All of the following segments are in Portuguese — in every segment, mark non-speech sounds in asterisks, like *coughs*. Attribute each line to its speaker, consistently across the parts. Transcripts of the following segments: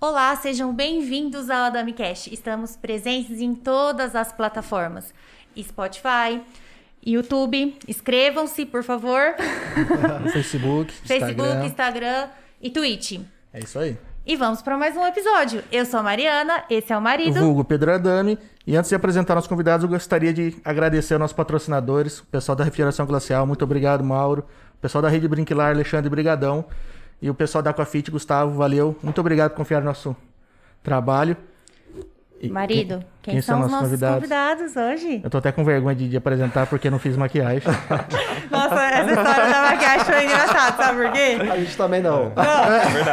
Speaker 1: Olá, sejam bem-vindos ao AdamiCast. Estamos presentes em todas as plataformas: Spotify, YouTube. Inscrevam-se, por favor.
Speaker 2: Facebook,
Speaker 1: Facebook,
Speaker 2: Instagram.
Speaker 1: Instagram e Twitch.
Speaker 2: É isso aí.
Speaker 1: E vamos para mais um episódio. Eu sou a Mariana, esse é o
Speaker 2: O
Speaker 1: marido.
Speaker 2: Vulgo Pedro Adami. E antes de apresentar nossos convidados, eu gostaria de agradecer aos nossos patrocinadores, o pessoal da Refrigeração Glacial, muito obrigado, Mauro. O pessoal da Rede Brinquilar, Alexandre Brigadão. E o pessoal da Aquafit, Gustavo, valeu. Muito obrigado por confiar no nosso trabalho. E
Speaker 1: Marido,
Speaker 2: quem-
Speaker 1: quem, são, os nossos convidados, hoje?
Speaker 2: Eu tô até com vergonha de, de apresentar porque não fiz *laughs* maquiagem.
Speaker 1: Nossa, essa história da maquiagem foi engraçada, sabe por quê?
Speaker 3: *laughs* A gente também não.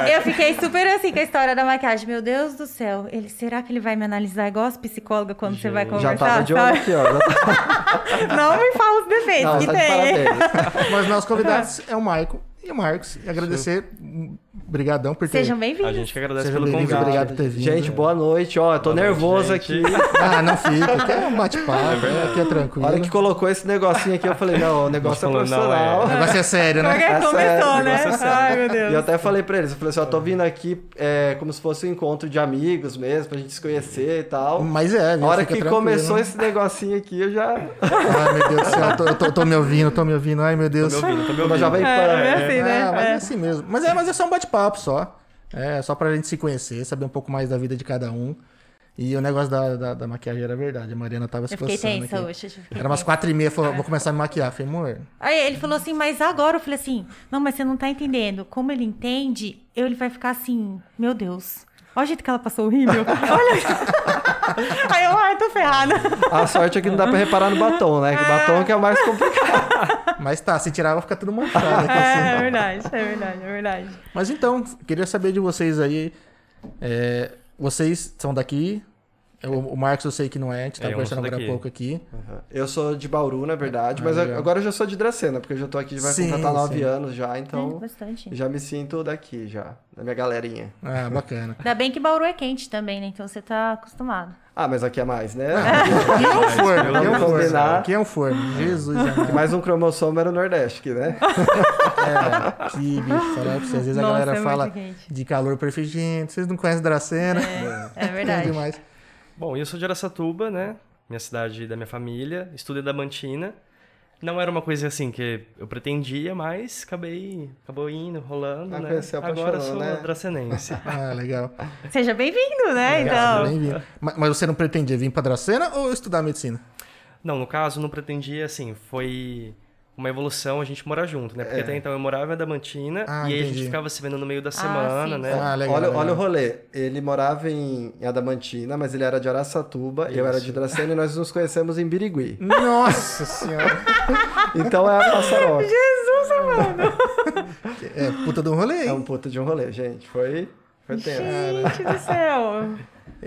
Speaker 2: É.
Speaker 1: Eu fiquei super assim com a história da maquiagem. Meu Deus do céu, ele, será que ele vai me analisar igual as psicólogas quando você vai conversar?
Speaker 3: Já tava de olho
Speaker 1: sabe?
Speaker 3: aqui, ó. Já tá...
Speaker 1: Não me fala os defeitos
Speaker 3: Não,
Speaker 1: que
Speaker 3: tá de
Speaker 1: tem.
Speaker 3: parabéns.
Speaker 2: Mas nossos convidados é o Maicon e o Marcos. E agradecer, brigadão por ter...
Speaker 1: Sejam
Speaker 4: A
Speaker 1: bem-vindos.
Speaker 4: gente que agradece
Speaker 2: Sejam
Speaker 4: pelo
Speaker 2: bem-vindos,
Speaker 4: convite.
Speaker 2: obrigado por ter vindo.
Speaker 3: Gente, boa noite. Ó, eu tô
Speaker 4: Boa noite,
Speaker 3: nervoso
Speaker 4: gente.
Speaker 3: aqui.
Speaker 2: Ah, não fica. Aqui é um bate-papo, né? aqui é tranquilo.
Speaker 3: A hora que colocou esse negocinho aqui, eu falei, não, o negócio é
Speaker 4: Nós falamos, não,
Speaker 3: profissional.
Speaker 2: O negócio é sério,
Speaker 1: Como é
Speaker 2: né?
Speaker 1: que
Speaker 3: É
Speaker 1: começou,
Speaker 3: sério,
Speaker 1: né?
Speaker 3: negócio é sério.
Speaker 1: Ai, meu
Speaker 3: E eu
Speaker 1: Deus.
Speaker 3: até falei pra eles, eu falei assim, ó, tô vindo aqui é, como se fosse um encontro de amigos mesmo, pra gente se conhecer e tal.
Speaker 2: Mas é,
Speaker 3: A
Speaker 2: viu?
Speaker 3: hora
Speaker 2: Fica
Speaker 3: que
Speaker 2: tranquilo.
Speaker 3: começou esse negocinho aqui, eu já...
Speaker 2: Ai, meu Deus do céu, eu tô, eu tô- tô me ouvindo, tô me ouvindo. Ai, meu Deus.
Speaker 4: Tô me ouvindo, tô me
Speaker 3: Quando
Speaker 4: ouvindo.
Speaker 3: já vem
Speaker 1: É, é
Speaker 3: pra...
Speaker 1: assim, né?
Speaker 2: Ah, mas
Speaker 1: É.
Speaker 2: é assim mesmo. Mas é, mas é só um bate-papo só. É, só pra gente se conhecer, saber um pouco mais da vida de cada um. E o negócio da, da, da maquiagem era verdade. A Mariana tava se
Speaker 1: Eu fiquei
Speaker 2: coçando
Speaker 1: tensa
Speaker 2: aqui.
Speaker 1: hoje. eu fiquei
Speaker 2: Era umas
Speaker 1: tensa.
Speaker 2: quatro e meia, falou, vou começar a me maquiar. Falei, amor,
Speaker 1: Aí ele falou assim, mas agora eu falei assim, não, mas você não tá entendendo. Como ele entende, ele vai ficar assim, meu Deus. Olha o jeito que ela passou o rímel. Olha. Aí eu, ai, tô ferrada.
Speaker 3: A sorte é que não dá pra reparar no batom, né? Que o batom que é
Speaker 1: *laughs*
Speaker 3: o mais complicado.
Speaker 2: mas tá, se tirar vai ficar tudo manchado. aqui, assim.
Speaker 1: É, é verdade, é verdade, é verdade.
Speaker 2: Mas então, queria saber de vocês aí. é, vocês são daqui. Eu- o Marcos eu sei que não é, a gente tava
Speaker 4: É, eu não sou
Speaker 2: conversando agora há
Speaker 4: daqui.
Speaker 2: pouco aqui.
Speaker 3: Eu sou de Bauru, na verdade, mas
Speaker 2: legal.
Speaker 3: agora eu já sou de Dracena, porque eu já tô aqui, vai
Speaker 2: Sim,
Speaker 3: completar nove
Speaker 2: sim.
Speaker 3: anos já,
Speaker 1: É,
Speaker 3: então
Speaker 1: bastante.
Speaker 3: já me sinto daqui já, da minha galerinha.
Speaker 2: Ah, bacana.
Speaker 1: Ainda bem que Bauru é quente também, né? Então você tá acostumado.
Speaker 3: Ah, mas aqui é mais, né?
Speaker 2: Quem é um forno?
Speaker 4: Mas,
Speaker 2: Quem é um
Speaker 3: vamos
Speaker 2: forno?
Speaker 3: combinar.
Speaker 2: Quem é um forno? Jesus, amado.
Speaker 3: Mais um cromossomo era o Nordeste aqui, né?
Speaker 2: É, que bicho, falar pra vocês. Às vezes
Speaker 1: Nossa,
Speaker 2: a galera
Speaker 1: é muito
Speaker 2: fala
Speaker 1: quente.
Speaker 2: de calor pra eu falei, gente, vocês não conhecem Dracena?
Speaker 1: É verdade.
Speaker 2: demais.
Speaker 4: Bom, eu sou de Aracatuba, né? Minha cidade da minha família. Estudei da Mantina. Não era uma coisa assim que eu pretendia, mas acabei, acabou indo, rolando,
Speaker 3: Ah,
Speaker 4: né?
Speaker 3: conheceu, apaixonou,
Speaker 4: Agora sou
Speaker 3: né?
Speaker 4: dracenense.
Speaker 2: *laughs* Ah, legal.
Speaker 1: Seja bem-vindo, né? então.
Speaker 2: Bem-vindo. Mas, mas você não pretendia vir pra Dracena ou estudar medicina?
Speaker 4: não, no caso, não pretendia, assim, foi uma evolução a gente morar junto, né? Porque até então eu morava em Adamantina
Speaker 2: É. Ah,
Speaker 4: e aí a
Speaker 2: entendi.
Speaker 4: gente ficava se vendo no meio da semana,
Speaker 1: sim.
Speaker 4: né?
Speaker 2: Ah, legal.
Speaker 3: olha,
Speaker 2: legal.
Speaker 3: olha o rolê. Ele morava em em Adamantina, mas ele era de Araçatuba, eu era de Dracena e nós nos conhecemos em Birigui.
Speaker 2: Nossa senhora.
Speaker 3: Então é a passaroca.
Speaker 2: É, puta de um rolê,
Speaker 3: é
Speaker 2: hein?
Speaker 3: um puta de um rolê, gente. Foi, foi tenso.
Speaker 1: Gente do céu.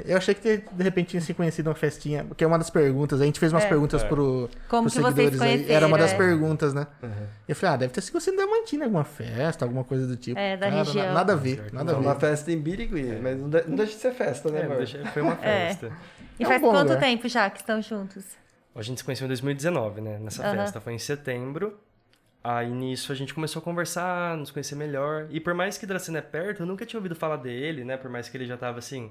Speaker 2: Eu achei que de repente tinha se conhecido uma festinha, porque é uma das perguntas. A gente fez umas perguntas pro,
Speaker 1: É. Como
Speaker 2: pros
Speaker 1: que vocês
Speaker 2: seguidores aí.
Speaker 1: conheceram,
Speaker 2: Era uma das
Speaker 1: é.
Speaker 2: perguntas, né? E eu falei, ah, deve ter sido você da Mantina, alguma festa, alguma coisa do tipo.
Speaker 1: É, da
Speaker 2: Cara, na-
Speaker 1: região.
Speaker 2: Nada a ver, nada a
Speaker 3: É Uma
Speaker 2: ver.
Speaker 3: festa em Birigui, mas não, de- não deixa de ser festa, né,
Speaker 4: É,
Speaker 3: amor?
Speaker 4: deixa- foi uma
Speaker 1: É.
Speaker 4: festa.
Speaker 1: E
Speaker 2: É um
Speaker 1: faz
Speaker 2: bom
Speaker 1: quanto
Speaker 2: lugar.
Speaker 1: tempo já que estão juntos?
Speaker 4: A gente se conheceu em 2019, né? Nessa
Speaker 1: Aham.
Speaker 4: festa. Foi em setembro. Aí nisso a gente começou a conversar, nos conhecer melhor. E por mais que Dracena é perto, eu nunca tinha ouvido falar dele, né? Por mais que ele já tava assim.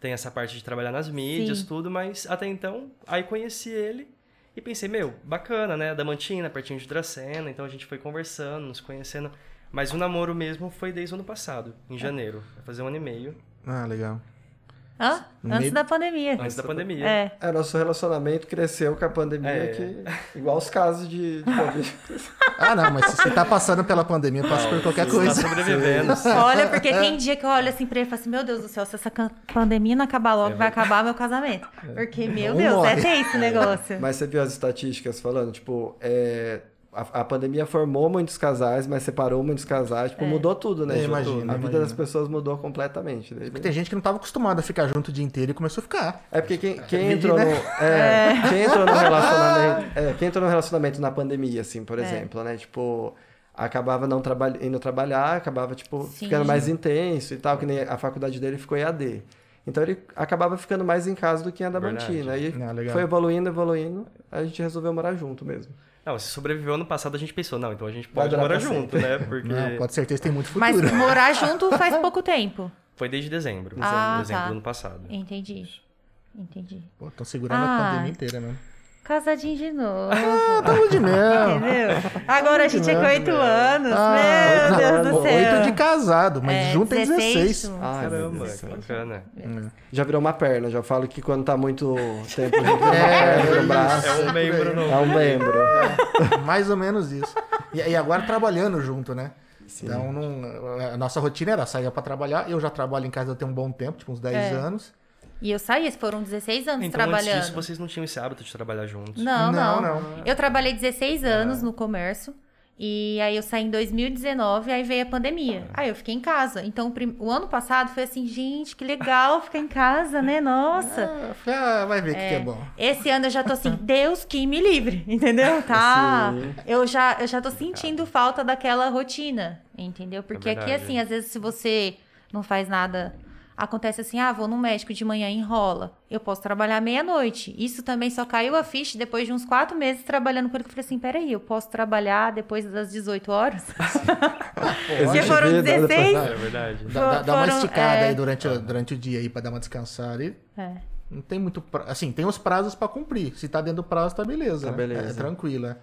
Speaker 4: Tem essa parte de trabalhar nas mídias,
Speaker 1: Sim.
Speaker 4: tudo, mas até então, aí conheci ele e pensei, meu, bacana, né? Da Mantina, pertinho de Dracena, então a gente foi conversando, nos conhecendo. Mas o namoro mesmo foi desde o ano passado,
Speaker 1: É.
Speaker 4: em janeiro. Vai fazer um ano e meio,
Speaker 2: Ah, legal.
Speaker 1: Hã?
Speaker 2: No
Speaker 1: Antes
Speaker 2: meio-
Speaker 1: da pandemia.
Speaker 4: antes da pandemia.
Speaker 1: É.
Speaker 3: É, nosso relacionamento cresceu com a pandemia,
Speaker 4: É.
Speaker 3: que, igual os casos de, de Covid.
Speaker 2: Ah, não, mas se você tá passando pela pandemia, passa por qualquer
Speaker 4: Tá
Speaker 2: coisa.
Speaker 4: sobrevivendo.
Speaker 1: Olha, porque tem dia que eu olho assim pra ele e falo assim, meu Deus do céu, se essa can- pandemia não acabar
Speaker 4: É
Speaker 1: logo, vai acabar meu casamento. Porque, meu
Speaker 2: Não
Speaker 1: Deus,
Speaker 2: morre.
Speaker 1: é tem esse negócio.
Speaker 3: Mas você viu as estatísticas falando, tipo, é, a, a pandemia formou muitos casais, mas separou muitos casais, tipo, mudou tudo, né?
Speaker 2: Eu
Speaker 3: Juntou.
Speaker 2: imagino,
Speaker 3: a
Speaker 2: eu
Speaker 3: vida
Speaker 2: imagino. É
Speaker 3: das pessoas mudou completamente. né?
Speaker 2: Porque *laughs* tem gente que não tava acostumada a ficar junto o dia inteiro e começou a ficar.
Speaker 3: É porque quem, quem
Speaker 2: Vive,
Speaker 3: entrou
Speaker 2: né?
Speaker 3: no, é, quem entrou no relacionamento, é, quem entrou no relacionamento na pandemia, assim, por exemplo, né? Tipo, acabava não traba- indo trabalhar, acabava tipo
Speaker 1: Sim.
Speaker 3: ficando mais intenso e tal, que nem a faculdade dele ficou EAD. Então ele acabava ficando mais em casa do que em Adamantina.
Speaker 4: Verdade.
Speaker 3: Aí
Speaker 2: Ah, legal.
Speaker 3: foi evoluindo, evoluindo. A gente resolveu morar junto mesmo.
Speaker 4: Não, se sobreviveu ano passado, a gente pensou, não, então a gente
Speaker 3: Vai
Speaker 4: pode
Speaker 3: durar
Speaker 4: morar
Speaker 3: pra
Speaker 2: *laughs*
Speaker 4: junto, né? Porque
Speaker 2: Não, pode certeza tem muito futuro.
Speaker 1: Mas morar junto faz *laughs* pouco tempo.
Speaker 4: foi desde dezembro.
Speaker 1: Ah,
Speaker 4: dezembro
Speaker 1: tá.
Speaker 4: do ano passado.
Speaker 1: Entendi. Entendi.
Speaker 2: Pô, estão segurando a
Speaker 1: Ah.
Speaker 2: pandemia
Speaker 1: *laughs*
Speaker 2: inteira, né?
Speaker 1: Casadinho de novo.
Speaker 2: Ah, Tamo de mel.
Speaker 1: Entendeu? Agora a gente é com oito anos.
Speaker 2: Ah,
Speaker 1: Meu Deus do
Speaker 2: oito
Speaker 1: céu.
Speaker 2: de casado, mas
Speaker 1: É,
Speaker 2: junto é 16.
Speaker 1: juntos.
Speaker 3: Ai, meu
Speaker 4: Caramba,
Speaker 3: Deus do
Speaker 4: que
Speaker 3: céu.
Speaker 4: bacana.
Speaker 1: Ah,
Speaker 3: Já virou uma perna, já falo que quando tá muito
Speaker 1: *laughs*
Speaker 3: tempo junto, é,
Speaker 2: isso.
Speaker 3: virou braço.
Speaker 4: É
Speaker 2: tá
Speaker 4: um membro novo.
Speaker 3: É um membro.
Speaker 2: Mais ou menos isso. E, e agora trabalhando junto, né?
Speaker 3: Sim.
Speaker 2: Então, não- a nossa rotina era sair pra trabalhar. Eu já trabalho em casa tem um bom tempo, tipo uns 10
Speaker 1: É.
Speaker 2: anos.
Speaker 1: E eu saí, foram 16 anos
Speaker 4: Então,
Speaker 1: Tá trabalhando.
Speaker 4: antes disso, vocês não tinham esse hábito de trabalhar juntos.
Speaker 1: Não,
Speaker 2: Não,
Speaker 1: não,
Speaker 2: não.
Speaker 1: Eu trabalhei 16
Speaker 4: Ah.
Speaker 1: anos no comércio. E aí eu saí em 2019, aí veio a pandemia.
Speaker 4: Ah.
Speaker 1: Aí eu fiquei em casa. Então o prim- o ano passado foi assim, gente, que legal ficar em casa, né? Nossa.
Speaker 2: Ah, falei, ah, vai ver o que que é bom.
Speaker 1: Esse ano eu já tô
Speaker 3: *laughs*
Speaker 1: assim, Deus que me livre, entendeu? Tá.
Speaker 3: Sim.
Speaker 1: Eu já, eu já tô sentindo falta daquela rotina, entendeu?
Speaker 3: É
Speaker 1: Porque aqui,
Speaker 4: verdade.
Speaker 1: assim, às vezes se você não faz nada, acontece assim, ah, vou no médico de manhã, enrola. Eu posso trabalhar meia-noite. Isso também só caiu a ficha depois de uns quatro meses trabalhando com ele, que eu falei assim, peraí, eu posso trabalhar depois das 18
Speaker 3: *laughs*
Speaker 1: horas? Porque *laughs*
Speaker 3: Existe
Speaker 1: foram
Speaker 3: vida, né?
Speaker 1: 16?
Speaker 4: É verdade.
Speaker 2: Dá, dá- dá uma
Speaker 1: Foram,
Speaker 2: esticada
Speaker 1: é.
Speaker 2: aí durante, o- durante o dia aí pra dar uma descansada. E
Speaker 1: É.
Speaker 2: não tem muito. pra- Assim, tem os prazos pra cumprir. Se tá dentro do prazo, tá beleza.
Speaker 3: Tá
Speaker 2: né?
Speaker 3: beleza.
Speaker 2: É, tranquila.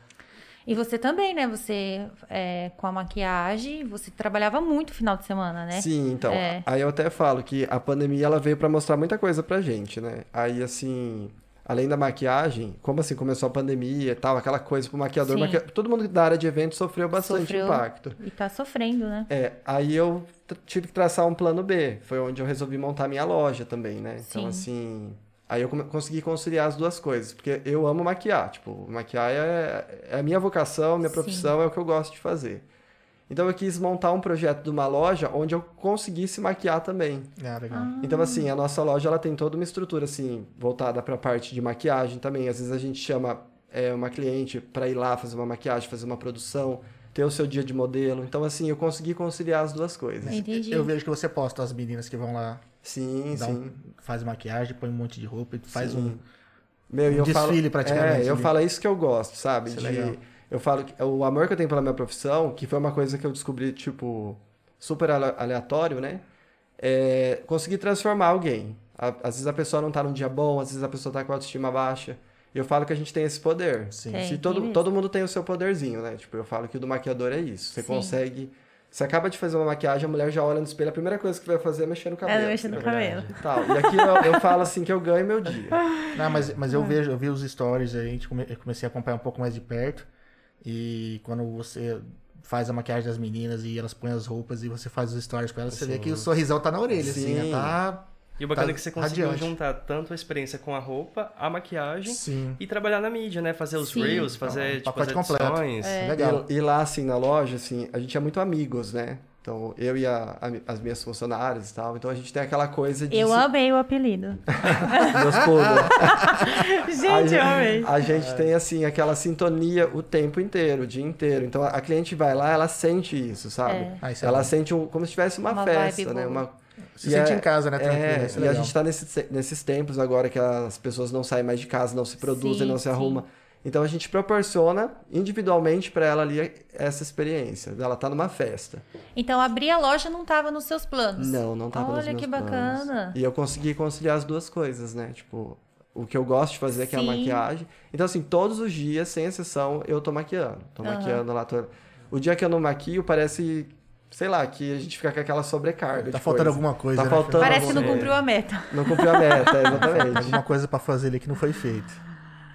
Speaker 1: E você também, né? Você, é, com a maquiagem, você trabalhava muito final de semana, né?
Speaker 3: Sim, então.
Speaker 1: É.
Speaker 3: Aí eu até falo que a pandemia ela veio pra mostrar muita coisa pra gente, né? Aí assim, além da maquiagem, como assim começou a pandemia e tal, aquela coisa pro maquiador,
Speaker 1: Sim.
Speaker 3: maqui... todo mundo da área de evento sofreu bastante
Speaker 1: Sofreu.
Speaker 3: impacto.
Speaker 1: E tá sofrendo, né?
Speaker 3: É, aí eu t- tive que traçar um plano B, foi onde eu resolvi montar minha loja também, né? Então
Speaker 1: Sim.
Speaker 3: assim, aí eu come- consegui conciliar as duas coisas, porque eu amo maquiar, tipo, maquiar é, é a minha vocação, minha
Speaker 1: Sim.
Speaker 3: profissão, é o que eu gosto de fazer. Então eu quis montar um projeto de uma loja onde eu conseguisse maquiar também.
Speaker 2: Ah, legal.
Speaker 3: Então, assim, a nossa loja ela tem toda uma estrutura, assim, voltada pra parte de maquiagem também. Às vezes a gente chama é, uma cliente pra ir lá fazer uma maquiagem, fazer uma produção, ter o seu dia de modelo. Então, assim, eu consegui conciliar as duas coisas.
Speaker 2: É.
Speaker 1: Entendi.
Speaker 2: Eu vejo que você posta as meninas que vão lá,
Speaker 3: Sim,
Speaker 2: dá um-
Speaker 3: sim.
Speaker 2: faz maquiagem, põe um monte de roupa e faz
Speaker 3: Sim.
Speaker 2: um.
Speaker 3: Meu, e
Speaker 2: um
Speaker 3: eu falo-
Speaker 2: desfile praticamente,
Speaker 3: É, eu
Speaker 2: ali.
Speaker 3: falo é isso que eu gosto, sabe?
Speaker 2: Isso é
Speaker 3: de,
Speaker 2: legal.
Speaker 3: Eu falo que o amor que eu tenho pela minha profissão, que foi uma coisa que eu descobri, tipo, super ale- aleatório, né? É conseguir transformar alguém. A- Às vezes a pessoa não tá num dia bom, às vezes a pessoa tá com a autoestima baixa. E eu falo que a gente tem esse poder.
Speaker 2: Sim.
Speaker 1: Tem,
Speaker 3: Se
Speaker 1: tem
Speaker 3: todo,
Speaker 1: mesmo.
Speaker 3: todo mundo tem o seu poderzinho, né? Tipo, eu falo que o do maquiador é isso. Você
Speaker 1: Sim.
Speaker 3: consegue. Você acaba de fazer uma maquiagem, a mulher já olha no espelho, a primeira coisa que vai fazer é mexer no cabelo.
Speaker 1: Ela mexe Tá no cabelo.
Speaker 3: E tal. E aqui eu, eu falo assim que eu ganho
Speaker 1: *laughs*
Speaker 3: meu dia.
Speaker 2: Não, mas, mas eu vejo, eu vi os stories aí, a gente come- eu comecei a acompanhar um pouco mais de perto. E quando você faz a maquiagem das meninas e elas põem as roupas e você faz os stories com elas, você vê que o sorrisão tá na orelha, assim,
Speaker 3: Sim.
Speaker 2: né? Tá.
Speaker 4: E o bacana
Speaker 2: Tá
Speaker 4: é que você conseguiu
Speaker 2: radiante.
Speaker 4: juntar tanto a experiência com a roupa, a maquiagem
Speaker 2: Sim.
Speaker 4: e trabalhar na mídia, né? Fazer os
Speaker 1: Sim. É.
Speaker 4: reels, fazer
Speaker 2: Então,
Speaker 4: tipo, as
Speaker 2: pacote completo.
Speaker 4: edições.
Speaker 2: é
Speaker 3: É.
Speaker 2: Legal.
Speaker 3: E, e lá, assim, na loja, assim, a gente é muito amigos, né? Então, eu e a- a mi- as minhas funcionárias e tal. Então, a gente tem aquela coisa de...
Speaker 1: Eu
Speaker 3: se-
Speaker 1: amei o apelido.
Speaker 3: *laughs* Meus poodles. a,
Speaker 1: *laughs* Gente,
Speaker 3: gente,
Speaker 1: eu amei.
Speaker 3: a gente tem, assim, aquela sintonia o tempo inteiro, o dia inteiro. Então, a, a cliente vai lá, ela sente isso, sabe?
Speaker 1: É.
Speaker 2: Ah, isso é
Speaker 3: Ela
Speaker 2: bom.
Speaker 3: sente um, como se tivesse uma,
Speaker 1: Uma
Speaker 3: festa,
Speaker 1: vibe
Speaker 3: né?
Speaker 1: boa.
Speaker 3: Uma,
Speaker 2: Se
Speaker 3: e
Speaker 2: sente
Speaker 3: é-
Speaker 2: em casa, né? Tranquilo.
Speaker 3: é,
Speaker 2: isso é
Speaker 3: e a
Speaker 2: legal.
Speaker 3: gente tá nesse- nesses tempos agora que as pessoas não saem mais de casa, não se produzem,
Speaker 1: Sim,
Speaker 3: não se
Speaker 1: sim.
Speaker 3: arrumam. Então a gente proporciona individualmente pra ela ali essa experiência. Ela tá numa festa.
Speaker 1: Então, abrir a loja não tava nos seus planos.
Speaker 3: Não, não tava nos
Speaker 1: Olha
Speaker 3: meus
Speaker 1: que
Speaker 3: planos.
Speaker 1: bacana.
Speaker 3: E eu consegui conciliar as duas coisas, né? Tipo, o que eu gosto de fazer, que é a
Speaker 1: Sim.
Speaker 3: maquiagem. Então, assim, todos os dias, sem exceção, eu tô maquiando. Tô
Speaker 1: Aham.
Speaker 3: maquiando lá. Tô... O dia que eu não maquio, parece, sei lá, que a gente fica com aquela sobrecarga.
Speaker 2: Tá
Speaker 3: de
Speaker 2: faltando
Speaker 3: coisa.
Speaker 2: alguma coisa.
Speaker 3: Tá
Speaker 2: né?
Speaker 3: faltando.
Speaker 1: Parece que não
Speaker 3: você-
Speaker 1: cumpriu a meta.
Speaker 3: Não cumpriu a meta, *laughs* exatamente.
Speaker 2: Alguma coisa pra fazer ali que não foi feito.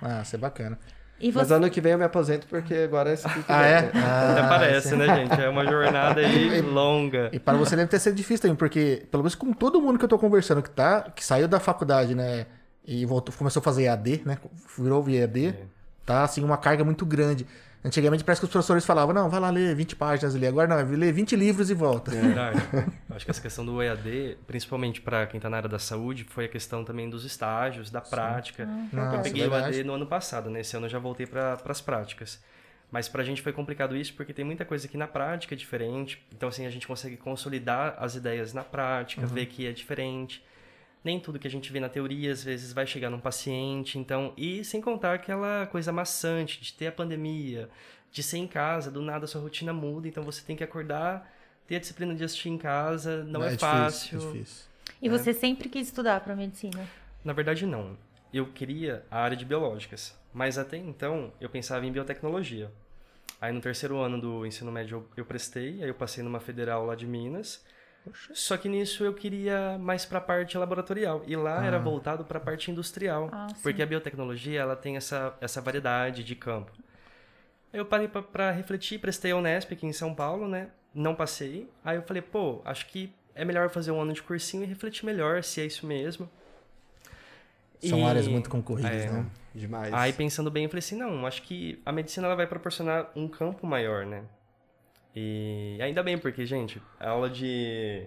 Speaker 2: Ah, isso é bacana.
Speaker 1: E
Speaker 3: Mas
Speaker 1: você,
Speaker 3: ano que vem eu me aposento porque agora é esse pique
Speaker 2: Ah, é?
Speaker 3: dele, né?
Speaker 2: Ah,
Speaker 4: Até parece, né, gente? É uma jornada
Speaker 2: *laughs*
Speaker 4: aí longa.
Speaker 2: E para você deve ter sido difícil também, porque, pelo menos com todo mundo que eu tô conversando que tá, que saiu da faculdade, né? E voltou, começou a fazer EAD, né? Virou EAD,
Speaker 4: É.
Speaker 2: tá assim, uma carga muito grande. Antigamente parece que os professores falavam, não, vai lá ler 20 páginas ali. Agora não, é ler 20 livros e volta.
Speaker 4: Verdade. Eu *laughs* acho que essa questão do EAD, principalmente pra quem tá na área da saúde, foi a questão também dos estágios, da prática.
Speaker 2: Ah,
Speaker 4: eu
Speaker 2: isso
Speaker 4: peguei
Speaker 2: é
Speaker 4: o EAD
Speaker 2: verdade.
Speaker 4: no ano passado, né? Esse ano eu já voltei para as práticas. Mas pra gente foi complicado isso porque tem muita coisa que na prática é
Speaker 2: Uhum.
Speaker 4: diferente. Então, assim, a gente consegue consolidar as ideias na prática, ver que é diferente. nem tudo que a gente vê na teoria às vezes vai chegar num paciente, então, e sem contar aquela coisa maçante de ter a pandemia, de ser em casa, do nada a sua rotina muda, então você tem que acordar, ter a disciplina de assistir em casa, não, é,
Speaker 3: difícil,
Speaker 4: fácil.
Speaker 3: é difícil.
Speaker 1: E você sempre quis estudar para medicina?
Speaker 4: Na verdade, não. Eu queria a área de biológicas, mas até então eu pensava em biotecnologia. Aí no terceiro ano do ensino médio eu, eu prestei, aí eu passei numa federal lá de Minas. Só que nisso eu queria mais para a parte laboratorial e lá era voltado para a parte industrial,
Speaker 1: Ah, sim.
Speaker 4: porque a biotecnologia ela tem essa, essa variedade de campo. Aí Eu parei para refletir, prestei a Unesp aqui em São Paulo, né? Não passei. Aí eu falei, pô, acho que é melhor fazer um ano de cursinho e refletir melhor se é isso mesmo.
Speaker 2: São
Speaker 4: E-
Speaker 2: áreas muito concorridas,
Speaker 4: É.
Speaker 2: né?
Speaker 3: Demais.
Speaker 4: Aí pensando bem, eu falei assim, não, acho que a medicina ela vai proporcionar um campo maior, né? E ainda bem, porque, gente, a aula de,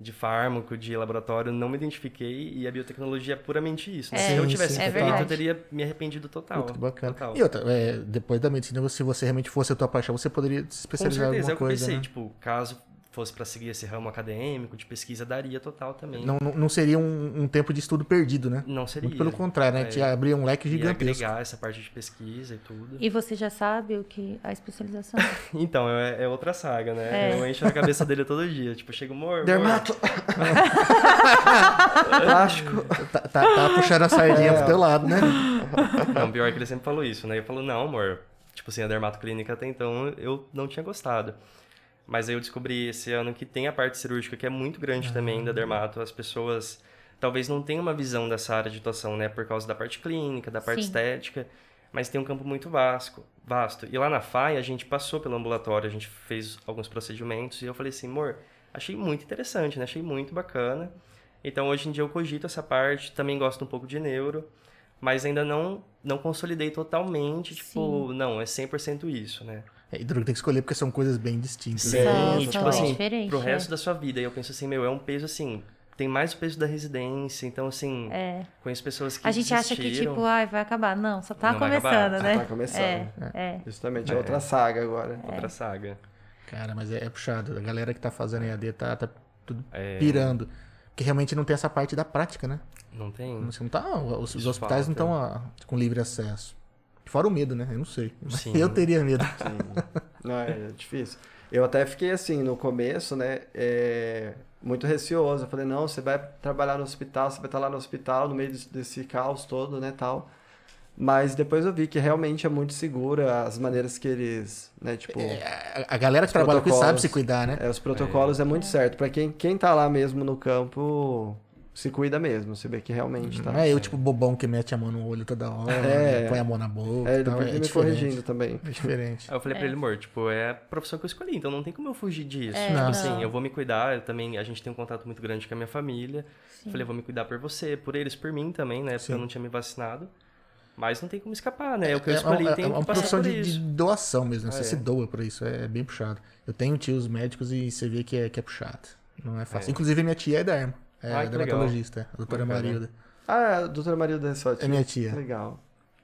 Speaker 4: de fármaco, de laboratório, não me identifiquei e a biotecnologia é puramente isso. Né?
Speaker 1: É,
Speaker 4: Se eu
Speaker 2: sim,
Speaker 4: tivesse
Speaker 2: sim,
Speaker 1: é
Speaker 4: feito, eu
Speaker 1: verdade.
Speaker 4: teria me arrependido total.
Speaker 2: Puta, que bacana.
Speaker 4: Total.
Speaker 2: E outra, é, depois da medicina, se você realmente fosse a tua paixão, você poderia se
Speaker 4: Com
Speaker 2: especializar em
Speaker 4: certeza, é
Speaker 2: alguma
Speaker 4: o que eu
Speaker 2: coisa,
Speaker 4: pensei.
Speaker 2: né?
Speaker 4: Tipo, caso fosse pra seguir esse ramo acadêmico, de pesquisa, daria total também.
Speaker 2: Não, não- não seria um, um tempo de estudo perdido, né?
Speaker 4: Não seria. É.
Speaker 2: Muito pelo contrário, né? Te abria um leque
Speaker 4: Ia
Speaker 2: gigantesco.
Speaker 4: agregar essa parte de pesquisa e tudo.
Speaker 1: E você já sabe o que a especialização?
Speaker 4: Então, é, é outra saga, né?
Speaker 1: É.
Speaker 4: Eu encho a cabeça dele todo dia. Tipo, chega
Speaker 2: *laughs*
Speaker 4: o amor. amor,
Speaker 3: Dermato. Plástico.
Speaker 2: Tá, tá, tá puxando a sardinha
Speaker 3: É.
Speaker 2: pro teu lado, né?
Speaker 4: Não, pior é que ele sempre falou isso, né? Ele falou, não, amor. Tipo assim, a dermatoclínica até então eu não tinha gostado. Mas aí eu descobri esse ano que tem a parte cirúrgica, que é muito grande também da dermato. As pessoas talvez não tenham uma visão dessa área de atuação, né? Por causa da parte clínica, da parte
Speaker 1: Sim.
Speaker 4: estética. Mas tem um campo muito vasto, vasto. E lá na FAI, a gente passou pelo ambulatório, a gente fez alguns procedimentos. E eu falei assim, amor, achei muito interessante, né? Achei muito bacana. Então, hoje em dia eu cogito essa parte. Também gosto um pouco de neuro. Mas ainda não, não consolidei totalmente, tipo, não, é 100% isso, né?
Speaker 2: É, e Drugo tem que escolher porque são coisas bem distintas. né?
Speaker 4: Sim,
Speaker 1: São-
Speaker 4: e,
Speaker 1: são
Speaker 4: tipo
Speaker 1: bem
Speaker 4: assim,
Speaker 1: diferentes,
Speaker 4: pro
Speaker 1: é.
Speaker 4: resto da sua vida. E eu penso assim, meu, é um peso assim, tem mais o peso da residência, então assim, conheço pessoas que
Speaker 1: É. A gente acha que,
Speaker 4: desistiram.
Speaker 1: tipo, ai, vai acabar. Não, só tá
Speaker 4: Não vai
Speaker 1: começando,
Speaker 4: acabar.
Speaker 1: né?
Speaker 3: Tá começando.
Speaker 1: É, é.
Speaker 3: Justamente, é outra saga agora.
Speaker 4: outra saga.
Speaker 2: Cara, mas é, é puxado. A galera que tá fazendo EAD tá, tá tudo
Speaker 4: É.
Speaker 2: pirando. Porque realmente não tem essa parte da prática, né?
Speaker 4: Não tem?
Speaker 2: Você não tá, os, os
Speaker 4: Hum. Isso
Speaker 2: hospitais não estão com livre acesso. Fora o medo, né? Eu não sei. *laughs* Mas
Speaker 4: Sim.
Speaker 2: Eu teria medo.
Speaker 3: Sim. Não, é difícil. Eu até fiquei assim, no começo, né? é, muito receoso. Eu falei, não, você vai trabalhar no hospital, você vai estar lá no hospital, no meio desse, desse caos todo, né, tal. Mas depois eu vi que realmente é muito segura as maneiras que eles, né, tipo...
Speaker 2: É, A, a galera que trabalha com isso sabe
Speaker 3: protocolos.
Speaker 2: se cuidar, né?
Speaker 3: É, os protocolos é, muito certo. Pra quem, quem tá lá mesmo no campo, se cuida mesmo. Você vê que realmente tá.
Speaker 2: não é eu, tipo, bobão que mete a mão no olho toda hora, né?
Speaker 3: É.
Speaker 2: põe a mão na boca.
Speaker 3: É,
Speaker 2: e
Speaker 3: ele
Speaker 2: tal.
Speaker 3: foi me
Speaker 2: é, diferente.
Speaker 3: corrigindo também.
Speaker 2: é diferente.
Speaker 4: Aí eu falei pra ele, amor, tipo, é a profissão que eu escolhi, então não tem como eu fugir disso.
Speaker 1: É.
Speaker 4: tipo
Speaker 2: Não.
Speaker 4: assim, eu vou me cuidar, eu também, a gente tem um contato muito grande com a minha família. tá. Falei, eu vou me cuidar por você, por eles, por mim também, né? Porque eu não tinha me vacinado. Mas não tem como escapar, né? É o que eu escolhi,
Speaker 2: é,
Speaker 4: tem
Speaker 2: uma
Speaker 4: que passar
Speaker 2: profissão
Speaker 4: por
Speaker 2: de, de
Speaker 4: isso.
Speaker 2: doação mesmo. né? Você
Speaker 4: É.
Speaker 2: se doa pra isso, é bem puxado. Eu tenho tios médicos e você vê que é, que é puxado. Não é fácil. Inclusive, minha tia é da arma. É
Speaker 4: Ai, que
Speaker 2: dermatologista, a doutora
Speaker 4: Bacana.
Speaker 2: Marilda.
Speaker 3: Ah, a doutora Maria da Ressorte.
Speaker 2: É minha tia.
Speaker 3: Legal.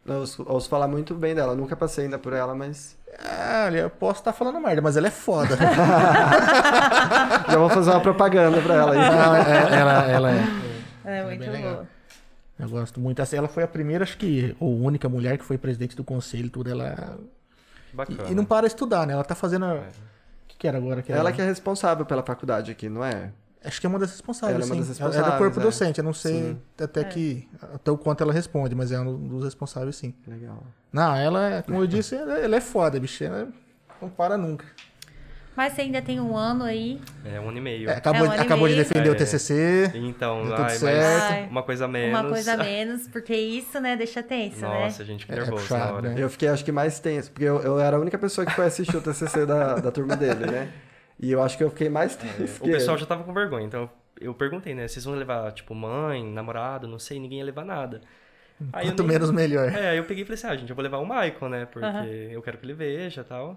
Speaker 3: Eu ouço, ouço falar muito bem dela. Nunca passei ainda por ela, mas.
Speaker 2: Ah, olha, eu posso estar falando merda, mas ela é
Speaker 4: *laughs*
Speaker 2: foda.
Speaker 3: Já vou fazer uma propaganda pra
Speaker 2: *laughs*
Speaker 3: ela aí.
Speaker 2: Não,
Speaker 4: *laughs*
Speaker 2: é- ela, ela é.
Speaker 1: É,
Speaker 2: bem
Speaker 1: muito
Speaker 2: legal.
Speaker 1: boa.
Speaker 2: Eu gosto muito. Assim, ela foi a primeira, acho que, ou única mulher que foi presidente do conselho, e tudo. Ela.
Speaker 4: Bacana. É.
Speaker 2: E, e não para de estudar, né? Ela tá fazendo. a- O que, que era agora? Que
Speaker 3: Ela
Speaker 2: era-
Speaker 3: que é responsável pela faculdade aqui, não é?
Speaker 2: Acho que é uma das responsáveis.
Speaker 3: Ela é uma
Speaker 2: sim.
Speaker 3: das
Speaker 2: é do
Speaker 3: responsáveis,
Speaker 2: corpo
Speaker 3: é.
Speaker 2: docente. Eu não sei
Speaker 3: Sim.
Speaker 2: até
Speaker 1: É.
Speaker 2: que. Até o quanto ela responde, mas é um dos responsáveis, sim.
Speaker 3: Legal.
Speaker 2: Não, ela, é- como eu disse, ela, ela é foda, bicho. Ela não para nunca.
Speaker 1: Mas você ainda tem um ano aí.
Speaker 4: É um ano e meio.
Speaker 2: É, acabou
Speaker 1: É um ano e
Speaker 2: acabou de
Speaker 1: meio.
Speaker 2: defender o
Speaker 4: É.
Speaker 2: TCC.
Speaker 4: Então,
Speaker 2: Deu
Speaker 4: ai,
Speaker 2: tudo
Speaker 4: mas
Speaker 2: certo.
Speaker 4: uma coisa menos.
Speaker 1: Uma coisa a menos, porque isso, né, deixa tenso,
Speaker 4: *laughs* Nossa,
Speaker 1: né?
Speaker 4: gente, que
Speaker 2: É, é
Speaker 4: nervoso
Speaker 2: puxado,
Speaker 4: na hora.
Speaker 2: né?
Speaker 3: Eu fiquei, acho que, mais tenso, porque eu, eu era a única pessoa que foi assistir o TCC da, da turma dele, né? E eu acho que eu fiquei mais tenso.
Speaker 4: O
Speaker 3: que
Speaker 4: pessoal
Speaker 3: ele.
Speaker 4: já tava com vergonha, então eu perguntei, né? Vocês vão levar, tipo, mãe, namorado, não sei, ninguém ia levar nada. Aí eu
Speaker 2: Quanto
Speaker 4: nem-
Speaker 2: menos, melhor.
Speaker 4: É, aí eu peguei e falei assim, ah, gente, eu vou levar o Michael, né? Porque eu quero que ele veja e tal.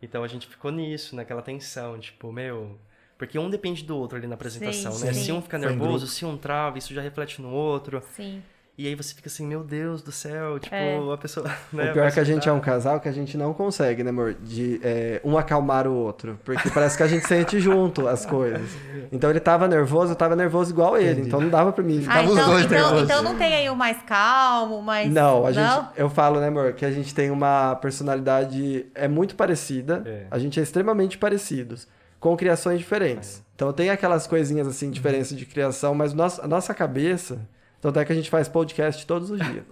Speaker 4: Então a gente ficou nisso, naquela tensão, tipo, meu. Porque um depende do outro ali na apresentação,
Speaker 1: Sim,
Speaker 4: né?
Speaker 1: sim.
Speaker 4: Se um fica
Speaker 2: Foi em
Speaker 4: nervoso,
Speaker 2: grupo.
Speaker 4: se um trava, isso já reflete no outro.
Speaker 1: Sim.
Speaker 4: E aí você fica assim, meu Deus do céu, tipo,
Speaker 1: É.
Speaker 4: a pessoa. *laughs*
Speaker 3: O
Speaker 4: né,
Speaker 3: pior
Speaker 4: vai
Speaker 3: é que a gente é
Speaker 4: escutar.
Speaker 3: um casal que a gente não consegue, né, amor? De é, um acalmar o outro. Porque parece que a gente sente junto as coisas. Então ele tava nervoso, eu tava nervoso igual ele. Então não dava pra mim.
Speaker 1: Ah,
Speaker 3: Tava os
Speaker 1: então,
Speaker 3: dois
Speaker 1: então,
Speaker 3: nervosos.
Speaker 1: então não tem aí o mais calmo, mais.
Speaker 3: Não, a gente. Eu falo, né, amor, que a gente tem uma personalidade é muito parecida.
Speaker 4: É.
Speaker 3: A gente é extremamente parecidos, com criações
Speaker 4: É.
Speaker 3: diferentes. Então tem aquelas coisinhas assim, diferença de criação, mas nossa, a nossa cabeça. Tanto é que a gente faz podcast todos os
Speaker 4: *laughs*
Speaker 3: dias.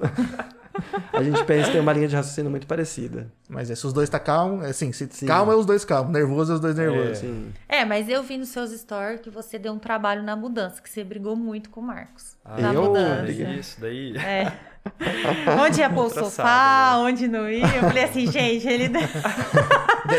Speaker 3: a gente pensa, tem uma linha de raciocínio muito parecida.
Speaker 2: Mas é, se os dois tá calmo, é assim, se
Speaker 3: Sim.
Speaker 2: calmo é os dois calmos, nervoso é os dois nervosos.
Speaker 3: Assim.
Speaker 1: É, mas eu vi nos seus stories que você deu um trabalho na mudança, que você brigou muito com o Marcos.
Speaker 4: Ah,
Speaker 1: na
Speaker 3: eu
Speaker 1: mudança.
Speaker 3: briguei.
Speaker 4: Isso, daí. *laughs*
Speaker 3: *laughs*
Speaker 1: É. Onde ia pôr o
Speaker 4: Engraçado,
Speaker 1: sofá, onde não ia. Eu falei assim, gente, ele.
Speaker 3: *laughs*
Speaker 2: De-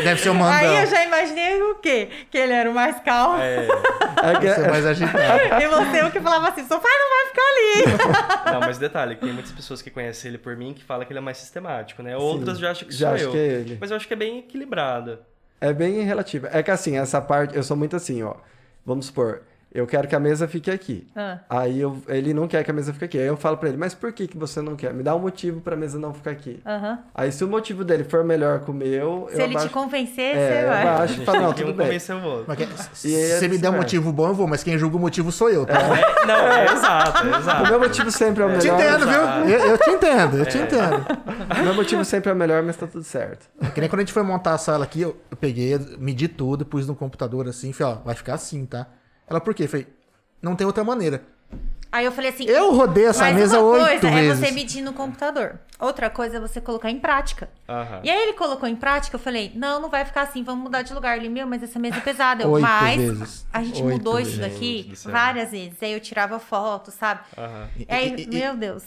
Speaker 2: Deve ser o mandão.
Speaker 1: Aí eu já imaginei o quê? Que ele era o mais calmo.
Speaker 4: É,
Speaker 3: É que-
Speaker 2: Deve ser mais agitado.
Speaker 1: E você o que falava assim, sofá não vai ficar ali.
Speaker 4: não, mas detalhe, que tem muitas pessoas que conhecem ele por mim que falam que ele é mais sistemático, né? Outras
Speaker 3: Sim,
Speaker 4: já acham que
Speaker 3: já
Speaker 4: sou
Speaker 3: acho
Speaker 4: eu.
Speaker 3: que é ele.
Speaker 4: Mas eu acho que é bem equilibrada.
Speaker 3: É bem relativo. É que assim, essa parte, eu sou muito assim, ó. Vamos supor, eu quero que a mesa fique aqui.
Speaker 1: Ah.
Speaker 3: Aí eu- ele não quer que a mesa fique aqui. Aí eu falo pra ele, mas por que, que você não quer? Me dá um motivo pra mesa não ficar aqui.
Speaker 1: Aham.
Speaker 3: Aí se o motivo dele for melhor que o meu,
Speaker 1: Se
Speaker 3: eu
Speaker 1: ele te
Speaker 3: abaixo...
Speaker 1: convencer,
Speaker 3: É,
Speaker 1: você
Speaker 3: eu
Speaker 1: vai.
Speaker 4: A
Speaker 3: abaixo e
Speaker 4: gente
Speaker 3: falo,
Speaker 4: tem
Speaker 3: não,
Speaker 4: que
Speaker 3: tudo
Speaker 4: um
Speaker 3: bem.
Speaker 4: convencer o outro.
Speaker 2: Mas que-
Speaker 3: E aí
Speaker 2: Se
Speaker 3: é
Speaker 2: me der um
Speaker 3: certo.
Speaker 2: motivo bom, eu vou, mas quem julga o motivo sou eu, tá?
Speaker 4: É, não, é exato, é
Speaker 3: O
Speaker 4: exato.
Speaker 3: meu motivo sempre é o
Speaker 2: Eu te
Speaker 3: melhor. É.
Speaker 2: entendo, viu? Eu, eu te entendo, eu te entendo.
Speaker 3: O meu motivo sempre é o melhor, mas tá tudo certo.
Speaker 2: É que nem quando a gente foi montar a sala aqui, eu, eu peguei, medi tudo, pus no computador assim, falei, ó, vai ficar assim, tá? Ela, por quê? Eu Falei, não tem outra maneira.
Speaker 1: Aí eu falei assim.
Speaker 2: Eu rodei essa
Speaker 1: mas
Speaker 2: mesa
Speaker 1: uma
Speaker 2: oito
Speaker 1: coisa é
Speaker 2: vezes.
Speaker 1: você medir no computador. Outra coisa é você colocar em prática.
Speaker 4: Aham.
Speaker 1: E aí ele colocou em prática, eu falei, não, não vai ficar assim, vamos mudar de lugar. Ele, meu, mas essa mesa é pesada. Eu,
Speaker 2: Oito
Speaker 1: mas
Speaker 2: vezes.
Speaker 1: a gente
Speaker 2: Oito
Speaker 1: mudou isso
Speaker 4: vezes.
Speaker 1: daqui
Speaker 4: Gente do céu.
Speaker 1: várias vezes. Aí eu tirava foto, sabe?
Speaker 4: Aham.
Speaker 2: E-
Speaker 1: Aí,
Speaker 2: e- e-
Speaker 1: meu Deus.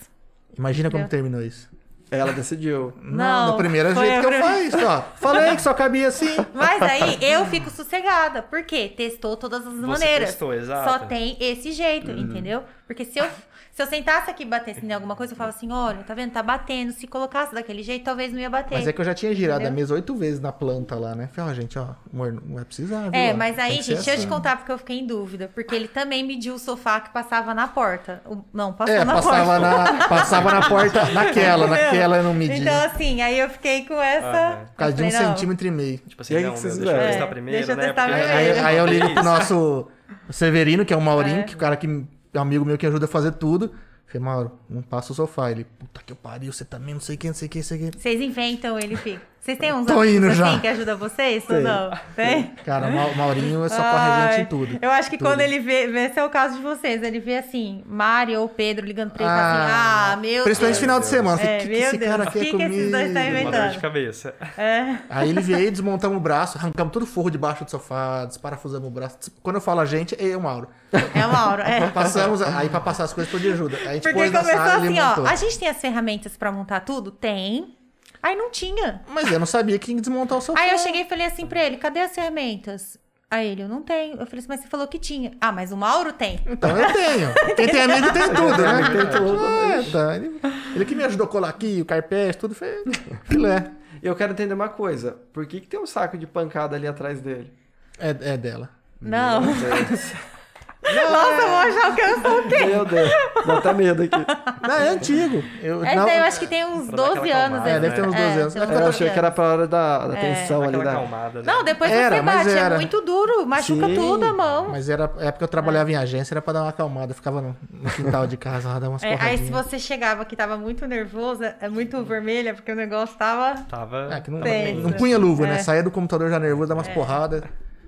Speaker 2: Imagina como
Speaker 1: Meu.
Speaker 2: terminou isso.
Speaker 3: Ela decidiu.
Speaker 1: Não,
Speaker 2: na primeira
Speaker 1: foi
Speaker 2: vez
Speaker 1: a
Speaker 2: é que eu
Speaker 1: primeira-
Speaker 2: fiz, ó. Falei que só
Speaker 1: *laughs*
Speaker 2: cabia assim.
Speaker 1: Mas aí eu fico sossegada. Por quê? Testou todas as
Speaker 4: Você
Speaker 1: maneiras.
Speaker 4: testou, exato.
Speaker 1: Só tem esse
Speaker 2: Uhum.
Speaker 1: jeito, entendeu? Porque se eu, se eu sentasse aqui e batesse em alguma coisa, eu falava assim: olha, tá vendo? Tá batendo. Se colocasse daquele jeito, talvez não ia bater.
Speaker 2: Mas é que eu já tinha girado a
Speaker 1: Entendeu?
Speaker 2: mesa oito vezes na planta lá, né? Falei, ó, gente, ó, amor, não vai precisar, viu?
Speaker 1: É,
Speaker 2: ó,
Speaker 1: mas aí,
Speaker 2: tem que ser
Speaker 1: gente, deixa eu te
Speaker 2: assim.
Speaker 1: contar porque eu fiquei em dúvida. Porque ele também mediu o sofá que passava na porta. O- Não, passou
Speaker 2: É,
Speaker 1: na
Speaker 2: passava
Speaker 1: porta.
Speaker 2: na, passava na porta,
Speaker 1: *laughs*
Speaker 2: naquela, naquela eu não medi.
Speaker 1: Então, assim, aí eu fiquei com essa.
Speaker 4: Aham.
Speaker 2: Por causa de
Speaker 1: Eu
Speaker 2: um
Speaker 1: falei, não.
Speaker 2: centímetro e meio.
Speaker 4: Tipo assim,
Speaker 3: E aí
Speaker 4: não,
Speaker 3: que
Speaker 4: meu,
Speaker 3: vocês
Speaker 4: deixa eu
Speaker 3: fizeram?
Speaker 4: testar
Speaker 1: É,
Speaker 4: primeiro,
Speaker 1: deixa eu
Speaker 4: né?
Speaker 1: testar
Speaker 4: Porque-
Speaker 1: primeiro.
Speaker 2: Aí, aí eu ligo pro
Speaker 4: Isso.
Speaker 2: nosso Severino, que é o Maurinho, que é o cara que é um amigo meu que ajuda a fazer tudo. Falei, Mauro, não passa o sofá. Ele, puta que eu pariu, você também não sei quem, não sei quem, não sei quem.
Speaker 1: Vocês inventam, ele fica. Vocês têm uns
Speaker 2: Tô
Speaker 1: amigos
Speaker 2: indo
Speaker 1: assim
Speaker 2: já.
Speaker 1: que ajuda vocês ou
Speaker 3: Tem.
Speaker 1: não? Tem?
Speaker 2: Cara, o Mau- Maurinho é só corre a gente
Speaker 1: Ai,
Speaker 2: em tudo.
Speaker 1: Eu acho que
Speaker 2: Tudo.
Speaker 1: quando ele vê, vê, esse é o caso de vocês, ele vê assim, Mário ou Pedro ligando pra ele e fala assim, ah, meu
Speaker 2: Principalmente
Speaker 1: Deus.
Speaker 2: final de semana. Falei,
Speaker 1: É,
Speaker 2: que, que
Speaker 1: meu
Speaker 2: esse
Speaker 1: Deus,
Speaker 2: cara quer
Speaker 1: que que esses dois tá
Speaker 4: Uma
Speaker 2: comigo?
Speaker 1: inventando?
Speaker 4: dor de cabeça.
Speaker 1: É.
Speaker 2: Aí ele veio, desmontamos o braço, arrancamos todo o forro debaixo do sofá, desparafusamos o braço. Des- Quando eu falo a gente, é o Mauro.
Speaker 1: É uma hora. É.
Speaker 2: Passamos, aí pra passar as coisas, por de ajuda. Aí a gente
Speaker 1: Porque
Speaker 2: pôs na
Speaker 1: começou
Speaker 2: sala e
Speaker 1: assim,
Speaker 2: ele
Speaker 1: ó,
Speaker 2: montou.
Speaker 1: a gente tem as ferramentas pra montar tudo? Tem. Aí não tinha.
Speaker 2: Mas eu não sabia que tinha que desmontar o sofá.
Speaker 1: Aí eu cheguei e falei assim pra ele, cadê as ferramentas? Aí ele, eu não tenho. Eu falei assim, mas você falou que tinha. Ah, mas o Mauro tem.
Speaker 2: Então eu tenho. Quem tem amigo tem tudo, né?
Speaker 3: Tem tudo.
Speaker 1: Ah,
Speaker 2: É, tá. Ele, ele que me ajudou a colar aqui, o carpete, tudo foi *laughs* filé.
Speaker 3: E *laughs* eu quero entender uma coisa. Por que, que tem um saco de pancada ali atrás dele?
Speaker 2: É, é dela.
Speaker 1: Não.
Speaker 3: Meu Deus.
Speaker 1: *laughs* Nossa, eu vou achar que eu sou o quê?
Speaker 3: Meu Deus. Dá até medo aqui.
Speaker 2: Não, é antigo. Eu,
Speaker 1: Essa
Speaker 2: não-
Speaker 1: daí eu acho que tem uns
Speaker 4: Pra dar aquela
Speaker 1: 12 anos. né?
Speaker 4: acalmada,
Speaker 2: É,
Speaker 1: essa.
Speaker 2: deve ter uns 12 anos.
Speaker 1: tem uns
Speaker 3: Eu
Speaker 1: 12
Speaker 3: achei que era pra hora da, da tensão ali.
Speaker 4: Aquela
Speaker 3: Da...
Speaker 4: acalmada, né?
Speaker 1: Não, depois
Speaker 2: Era,
Speaker 1: você
Speaker 2: mas
Speaker 1: bate,
Speaker 2: era.
Speaker 1: é muito duro, machuca
Speaker 3: Sim.
Speaker 1: tudo a mão.
Speaker 2: Mas era a época que eu trabalhava em agência, era pra dar uma acalmada. Eu ficava no, no quintal de casa, lá, dar umas
Speaker 1: *laughs* É, aí
Speaker 2: porradinhas.
Speaker 1: se você chegava que tava muito nervosa, é muito vermelha, porque o negócio tava.
Speaker 4: Tava.
Speaker 2: É, que não,
Speaker 4: tava
Speaker 1: Tem.
Speaker 4: tenso.
Speaker 2: não punha luva, né?
Speaker 1: É.
Speaker 2: Saía do computador já nervoso, dava umas porradas.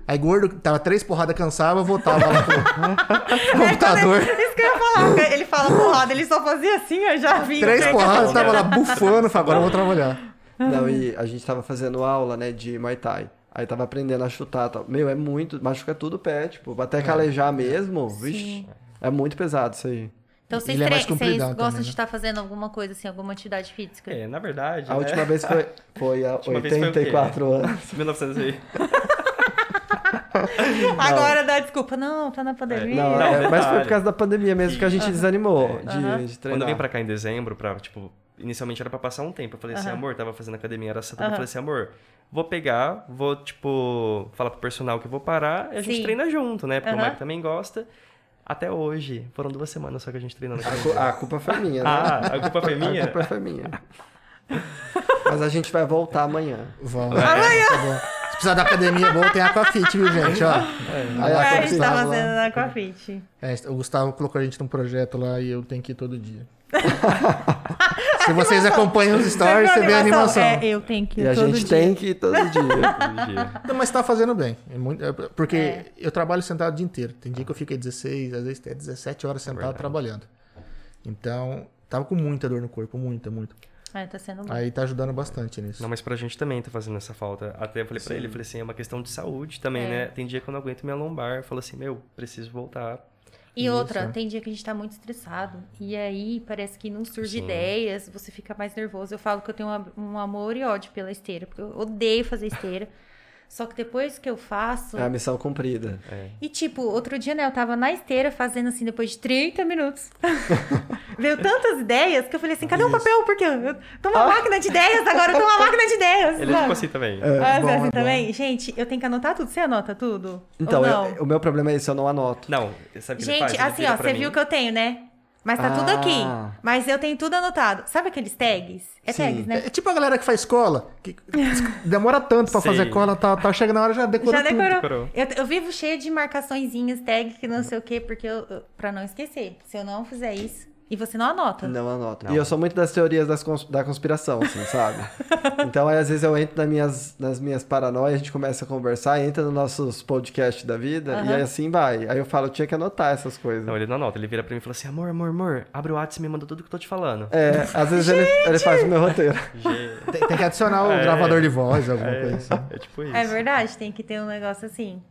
Speaker 2: Aí gordo, tava três porradas, cansava, voltava
Speaker 1: *laughs*
Speaker 2: lá pro computador.
Speaker 1: Isso que eu ia falar. Ele fala porrada, ele só fazia assim, eu já vi.
Speaker 2: Três porradas, tava lá bufando, falava, agora eu vou trabalhar.
Speaker 3: Não, e a gente tava fazendo aula, né, de Muay Thai. Aí tava aprendendo a chutar. Tal. Meu, é muito. Machuca tudo o pé, tipo,
Speaker 4: É.
Speaker 3: até calejar mesmo. Vixe. É muito pesado isso aí.
Speaker 1: Então vocês,
Speaker 2: Ele é
Speaker 1: tre-
Speaker 2: mais
Speaker 1: vocês
Speaker 2: compridão
Speaker 1: gostam
Speaker 2: também,
Speaker 1: de
Speaker 2: né?
Speaker 1: estar fazendo alguma coisa assim, alguma atividade física?
Speaker 4: É, na verdade.
Speaker 3: A
Speaker 4: né?
Speaker 3: última vez foi,
Speaker 4: *laughs*
Speaker 3: foi há
Speaker 4: última vez foi o quê?
Speaker 3: 84 anos.
Speaker 4: *laughs* 1900 aí.
Speaker 1: Agora dá desculpa. Não, tá na pandemia.
Speaker 3: Não,
Speaker 4: Não,
Speaker 3: é, mas foi
Speaker 4: detalhe.
Speaker 3: por causa da pandemia mesmo que a gente desanimou de, de
Speaker 4: Quando eu
Speaker 3: treinar.
Speaker 4: vim pra cá em dezembro, pra, tipo, inicialmente era pra passar um tempo. Eu falei assim, amor, tava fazendo academia, era sábado. Eu falei assim, amor, vou pegar, vou, tipo, falar pro personal que eu vou parar e a gente
Speaker 1: Sim.
Speaker 4: treina junto, né? Porque
Speaker 1: Aham.
Speaker 4: o Mike também gosta. Até hoje. Foram duas semanas só que a gente treinando.
Speaker 3: A, cu- a culpa foi minha, né?
Speaker 4: Ah, *laughs* a culpa foi
Speaker 3: A
Speaker 4: minha?
Speaker 3: culpa foi minha. Mas a gente vai voltar amanhã.
Speaker 2: Vamos. Amanhã. tá Se precisar da academia boa, tem Aquafit, viu, gente? Ó. Vai lá
Speaker 3: É,
Speaker 1: a
Speaker 2: com o
Speaker 3: a
Speaker 1: gente
Speaker 3: gente
Speaker 2: Gustavo
Speaker 1: tá
Speaker 2: lá.
Speaker 1: fazendo na Aquafit.
Speaker 2: É, o Gustavo colocou a gente num projeto lá e eu tenho que ir
Speaker 1: *laughs*
Speaker 2: todo dia. Se vocês acompanham os stories, Tá, você vê a animação.
Speaker 1: É, eu tenho que ir
Speaker 3: E a
Speaker 1: todo
Speaker 3: gente
Speaker 1: dia.
Speaker 3: tem que ir todo dia.
Speaker 4: é
Speaker 2: Não, mas tá fazendo bem. É muito- é porque eu trabalho sentado o dia inteiro. Tem dia que eu fiquei 16, às vezes até 17 horas sentado trabalhando. Então, tava com muita dor no corpo, muita, muita.
Speaker 1: É, tá sendo bom.
Speaker 2: Aí tá ajudando bastante nisso.
Speaker 4: Não, mas pra gente também tá fazendo essa falta. Até eu falei pra ele, eu falei assim, é uma questão de saúde também,
Speaker 1: É.
Speaker 4: né? Tem dia que eu não aguento minha lombar, eu falo assim, meu, preciso voltar.
Speaker 1: E
Speaker 2: Isso,
Speaker 1: outra,
Speaker 2: é.
Speaker 1: tem dia que a gente tá muito estressado. E aí parece que não surge
Speaker 4: Sim.
Speaker 1: ideias, você fica mais nervoso. Eu falo que eu tenho uma- um amor e ódio pela esteira, porque eu odeio fazer esteira. Só que depois que eu faço.
Speaker 3: É a missão cumprida.
Speaker 1: E tipo, outro dia, né, eu tava na esteira fazendo assim, depois de 30 minutos. *laughs* Veio tantas ideias que eu falei assim: cadê o papel? Porque eu tô uma máquina de ideias agora, eu tô uma máquina de ideias.
Speaker 4: Ele é
Speaker 1: sabe?
Speaker 4: tipo assim também.
Speaker 1: Ah,
Speaker 2: bom,
Speaker 1: você é
Speaker 2: é
Speaker 1: assim
Speaker 2: bom.
Speaker 1: também? Gente, eu tenho que anotar tudo. Você anota tudo?
Speaker 3: Então,
Speaker 1: Ou
Speaker 3: eu-
Speaker 1: não?
Speaker 3: o meu problema é esse, eu não anoto.
Speaker 4: Não, sabe o que ele faz?
Speaker 1: Gente,
Speaker 4: Ele
Speaker 1: assim,
Speaker 4: vira
Speaker 1: ó,
Speaker 4: pra
Speaker 1: você
Speaker 4: mim-
Speaker 1: viu que eu tenho, né? Mas tá tudo
Speaker 3: Ah.
Speaker 1: aqui. Mas eu tenho tudo anotado. Sabe aqueles tags? É
Speaker 3: Sim.
Speaker 1: tags, né?
Speaker 2: É tipo a galera que faz cola,
Speaker 1: *laughs*
Speaker 2: que demora tanto pra
Speaker 4: Sei.
Speaker 2: fazer cola, tá, tá, chega na hora já decorou
Speaker 1: Já
Speaker 2: tudo.
Speaker 1: decorou.
Speaker 4: decorou.
Speaker 1: Eu, eu vivo cheia de marcaçõezinhas, tag que não sei o quê, porque eu, eu- pra não esquecer. Se eu não fizer isso. E você não anota.
Speaker 3: Não anoto.
Speaker 4: Não.
Speaker 3: E eu sou muito das teorias das cons- da conspiração, assim,
Speaker 1: *laughs*
Speaker 3: sabe? então, aí, às vezes eu entro nas minhas, nas minhas paranoias, a gente começa a conversar, entra nos nossos podcasts da vida, e
Speaker 1: Aham.
Speaker 3: aí assim vai. Aí eu falo, eu tinha que anotar essas coisas.
Speaker 4: Não, ele não anota, ele vira pra mim e fala assim, amor, amor, amor, abre o WhatsApp e me manda tudo que eu tô te falando.
Speaker 3: É, às vezes ele, ele faz o meu roteiro.
Speaker 4: Gente,
Speaker 2: Tem, tem que adicionar o
Speaker 4: É.
Speaker 2: gravador de voz, alguma coisa assim.
Speaker 4: É, é tipo isso.
Speaker 1: É verdade, tem que ter um negócio assim.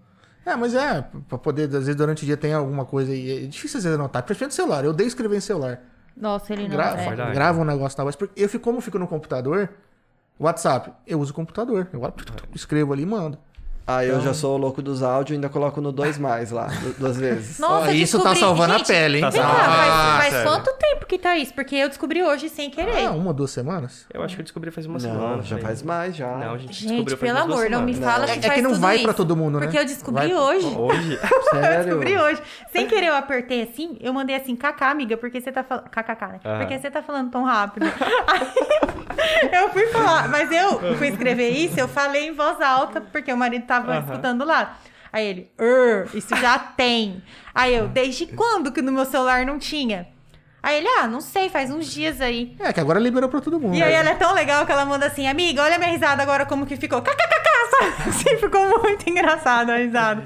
Speaker 2: É, mas é, pra poder, às vezes durante o dia tem alguma coisa e é difícil às vezes anotar. Prefiro no celular, eu odeio escrever em celular.
Speaker 1: Nossa, ele não
Speaker 2: Grava,
Speaker 1: é.
Speaker 4: Verdade.
Speaker 2: grava um negócio na voz. Porque eu fico, como eu fico no computador, WhatsApp, eu uso o computador. Eu
Speaker 1: É.
Speaker 2: escrevo ali e mando.
Speaker 3: Aí eu já sou o louco dos áudios, ainda coloco no dois mais lá, du- duas vezes.
Speaker 1: Nossa,
Speaker 2: Ó, isso tá
Speaker 1: descobri-
Speaker 2: salvando
Speaker 1: Gente,
Speaker 2: a pele, hein?
Speaker 4: tá
Speaker 1: Vem cá,
Speaker 4: salvando.
Speaker 2: Ah,
Speaker 1: faz, faz
Speaker 4: sério.
Speaker 1: quanto tempo que tá isso? Porque eu descobri hoje sem querer.
Speaker 2: ah, uma ou duas semanas?
Speaker 4: Eu acho que eu descobri faz uma semana.
Speaker 3: Não, já
Speaker 4: falei.
Speaker 3: faz um mais, já.
Speaker 4: Não, a gente
Speaker 1: Gente,
Speaker 4: descobriu faz
Speaker 1: pelo
Speaker 4: umas duas
Speaker 1: amor, não me
Speaker 4: semanas.
Speaker 1: fala
Speaker 2: É,
Speaker 1: que
Speaker 2: é
Speaker 1: faz
Speaker 2: que não
Speaker 1: tudo
Speaker 2: vai
Speaker 1: isso.
Speaker 2: pra todo mundo, né?
Speaker 1: Porque eu descobri
Speaker 2: Vai-
Speaker 1: hoje.
Speaker 4: Hoje,
Speaker 1: Eu
Speaker 3: Sério?
Speaker 1: descobri hoje. Sem querer, eu apertei assim, eu mandei assim, kkk, amiga, porque você tá falando. kkk, né?
Speaker 4: Aham.
Speaker 1: Porque você tá falando tão rápido. *laughs* Aí eu fui falar, mas eu fui escrever isso, eu falei em voz alta, porque o marido tava
Speaker 4: Aham.
Speaker 1: escutando lá. Aí ele, "Er, isso já tem. Aí eu, desde quando que no meu celular não tinha? Aí ele, ah, não sei, faz uns dias aí.
Speaker 2: É, que agora liberou pra todo mundo.
Speaker 1: E aí ela é tão legal que ela manda assim, amiga, olha minha risada agora como que ficou. KKKK, sabe? *laughs* Assim, ficou muito engraçado a risada.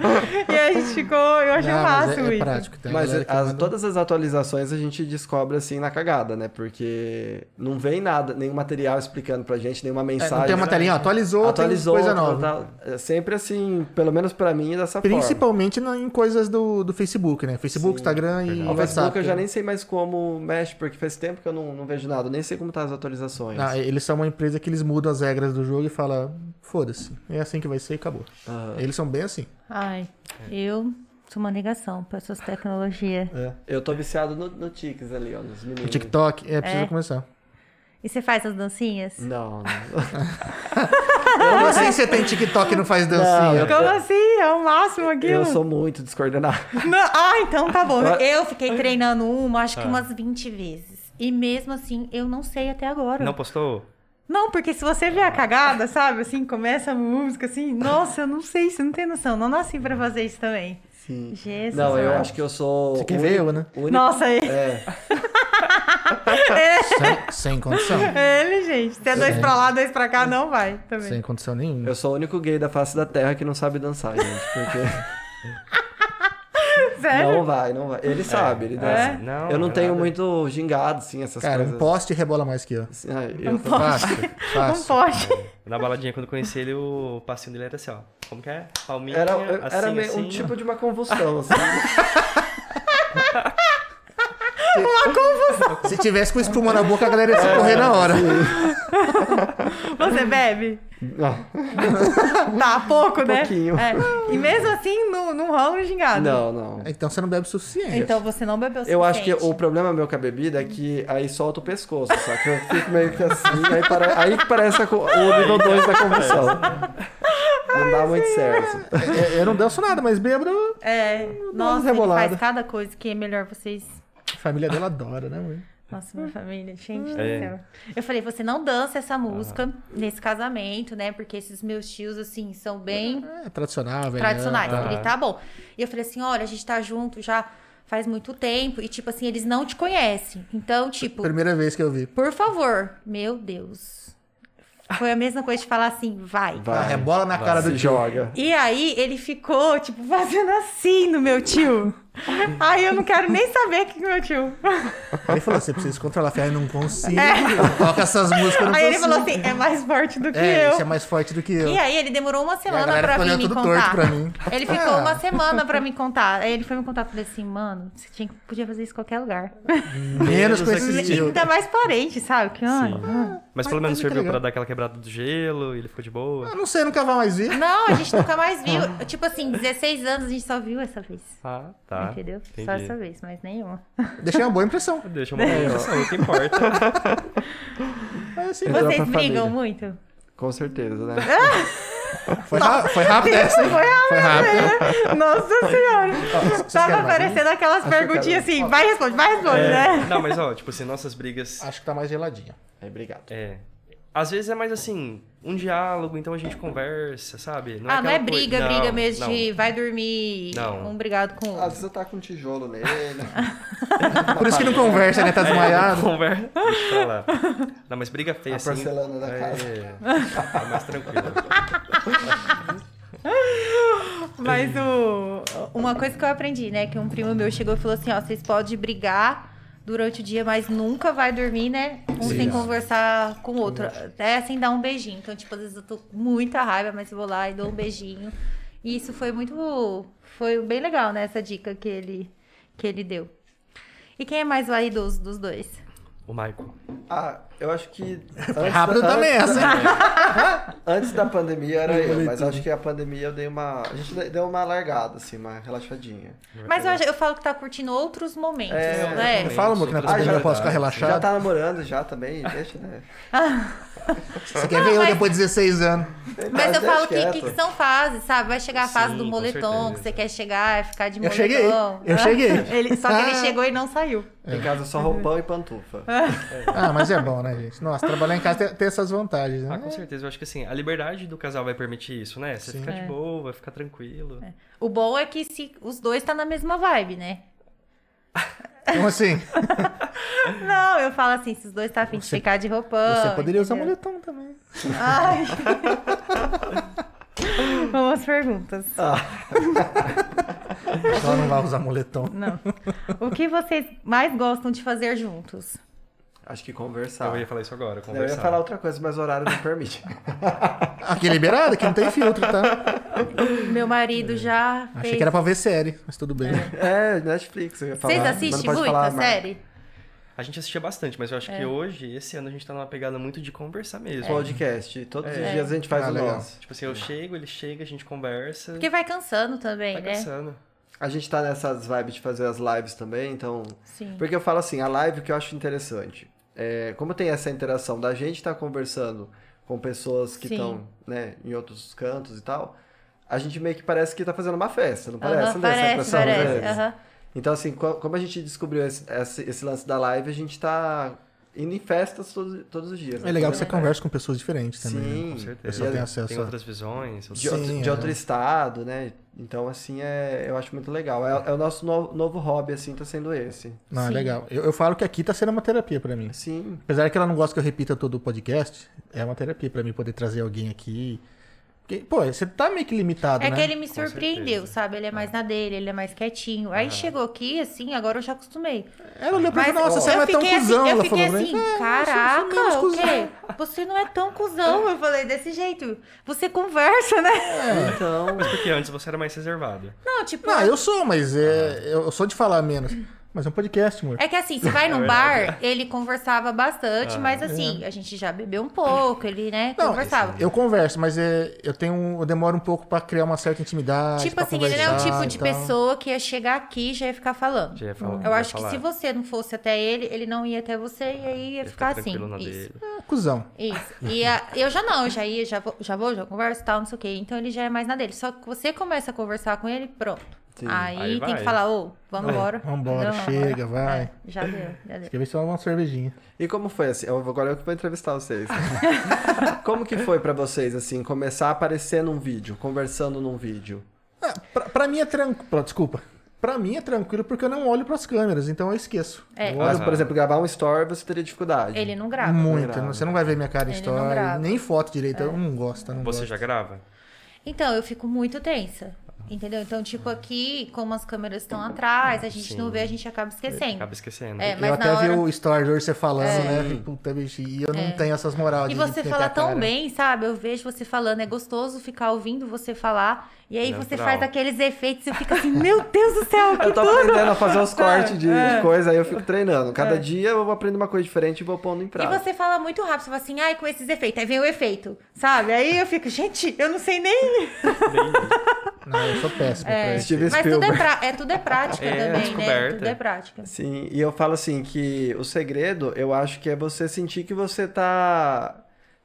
Speaker 1: E aí a gente ficou, eu achei
Speaker 2: Não,
Speaker 1: o
Speaker 2: mas
Speaker 1: máximo
Speaker 2: é, é
Speaker 1: isso.
Speaker 2: prático. Tem
Speaker 3: Mas
Speaker 2: galera que
Speaker 3: as-
Speaker 2: manda-
Speaker 3: todas as atualizações a gente descobre assim na cagada, né? Porque não vem nada, nenhum material explicando pra gente, nenhuma
Speaker 2: É,
Speaker 3: mensagem.
Speaker 2: não tem uma telinha, ó, atualizou,
Speaker 3: né? Atualizou,
Speaker 2: tem coisa nova.
Speaker 3: tal, tal. É sempre assim, pelo menos pra mim, dessa forma.
Speaker 2: Principalmente na- em coisas do, do Facebook, né? Facebook,
Speaker 3: Sim,
Speaker 2: Instagram e
Speaker 3: O
Speaker 2: WhatsApp. né?
Speaker 3: Facebook eu já nem sei mais como mexe, porque faz tempo que eu não, não vejo nada, nem sei como tá as atualizações.
Speaker 2: Ah, eles são uma empresa que eles mudam as regras do jogo e falam, foda-se, é assim que vai ser e acabou.
Speaker 3: Aham.
Speaker 2: Eles são bem assim.
Speaker 1: Ai, eu sou uma negação para essas tecnologias.
Speaker 3: Eu tô viciado no, no Tix ali, ó, nos
Speaker 2: O
Speaker 3: meninos.
Speaker 2: TikTok, é, precisa
Speaker 1: É.
Speaker 2: começar.
Speaker 1: E você faz as dancinhas?
Speaker 3: Não, não.
Speaker 2: *laughs* Eu não sei se assim você tem TikTok e não faz dancinha.
Speaker 3: Não,
Speaker 1: Como assim? É o máximo aquilo.
Speaker 3: Eu sou muito descoordenado.
Speaker 1: Não, Ah, então tá bom.
Speaker 3: Ah.
Speaker 1: Eu fiquei treinando uma, acho que
Speaker 2: Ah.
Speaker 1: umas 20 vezes. E mesmo assim, eu não sei até agora.
Speaker 4: não postou?
Speaker 1: Não, porque se você vê a cagada, sabe? Assim, começa a música, assim. Nossa, eu não sei, você não tem noção. Não nasci pra fazer isso também.
Speaker 3: Sim.
Speaker 1: Jesus.
Speaker 3: Não, eu
Speaker 1: amado.
Speaker 3: acho que eu sou.
Speaker 2: Você quer
Speaker 3: o
Speaker 2: ver
Speaker 3: único-
Speaker 2: eu,
Speaker 3: *laughs*
Speaker 2: né?
Speaker 3: o único-
Speaker 1: Nossa, ele,
Speaker 3: É,
Speaker 2: Sem, sem condição.
Speaker 1: ele, gente. Se é dois pra lá, dois pra cá, não vai também.
Speaker 2: Sem condição nenhuma.
Speaker 3: eu sou o único gay da face da terra que não sabe dançar, gente. Porque
Speaker 1: Sério?
Speaker 3: não vai, não vai. Ele sabe, ele dança.
Speaker 4: É? Não,
Speaker 3: eu não
Speaker 4: não é
Speaker 3: tenho
Speaker 4: nada.
Speaker 3: muito gingado, assim, essas
Speaker 2: Cara, um
Speaker 3: coisas.
Speaker 2: poste rebola mais que eu.
Speaker 3: Assim, ai, eu tô-
Speaker 2: Fácil,
Speaker 1: *laughs* Não
Speaker 2: fácil.
Speaker 1: pode.
Speaker 4: Na baladinha, quando eu conheci ele, o passinho dele era assim, ó. Como que é? Palminha,
Speaker 3: Era,
Speaker 4: assim,
Speaker 3: era meio-
Speaker 4: assim.
Speaker 3: um tipo de uma convulsão, assim.
Speaker 2: Se tivesse com espuma na boca, a galera ia se correr na hora.
Speaker 3: É,
Speaker 1: Você bebe?
Speaker 3: Não,
Speaker 1: Tá, pouco, né?
Speaker 3: pouquinho.
Speaker 1: É. E mesmo assim, não, não rola um gingado.
Speaker 3: não, não.
Speaker 2: Então você não bebe o suficiente.
Speaker 1: Então você não bebeu o
Speaker 3: Eu acho que o
Speaker 1: suficiente.
Speaker 3: problema meu com a bebida é que aí solta o pescoço, só que eu fico meio que assim, aí, pare... aí que parece a co- o nível 2 da convulsão. Não dá muito certo.
Speaker 2: É, Eu não é, danço nada, mas bêbado eu
Speaker 1: É, nossa, ele
Speaker 2: rebolada.
Speaker 1: faz cada coisa que é melhor vocês.
Speaker 2: A família dela adora, né, mãe?
Speaker 1: Nossa, minha família, gente do
Speaker 4: É.
Speaker 1: céu. Eu falei, você não dança essa música nesse casamento, né? Porque esses meus tios, assim, são bem
Speaker 2: É tradicional, velho.
Speaker 1: tradicionais. Eu
Speaker 4: tá.
Speaker 1: falei, tá bom. E eu falei assim, olha, a gente tá junto já faz muito tempo. E, tipo assim, eles não te conhecem. Então, tipo,
Speaker 2: Primeira vez que eu vi.
Speaker 1: por favor. Meu Deus. Foi a mesma coisa de falar assim, vai.
Speaker 3: Vai.
Speaker 2: Ah, rebola na cara do
Speaker 3: Se
Speaker 2: tio.
Speaker 3: joga.
Speaker 1: E aí ele ficou, tipo, fazendo assim no meu tio. Aí eu não quero nem saber o que que meu tio.
Speaker 2: *laughs* Ele falou assim: precisa se controlar. Eu Falei, "Ai, não consigo. Eu toco essas músicas, eu não
Speaker 1: É. Aí ele
Speaker 2: consigo.
Speaker 1: falou assim, é mais forte do que
Speaker 2: É,
Speaker 1: eu.
Speaker 2: isso é mais forte do que eu.
Speaker 1: E aí ele demorou uma
Speaker 2: a
Speaker 1: semana
Speaker 2: galera
Speaker 1: pra
Speaker 2: ficou
Speaker 1: vir me
Speaker 2: olhando tudo torto
Speaker 1: contar.
Speaker 2: pra mim.
Speaker 1: Ele ficou
Speaker 2: Ah.
Speaker 1: uma semana pra me contar. Aí ele foi me contar, eu falei assim, mano, você tinha, que- podia fazer isso em qualquer lugar.
Speaker 2: Menos com
Speaker 4: Menos
Speaker 2: esse
Speaker 4: aqui.
Speaker 2: tio.
Speaker 1: Ainda tá mais parente, sabe? Que, Ah. mano,
Speaker 4: Mas pelo
Speaker 2: Mas- mas
Speaker 4: menos
Speaker 2: tá
Speaker 4: serviu
Speaker 2: legal.
Speaker 4: pra dar aquela quebrada do gelo e ele ficou de boa.
Speaker 2: Eu não sei, nunca vai mais vir.
Speaker 1: Não, a gente nunca mais viu. tipo assim, 16 anos a gente só viu essa vez.
Speaker 4: Ah, tá.
Speaker 1: entendeu? Só
Speaker 4: entendi.
Speaker 1: essa vez, mas nenhuma.
Speaker 2: Deixei uma boa impressão.
Speaker 4: Deixa uma
Speaker 1: *laughs*
Speaker 4: boa impressão, o que importa.
Speaker 2: Mas assim,
Speaker 3: Entrou pra
Speaker 1: Vocês brigam
Speaker 3: família.
Speaker 1: muito?
Speaker 3: Com certeza, né?
Speaker 2: foi, ra- foi rápido essa, hein? Foi rápido.
Speaker 1: Nossa senhora!
Speaker 2: vocês
Speaker 1: Tava
Speaker 2: querem mais?
Speaker 1: aparecendo aquelas
Speaker 3: que eu
Speaker 1: perguntinhas assim, vai responde, vai responde, *laughs*
Speaker 4: É,
Speaker 1: né?
Speaker 4: não, mas ó, tipo assim, nossas brigas.
Speaker 2: Acho que tá mais geladinha.
Speaker 3: É, obrigado.
Speaker 4: É. Às vezes é mais assim, um diálogo, então a gente conversa, sabe?
Speaker 1: ah, não é
Speaker 4: aquela coisa-
Speaker 1: briga,
Speaker 4: Não,
Speaker 1: briga mesmo
Speaker 4: não.
Speaker 1: de vai dormir
Speaker 4: Não.
Speaker 1: um brigado com o
Speaker 3: Às
Speaker 1: outro.
Speaker 3: vezes eu tá com um tijolo
Speaker 4: *laughs*
Speaker 3: nele.
Speaker 2: Por isso que não conversa, né? Tá
Speaker 4: É,
Speaker 1: *laughs*
Speaker 2: desmaiado.
Speaker 4: Conversa. Deixa pra lá. Não, mas briga
Speaker 3: A
Speaker 4: feia, assim.
Speaker 3: porcelana da
Speaker 4: é-
Speaker 3: casa.
Speaker 4: É, mais tranquilo.
Speaker 1: Mas o... uma coisa que eu aprendi, né? Que um primo meu chegou e falou assim, ó, vocês podem brigar durante o dia, mas nunca vai dormir, né? Um sem conversar com o outro. Até sem dar um beijinho. Então, tipo, às vezes eu tô com muita raiva, mas eu vou lá e dou um beijinho. E isso foi muito... Foi bem legal, né? Essa dica que ele, que ele deu. E quem é mais vaidoso dos dois?
Speaker 4: O Michael.
Speaker 3: Ah, eu acho que.
Speaker 2: Foi rápido também essa, hein?
Speaker 3: Antes da
Speaker 2: *laughs*
Speaker 3: pandemia era eu, mas acho que a pandemia eu dei uma. A gente deu uma largada, assim, uma relaxadinha.
Speaker 1: Mas eu, acho- eu falo que tá curtindo outros momentos,
Speaker 3: É,
Speaker 1: né?
Speaker 2: Eu falo, amor, que na
Speaker 4: Ah,
Speaker 2: pandemia
Speaker 3: já-
Speaker 2: eu posso ficar
Speaker 3: Já
Speaker 2: relaxado.
Speaker 3: tá namorando
Speaker 2: *laughs*
Speaker 3: já também, deixa, né?
Speaker 2: Você quer ver eu
Speaker 1: mas-
Speaker 2: depois de 16 anos?
Speaker 1: Mas eu
Speaker 3: deixa
Speaker 1: falo que, que
Speaker 3: quieto.
Speaker 1: são fases, sabe? Vai chegar a fase
Speaker 4: Sim,
Speaker 1: do
Speaker 4: com
Speaker 1: moletom,
Speaker 4: certeza.
Speaker 1: que você quer chegar, ficar de
Speaker 2: Eu
Speaker 1: moletom.
Speaker 2: cheguei, eu *laughs* cheguei.
Speaker 1: Ele- só que ele
Speaker 2: Ah.
Speaker 1: chegou e não saiu.
Speaker 3: Em casa só
Speaker 1: Uhum.
Speaker 3: roupão e pantufa.
Speaker 2: Ah, mas é bom, né, gente? Nossa, trabalhar em casa tem, tem essas vantagens,
Speaker 3: É.
Speaker 2: né?
Speaker 4: Ah, com certeza. Eu acho que assim, a liberdade do casal vai permitir isso, né? Você
Speaker 2: Sim.
Speaker 4: ficar
Speaker 1: É.
Speaker 4: de boa, vai ficar tranquilo.
Speaker 1: O bom é que se os dois tá na mesma vibe, né?
Speaker 2: Então, assim,
Speaker 1: Não, eu falo assim, se os dois tá afim de ficar de roupão.
Speaker 2: você poderia usar
Speaker 1: entendeu?
Speaker 2: moletom também.
Speaker 1: Ai. *laughs* Vamos às perguntas.
Speaker 2: Ela não vai usar moletom.
Speaker 1: Não. O que vocês mais gostam de fazer juntos?
Speaker 3: Acho que conversar.
Speaker 4: Eu ia falar isso agora,
Speaker 3: Tá. Eu
Speaker 4: conversar.
Speaker 3: ia falar outra coisa, mas o horário não
Speaker 2: *laughs*
Speaker 3: permite. *laughs*
Speaker 2: Aqui é liberado, aqui não tem filtro, tá?
Speaker 1: Meu marido já fez...
Speaker 2: É. Achei que era pra ver série, mas tudo bem.
Speaker 3: é, Netflix, eu ia falar.
Speaker 1: Vocês
Speaker 3: mas não
Speaker 1: assistem
Speaker 3: pode
Speaker 1: muito
Speaker 3: falar
Speaker 1: a
Speaker 3: a marca.
Speaker 1: série?
Speaker 4: A gente assistia bastante, mas eu
Speaker 1: É.
Speaker 4: acho que hoje, esse ano, a gente tá numa pegada muito de conversar mesmo.
Speaker 3: Podcast. Todos
Speaker 1: É.
Speaker 3: os dias a gente faz
Speaker 2: Ah,
Speaker 3: o
Speaker 2: legal.
Speaker 3: nosso.
Speaker 4: Tipo assim, eu chego, ele chega, a gente conversa.
Speaker 1: Porque vai cansando também,
Speaker 4: tá
Speaker 1: né?
Speaker 4: cansando.
Speaker 3: A gente tá nessas vibes de fazer as lives também, então.
Speaker 1: Sim.
Speaker 3: Porque eu falo assim, a live que eu acho interessante. É, como tem essa interação da gente tá conversando com pessoas que
Speaker 1: Sim.
Speaker 3: estão né, em outros cantos e tal, a gente meio que parece que tá fazendo uma festa, não
Speaker 1: Aham,
Speaker 3: parece? Não dá essa
Speaker 1: parece,
Speaker 3: impressão,
Speaker 1: parece.
Speaker 3: né?
Speaker 1: aham.
Speaker 3: Então, assim, co- como a gente descobriu esse, esse- esse lance da live, a gente tá indo em festas todos, todos os dias. né?
Speaker 2: É legal que você conversa com pessoas diferentes também. né?
Speaker 3: Sim,
Speaker 4: Com
Speaker 2: Você
Speaker 4: certeza.
Speaker 2: tem
Speaker 3: E a-
Speaker 2: acesso
Speaker 4: Tem
Speaker 2: a-
Speaker 4: outras visões. outros-
Speaker 3: de, outro,
Speaker 2: Sim,
Speaker 3: de
Speaker 2: é.
Speaker 3: outro estado, né? Então, assim, é, eu acho muito legal. É, é o nosso no- novo hobby, assim, tá sendo esse.
Speaker 2: Não, é
Speaker 1: Sim.
Speaker 2: legal. Eu, eu falo que aqui tá sendo uma terapia pra mim.
Speaker 3: Sim,
Speaker 2: Apesar que ela não gosta que eu repita todo o podcast, é uma terapia pra mim poder trazer alguém aqui. Porque, pô, você tá meio que limitado,
Speaker 1: É
Speaker 2: né?
Speaker 1: que ele me
Speaker 4: Com
Speaker 1: surpreendeu,
Speaker 4: certeza.
Speaker 1: sabe? Ele é mais na dele, ele é mais quietinho. Aí chegou aqui, assim, agora eu já acostumei.
Speaker 2: Ela olhou pra mim
Speaker 1: Mas
Speaker 2: e falou, nossa,
Speaker 1: ó,
Speaker 2: você
Speaker 1: eu
Speaker 2: não é tão
Speaker 1: fiquei
Speaker 2: cuzão.
Speaker 1: assim, eu
Speaker 2: ela
Speaker 1: fiquei
Speaker 2: falou pra mim. "É,
Speaker 1: assim,
Speaker 2: "Ah, sou menos
Speaker 1: caraca, o
Speaker 2: cuzão."
Speaker 1: quê? Você não é tão cuzão, eu falei desse jeito. Você conversa, né?
Speaker 3: então...
Speaker 4: Mas porque antes você era mais reservado.
Speaker 1: Não, tipo,
Speaker 2: É. Não, eu sou, mas é, eu eu sou de falar menos. Mas é um podcast, amor.
Speaker 1: É que assim, você vai num bar, ele conversava bastante, mas assim, a gente já bebeu um pouco, ele, né,
Speaker 2: Ah, é. Não,
Speaker 1: conversava.
Speaker 2: Eu converso, mas é, eu tenho, um- eu demoro um pouco pra criar uma certa intimidade.
Speaker 1: Tipo
Speaker 2: pra
Speaker 1: assim, ele não é o
Speaker 2: conversar
Speaker 1: tipo
Speaker 2: e
Speaker 1: de
Speaker 2: tal.
Speaker 1: pessoa que ia chegar aqui e já ia ficar falando.
Speaker 4: Já ia falar-
Speaker 1: Eu
Speaker 4: ia
Speaker 1: acho que
Speaker 4: falar.
Speaker 1: se você não fosse até ele, ele não ia até você e aí ia,
Speaker 4: Ele
Speaker 1: ficar
Speaker 4: fica
Speaker 1: assim.
Speaker 4: tranquilo na
Speaker 1: Isso.
Speaker 4: dele.
Speaker 2: É, cuzão.
Speaker 1: Isso. E a- eu já não, eu já ia, já vou, já vou, já converso e tal, não sei o quê. Então ele já é mais na dele. Só que você começa a conversar com ele, pronto.
Speaker 3: Sim.
Speaker 1: Aí, tem
Speaker 4: Aí
Speaker 1: que
Speaker 4: vai.
Speaker 1: falar, ô, vamos embora.
Speaker 2: Vambora,
Speaker 1: Não,
Speaker 2: chega, vai.
Speaker 1: É, já deu, já deu.
Speaker 2: Quer ver só uma cervejinha.
Speaker 3: E como foi assim? Eu, agora eu que vou entrevistar vocês. *laughs* como que foi pra vocês, assim, começar a aparecer num vídeo, conversando num vídeo?
Speaker 2: Ah, pra, pra mim é tranquilo. Desculpa. Pra mim é tranquilo porque eu não olho pras câmeras, então eu esqueço.
Speaker 1: É,
Speaker 3: Mas,
Speaker 4: Aham.
Speaker 3: por exemplo, gravar um story você teria dificuldade.
Speaker 1: ele não grava.
Speaker 2: Muito.
Speaker 3: grava.
Speaker 2: Você não vai ver minha cara em
Speaker 1: Ele não É.
Speaker 2: história.
Speaker 1: grava.
Speaker 2: Nem foto direito. Eu não gosto. eu Não
Speaker 4: Você
Speaker 2: gosto.
Speaker 4: já grava?
Speaker 1: Então, eu fico muito tensa. Entendeu? Então, tipo, aqui, como as câmeras estão atrás, a gente
Speaker 4: Sim.
Speaker 1: não vê, a gente acaba esquecendo.
Speaker 4: Acaba esquecendo.
Speaker 1: É, mas
Speaker 2: eu
Speaker 1: na
Speaker 2: até vi
Speaker 1: hora- É.
Speaker 2: o story hoje você falando, né? Falei, Puta, bicho, e eu não tenho essas moral
Speaker 1: E
Speaker 2: de
Speaker 1: você
Speaker 2: meter
Speaker 1: fala
Speaker 2: a
Speaker 1: tão
Speaker 2: cara.
Speaker 1: bem, sabe? Eu vejo você falando, é gostoso ficar ouvindo você falar. E aí você
Speaker 4: Natural.
Speaker 1: faz aqueles efeitos e fica assim, meu Deus do céu, que
Speaker 3: Eu tô
Speaker 1: tudo!
Speaker 3: aprendendo a
Speaker 1: *laughs*
Speaker 3: fazer os cortes de,
Speaker 1: É.
Speaker 3: de coisa, aí eu fico treinando. Cada dia eu vou aprender uma coisa diferente e vou pondo em
Speaker 1: E
Speaker 3: prática.
Speaker 1: você fala muito rápido, você fala assim, ai, com esses efeitos. Aí vem o efeito, sabe? Aí eu fico, gente, eu não sei nem.
Speaker 2: Não, eu sou péssimo pra isso.
Speaker 3: Steven
Speaker 1: Mas tudo é,
Speaker 3: Spielberg.
Speaker 1: pra- é, tudo é prática
Speaker 4: É,
Speaker 1: também, né?
Speaker 4: descoberta.
Speaker 1: Tudo é prática.
Speaker 3: Sim, e eu falo assim que o segredo, eu acho que é você sentir que você tá,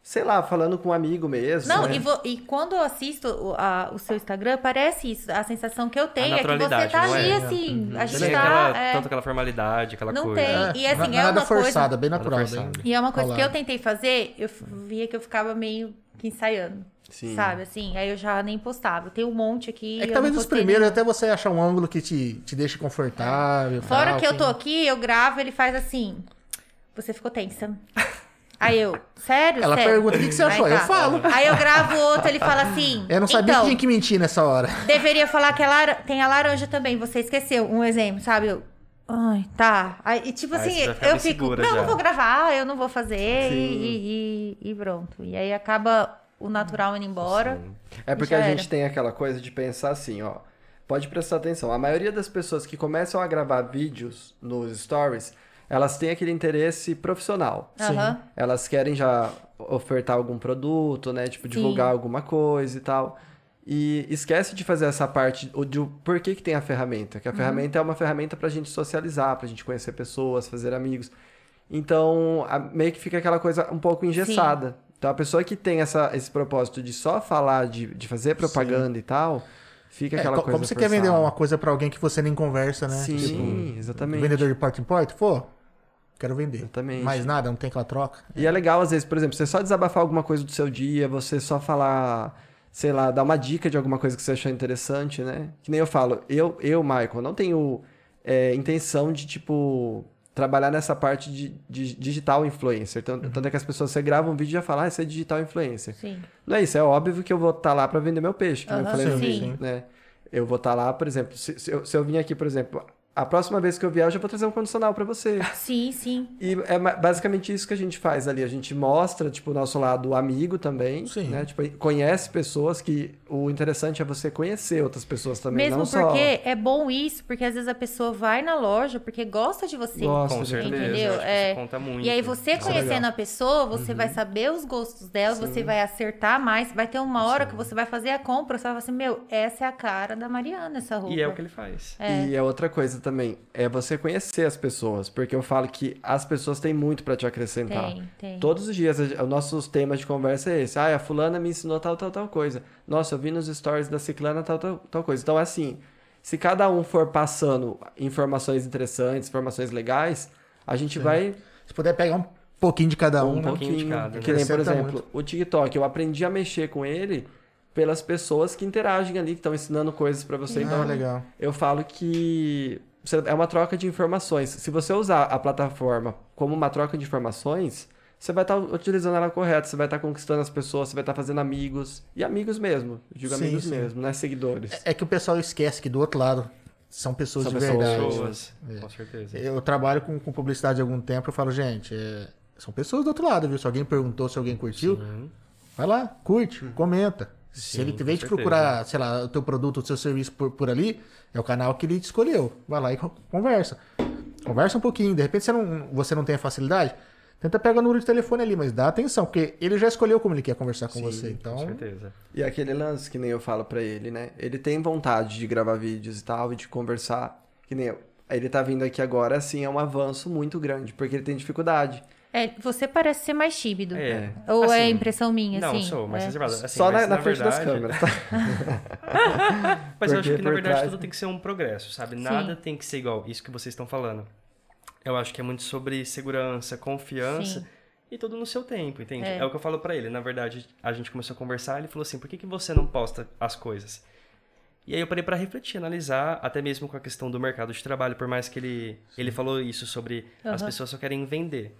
Speaker 3: sei lá, falando com um amigo mesmo.
Speaker 1: Não,
Speaker 3: né?
Speaker 1: e, vo- e quando eu assisto o, a- o seu Instagram, parece isso. A sensação que eu tenho é que você
Speaker 4: naturalidade,
Speaker 1: tá
Speaker 4: não é?
Speaker 1: ali, assim. A
Speaker 4: Não
Speaker 1: gente
Speaker 4: tem
Speaker 1: tá.
Speaker 4: aquela,
Speaker 1: é,
Speaker 4: tanto aquela formalidade, aquela
Speaker 1: não
Speaker 4: coisa.
Speaker 1: tem. E assim,
Speaker 2: Na-
Speaker 1: é
Speaker 2: nada
Speaker 1: uma
Speaker 2: forçada,
Speaker 1: coisa.
Speaker 2: bem
Speaker 4: Nada
Speaker 2: natural.
Speaker 4: forçado.
Speaker 2: bem-
Speaker 1: E é uma coisa que
Speaker 2: Rolado.
Speaker 1: eu tentei fazer, eu f- via que eu ficava meio que ensaiando.
Speaker 3: Sim.
Speaker 1: Sabe, assim? Aí eu já nem postava. Tem um monte aqui.
Speaker 2: É que
Speaker 1: eu
Speaker 2: talvez
Speaker 1: não
Speaker 2: dos
Speaker 1: postei
Speaker 2: primeiros,
Speaker 1: nenhum.
Speaker 2: até você achar um ângulo que te, te deixe confortável.
Speaker 1: Fora
Speaker 2: tal,
Speaker 1: que eu tô aqui, eu gravo, ele faz assim. Você ficou tensa. Aí eu, sério?
Speaker 2: Ela
Speaker 1: sério?
Speaker 2: pergunta, "O que que você
Speaker 1: Aí tá.
Speaker 2: achou?" Eu falo.
Speaker 1: Aí eu gravo outro, ele fala assim.
Speaker 2: Eu não sabia
Speaker 1: então,
Speaker 2: que tinha que mentir nessa hora.
Speaker 1: Deveria falar que é lara- tem a laranja também, você esqueceu. Um exemplo, sabe? Eu, Ai, tá. Aí, e tipo
Speaker 4: Aí
Speaker 1: assim,
Speaker 4: você já fica
Speaker 1: eu
Speaker 4: meio
Speaker 1: fico,
Speaker 4: segura
Speaker 1: não,
Speaker 4: já.
Speaker 1: não vou gravar, eu não vou fazer
Speaker 3: Sim.
Speaker 1: e, e- e pronto. E aí acaba o natural indo embora.
Speaker 3: É porque
Speaker 1: Já
Speaker 3: a
Speaker 1: era.
Speaker 3: gente tem aquela coisa de pensar assim, ó. Pode prestar atenção. A maioria das pessoas que começam a gravar vídeos nos stories, elas têm aquele interesse profissional.
Speaker 1: Aham.
Speaker 3: Elas querem já ofertar algum produto, né? Tipo,
Speaker 1: Sim.
Speaker 3: divulgar alguma coisa e tal. E esquece de fazer essa parte o de o porquê que tem a ferramenta. Que a ferramenta é uma ferramenta pra gente socializar, pra gente conhecer pessoas, fazer amigos. Então, a- meio que fica aquela coisa um pouco engessada. Então, a pessoa que tem essa, esse propósito de só falar, de, de fazer propaganda e tal, fica
Speaker 2: É,
Speaker 3: aquela
Speaker 2: co-
Speaker 3: coisa
Speaker 2: como você quer vender
Speaker 3: forçada.
Speaker 2: uma coisa pra alguém que você nem conversa, né?
Speaker 3: Sim, exatamente.
Speaker 2: Vendedor de porta em porta? Pô, quero vender.
Speaker 3: Exatamente.
Speaker 2: Mais nada, não tem aquela troca.
Speaker 3: E é legal, às vezes, por exemplo, você só desabafar alguma coisa do seu dia, você só falar, sei lá, dar uma dica de alguma coisa que você achou interessante, né? Que nem eu falo, eu, eu Michael, não tenho é, intenção de, tipo, trabalhar nessa parte de, de digital influencer. Tanto, tanto é que as pessoas, você grava um vídeo e já fala, ah, você é digital influencer.
Speaker 1: Sim.
Speaker 3: Não é isso, é óbvio que eu vou estar lá para vender meu peixe, que nem eu
Speaker 1: Aham,
Speaker 3: falei no
Speaker 1: sim.
Speaker 2: assim.
Speaker 3: vídeo, né? Eu vou estar lá, por exemplo, se, se eu, se eu vim aqui, por exemplo, a próxima vez que eu viajo, eu vou trazer um condicional para você.
Speaker 1: Sim, sim.
Speaker 3: E é ma- basicamente isso que a gente faz ali. A gente mostra, tipo, o nosso lado amigo também,
Speaker 2: Sim.
Speaker 3: né? Tipo, conhece pessoas que o interessante é você conhecer outras pessoas também,
Speaker 1: Mesmo
Speaker 3: não só...
Speaker 1: porque é bom isso, porque às vezes a pessoa vai na loja porque gosta de você.
Speaker 3: Gosta,
Speaker 4: Com certeza.
Speaker 1: Entendeu?
Speaker 4: eu acho que
Speaker 1: É.
Speaker 4: isso conta muito.
Speaker 1: E aí você
Speaker 4: Isso é
Speaker 1: conhecendo
Speaker 4: legal. Uhum.
Speaker 1: a pessoa, você vai saber os gostos dela, você vai acertar mais, vai ter uma hora que você vai fazer a compra, você vai falar assim, meu, essa é a cara da Mariana, essa roupa.
Speaker 4: E é o que ele faz.
Speaker 3: E é outra coisa também, é você conhecer as pessoas, porque eu falo que as pessoas têm muito pra te acrescentar.
Speaker 1: Tem, tem.
Speaker 3: Todos os dias, a- os nossos temas de conversa é esse. Ah, a fulana me ensinou tal, tal, tal coisa. Nossa, eu vi nos stories da ciclana tal, tal, tal coisa. Então, é assim, se cada um for passando informações interessantes, informações legais, a gente vai
Speaker 2: Se puder pegar um pouquinho de cada um,
Speaker 3: um
Speaker 2: né?
Speaker 3: pouquinho.
Speaker 4: pouquinho de cada, né?
Speaker 3: Que nem, por
Speaker 2: Acrescenta
Speaker 3: exemplo, o TikTok. Eu aprendi a mexer com ele pelas pessoas que interagem ali, que estão ensinando coisas pra você.
Speaker 2: Ah,
Speaker 3: Então,
Speaker 2: legal.
Speaker 3: eu falo que você- é uma troca de informações. Se você usar a plataforma como uma troca de informações, você vai estar utilizando ela correta, você vai estar conquistando as pessoas, você vai estar fazendo amigos. E amigos mesmo. Eu digo
Speaker 2: Sim,
Speaker 3: amigos
Speaker 2: sim.
Speaker 3: mesmo, não é seguidores.
Speaker 2: É que o pessoal esquece que do outro lado são pessoas
Speaker 3: São
Speaker 2: de
Speaker 3: pessoas.
Speaker 2: verdade.
Speaker 4: Pessoas,
Speaker 3: É.
Speaker 4: com certeza.
Speaker 2: Eu trabalho com, com publicidade há algum tempo, eu falo, gente, é, são pessoas do outro lado, viu? Se alguém perguntou, se alguém curtiu, vai lá, curte, comenta. Se
Speaker 4: Sim,
Speaker 2: ele
Speaker 4: com
Speaker 2: veio te
Speaker 4: certeza.
Speaker 2: procurar, sei lá, o teu produto, o seu serviço por, por ali, é o canal que ele te escolheu. Vai lá e con- conversa. Conversa um pouquinho. De repente você não, você não tem a facilidade, tenta pegar o número de telefone ali, mas dá atenção, porque ele já escolheu como ele quer conversar com você. Então,
Speaker 4: Com certeza.
Speaker 3: E aquele lance que nem eu falo pra ele, né? Ele tem vontade de gravar vídeos e tal, e de conversar, que nem eu. Ele tá vindo aqui agora, assim, é um avanço muito grande, porque ele tem dificuldade.
Speaker 1: É, você parece ser mais tímido.
Speaker 4: É.
Speaker 1: Ou é
Speaker 4: Assim,
Speaker 1: impressão minha,
Speaker 4: Não,
Speaker 1: assim?
Speaker 4: sou mais
Speaker 1: É.
Speaker 4: reservado. Assim,
Speaker 3: Só
Speaker 4: mas,
Speaker 3: na, na frente das
Speaker 4: verdade-
Speaker 3: câmeras, tá?
Speaker 4: Mas eu acho
Speaker 3: Porque
Speaker 4: que, na
Speaker 3: por
Speaker 4: verdade,
Speaker 3: trás-
Speaker 4: tudo tem que ser um progresso, sabe? Nada tem que ser igual. Isso que vocês estão falando. Eu acho que é muito sobre segurança, confiança
Speaker 1: Sim.
Speaker 4: e tudo no seu tempo, entende?
Speaker 1: É.
Speaker 4: É, o que eu falo pra ele. Na verdade, a gente começou a conversar, ele falou assim: por que, que você não posta as coisas? E aí eu parei pra refletir, analisar, até mesmo com a questão do mercado de trabalho, por mais que ele, ele falou isso sobre as
Speaker 1: Aham.
Speaker 4: pessoas só querem vender.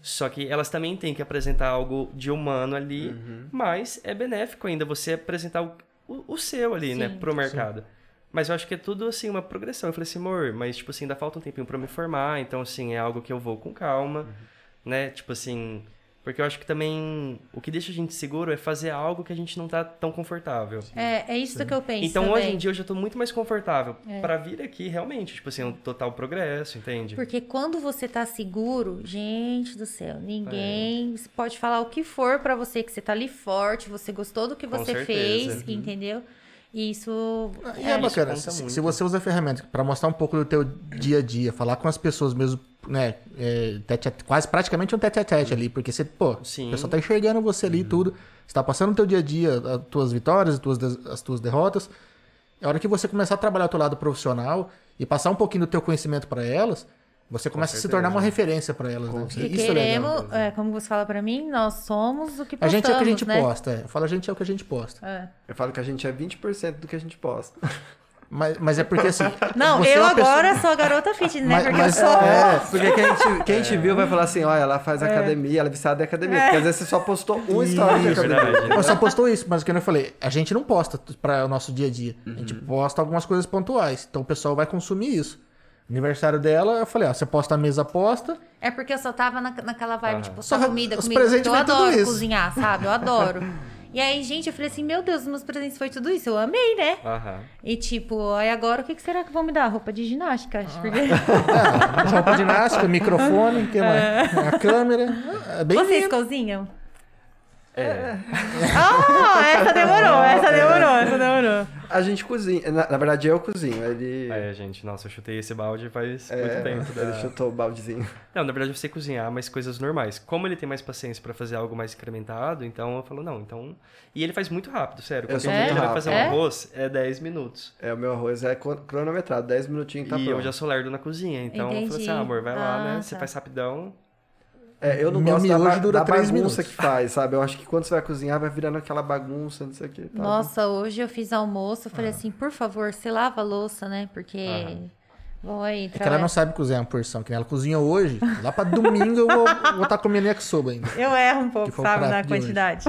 Speaker 4: Só que elas também têm que apresentar algo de humano ali,
Speaker 3: Uhum.
Speaker 4: mas é benéfico ainda você apresentar o, o, o seu ali, né,
Speaker 1: Sim.
Speaker 4: pro mercado. Mas eu acho que é tudo, assim, uma progressão. Eu falei assim, amor, mas, tipo assim, ainda falta um tempinho pra eu me formar, então, assim, é algo que eu vou com calma, né? Tipo assim, porque eu acho que também o que deixa a gente seguro é fazer algo que a gente não tá tão confortável.
Speaker 1: É, é isso que eu penso.
Speaker 4: Então,
Speaker 1: também. É.
Speaker 4: hoje em dia, eu já tô muito mais confortável pra vir aqui, realmente, tipo assim, é um total progresso, entende?
Speaker 1: Porque quando você tá seguro, gente do céu,
Speaker 4: É.
Speaker 1: ninguém pode falar o que for pra você, que você tá ali forte, você gostou do que
Speaker 4: Com
Speaker 1: você
Speaker 4: certeza. Uhum.
Speaker 1: fez, entendeu? E isso.
Speaker 2: E é, bacana,
Speaker 4: isso conta
Speaker 2: se,
Speaker 4: muito.
Speaker 2: se você usa a ferramenta pra mostrar um pouco do teu dia a dia, falar com as pessoas mesmo, né, é, tete a- quase praticamente um tete a tete ali, porque você, pô,
Speaker 4: Sim.
Speaker 2: o pessoal tá enxergando você ali e tudo, você tá passando o teu dia a dia, as tuas vitórias, as tuas, des- as tuas derrotas, é hora que você começar a trabalhar o teu lado profissional e passar um pouquinho do teu conhecimento pra elas, você começa a se
Speaker 4: certeza.
Speaker 2: tornar uma referência pra elas, né?
Speaker 1: E
Speaker 2: Isso é legal.
Speaker 1: queremos, é, como você fala pra mim, nós somos o que
Speaker 2: A
Speaker 1: postamos,
Speaker 2: gente é o que a gente
Speaker 1: né?
Speaker 2: posta, é. Eu falo, a gente é o que a gente posta.
Speaker 1: É.
Speaker 3: Eu falo que a gente é 20% do que a gente posta.
Speaker 2: Mas, mas é porque assim.
Speaker 1: Não,
Speaker 2: você é
Speaker 1: eu
Speaker 2: uma pessoa-
Speaker 1: agora sou a garota fitness, né?
Speaker 2: Mas-
Speaker 1: Porque
Speaker 2: mas-
Speaker 1: eu sou.
Speaker 3: É, porque quem te, quem
Speaker 4: É.
Speaker 3: te viu vai falar assim, olha, ela faz academia, ela é viciada em academia. Porque às vezes você só postou um story de
Speaker 4: Isso,
Speaker 3: academia.
Speaker 4: É verdade.
Speaker 2: Eu só postou isso, mas o que eu falei, a gente não posta para o nosso dia a dia. A gente
Speaker 3: Uhum.
Speaker 2: posta algumas coisas pontuais. Então o pessoal vai consumir isso. Aniversário dela, eu falei, ó, você posta a mesa aposta.
Speaker 1: É porque eu só tava na- naquela vibe, tipo, só
Speaker 2: Só
Speaker 1: comida,
Speaker 2: os
Speaker 1: comida.
Speaker 2: presentes
Speaker 1: porque eu
Speaker 2: vem tudo
Speaker 1: adoro
Speaker 2: isso.
Speaker 1: cozinhar, sabe? Eu
Speaker 2: *laughs*
Speaker 1: adoro. E aí, gente, eu falei assim, meu Deus, meus presentes foi tudo isso. Eu amei, né?
Speaker 4: Aham.
Speaker 1: E tipo, aí agora o que, que será que vão me dar? Roupa de ginástica, acho. Porque...
Speaker 2: Ah, roupa de ginástica, microfone,
Speaker 1: É.
Speaker 2: que mais? a câmera. É
Speaker 1: *laughs*
Speaker 2: bem
Speaker 1: Vocês
Speaker 2: lindo. *laughs*
Speaker 1: cozinham?
Speaker 4: É.
Speaker 1: Ah, essa demorou, essa demorou, essa demorou.
Speaker 3: A gente cozinha. Na, na verdade, eu cozinho. Ele,
Speaker 4: É, gente, nossa, eu chutei esse balde faz
Speaker 3: é,
Speaker 4: muito tempo. né?
Speaker 3: ele
Speaker 4: da-
Speaker 3: chutou o baldezinho. *laughs*
Speaker 4: Não, na verdade eu sei cozinhar, mas coisas normais. Como ele tem mais paciência pra fazer algo mais incrementado, então eu falo, não, então. E ele faz muito rápido, sério.
Speaker 3: Eu
Speaker 4: Quando
Speaker 3: sou
Speaker 4: ele
Speaker 3: muito
Speaker 4: vai fazer um
Speaker 1: rápido. É?
Speaker 4: arroz, é 10 minutos.
Speaker 3: É, o meu arroz é cron- cronometrado, 10 minutinhos tá
Speaker 4: e
Speaker 3: pronto.
Speaker 4: eu já sou lerdo na cozinha, então eu falo
Speaker 1: Entendi.
Speaker 4: assim, ah, amor, vai lá, né?
Speaker 1: Ah,
Speaker 4: Você
Speaker 1: tá.
Speaker 4: faz rapidão.
Speaker 3: É, eu não
Speaker 2: Meu
Speaker 3: gosto da, ba
Speaker 2: miojo dura
Speaker 3: da
Speaker 2: três
Speaker 3: bagunça
Speaker 2: minutos.
Speaker 3: que faz, sabe? Eu acho que quando você vai cozinhar, vai virando aquela bagunça, não sei o que. Tá?
Speaker 1: Nossa, hoje eu fiz almoço, eu falei assim, por favor, você lava a louça, né? Porque vão aí
Speaker 2: É que ela
Speaker 1: trabalhar.
Speaker 2: não sabe cozinhar uma porção, que nem ela cozinhou hoje. Lá pra domingo eu vou tá estar comendo yakisoba ainda.
Speaker 1: Eu erro um
Speaker 2: Que
Speaker 1: pouco,
Speaker 2: foi o
Speaker 1: sabe,
Speaker 2: prato
Speaker 1: na
Speaker 2: de hoje. *laughs*
Speaker 1: quantidade.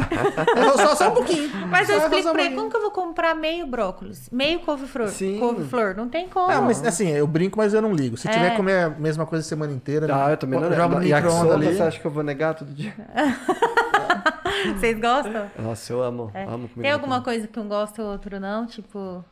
Speaker 2: Eu só, só um pouquinho.
Speaker 1: Mas eu
Speaker 2: Só
Speaker 1: explico
Speaker 2: arroz
Speaker 1: pra ele,
Speaker 2: amanhã.
Speaker 1: como que eu vou comprar meio brócolis? Meio couve-flor?
Speaker 3: Sim.
Speaker 1: Couve-flor, não tem como.
Speaker 2: Ah, mas assim, eu brinco, mas eu não ligo. Se tiver
Speaker 1: É.
Speaker 2: que comer a mesma coisa a semana inteira,
Speaker 3: Ah, eu também não
Speaker 2: jogo no
Speaker 3: lembro.
Speaker 2: micro-ondas
Speaker 3: Yakisoba,
Speaker 2: ali.
Speaker 3: você acha que eu vou negar todo dia?
Speaker 1: *laughs*
Speaker 3: *laughs*
Speaker 1: Vocês gostam?
Speaker 3: Nossa, eu amo.
Speaker 2: É.
Speaker 3: Amo comida.
Speaker 1: Tem alguma coisa que um gosta e o outro não? Tipo,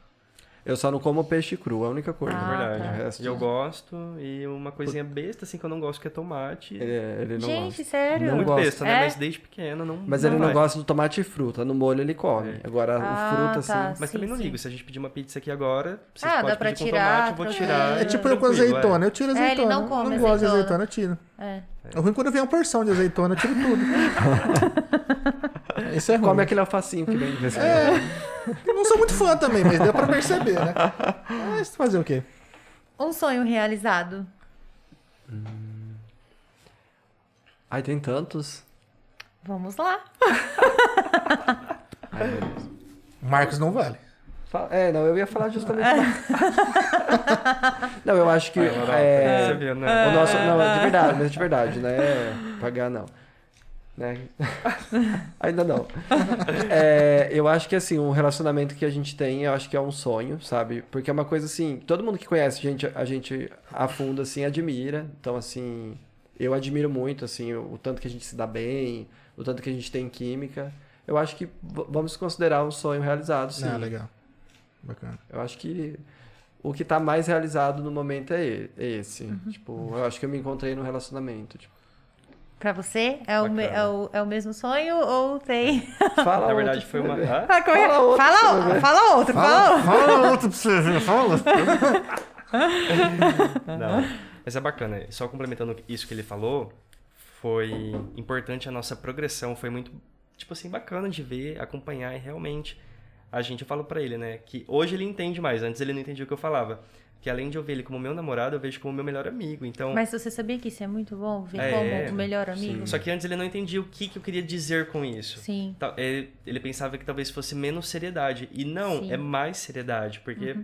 Speaker 3: Eu só não como peixe cru, a única coisa. né?
Speaker 1: Ah,
Speaker 4: Na é verdade.
Speaker 1: tá.
Speaker 3: O resto,
Speaker 4: E eu gosto. E uma coisinha besta, assim, que eu não gosto, que é tomate.
Speaker 3: Ele, ele não
Speaker 1: gente,
Speaker 3: gosta.
Speaker 1: sério?
Speaker 3: não
Speaker 4: Muito
Speaker 3: gosto.
Speaker 4: besta, né?
Speaker 1: É.
Speaker 4: Mas desde pequeno não.
Speaker 3: Mas ele não
Speaker 4: vai. É.
Speaker 3: gosta do tomate e fruta. No molho ele come. Agora,
Speaker 1: Ah,
Speaker 3: o fruta,
Speaker 1: tá.
Speaker 3: assim.
Speaker 4: Mas
Speaker 1: Sim,
Speaker 4: também não
Speaker 1: sim.
Speaker 4: ligo. Se a gente pedir uma pizza aqui agora, vocês
Speaker 1: Ah, dá
Speaker 4: podem
Speaker 1: pra
Speaker 4: pedir
Speaker 1: tirar, tá
Speaker 4: com tomate, eu vou
Speaker 1: tranquilo.
Speaker 4: tirar.
Speaker 2: É tipo eu com
Speaker 4: tranquilo, é.
Speaker 3: né?
Speaker 2: azeitona, eu tiro
Speaker 1: É, ele
Speaker 2: azeitona.
Speaker 1: não come
Speaker 2: eu não gosto de
Speaker 1: azeitona.
Speaker 2: azeitona, eu tiro.
Speaker 1: É.
Speaker 2: É ruim quando vem uma porção de azeitona, eu tiro
Speaker 3: *laughs*
Speaker 2: tudo. Isso é
Speaker 1: Tá
Speaker 2: ruim.
Speaker 4: Uhum.
Speaker 3: Come aquele alfacinho que
Speaker 4: *laughs*
Speaker 3: vem. É.
Speaker 4: é.
Speaker 2: Eu não sou muito fã também, mas deu pra perceber, né? Mas fazer o quê?
Speaker 1: Um sonho realizado.
Speaker 3: Ai, tem tantos.
Speaker 1: Vamos lá.
Speaker 3: Ai, meu Deus.
Speaker 2: Marcos não vale. Ah,
Speaker 3: Fa- É, não, eu ia falar
Speaker 1: *laughs*
Speaker 3: justamente. *laughs* não, eu acho que.
Speaker 4: Aí, Europa,
Speaker 3: é,
Speaker 4: Você viu, né?
Speaker 3: O nosso, não, é de verdade, mas de verdade, né? Pagar não. Né? Ainda não. É, eu acho que assim, um relacionamento que a gente tem, eu acho que é um sonho, sabe? Porque é uma coisa assim, todo mundo que conhece a gente, a gente a fundo, assim, admira. Então, assim, eu admiro muito, assim, o, o tanto que a gente se dá bem, o tanto que a gente tem química. Eu acho que v- vamos considerar um sonho realizado, sim.
Speaker 2: Não, legal. Bacana.
Speaker 3: Eu acho que o que tá mais realizado no momento é e- é esse. Tipo, eu acho que eu me encontrei no relacionamento. *laughs* Tipo,
Speaker 1: Pra você, é o, me-
Speaker 4: Bacana.
Speaker 1: é, o, é o mesmo sonho ou
Speaker 4: *laughs*
Speaker 1: tem.
Speaker 3: fala
Speaker 4: Na verdade,
Speaker 3: outro,
Speaker 4: foi uma.
Speaker 3: bebê.
Speaker 4: Ah,
Speaker 1: Ah, como é?
Speaker 3: Fala outro,
Speaker 4: né?
Speaker 1: fala, fala outro, fala outro.
Speaker 2: fala outro pra você ver, fala.
Speaker 1: *laughs*
Speaker 4: Não. Mas é bacana. Só complementando isso que ele falou, foi importante a nossa progressão, foi muito, tipo assim, bacana de ver, acompanhar e realmente a gente, eu falo pra ele, né, que hoje ele entende mais, antes ele não entendia o que eu falava. Que além de eu ver ele como meu namorado, eu vejo como meu melhor amigo, então...
Speaker 1: Mas você sabia que isso é muito bom? Ver
Speaker 4: É,
Speaker 1: como o melhor
Speaker 3: sim.
Speaker 1: amigo?
Speaker 4: Só que antes ele não entendia o que, que eu queria dizer com isso.
Speaker 1: Sim.
Speaker 4: Ta- é, Ele pensava que talvez fosse menos seriedade. E não,
Speaker 1: Sim. Uhum.
Speaker 4: é mais seriedade, porque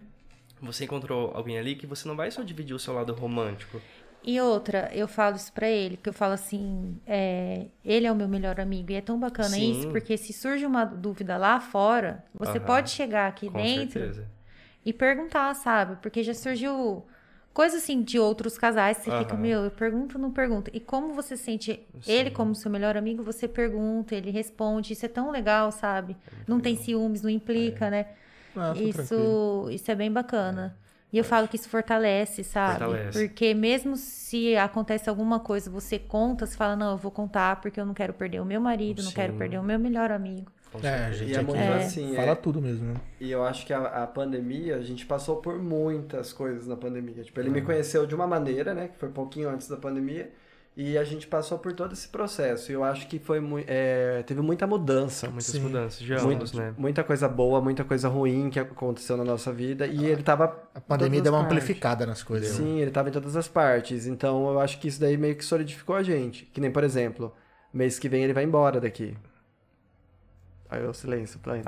Speaker 4: você encontrou alguém ali que você não vai só dividir o seu lado romântico.
Speaker 1: E outra, eu falo isso pra ele, que eu falo assim, é, ele é o meu melhor amigo. E é tão bacana
Speaker 4: Sim.
Speaker 1: isso, porque se surge uma dúvida lá fora, você
Speaker 4: Aham.
Speaker 1: pode chegar aqui
Speaker 4: com
Speaker 1: dentro
Speaker 4: certeza.
Speaker 1: e perguntar, sabe? Porque já surgiu coisa assim de outros casais, você fica,
Speaker 4: Aham.
Speaker 1: meu, eu pergunto, não pergunto. E como você sente ele
Speaker 4: Sim.
Speaker 1: como seu melhor amigo, você pergunta, ele responde, isso é tão legal, sabe?
Speaker 4: É
Speaker 1: Não tem ciúmes, não implica, né?
Speaker 2: Ah, tô tranquilo.
Speaker 1: Isso, isso é bem bacana. E eu falo que isso fortalece, sabe?
Speaker 4: Fortalece.
Speaker 1: Porque mesmo se acontece alguma coisa, você conta, você fala, não, eu vou contar porque eu não quero perder o meu marido, não quero
Speaker 4: Sim.
Speaker 1: perder o meu melhor amigo.
Speaker 4: Com
Speaker 2: É, a
Speaker 4: certeza.
Speaker 2: gente
Speaker 3: E é
Speaker 2: aqui
Speaker 3: muito assim,
Speaker 2: fala
Speaker 3: é-
Speaker 2: tudo mesmo, né?
Speaker 3: E eu acho que a, a pandemia, a gente passou por muitas coisas na pandemia. Tipo, ele me conheceu de uma maneira, né? Que foi pouquinho antes da pandemia. E a gente passou por todo esse processo. E eu acho que foi mui- é, teve muita mudança.
Speaker 4: São muitas
Speaker 2: Sim.
Speaker 4: mudanças de
Speaker 3: Muito-
Speaker 4: ambos, né?
Speaker 3: Muita coisa boa, muita coisa ruim que aconteceu na nossa vida. E ele tava
Speaker 2: A pandemia
Speaker 3: Todas
Speaker 2: deu uma
Speaker 3: as partes.
Speaker 2: amplificada nas coisas. né?
Speaker 3: Sim, ele tava em todas as partes. Então eu acho que isso daí meio que solidificou a gente. Que nem, por exemplo, mês que vem ele vai embora daqui. Aí eu silêncio, plano.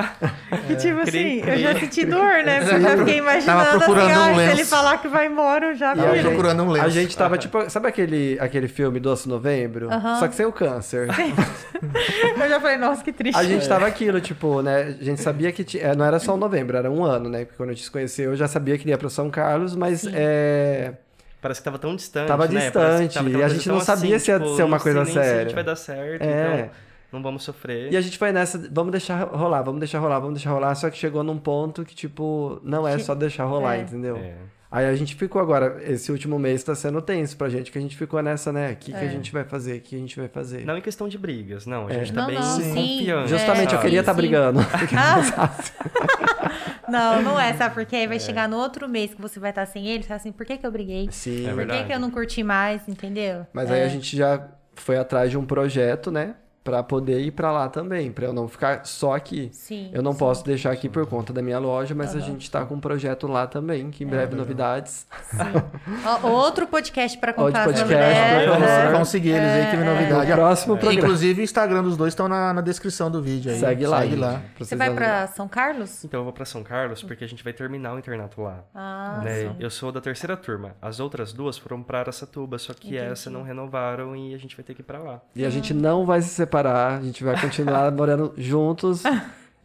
Speaker 1: E tipo
Speaker 4: Cri,
Speaker 1: assim, eu já senti dor, né? Porque eu fiquei imaginando
Speaker 2: Tava
Speaker 1: assim,
Speaker 2: procurando
Speaker 1: ai,
Speaker 2: um
Speaker 1: se ele
Speaker 2: lenço.
Speaker 1: falar que vai embora, eu já
Speaker 3: E a
Speaker 2: Tava
Speaker 1: fui.
Speaker 3: gente-
Speaker 2: procurando um lenço.
Speaker 3: A gente tava tipo. Sabe aquele, aquele filme Doce Novembro?
Speaker 1: Aham.
Speaker 3: Só que sem o câncer.
Speaker 1: *laughs* Eu já falei, nossa, que triste.
Speaker 3: A gente tava aquilo, tipo, né? A gente sabia que. ti- é, Não era só um novembro, era um ano, né? Porque quando a gente se conheceu, eu já sabia que ele ia pra São Carlos, mas
Speaker 1: Sim.
Speaker 3: é.
Speaker 4: Parece que tava tão distante,
Speaker 3: Tava
Speaker 4: né? Parece que
Speaker 3: distante,
Speaker 4: tava
Speaker 3: e
Speaker 4: aquela
Speaker 3: a
Speaker 4: coisa
Speaker 3: gente
Speaker 4: tão assim, tipo,
Speaker 3: não sabia se ia ser uma
Speaker 4: não
Speaker 3: coisa
Speaker 4: sei nem se a
Speaker 3: séria.
Speaker 4: gente vai dar certo,
Speaker 3: É.
Speaker 4: então não vamos sofrer.
Speaker 3: E a gente foi nessa, vamos deixar rolar, vamos deixar rolar, vamos deixar rolar, só que chegou num ponto que, tipo, não é
Speaker 1: Que-
Speaker 3: só deixar rolar,
Speaker 1: é.
Speaker 3: entendeu?
Speaker 4: É.
Speaker 3: Aí a gente ficou agora, esse último mês tá sendo tenso pra gente, que a gente ficou nessa, né? O que,
Speaker 1: É.
Speaker 3: que a gente vai fazer? O que a gente vai fazer?
Speaker 4: Não em questão de brigas, não. A
Speaker 3: É.
Speaker 4: gente tá
Speaker 1: Não,
Speaker 4: bem
Speaker 1: não, sim.
Speaker 4: confiante.
Speaker 3: Justamente, eu
Speaker 4: sabe?
Speaker 3: queria estar
Speaker 1: sim.
Speaker 3: brigando.
Speaker 1: Não, não é, sabe? Porque aí vai chegar no outro mês que você vai estar sem ele, você fala assim, por que que eu briguei?
Speaker 3: Sim.
Speaker 4: É
Speaker 1: por que
Speaker 4: verdade.
Speaker 1: que eu não curti mais, entendeu?
Speaker 3: Mas aí a gente já foi atrás de um projeto, né? Pra poder ir pra lá também, pra eu não ficar só aqui.
Speaker 1: Sim.
Speaker 3: Eu não
Speaker 1: sim.
Speaker 3: posso deixar aqui por conta da minha loja, mas a gente tá com um projeto lá também, que em breve novidades.
Speaker 1: Ó, Outro podcast pra
Speaker 3: Outro
Speaker 1: contar as
Speaker 3: podcast,
Speaker 1: novidades,
Speaker 3: por
Speaker 1: né?
Speaker 3: favor.
Speaker 2: Vamos seguir eles aí, que é
Speaker 3: No
Speaker 2: novidade.
Speaker 3: próximo
Speaker 2: E,
Speaker 3: programa.
Speaker 2: Inclusive, o Instagram dos dois estão na, na descrição do vídeo aí.
Speaker 3: Segue lá.
Speaker 2: Segue
Speaker 3: gente,
Speaker 2: lá.
Speaker 1: Você
Speaker 3: vocês
Speaker 1: vai
Speaker 3: não-
Speaker 1: pra São
Speaker 3: tá-
Speaker 1: Carlos?
Speaker 4: Então eu vou pra São Carlos porque a gente vai terminar o internato lá.
Speaker 1: Ah,
Speaker 4: né?
Speaker 1: sim.
Speaker 4: Eu sou da terceira turma. As outras duas foram pra Aracatuba, só que essa não renovaram e a gente vai ter que ir pra lá.
Speaker 3: E a gente não vai se separar, a gente vai continuar morando juntos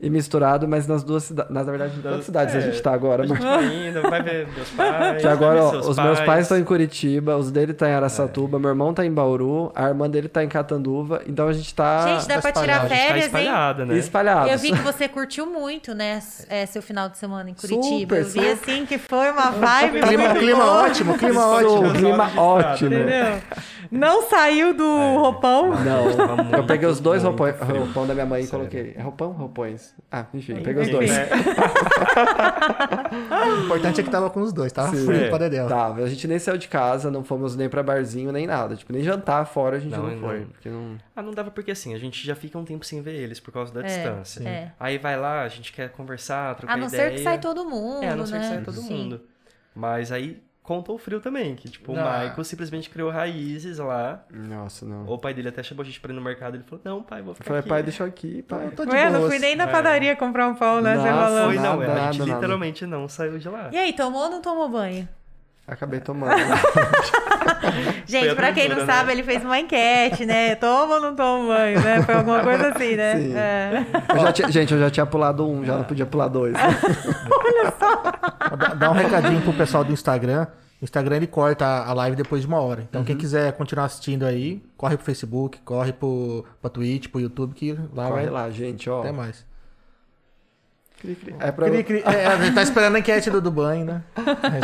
Speaker 3: e misturado, mas nas duas cidades. Na verdade, em quantas cidades a gente tá agora,
Speaker 4: A
Speaker 3: mas...
Speaker 4: gente vai indo, vai ver meus pais.
Speaker 3: *laughs* Que agora,
Speaker 4: vai ver
Speaker 3: ó,
Speaker 4: é seus
Speaker 3: os meus pais estão em Curitiba, os dele tá em Araçatuba, meu irmão tá em Bauru, a irmã dele tá em Catanduva, então a gente tá
Speaker 1: Ah, Gente, dá
Speaker 2: tá
Speaker 1: pra tirar
Speaker 2: espalhado,
Speaker 4: A gente tá
Speaker 1: férias, hein?
Speaker 4: espalhada, né?
Speaker 3: espalhado. *laughs*
Speaker 1: Eu vi que você curtiu muito, né? s- é, seu final de semana em Curitiba.
Speaker 3: Super,
Speaker 1: eu vi
Speaker 3: super.
Speaker 1: assim que foi uma vibe
Speaker 3: Tá
Speaker 2: Clima,
Speaker 1: muito
Speaker 2: clima
Speaker 1: boa,
Speaker 2: ótimo, clima
Speaker 3: Sou,
Speaker 2: ótimo.
Speaker 3: clima ótimo.
Speaker 1: Entendeu? Não saiu do
Speaker 4: É,
Speaker 1: roupão.
Speaker 4: Tava
Speaker 3: Não, eu
Speaker 4: muito,
Speaker 3: peguei os dois
Speaker 4: muito
Speaker 3: roupões,
Speaker 4: frio.
Speaker 3: roupão da minha mãe e
Speaker 4: Sério.
Speaker 3: coloquei. É roupão? Roupões. Ah, enfim, peguei os dois.
Speaker 4: É,
Speaker 2: O importante é que tava com os dois, tava
Speaker 3: Sim. Tá.
Speaker 2: frio
Speaker 4: É.
Speaker 2: pra dedéu.
Speaker 3: Tava, a gente nem saiu de casa, não fomos nem pra barzinho, nem nada. Tipo, nem jantar fora a gente não,
Speaker 4: Não,
Speaker 3: foi.
Speaker 4: não.
Speaker 3: Porque não...
Speaker 4: Ah, não dava porque assim, a gente já fica um tempo sem ver eles por causa da
Speaker 1: É,
Speaker 4: distância.
Speaker 1: é.
Speaker 4: Aí vai lá, a gente quer conversar, trocar
Speaker 1: A não
Speaker 4: ideia.
Speaker 1: ser que sai todo mundo,
Speaker 4: É, a não ser
Speaker 1: né?
Speaker 4: que sai todo
Speaker 1: Sim.
Speaker 4: mundo. Mas aí conta o frio também, que tipo,
Speaker 2: Não.
Speaker 4: o Michael simplesmente criou raízes lá.
Speaker 3: Nossa, não.
Speaker 4: O pai dele até chamou a gente pra ir no mercado, ele falou, não, pai, vou
Speaker 3: Eu
Speaker 4: ficar
Speaker 3: falei,
Speaker 4: aqui.
Speaker 3: pai, deixa eu aqui, pai.
Speaker 2: Eu tô de
Speaker 1: Ué, não
Speaker 2: boas.
Speaker 1: fui nem na
Speaker 4: É.
Speaker 1: padaria comprar um pão, né? Você
Speaker 3: Nossa,
Speaker 1: falou.
Speaker 4: Foi não,
Speaker 3: Nada,
Speaker 4: é, a gente
Speaker 3: nada, nada.
Speaker 4: literalmente não saiu de lá.
Speaker 1: E aí, tomou ou não tomou banho?
Speaker 3: Acabei tomando.
Speaker 1: Gente,
Speaker 4: a
Speaker 1: pra quem não
Speaker 4: aventura, né?
Speaker 1: sabe, ele fez uma enquete,
Speaker 4: *laughs*
Speaker 1: né? Toma ou não toma banho, né? Foi alguma coisa assim, né?
Speaker 3: Sim.
Speaker 1: É.
Speaker 3: Eu já tinha- gente, eu já tinha pulado um, já não podia pular dois.
Speaker 2: Ah, Dá- Dá um recadinho pro pessoal do Instagram. O Instagram ele corta a live depois de uma hora. Então
Speaker 3: Uhum.
Speaker 2: quem quiser continuar assistindo aí, corre pro Facebook, corre pro, pra Twitch, pro YouTube, que lá
Speaker 3: Corre
Speaker 2: vai
Speaker 3: lá, gente, ó.
Speaker 2: até mais.
Speaker 3: Cri, cri. É pra...
Speaker 2: Cri, cri- é, a gente tá esperando a enquete do, do banho, né?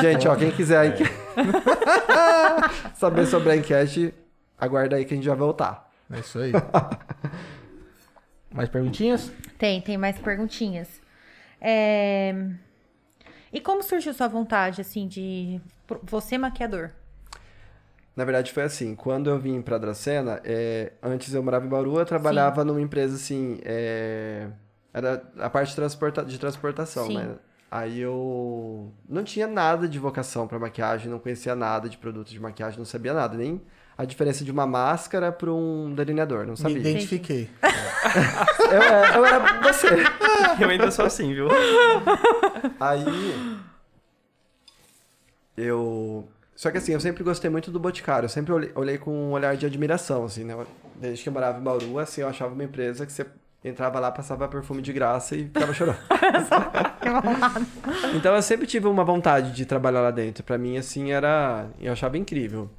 Speaker 3: Gente, ó, quem quiser
Speaker 2: É.
Speaker 3: aí que- *laughs* saber sobre a enquete, aguarda aí que a gente vai voltar.
Speaker 2: É isso
Speaker 3: *laughs*
Speaker 2: aí. Mais perguntinhas?
Speaker 1: Tem, tem mais perguntinhas. É, E como surgiu sua vontade, assim, de... Você maquiador?
Speaker 3: Na verdade, foi assim. Quando eu vim pra Dracena, é, antes eu morava em Bauru, eu trabalhava numa empresa assim. é, era a parte de, transporta- de transportação,
Speaker 1: Sim.
Speaker 3: né? Aí eu não tinha nada de vocação pra maquiagem, não conhecia nada de produto de maquiagem, não sabia nada, nem a diferença de uma máscara pra um delineador, não
Speaker 2: Me
Speaker 3: sabia.
Speaker 2: identifiquei.
Speaker 3: Eu, era- eu era você.
Speaker 4: Eu ainda sou assim, viu?
Speaker 3: Aí. Eu. Só que assim, eu sempre gostei muito do Boticário. Eu sempre olhei, olhei com um olhar de admiração, assim, né? Desde que eu morava em Bauru, assim, eu achava uma empresa que você entrava lá, passava perfume de graça e ficava chorando. então eu sempre tive uma vontade de trabalhar lá dentro. Pra mim, assim, era. Eu achava incrível.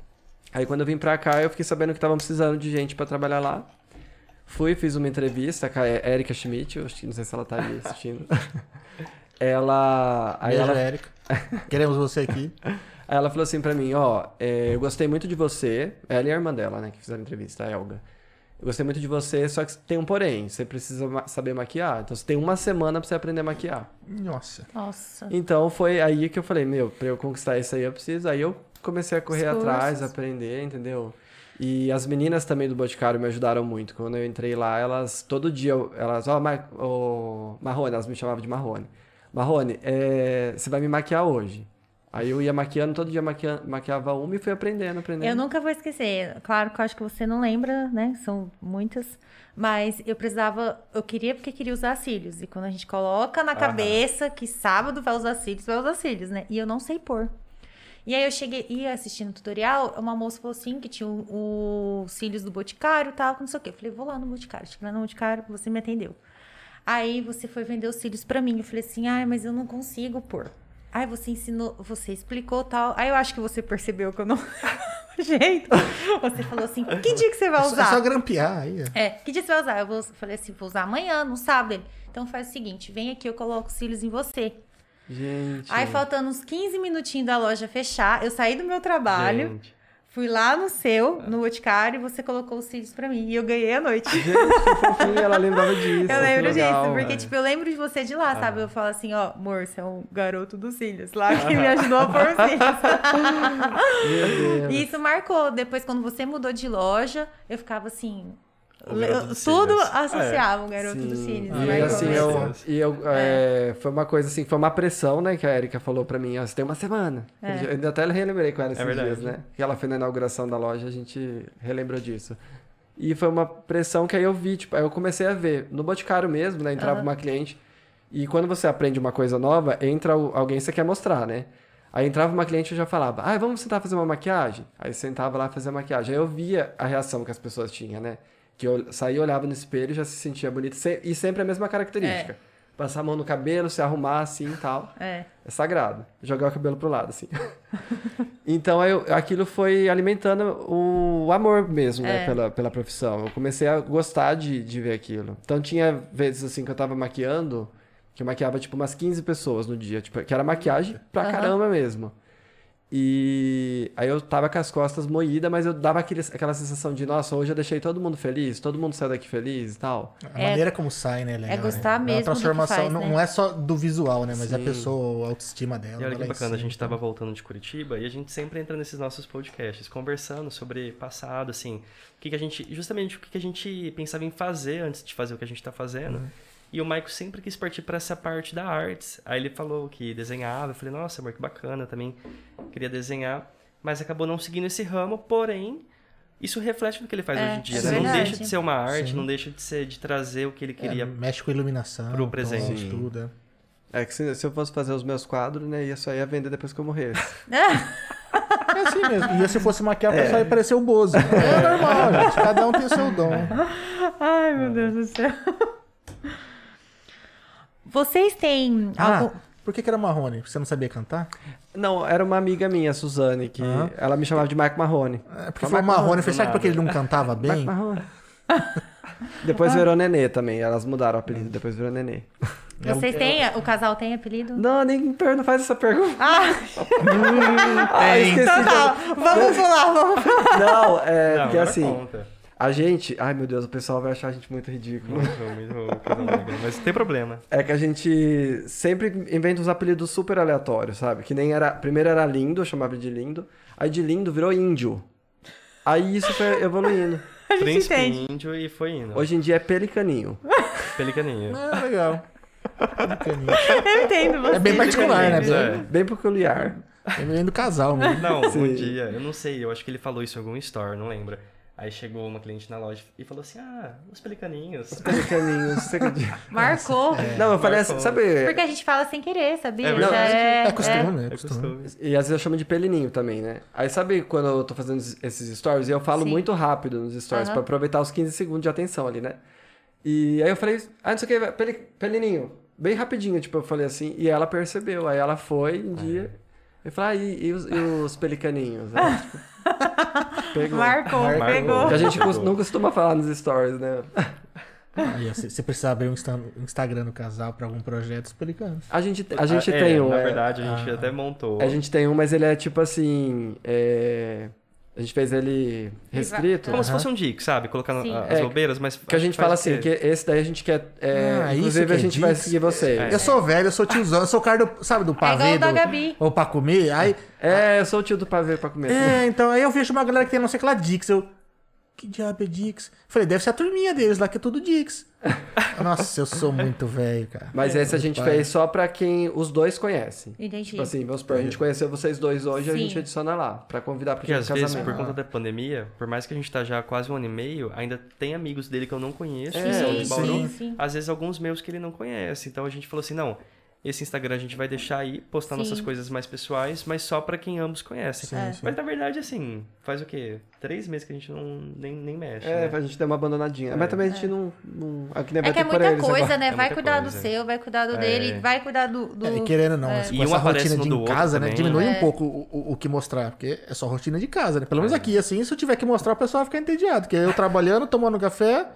Speaker 3: Aí quando eu vim pra cá, eu fiquei sabendo que estavam precisando de gente pra trabalhar lá. Fui, fiz uma entrevista com a Erika Schmidt, eu acho que- não sei se ela tá ali assistindo. ela. Aí
Speaker 2: Beijo,
Speaker 3: ela *laughs*
Speaker 2: Érica. Queremos você aqui.
Speaker 3: Aí ela falou assim pra mim, ó, é, eu gostei muito de você, ela e a irmã dela, né, que fizeram a entrevista, a Elga. Eu gostei muito de você, só que tem um porém, você precisa ma- saber maquiar. Então você tem uma semana pra você aprender a maquiar.
Speaker 2: Nossa.
Speaker 1: Nossa.
Speaker 3: Então foi aí que eu falei, meu, pra eu conquistar isso aí eu preciso. Aí eu comecei a correr
Speaker 1: Os cursos.
Speaker 3: atrás, aprender, entendeu? E as meninas também do Boticário me ajudaram muito. Quando eu entrei lá, elas, todo dia, eu- elas, ó, Mar- ô, Marrone, elas me chamavam de Marrone. Marrone, é, você vai me maquiar hoje. Aí eu ia maquiando, todo dia maquia- maquiava uma e fui aprendendo, aprendendo.
Speaker 1: Eu nunca vou esquecer. Claro que eu acho que você não lembra, né? São muitas. Mas eu precisava. Eu queria porque queria usar cílios. E quando a gente coloca na cabeça que sábado vai usar cílios, vai usar cílios, né? E eu não sei pôr. E aí eu cheguei, ia assistindo o tutorial, uma moça falou assim que tinha o- os cílios do Boticário e tal, que não sei o quê. Eu falei, vou lá no Boticário. Cheguei lá no Boticário, você me atendeu. Aí você foi vender os cílios pra mim. Eu falei assim, ai, mas eu não consigo pôr. Aí você ensinou, você explicou tal. Aí eu acho que você percebeu que eu não *laughs* jeito. Você falou assim, que dia que você vai
Speaker 2: É só, é
Speaker 1: usar?
Speaker 2: só grampear aí. ó.
Speaker 1: É, que dia você vai usar? Eu vou- falei assim, vou usar amanhã, no sábado. Ele, então faz o seguinte, vem aqui, eu coloco os cílios em você.
Speaker 3: Gente.
Speaker 1: Aí faltando uns 15 minutinhos da loja fechar, eu saí do meu trabalho,
Speaker 4: Gente.
Speaker 1: fui lá no seu, no Boticário, e você colocou os cílios pra mim. E eu ganhei a noite.
Speaker 3: Gente, que fofinho, ela lembrava disso.
Speaker 1: Eu lembro
Speaker 3: que legal. é.
Speaker 1: disso, porque, tipo, eu lembro de você de lá, sabe? Eu falo assim, ó, amor, você é um garoto dos cílios, lá que me ajudou a pôr os cílios.
Speaker 3: Meu Deus.
Speaker 1: E isso marcou. Depois, quando você mudou de loja, eu ficava assim.
Speaker 4: O garoto dos
Speaker 1: Tudo
Speaker 4: cílios.
Speaker 1: associava o garoto
Speaker 3: É, Sim.
Speaker 1: dos cílios.
Speaker 2: Ah,
Speaker 1: né?
Speaker 3: E
Speaker 2: Vai
Speaker 3: assim,
Speaker 2: com
Speaker 3: eu,
Speaker 4: certeza.
Speaker 3: e eu é, foi uma coisa assim, foi uma pressão, né, que a Erika falou pra mim, ó, você tem uma semana.
Speaker 1: É.
Speaker 3: Eu ainda até relembrei com ela esses
Speaker 4: verdade.
Speaker 3: dias, né? Que ela foi na inauguração da loja, a gente relembrou disso. E foi uma pressão que aí eu vi, tipo, aí eu comecei a ver. No Boticário mesmo, né, entrava uma cliente, e quando você aprende uma coisa nova, entra o- alguém que você quer mostrar, né? Aí entrava uma cliente e eu já falava, ah, vamos sentar fazer uma maquiagem? Aí sentava lá fazer a maquiagem. Aí eu via a reação que as pessoas tinham, né? Que eu saía, olhava no espelho e já se sentia bonita. Se- E sempre a mesma característica. Passar a mão no cabelo, se arrumar assim e tal.
Speaker 1: É.
Speaker 3: É sagrado. Jogar o cabelo pro lado, assim. *laughs* então aí eu- aquilo foi alimentando o amor mesmo, né? Pela, pela profissão. Eu comecei a gostar de, de ver aquilo. Então tinha vezes assim que eu tava maquiando, que eu maquiava tipo umas 15 pessoas no dia, tipo, que era maquiagem pra
Speaker 1: Uhum. Aham.
Speaker 3: caramba mesmo. E aí eu tava com as costas moídas, mas eu dava aquele, aquela sensação de, nossa, hoje eu deixei todo mundo feliz, todo mundo saiu daqui feliz e tal.
Speaker 2: A maneira como sai, né, Helena?
Speaker 1: é gostar
Speaker 2: né?
Speaker 1: mesmo do
Speaker 2: A
Speaker 1: que
Speaker 2: transformação
Speaker 1: faz,
Speaker 2: não,
Speaker 1: né?
Speaker 2: não é só do visual, né? Mas a
Speaker 3: Sim.
Speaker 2: pessoa, a autoestima dela.
Speaker 4: E
Speaker 2: vai
Speaker 4: olha que
Speaker 2: lá em
Speaker 4: bacana, a
Speaker 2: cima.
Speaker 4: gente tava voltando de Curitiba e a gente sempre entra nesses nossos podcasts, conversando sobre passado, assim, o que, que a gente. Justamente o que, que a gente pensava em fazer antes de fazer o que a gente tá fazendo. E o Maico sempre quis partir para essa parte da artes. Aí ele falou que desenhava, eu falei, nossa, amor, que bacana, eu também queria desenhar. Mas acabou não seguindo esse ramo, porém, isso reflete no que ele faz
Speaker 1: É,
Speaker 4: hoje em dia.
Speaker 1: é
Speaker 4: né? Não
Speaker 1: verdade.
Speaker 4: deixa de ser uma arte,
Speaker 2: Sim.
Speaker 4: não deixa de ser de trazer o que ele
Speaker 2: É,
Speaker 4: queria.
Speaker 2: mexe com iluminação,
Speaker 4: pro presente.
Speaker 2: tons, tudo, é.
Speaker 3: É que se, se eu fosse fazer os meus quadros, né, ia só ia vender depois que eu morresse.
Speaker 2: É assim mesmo. E se fosse maquiar, é. só ia parecer o Bozo. É normal, gente. Cada um tem o seu dom.
Speaker 1: *laughs* Ai, meu Deus do céu. Vocês têm
Speaker 2: Ah,
Speaker 1: algum.
Speaker 2: por que, que era marrone? Você não sabia cantar?
Speaker 3: *laughs* Não, era uma amiga minha, Suzane, que
Speaker 2: Ah.
Speaker 3: ela me chamava de Marco Marrone.
Speaker 2: É porque foi marrone. Eu falei, será que
Speaker 4: nada.
Speaker 2: porque ele não cantava bem?
Speaker 1: *laughs*
Speaker 3: Marrone.
Speaker 1: Ah.
Speaker 3: depois virou Nenê também, elas mudaram o apelido, depois virou Nenê.
Speaker 1: Vocês têm. O casal tem
Speaker 3: *laughs*
Speaker 1: apelido?
Speaker 3: Não, nem me per- não faz essa pergunta.
Speaker 1: Ah,
Speaker 3: *laughs*
Speaker 1: *laughs*
Speaker 3: Ah, esqueci.
Speaker 1: então tá. Vamos pular, vamos pular.
Speaker 3: de- Não, é
Speaker 4: Não,
Speaker 3: porque
Speaker 4: agora
Speaker 3: assim,
Speaker 4: conta.
Speaker 3: a gente... Ai, meu Deus, o pessoal vai achar a gente muito ridículo.
Speaker 4: Muito, muito, muito, mas não tem problema.
Speaker 3: É que a gente sempre inventa uns apelidos super aleatórios, sabe? Que nem era... Primeiro era Lindo, eu chamava de Lindo. Aí de Lindo virou Índio. Aí isso foi evoluindo.
Speaker 1: A gente
Speaker 4: Príncipe
Speaker 1: entende.
Speaker 4: índio e foi indo.
Speaker 3: Hoje em dia é pelicaninho.
Speaker 4: Pelicaninho.
Speaker 2: É legal. É, Bacaninha.
Speaker 1: Eu entendo *laughs* você.
Speaker 2: É bem particular, né?
Speaker 4: Pelicaninhos,
Speaker 2: Bem,
Speaker 4: é.
Speaker 3: Bem peculiar.
Speaker 2: é bem do casal, mano.
Speaker 4: Não,
Speaker 3: Sim.
Speaker 4: um dia, eu não sei, eu acho que ele falou isso em algum store, não lembra. Aí chegou uma cliente na loja e falou assim: Ah, os pelicaninhos.
Speaker 3: Pelicaninho, você acredita?
Speaker 1: Marcou.
Speaker 4: É,
Speaker 3: Não, eu falei assim,
Speaker 4: marcou.
Speaker 3: sabe?
Speaker 1: Porque a gente fala sem querer, sabia?
Speaker 4: É
Speaker 1: Já
Speaker 4: verdade.
Speaker 1: é-
Speaker 2: É costume, é,
Speaker 4: É
Speaker 2: costume.
Speaker 4: costume.
Speaker 3: E às vezes eu chamo de pelininho também, né? Aí sabe quando eu tô fazendo esses stories e eu falo
Speaker 1: Sim.
Speaker 3: muito rápido nos stories
Speaker 1: Aham.
Speaker 3: pra aproveitar os 15 segundos de atenção ali, né? E aí eu falei, ah, não sei o que, vai, peli, pelininho. Bem rapidinho, tipo, eu falei assim, e ela percebeu. Aí ela foi
Speaker 4: É.
Speaker 3: um dia. Eu falei, ah, e, e os, e os
Speaker 1: *laughs*
Speaker 3: pelicaninhos? Ela, tipo, pegou.
Speaker 1: Marcou,
Speaker 4: Marcou.
Speaker 1: pegou.
Speaker 3: Que a gente cos-
Speaker 4: Marcou.
Speaker 3: não costuma falar nos stories, né?
Speaker 2: Aí, ó, se se precisar abrir um Insta- um Instagram do casal pra algum projeto, explicando.
Speaker 3: A gente, a gente
Speaker 4: Ah, é,
Speaker 3: tem um.
Speaker 4: Na
Speaker 3: é,
Speaker 4: verdade, a gente até montou.
Speaker 3: A gente tem um, mas ele é tipo assim. é, A gente fez ele restrito.
Speaker 4: Como se
Speaker 2: Aham.
Speaker 4: fosse um dick, sabe? Colocar na-
Speaker 1: Sim.
Speaker 4: a- as
Speaker 3: É,
Speaker 4: bobeiras, mas.
Speaker 3: Que a gente
Speaker 4: faz
Speaker 3: fala
Speaker 4: o quê?
Speaker 3: assim, que esse daí a gente quer. é,
Speaker 2: Ah, isso que
Speaker 3: inclusive,
Speaker 2: é
Speaker 3: a gente vai
Speaker 2: Dix.
Speaker 3: seguir você.
Speaker 4: É.
Speaker 2: Eu sou velho, eu sou tiozão, eu sou o cara do, sabe, do
Speaker 1: É igual
Speaker 2: pavê,
Speaker 1: o da
Speaker 2: do-
Speaker 1: Gabi.
Speaker 2: ou pra comer, aí...
Speaker 3: É, eu sou o tio do pavê pra comer.
Speaker 2: É, então, aí eu vejo uma galera que tem, não sei o que lá, Dix, eu... Que diabo é Dix? Falei, deve ser a turminha deles lá, que é tudo *laughs* Dix. Nossa, eu sou muito velho, cara.
Speaker 3: Mas
Speaker 4: É,
Speaker 3: esse a gente
Speaker 2: Pai.
Speaker 3: fez só pra quem os dois conhecem.
Speaker 1: Entendi.
Speaker 3: Tipo assim, vamos supor, a gente conheceu vocês dois hoje, a
Speaker 1: Sim.
Speaker 3: gente adiciona lá, pra convidar pro
Speaker 4: Porque
Speaker 3: dia
Speaker 4: É. às
Speaker 3: do
Speaker 4: vezes,
Speaker 3: casamento.
Speaker 4: por conta da pandemia, por mais que a gente tá já há quase um ano e meio, ainda tem amigos dele que eu não conheço,
Speaker 3: É,
Speaker 4: que são de
Speaker 1: sim,
Speaker 4: Bauru.
Speaker 1: sim,
Speaker 2: Bauru.
Speaker 1: sim.
Speaker 4: Às vezes alguns meus que ele não conhece. Então a gente falou assim, não, esse Instagram a gente vai deixar aí, postar
Speaker 1: Sim.
Speaker 4: nossas coisas mais pessoais, mas só pra quem ambos conhecem.
Speaker 1: É.
Speaker 4: Mas na verdade, assim, faz o quê? Três meses que a gente não nem, nem mexe.
Speaker 3: É,
Speaker 4: né?
Speaker 3: a gente deu uma abandonadinha. Mas também a gente não. não aqui nem
Speaker 1: É
Speaker 3: vai
Speaker 1: que é
Speaker 3: ter por
Speaker 1: muita
Speaker 3: eles
Speaker 1: coisa,
Speaker 3: agora.
Speaker 1: né?
Speaker 4: É
Speaker 1: Vai
Speaker 4: muita
Speaker 1: cuidar do
Speaker 4: coisa.
Speaker 1: seu, vai cuidar do
Speaker 4: É.
Speaker 1: dele, vai cuidar do. do...
Speaker 2: É, e querendo ou não,
Speaker 1: É.
Speaker 2: essa-
Speaker 4: E
Speaker 2: com
Speaker 4: um
Speaker 2: essa
Speaker 4: aparece
Speaker 2: rotina
Speaker 4: no
Speaker 2: de
Speaker 4: do
Speaker 2: em
Speaker 4: outro
Speaker 2: casa, né?
Speaker 4: também,
Speaker 2: Diminui
Speaker 1: né?
Speaker 2: um pouco o, o- o que mostrar, porque é só rotina de casa, né? Pelo menos aqui, assim, se eu tiver que mostrar, o pessoal fica entediado, que eu trabalhando, tomando café,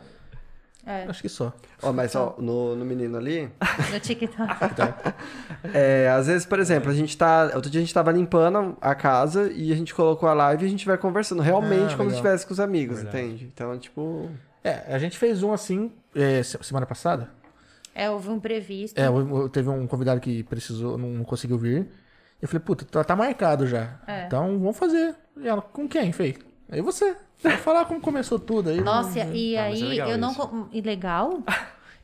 Speaker 1: É,
Speaker 2: acho que só.
Speaker 3: Ó, mas ó, no, no menino ali.
Speaker 1: no TikTok.
Speaker 3: É, às vezes, por exemplo, a gente tá. Outro dia a gente tava limpando a casa e a gente colocou a live e a gente vai conversando realmente
Speaker 2: Ah, legal.
Speaker 3: como se estivesse com os amigos,
Speaker 4: Verdade.
Speaker 3: entende? Então, tipo.
Speaker 2: É, a gente fez um assim, é, se- semana passada.
Speaker 1: É, houve um imprevisto.
Speaker 2: É, eu- eu- teve um convidado que precisou, não conseguiu vir. Eu falei, puta, tá, tá marcado já.
Speaker 1: É.
Speaker 2: Então, vamos fazer. E ela, com quem, Fê? Aí você. Vai falar como começou tudo aí.
Speaker 1: Nossa, e
Speaker 4: Ah, mas é
Speaker 1: aí
Speaker 4: legal
Speaker 1: eu não.
Speaker 4: isso.
Speaker 1: con- Ilegal?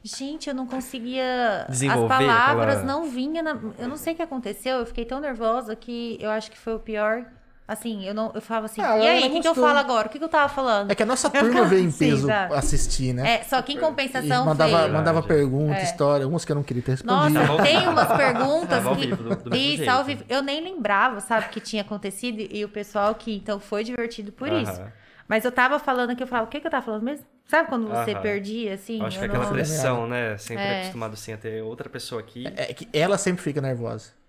Speaker 1: Gente, eu não conseguia. As
Speaker 4: Desenvolver
Speaker 1: palavras
Speaker 4: aquela-
Speaker 1: não vinham. na- Eu não sei o que aconteceu. Eu fiquei tão nervosa que eu acho que foi o pior. Assim, eu não. Eu falava assim.
Speaker 2: Ah,
Speaker 1: e
Speaker 2: ela
Speaker 1: aí, o que, que eu
Speaker 2: gostou.
Speaker 1: falo agora? O que, que eu tava falando?
Speaker 2: É que a
Speaker 1: *laughs*
Speaker 2: nossa turma veio em
Speaker 1: Sim,
Speaker 2: peso
Speaker 1: exato.
Speaker 2: assistir, né?
Speaker 1: É, só que em
Speaker 2: E
Speaker 1: compensação
Speaker 2: mandava,
Speaker 1: veio.
Speaker 2: mandava pergunta,
Speaker 1: É.
Speaker 2: história, umas que eu não queria ter respondido.
Speaker 1: Nossa,
Speaker 4: Tava ao
Speaker 1: tem
Speaker 4: vivo.
Speaker 1: umas perguntas
Speaker 4: Tava ao
Speaker 1: que.
Speaker 4: vivo, do- do mesmo
Speaker 1: Isso,
Speaker 4: jeito.
Speaker 1: ao vivo. Eu nem lembrava, sabe, o que tinha acontecido. E o pessoal que então foi divertido por
Speaker 4: Aham.
Speaker 1: isso. Mas eu tava falando que eu falava, o que, que eu tava falando mesmo? Sabe quando você
Speaker 4: Aham.
Speaker 1: perdia, assim?
Speaker 4: Eu Acho que é
Speaker 1: eu
Speaker 4: aquela
Speaker 1: não-
Speaker 4: pressão, né? Sempre
Speaker 1: É.
Speaker 4: acostumado assim a ter outra pessoa aqui.
Speaker 2: É que ela sempre fica nervosa.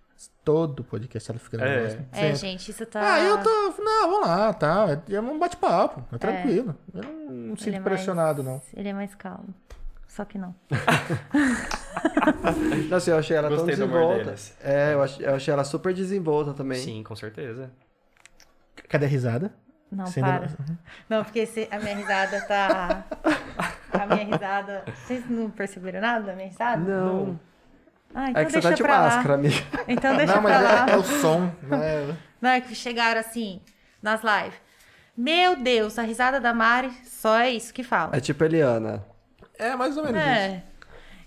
Speaker 2: Todo podcast ela fica
Speaker 4: É.
Speaker 2: nervosa.
Speaker 1: É,
Speaker 2: Sempre.
Speaker 1: gente, isso tá.
Speaker 2: Ah, eu tô. Não, vamos lá, tá. É um bate-papo, é tranquilo. Eu não, não
Speaker 1: Ele
Speaker 2: sinto
Speaker 1: é mais-
Speaker 2: pressionado, não.
Speaker 1: Ele é mais calmo. Só que não.
Speaker 3: Nossa, assim, eu achei ela
Speaker 4: Gostei do
Speaker 3: tão
Speaker 4: humor
Speaker 3: desenvolta.
Speaker 4: deles.
Speaker 3: É, eu ach- eu achei, ela super desenvolta também.
Speaker 4: Sim, com certeza.
Speaker 2: Cadê a risada?
Speaker 1: Não,
Speaker 2: Você ainda
Speaker 1: para. Não, porque se- a minha risada
Speaker 2: *laughs*
Speaker 1: tá. A minha risada. Vocês não perceberam nada da minha risada?
Speaker 3: Não.
Speaker 1: Ah, então
Speaker 3: É que você
Speaker 1: deixa
Speaker 3: tá de
Speaker 1: pra lá.
Speaker 3: máscara, amiga.
Speaker 1: Então deixa
Speaker 2: Não, mas
Speaker 1: pra lá.
Speaker 2: é, é o som. Né?
Speaker 1: Não, é que chegaram assim, nas lives. Meu Deus, a risada da Mari só é isso que fala.
Speaker 3: É tipo Eliana.
Speaker 2: É mais ou menos isso.
Speaker 1: É.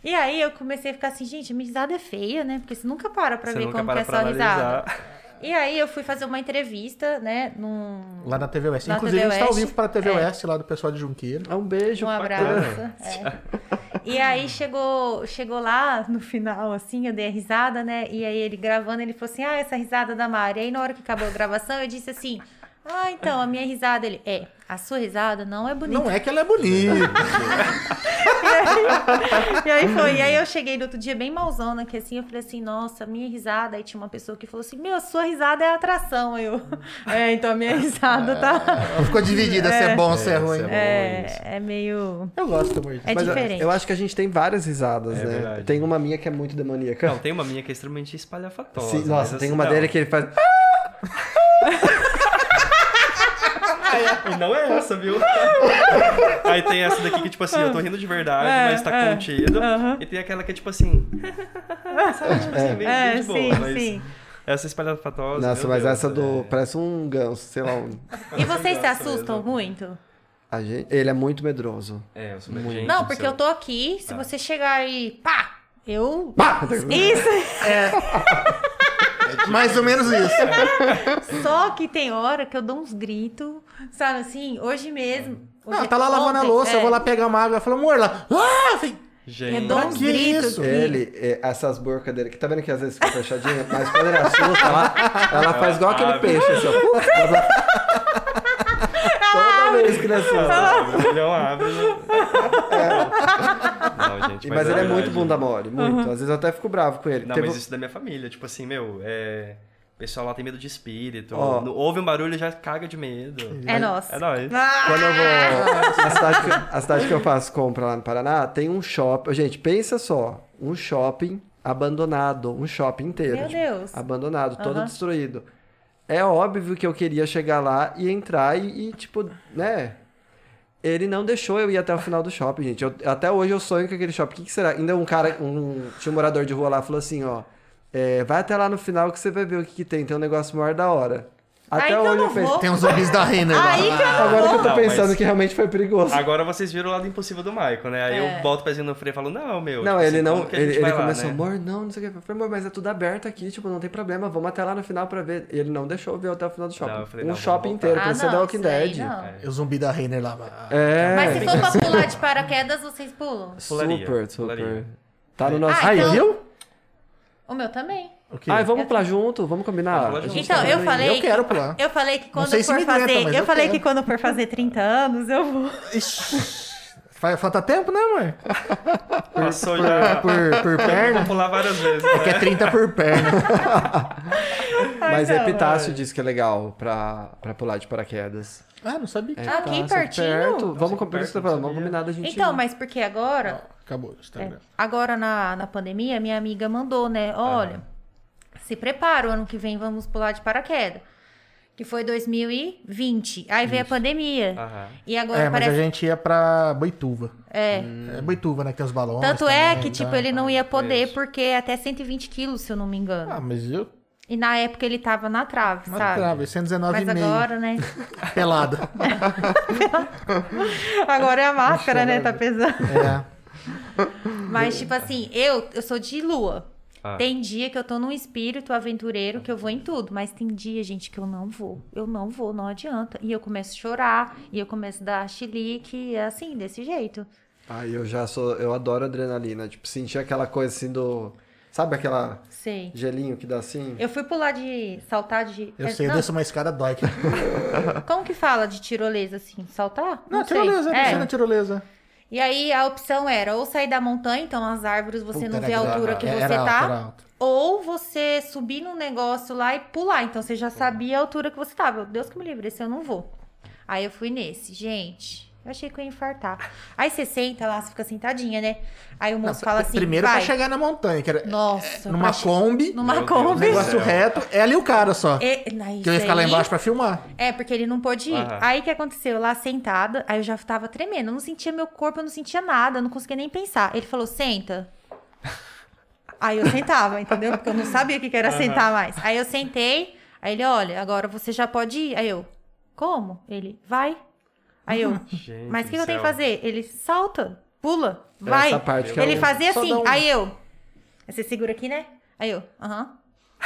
Speaker 1: E aí eu comecei a ficar assim, gente, minha risada é feia, né? Porque você nunca para pra
Speaker 4: Você
Speaker 1: ver
Speaker 4: nunca
Speaker 1: como que
Speaker 4: para
Speaker 1: é
Speaker 4: pra
Speaker 1: sua risada.
Speaker 4: analisar.
Speaker 1: E aí eu fui fazer uma entrevista, né? Num.
Speaker 2: Lá na TV Oeste.
Speaker 1: Na
Speaker 2: Inclusive,
Speaker 1: TV
Speaker 2: a gente tá ao
Speaker 1: Oeste,
Speaker 2: vivo para a TV
Speaker 1: é.
Speaker 2: Oeste, lá do pessoal de Junqueiro.
Speaker 3: É um beijo.
Speaker 1: Um
Speaker 3: pra-
Speaker 1: abraço. é. E aí chegou, chegou lá no final, assim, eu dei a risada, né? E aí ele gravando, ele falou assim: Ah, essa risada da Mari. Aí na hora que acabou a gravação, eu disse assim: Ah, então, a minha risada. Ele, é, a sua risada não é bonita.
Speaker 2: Não é que ela é bonita.
Speaker 1: E aí foi. E aí eu cheguei no outro dia bem malzona, que assim, eu falei assim, nossa, minha risada. Aí tinha uma pessoa que falou assim, meu, a sua risada é a atração. Aí Eu, *laughs* é, então a minha risada *laughs* tá...
Speaker 2: Ela ficou dividida se é bom ou se é
Speaker 4: É,
Speaker 2: ruim.
Speaker 4: se é bom.
Speaker 1: É, é meio...
Speaker 2: Eu gosto do amor de
Speaker 1: É
Speaker 2: Deus.
Speaker 3: Mas eu-
Speaker 1: diferente.
Speaker 3: Eu, acho que a gente tem várias risadas,
Speaker 4: É
Speaker 3: né?
Speaker 4: verdade.
Speaker 3: Tem uma minha que é muito demoníaca.
Speaker 4: Não, tem uma minha que é extremamente
Speaker 3: *laughs*
Speaker 4: espalhafatosa.
Speaker 3: Sim,
Speaker 4: mas
Speaker 3: nossa, tem
Speaker 4: assim,
Speaker 3: uma
Speaker 4: não.
Speaker 3: dele que ele faz.
Speaker 4: E não é essa,
Speaker 1: *laughs*
Speaker 4: viu? Aí tem essa daqui que, tipo assim, eu tô rindo de verdade,
Speaker 1: É,
Speaker 4: mas tá
Speaker 1: é.
Speaker 4: contido.
Speaker 1: Aham.
Speaker 4: E tem aquela que é, tipo assim... Sabe, tipo assim, bem, bem
Speaker 1: É,
Speaker 4: de boa,
Speaker 1: sim,
Speaker 4: mas...
Speaker 1: sim.
Speaker 4: Essa é espalhafatosa.
Speaker 3: Nossa,
Speaker 4: meu
Speaker 3: mas
Speaker 4: Deus,
Speaker 3: essa do.
Speaker 4: é.
Speaker 3: Parece um ganso, sei lá. um-
Speaker 1: E vocês se
Speaker 4: Nossa,
Speaker 1: assustam muito?
Speaker 3: A gente... Ele é muito medroso.
Speaker 4: É, eu sou meio- gente
Speaker 1: Não,
Speaker 4: do
Speaker 1: porque
Speaker 4: céu.
Speaker 1: eu tô aqui,
Speaker 2: Ah.
Speaker 1: se você chegar e pá,
Speaker 2: *laughs*
Speaker 1: eu.
Speaker 3: Pá!
Speaker 1: Isso!
Speaker 2: Mais ou menos isso.
Speaker 1: Só que tem hora que eu dou uns gritos, sabe assim? Hoje mesmo. Hoje,
Speaker 2: Não, tá lá lavando a
Speaker 1: ontem,
Speaker 2: louça,
Speaker 1: é,
Speaker 2: eu vou lá pegar uma água. Eu falo, amor, lá. Ah! Eu falei,
Speaker 1: Eu
Speaker 4: Gente,
Speaker 1: dou
Speaker 2: Pra
Speaker 1: uns
Speaker 2: que
Speaker 1: gritos.
Speaker 2: isso?
Speaker 1: que-
Speaker 3: Ele, é, essas burcas dele, que tá vendo que às vezes fica fechadinha, mas quando ele assusta, ela, ela faz igual aquele
Speaker 4: abre.
Speaker 3: peixe,
Speaker 4: *laughs*
Speaker 3: assim, ó. Toda vez que ele assusta.
Speaker 4: abre, o milhão abre. Não, gente,
Speaker 3: E- Mas, ele é muito
Speaker 4: verdade.
Speaker 3: bunda mole, muito. Às vezes eu até fico bravo com ele.
Speaker 4: Não,
Speaker 3: Teve
Speaker 4: mas
Speaker 3: um-
Speaker 4: isso da minha família. Tipo assim, meu, é... O pessoal lá tem medo de espírito.
Speaker 3: Ó.
Speaker 4: Não- Ouve um barulho e já caga de medo.
Speaker 1: É nossa.
Speaker 4: É nóis.
Speaker 1: Ah!
Speaker 3: Quando eu vou. A cidade, que, a cidade que eu faço compra lá no Paraná tem um shopping. Gente, pensa só. Um shopping abandonado. Um shopping inteiro.
Speaker 1: Meu
Speaker 3: tipo,
Speaker 1: Deus.
Speaker 3: Abandonado, todo
Speaker 1: Aham.
Speaker 3: destruído. É óbvio que eu queria chegar lá e entrar e, e, tipo, né? Ele não deixou eu ir até o final do shopping, gente. Eu- até hoje eu sonho com aquele shopping. O que, que será? Ainda um cara, um, tinha um morador de rua lá, falou assim, ó. é, vai até lá no final que você vai ver o que, que tem. Tem um negócio maior da hora. Até
Speaker 1: então
Speaker 3: hoje
Speaker 1: não
Speaker 3: eu pensei.
Speaker 1: vou.
Speaker 2: Tem uns zumbis da Renner lá.
Speaker 1: Aí que eu não
Speaker 3: Agora que eu
Speaker 1: vou.
Speaker 3: tô
Speaker 4: Não, mas-
Speaker 3: pensando que realmente foi perigoso.
Speaker 4: Agora vocês viram o lado impossível do Michael, né? Aí
Speaker 1: É.
Speaker 4: eu boto o pezinho no freio e falo, não, meu.
Speaker 3: Não,
Speaker 4: tipo
Speaker 3: ele
Speaker 4: assim,
Speaker 3: não.
Speaker 4: como que a
Speaker 3: Ele,
Speaker 4: gente
Speaker 3: ele
Speaker 4: vai lá,
Speaker 3: começou,
Speaker 4: né?
Speaker 3: amor, não, não sei o que. Eu falei, amor, mas é tudo aberto aqui, tipo, não tem problema, vamos até lá no final pra ver. Ele não deixou eu ver até o final do shopping.
Speaker 4: Não, eu falei,
Speaker 3: um
Speaker 4: não, vamos
Speaker 3: shopping
Speaker 4: voltar.
Speaker 3: inteiro,
Speaker 1: Ah,
Speaker 3: parecia
Speaker 1: não,
Speaker 3: The Walking
Speaker 1: isso aí
Speaker 3: Dead.
Speaker 1: não.
Speaker 2: O zumbi da Renner lá. ah,
Speaker 3: É.
Speaker 1: Mas se for pra pular de paraquedas, vocês pulam.
Speaker 4: Pularia,
Speaker 3: Super, super.
Speaker 4: pularia.
Speaker 3: Tá no nosso.
Speaker 1: Ah,
Speaker 2: Aí,
Speaker 1: então-
Speaker 2: viu?
Speaker 1: O meu também.
Speaker 2: O quê?
Speaker 3: Ai, vamos pular junto, vamos combinar.
Speaker 4: Vamos pular
Speaker 3: A gente
Speaker 1: Então,
Speaker 3: tá
Speaker 1: eu
Speaker 3: falando
Speaker 1: falei.
Speaker 2: Eu
Speaker 1: que-
Speaker 2: quero pular.
Speaker 1: Eu falei que quando
Speaker 2: sei
Speaker 1: eu
Speaker 2: se
Speaker 1: for
Speaker 2: me aguenta,
Speaker 1: fazer.
Speaker 2: mas
Speaker 1: eu
Speaker 2: eu
Speaker 1: falei
Speaker 2: quero.
Speaker 1: que quando eu for fazer 30 anos, eu vou.
Speaker 2: Fa- Falta tempo, né, amor?
Speaker 4: Passou já.
Speaker 2: Por, por perna.
Speaker 4: Vou
Speaker 3: *laughs*
Speaker 4: pular várias vezes. né?
Speaker 2: É que é 30 por *laughs* perna.
Speaker 3: em- Mas
Speaker 1: Ai, não,
Speaker 3: Epitácio disse que é legal pra, pra pular de paraquedas.
Speaker 2: Ah, não sabia que.
Speaker 1: Ah, aqui
Speaker 3: Epitácio,
Speaker 1: pertinho?
Speaker 3: Vamos
Speaker 4: perto,
Speaker 3: combinar isso que eu tô
Speaker 4: não
Speaker 3: falando, vamos
Speaker 4: sabia.
Speaker 3: combinar da gente.
Speaker 1: Então,
Speaker 3: ir.
Speaker 1: mas porque agora.
Speaker 2: Acabou o Instagram.
Speaker 1: Agora na, na pandemia, minha amiga mandou, né? Olha,
Speaker 2: Ah.
Speaker 1: se prepara, o ano que vem vamos pular de paraquedas. Que foi 2020. Aí veio a pandemia.
Speaker 4: Aham.
Speaker 1: E agora
Speaker 2: É, mas a
Speaker 1: parece.
Speaker 2: gente ia pra Boituva.
Speaker 1: É.
Speaker 2: É Boituva, né? Que tem os balões.
Speaker 1: Tanto é
Speaker 2: também,
Speaker 1: que,
Speaker 2: tá?
Speaker 1: tipo, ele não ia poder,
Speaker 4: isso.
Speaker 1: porque é até 120 quilos, se eu não me engano.
Speaker 2: Ah, mas eu.
Speaker 1: E na época ele tava na trave,
Speaker 2: Mas
Speaker 1: sabe?
Speaker 2: trava, é
Speaker 1: Mas
Speaker 2: 119,5.
Speaker 1: agora, né?
Speaker 2: Pelada.
Speaker 1: Agora é a máscara, né? Tá pesando.
Speaker 2: *laughs* É.
Speaker 1: Mas, tipo assim, eu, eu sou de lua.
Speaker 4: Ah.
Speaker 1: Tem dia que eu tô num espírito aventureiro que eu vou em tudo, mas tem dia, gente, que eu não vou. Eu não vou, não adianta. E eu começo a chorar, e eu começo a dar chilique, assim, desse jeito.
Speaker 3: Ai, eu já sou. Eu adoro adrenalina. Tipo, sentir aquela coisa assim do. Sabe aquela
Speaker 1: Sei.
Speaker 3: gelinho que dá assim?
Speaker 1: Eu fui pular de. saltar de.
Speaker 2: Eu
Speaker 1: é,
Speaker 2: sei, eu
Speaker 1: não,
Speaker 2: desço uma escada, dói. aqui.
Speaker 1: Como que fala de tirolesa, assim? Saltar?
Speaker 2: Não,
Speaker 1: sei.
Speaker 2: tirolesa,
Speaker 1: É.
Speaker 2: descendo a tirolesa.
Speaker 1: E aí a opção era ou sair da montanha, então as árvores você não
Speaker 2: Puta, né, era
Speaker 1: vê a
Speaker 2: grande.
Speaker 1: altura que
Speaker 2: Era
Speaker 1: você
Speaker 2: alto,
Speaker 1: tá.
Speaker 2: era alto.
Speaker 1: Ou você subir num negócio lá e pular. Então você já sabia a altura que você tava. Eu, Deus que me livre, esse eu não vou. Aí eu fui nesse. Gente, eu achei que eu ia infartar. Aí você senta lá, você fica sentadinha, né? Aí o moço fala assim.
Speaker 2: é Primeiro
Speaker 1: vai.
Speaker 2: pra chegar na montanha, que era
Speaker 1: Nossa,
Speaker 2: numa
Speaker 1: pra che-
Speaker 2: Kombi, é um
Speaker 1: Numa
Speaker 4: Meu Deus,
Speaker 1: Kombi.
Speaker 4: negócio-
Speaker 2: negócio reto, ela e o cara só.
Speaker 1: E- não,
Speaker 2: que eu ia
Speaker 1: isso
Speaker 2: ficar lá
Speaker 1: É, aí-
Speaker 2: embaixo pra filmar.
Speaker 1: É, porque ele não pôde ir.
Speaker 4: Aham.
Speaker 1: Aí o que aconteceu? Eu Lá sentada, aí eu já tava tremendo. Eu não sentia meu corpo, eu não sentia nada, eu não conseguia nem pensar. Ele falou,
Speaker 4: *laughs*
Speaker 1: senta. Aí eu sentava, entendeu? Porque eu não sabia o que que era sentar mais. Aí eu sentei, aí ele, olha, agora você já pode ir. Aí eu, como? Ele, vai. Aí eu,
Speaker 4: Gente
Speaker 1: mas o que
Speaker 4: do
Speaker 1: eu tenho que
Speaker 4: céu.
Speaker 1: fazer? Ele, salta, pula, vai.
Speaker 3: Essa parte que é
Speaker 1: Ele
Speaker 3: o-
Speaker 1: fazia
Speaker 3: só
Speaker 1: assim,
Speaker 3: dá um-
Speaker 1: aí eu. Aí Você segura aqui, né? Aí eu, aham.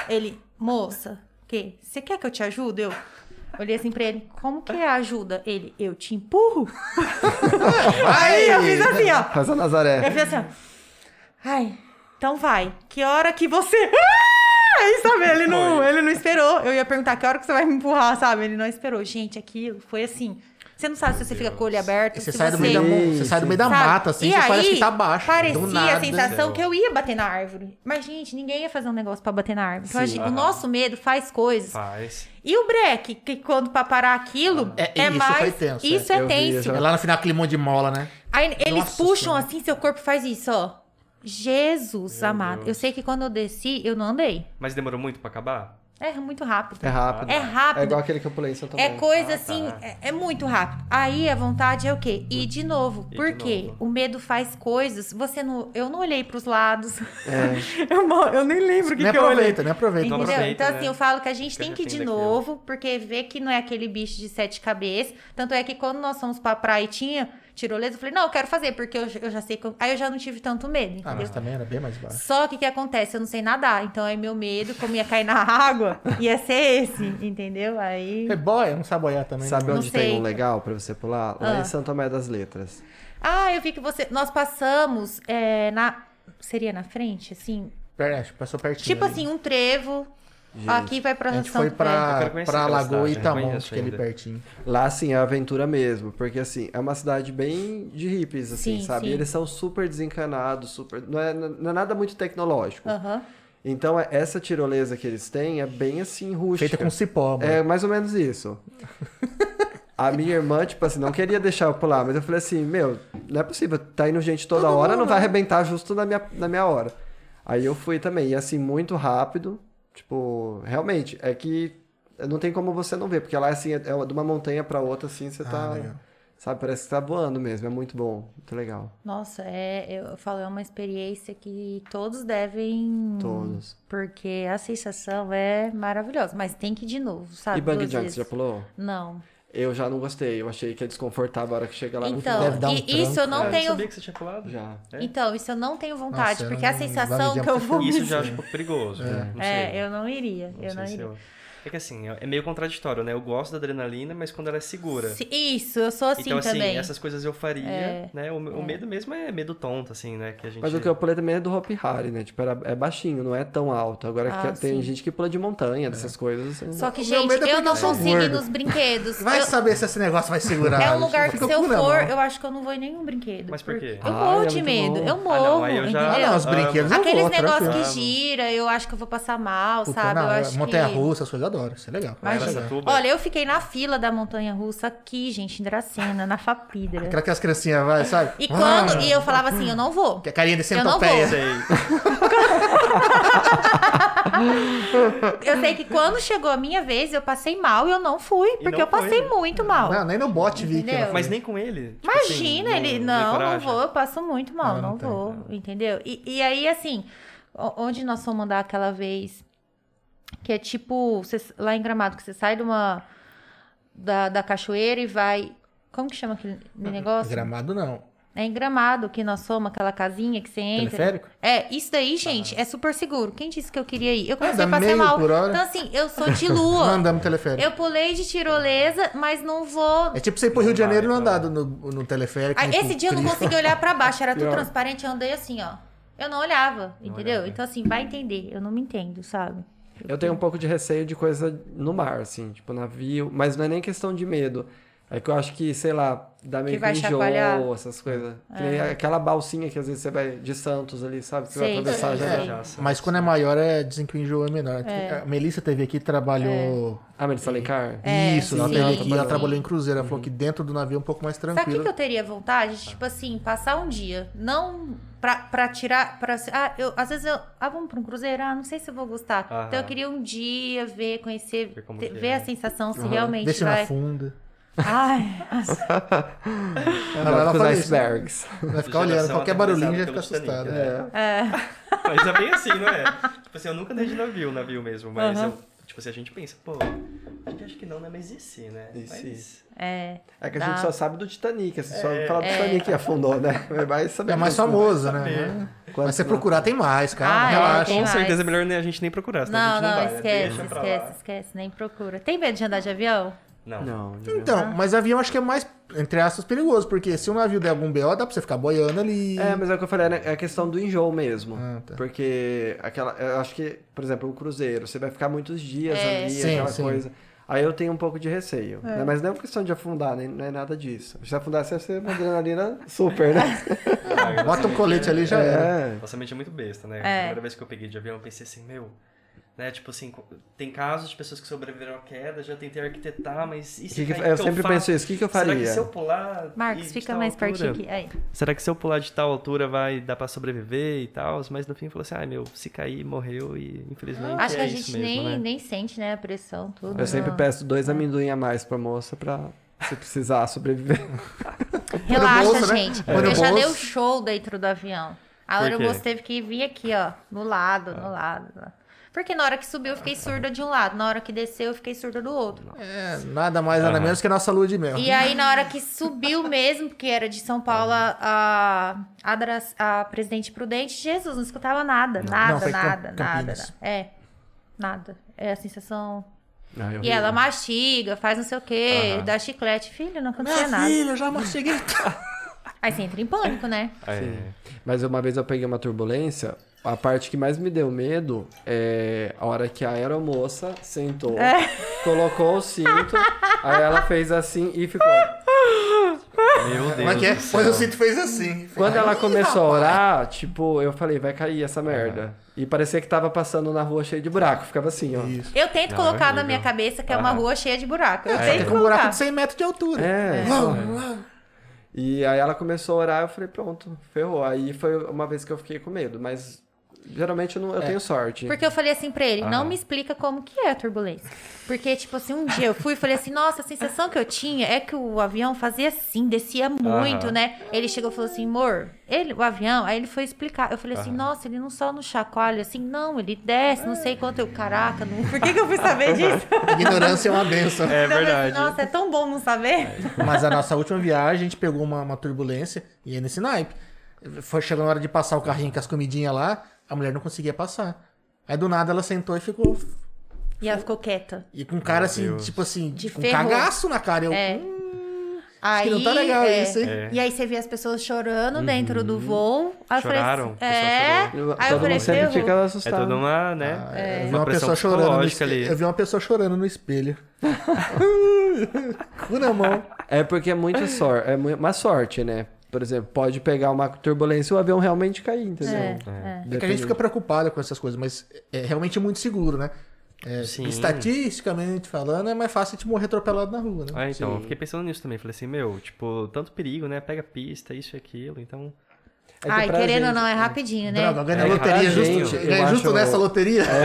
Speaker 1: Ele, moça, que? Você quer que eu te ajude? Eu olhei assim pra ele, como que é a ajuda? Ele, eu te empurro? aí eu fiz assim, ó.
Speaker 3: Faz a Nazaré.
Speaker 1: Eu fiz assim, ó. Ai, então vai. Que hora que você. *laughs* Ah! Aí, sabe, ele não, ele não esperou. Eu ia perguntar que hora que você vai me empurrar, sabe? Ele não esperou. Gente, aquilo foi assim. Você não sabe se você fica com o olho aberto.
Speaker 2: E Você
Speaker 1: se
Speaker 2: sai, do meio da, mon- você
Speaker 3: Sim,
Speaker 2: sai do meio da
Speaker 1: assim. Sabe?
Speaker 2: mata, assim,
Speaker 1: E
Speaker 2: você
Speaker 1: aí,
Speaker 2: parece que tá baixo.
Speaker 1: Parecia
Speaker 2: do nada. né?
Speaker 1: a sensação que eu ia bater na árvore. Mas, gente, ninguém ia fazer um negócio pra bater na árvore. Então,
Speaker 3: Sim.
Speaker 1: a gente- o
Speaker 4: Aham.
Speaker 1: nosso medo faz coisas.
Speaker 4: Faz.
Speaker 1: E o breque, que quando pra parar aquilo,
Speaker 2: É,
Speaker 1: é,
Speaker 2: isso
Speaker 1: mais.
Speaker 2: foi tenso, é.
Speaker 1: isso é,
Speaker 3: Eu vi, eu
Speaker 1: tenso.
Speaker 3: já-
Speaker 2: Lá no final, aquele monte de mola, né?
Speaker 1: Aí eles
Speaker 2: Nossa
Speaker 1: puxam
Speaker 2: Senhora.
Speaker 1: assim, seu corpo faz isso, ó. Jesus amado. Eu sei que quando eu desci, eu não andei.
Speaker 4: Mas demorou muito pra acabar?
Speaker 1: É muito rápido.
Speaker 3: É rápido.
Speaker 1: É
Speaker 3: É
Speaker 1: rápido.
Speaker 3: igual aquele campulência também.
Speaker 1: É coisa
Speaker 4: Ah,
Speaker 1: assim,
Speaker 4: tá.
Speaker 1: é, é muito rápido. Aí a vontade é o quê? Ir de novo.
Speaker 4: Ir
Speaker 1: Por
Speaker 4: de
Speaker 1: quê?
Speaker 4: novo.
Speaker 1: O medo faz coisas. Você não, eu não olhei pros lados.
Speaker 3: É.
Speaker 1: *laughs* Eu, mo- eu nem lembro o que,
Speaker 2: nem
Speaker 1: que eu olhei.
Speaker 2: aproveita, nem aproveita.
Speaker 4: Não
Speaker 1: Entendeu?
Speaker 4: aproveita,
Speaker 1: então, assim,
Speaker 4: né?
Speaker 1: eu falo que a gente
Speaker 4: Fica
Speaker 1: tem que ir de
Speaker 4: refém daquilo.
Speaker 1: novo, porque vê que não é aquele bicho de sete cabeças. Tanto é que quando nós fomos pra praia e tinha tirolesa, eu falei, não, eu quero fazer, porque eu, já- eu já sei que. eu- Aí eu já não tive tanto medo,
Speaker 2: Ah,
Speaker 1: entendeu?
Speaker 2: mas também era bem mais baixo.
Speaker 1: Só que o que acontece? Eu não sei nadar. Então aí meu medo, como ia cair na *laughs* água, ia ser esse, entendeu? Aí.
Speaker 2: É boia, não sabe boiar também.
Speaker 3: Sabe
Speaker 2: né?
Speaker 1: Não
Speaker 3: onde tem
Speaker 1: sei.
Speaker 3: um legal pra você pular? Lá
Speaker 1: Ah.
Speaker 3: em São Tomé das Letras.
Speaker 1: Ah, eu vi que você. Nós passamos é, na. Seria na frente, assim?
Speaker 2: Per- acho que Passou pertinho.
Speaker 1: Tipo
Speaker 2: ali.
Speaker 1: assim, um trevo.
Speaker 3: Gente,
Speaker 1: aqui vai pra
Speaker 2: A gente
Speaker 1: São
Speaker 2: foi
Speaker 1: Tomé.
Speaker 4: Eu
Speaker 2: pra,
Speaker 4: quero conhecer
Speaker 2: pra
Speaker 4: aquela
Speaker 2: Lagoa
Speaker 4: cidade, eu não
Speaker 2: Itamonte,
Speaker 4: conheço
Speaker 2: que é ali
Speaker 4: ainda.
Speaker 2: pertinho.
Speaker 3: Lá, assim, é aventura mesmo. Porque, assim, é uma cidade bem de hippies, assim,
Speaker 1: Sim,
Speaker 3: sabe?
Speaker 1: sim.
Speaker 3: E Eles são super desencanados, super... Não é, não é nada muito tecnológico.
Speaker 1: Aham.
Speaker 3: Então, é- essa tirolesa que eles têm é bem, assim, rústica.
Speaker 2: Feita com cipó, mano.
Speaker 3: É mais ou menos isso. A minha irmã, tipo assim, não queria deixar eu pular, mas eu falei assim, meu, não é possível, tá indo gente toda
Speaker 1: Todo
Speaker 3: hora, não
Speaker 1: mundo,
Speaker 3: vai
Speaker 1: né?
Speaker 3: arrebentar justo na minha, na minha hora. Aí eu fui também, e assim, muito rápido, tipo, realmente, é que não tem como você não ver, porque lá, assim, é é de uma montanha pra outra, assim, você
Speaker 2: Ah,
Speaker 3: tá,
Speaker 2: legal.
Speaker 3: sabe, parece que tá voando mesmo, é muito bom, muito legal,
Speaker 1: Nossa, é, eu falo, é uma experiência que todos devem.
Speaker 3: todos.
Speaker 1: Porque a sensação é maravilhosa. Mas tem que ir de novo, sabe?
Speaker 3: e Bang
Speaker 1: Ah, Duas
Speaker 3: Jump,
Speaker 1: vezes.
Speaker 3: você já pulou?
Speaker 1: Não.
Speaker 3: Eu já não gostei, eu achei que é desconfortável a hora que chega lá no final.
Speaker 1: Então,
Speaker 2: Deve dar um
Speaker 1: e- isso eu
Speaker 2: tranco,
Speaker 1: não
Speaker 4: Ah,
Speaker 1: tenho.
Speaker 4: sabia que você tinha pulado?
Speaker 3: Já.
Speaker 4: É.
Speaker 1: Então, isso eu não tenho vontade,
Speaker 2: Nossa, eu
Speaker 1: porque a
Speaker 2: não-
Speaker 1: sensação
Speaker 2: Bungee
Speaker 1: que eu
Speaker 2: jump
Speaker 1: vou.
Speaker 2: é
Speaker 1: *laughs*
Speaker 4: *laughs* Isso eu já acho um pouco perigoso. né? Não sei.
Speaker 1: É, eu não iria.
Speaker 4: Não
Speaker 1: eu
Speaker 4: sei
Speaker 1: não
Speaker 4: se
Speaker 1: iria.
Speaker 4: eu- É que assim, é meio contraditório, né? Eu gosto da adrenalina, mas quando ela é segura.
Speaker 1: Se- Isso, eu sou assim
Speaker 4: então, assim,
Speaker 1: também.
Speaker 4: essas coisas eu faria,
Speaker 1: É,
Speaker 4: né? O, o medo mesmo é medo tonto, assim, né? Que a gente...
Speaker 3: Mas o que eu pulei também é do Hop Harry, né? Tipo, era, é baixinho, não é tão alto. Agora
Speaker 1: Ah,
Speaker 3: que tem
Speaker 1: sim. É.
Speaker 3: gente que pula de montanha, dessas coisas. assim.
Speaker 1: Só que,
Speaker 2: O meu
Speaker 1: gente,
Speaker 2: medo é porque
Speaker 1: eu não
Speaker 2: eu sou
Speaker 1: consigo ir
Speaker 2: gordo.
Speaker 1: nos brinquedos.
Speaker 2: Vai
Speaker 1: Eu-
Speaker 2: saber se esse negócio vai segurar.
Speaker 1: É um
Speaker 2: gente.
Speaker 1: lugar que
Speaker 2: Fica
Speaker 1: se
Speaker 2: com o
Speaker 1: eu
Speaker 2: cu na
Speaker 1: for,
Speaker 2: mão.
Speaker 1: eu acho que eu não vou em nenhum brinquedo.
Speaker 4: Mas por
Speaker 1: porque
Speaker 4: quê?
Speaker 1: Eu
Speaker 3: Ah,
Speaker 1: morro
Speaker 3: é
Speaker 1: de
Speaker 3: muito
Speaker 1: medo.
Speaker 3: bom.
Speaker 1: Eu
Speaker 4: Ah,
Speaker 1: morro,
Speaker 4: não, aí eu já-
Speaker 2: Ah, não, os
Speaker 1: entendeu?
Speaker 4: Ah,
Speaker 2: brinquedos eu
Speaker 1: Aqueles
Speaker 2: vou,
Speaker 1: negócios
Speaker 2: tranquilo.
Speaker 1: que
Speaker 4: tranquilo.
Speaker 1: gira, eu acho que eu vou passar mal,
Speaker 2: Puta,
Speaker 1: sabe?
Speaker 2: não, é
Speaker 1: eu acho
Speaker 2: montanha
Speaker 1: que...
Speaker 2: russa, essas coisas eu adoro. Isso é legal.
Speaker 1: Mas-
Speaker 2: Isso é legal.
Speaker 4: Araçatuba.
Speaker 1: Olha, eu fiquei na fila da montanha russa aqui, gente, em Dracena, na Fapidra.
Speaker 2: Aquela que as criancinhas vai, sabe?
Speaker 1: E quando.
Speaker 2: Ah,
Speaker 1: e eu falava assim, eu não vou.
Speaker 2: Que é carinha de
Speaker 1: Eu não
Speaker 2: centopeia.
Speaker 1: vou. Eu sei que quando chegou a minha vez, eu passei mal e eu não fui, porque
Speaker 4: não
Speaker 1: eu passei
Speaker 4: foi.
Speaker 1: muito mal.
Speaker 2: Não, nem no bote vi que
Speaker 1: Entendeu?
Speaker 2: ela
Speaker 4: Mas
Speaker 2: foi.
Speaker 4: nem com ele. tipo assim,
Speaker 1: Imagina, ele.
Speaker 4: tem
Speaker 1: Não, não
Speaker 4: coragem.
Speaker 1: vou, eu passo muito mal,
Speaker 2: Não,
Speaker 1: não,
Speaker 2: não tem,
Speaker 1: vou, entendeu? E, e aí, assim, o- onde nós fomos andar aquela vez, que é tipo, você- lá em Gramado, que você sai de uma. da, da cachoeira e vai. Como que chama aquele negócio?
Speaker 2: Gramado não.
Speaker 1: É em Gramado que nós somos, aquela casinha que você entra.
Speaker 2: Teleférico?
Speaker 1: É, isso daí, gente, é super seguro. Quem disse que eu queria ir? Eu comecei a
Speaker 2: Anda
Speaker 1: passar
Speaker 2: meio
Speaker 1: mal.
Speaker 2: por hora.
Speaker 1: Então, assim, eu sou de
Speaker 2: *laughs* Não
Speaker 1: lua.
Speaker 2: andamos teleférico.
Speaker 1: eu pulei de tirolesa, mas não vou.
Speaker 2: É tipo você ir pro Rio de Janeiro e não
Speaker 4: Vai, vai.
Speaker 2: andar no, no teleférico.
Speaker 1: Ah,
Speaker 2: nem
Speaker 1: Esse
Speaker 2: com
Speaker 1: dia eu não
Speaker 2: trilha.
Speaker 1: consegui olhar pra baixo, era tudo
Speaker 3: Pior.
Speaker 1: transparente, eu andei assim, ó. Eu não olhava,
Speaker 4: Não
Speaker 1: entendeu?
Speaker 4: olhava. né?
Speaker 1: Então, assim, vai entender. Eu não me entendo, sabe?
Speaker 3: Eu tenho um pouco de receio de coisa no mar, assim, tipo navio. Mas não é nem questão de medo. É que eu acho que, sei lá, dá meio
Speaker 1: Que vai
Speaker 3: que enjoo,
Speaker 1: chacoalhar. É.
Speaker 3: essas coisas. Que nem aquela balsinha que às vezes você vai de Santos ali, sabe? Que Você vai
Speaker 1: Sei,
Speaker 3: atravessar
Speaker 1: sei,
Speaker 3: já.
Speaker 1: sei.
Speaker 4: Já, sabe?
Speaker 2: Mas quando é maior, é, dizem que o enjoo é menor. A Melissa teve aqui, trabalhou.
Speaker 3: Ah, mas Salencar?
Speaker 2: Isso, ela
Speaker 1: É. sim,
Speaker 2: teve aqui, ela
Speaker 1: sim.
Speaker 2: trabalhou em cruzeiro. Ela falou que dentro do navio é um pouco mais
Speaker 1: Sabe o que,
Speaker 2: tranquilo.
Speaker 1: que eu teria vontade?
Speaker 4: Tá.
Speaker 1: Tipo assim, passar um dia. Não pra, pra tirar. Pra, ah, eu, às vezes eu. Ah, vamos pra um cruzeiro? Ah, não sei se eu vou gostar.
Speaker 4: Aham.
Speaker 1: Então eu queria um dia ver, conhecer, te- ver,
Speaker 4: Ver como que é.
Speaker 1: a sensação se
Speaker 3: Aham.
Speaker 1: realmente
Speaker 2: Deixa na
Speaker 1: vai.
Speaker 2: *laughs* funda.
Speaker 1: Ai, nossa.
Speaker 2: Ela- ela
Speaker 3: Os
Speaker 2: fala isso.
Speaker 3: icebergs.
Speaker 2: Vai ficar olhando,
Speaker 4: Geração
Speaker 2: qualquer barulhinho já fica
Speaker 4: aterrorizada pelo
Speaker 2: assustada.
Speaker 4: Titanic,
Speaker 2: É.
Speaker 4: Mas é bem assim, não é? Tipo assim, eu nunca andei de navio, navio mesmo, mas
Speaker 1: Aham.
Speaker 4: eu- tipo assim, a gente pensa, pô, a gente acha que não, né? Mas e se, né?
Speaker 3: E
Speaker 4: mas,
Speaker 3: se?
Speaker 1: É.
Speaker 3: É que a
Speaker 1: Dá.
Speaker 3: gente só sabe do Titanic, assim, só
Speaker 4: É.
Speaker 3: fala do Titanic que afundou, né? *laughs* Vai saber.
Speaker 2: É mais
Speaker 3: disso, né?
Speaker 2: famoso,
Speaker 4: Saber.
Speaker 2: né? Mas se você procurar, tem mais, calma,
Speaker 1: Ah, é,
Speaker 2: relaxa.
Speaker 1: tem
Speaker 4: Com
Speaker 1: mais.
Speaker 4: certeza é melhor nem- a gente nem procurar, senão a
Speaker 1: Não,
Speaker 4: gente não,
Speaker 1: não,
Speaker 4: vai, né?
Speaker 1: esquece,
Speaker 4: Deixa pra lá.
Speaker 1: esquece, esquece. Nem procura. Tem medo de andar de avião?
Speaker 4: Não.
Speaker 3: Não, de
Speaker 1: Ah.
Speaker 2: Então, mas avião acho que é mais, entre aspas, perigoso, porque se um navio der algum BO, dá pra você ficar boiando ali.
Speaker 3: É, mas é o que eu falei, né? é a questão do enjoo mesmo.
Speaker 2: Ah, tá.
Speaker 3: Porque aquela. Eu acho que, por exemplo, o cruzeiro, você vai ficar muitos dias
Speaker 1: É.
Speaker 3: ali,
Speaker 2: Sim,
Speaker 3: aquela
Speaker 2: sim.
Speaker 3: coisa. Aí eu tenho um pouco de receio. né? Mas não é uma questão de afundar, nem, não é nada disso. Se afundar, você vai ser uma adrenalina *laughs* super, né?
Speaker 4: Ah,
Speaker 2: Bota um colete ali já era.
Speaker 3: é.
Speaker 4: Nossa a mente é muito besta, né? A
Speaker 1: É.
Speaker 4: primeira vez que eu peguei de avião, eu pensei assim, meu, Né? Tipo assim, co- tem casos de pessoas que sobreviveram à queda, já tentei arquitetar, mas e se
Speaker 3: Que que-
Speaker 4: cair, o
Speaker 3: eu
Speaker 4: que
Speaker 3: sempre
Speaker 4: faço?
Speaker 3: penso isso, o que, que eu faria?
Speaker 4: Será que se eu pular. e
Speaker 1: Marcos,
Speaker 4: de
Speaker 1: fica
Speaker 4: tal
Speaker 1: mais
Speaker 4: tá altura?
Speaker 1: pertinho aqui. Aí.
Speaker 4: Será que se eu pular de tal altura vai dar pra sobreviver e tal? Mas no fim falou assim: ai meu, se cair, morreu e infelizmente.
Speaker 1: Acho
Speaker 4: é
Speaker 1: que a
Speaker 4: isso
Speaker 1: gente
Speaker 4: mesmo,
Speaker 1: nem,
Speaker 4: né? É
Speaker 1: nem sente, né, a pressão, tudo. né?
Speaker 3: Eu sempre
Speaker 1: Não.
Speaker 3: peço dois amendoim a mais pra moça pra se precisar sobreviver.
Speaker 1: Relaxa,
Speaker 2: bolso, né?
Speaker 1: gente.
Speaker 2: Põe no
Speaker 1: Eu já dei o
Speaker 2: bolso.
Speaker 1: show dentro do avião. A
Speaker 4: Por
Speaker 1: hora o
Speaker 4: quê?
Speaker 1: moço teve que vir aqui, ó. No lado,
Speaker 2: Ah.
Speaker 1: no lado. no lado. Porque na hora que subiu, eu fiquei surda de um lado. Na hora que desceu, eu fiquei surda do outro.
Speaker 2: É, nada mais, nada
Speaker 4: Aham.
Speaker 2: menos que a nossa lua de mel.
Speaker 1: E é, aí, na hora que subiu mesmo, porque era de São Paulo, a, a, Dra- a presidente Prudente, Jesus, não escutava nada, nada,
Speaker 2: não, foi Cam-
Speaker 1: nada, nada,
Speaker 2: Campinas.
Speaker 1: É, nada. É a sensação.
Speaker 2: Ah,
Speaker 3: Não,
Speaker 2: É
Speaker 3: eu
Speaker 1: E ela mastiga, faz não sei o quê,
Speaker 4: Aham.
Speaker 1: dá chiclete. Filho, não aconteceu
Speaker 2: Minha
Speaker 1: nada.
Speaker 2: filha, já mastiguei.
Speaker 1: Aí você entra em pânico, né?
Speaker 4: É.
Speaker 3: Mas uma vez eu peguei uma turbulência, a parte que mais me deu medo é a hora que a aeromoça sentou, colocou o cinto, aí ela fez assim e ficou.
Speaker 4: Meu Deus.
Speaker 2: Como é que é?
Speaker 4: do
Speaker 2: Pois
Speaker 4: céu.
Speaker 2: o cinto fez assim.
Speaker 3: Quando ela começou a orar, tipo, eu falei, vai cair essa merda. E parecia que tava passando na rua cheio de buraco, ficava assim, ó.
Speaker 2: Isso.
Speaker 1: Eu tento
Speaker 4: Não,
Speaker 1: colocar na
Speaker 4: horrível.
Speaker 1: minha cabeça que é uma
Speaker 4: Aham.
Speaker 1: rua cheia de buraco. Eu
Speaker 2: Só que
Speaker 1: tento
Speaker 2: com um buraco
Speaker 1: colocar.
Speaker 2: de 100 metros de altura.
Speaker 3: É.
Speaker 2: Uau,
Speaker 3: é.
Speaker 2: uau.
Speaker 3: E aí ela começou a orar, eu falei, pronto, ferrou. Aí foi uma vez que eu fiquei com medo, mas geralmente eu, não, eu tenho sorte.
Speaker 1: Porque eu falei assim pra ele, não
Speaker 2: Ah.
Speaker 4: Aham.
Speaker 1: me explica como que é a turbulência. Porque, tipo assim, um dia eu fui e falei assim, nossa, a sensação que eu tinha é que o avião fazia assim, descia muito,
Speaker 4: Aham.
Speaker 1: né? Ele chegou e falou assim, amor, ele, o avião, aí ele foi explicar. Eu falei assim, nossa, ele não só no chacoalha, assim, não, ele desce, não sei quanto. Eu, caraca, não, por que, que eu fui
Speaker 2: *laughs*
Speaker 1: saber disso?
Speaker 2: Ignorância é uma benção.
Speaker 1: Então,
Speaker 4: É
Speaker 1: eu falei assim,
Speaker 4: verdade.
Speaker 1: nossa, é tão bom não saber.
Speaker 2: É, Mas a nossa última viagem, a gente pegou uma, uma turbulência e aí nesse naipe. Foi chegando a hora de passar o carrinho com as comidinhas lá, a mulher não conseguia passar. Aí do nada ela sentou e ficou.
Speaker 1: E ela ficou quieta.
Speaker 2: E com cara
Speaker 4: Meu
Speaker 2: assim,
Speaker 4: Deus.
Speaker 2: tipo assim,
Speaker 1: De
Speaker 2: com
Speaker 1: ferro.
Speaker 2: cagaço na cara. Eu,
Speaker 1: É.
Speaker 2: "Hum,
Speaker 1: Aí,
Speaker 2: que não tá legal
Speaker 1: é,
Speaker 2: isso, hein?"
Speaker 4: É. Uhum.
Speaker 1: E aí você vê as pessoas chorando dentro do voo. Aí eu falei assim,
Speaker 4: Choraram? O pessoal
Speaker 1: é.
Speaker 3: Eu-
Speaker 1: Aí eu
Speaker 3: Todo
Speaker 1: falei,
Speaker 3: mundo sempre
Speaker 1: ferrou.
Speaker 3: fica
Speaker 4: É
Speaker 3: assustado.
Speaker 4: toda uma, né?
Speaker 1: É.
Speaker 2: eu vi
Speaker 4: Uma
Speaker 2: Ah, é. uma
Speaker 4: pressão
Speaker 2: pessoa chorando. é No
Speaker 4: psicológica
Speaker 2: espelho,
Speaker 4: ali.
Speaker 2: eu vi uma pessoa chorando no espelho. *laughs* Cu na mão.
Speaker 3: É porque é muita sorte, é mu- uma sorte, né? Por exemplo, pode pegar uma turbulência e o avião realmente cair, entendeu?
Speaker 1: É, é.
Speaker 2: É que a gente fica preocupado com essas coisas, mas é realmente muito seguro, né? É,
Speaker 4: Sim.
Speaker 2: Estatisticamente falando, é mais fácil de morrer atropelado na rua, né?
Speaker 4: Ah, então, eu
Speaker 3: Sim.
Speaker 4: fiquei pensando nisso também. Falei assim, meu, tipo, tanto perigo, né? Pega pista, isso e aquilo. Então,
Speaker 3: É que
Speaker 1: Ai,
Speaker 3: pra
Speaker 1: querendo ou
Speaker 3: gente-
Speaker 1: não, é rapidinho, né?
Speaker 2: Droga, ganha
Speaker 4: É,
Speaker 2: loteria
Speaker 4: ratinho,
Speaker 2: justo,
Speaker 3: eu
Speaker 2: ganha
Speaker 3: acho-
Speaker 2: justo nessa loteria. *laughs*
Speaker 1: é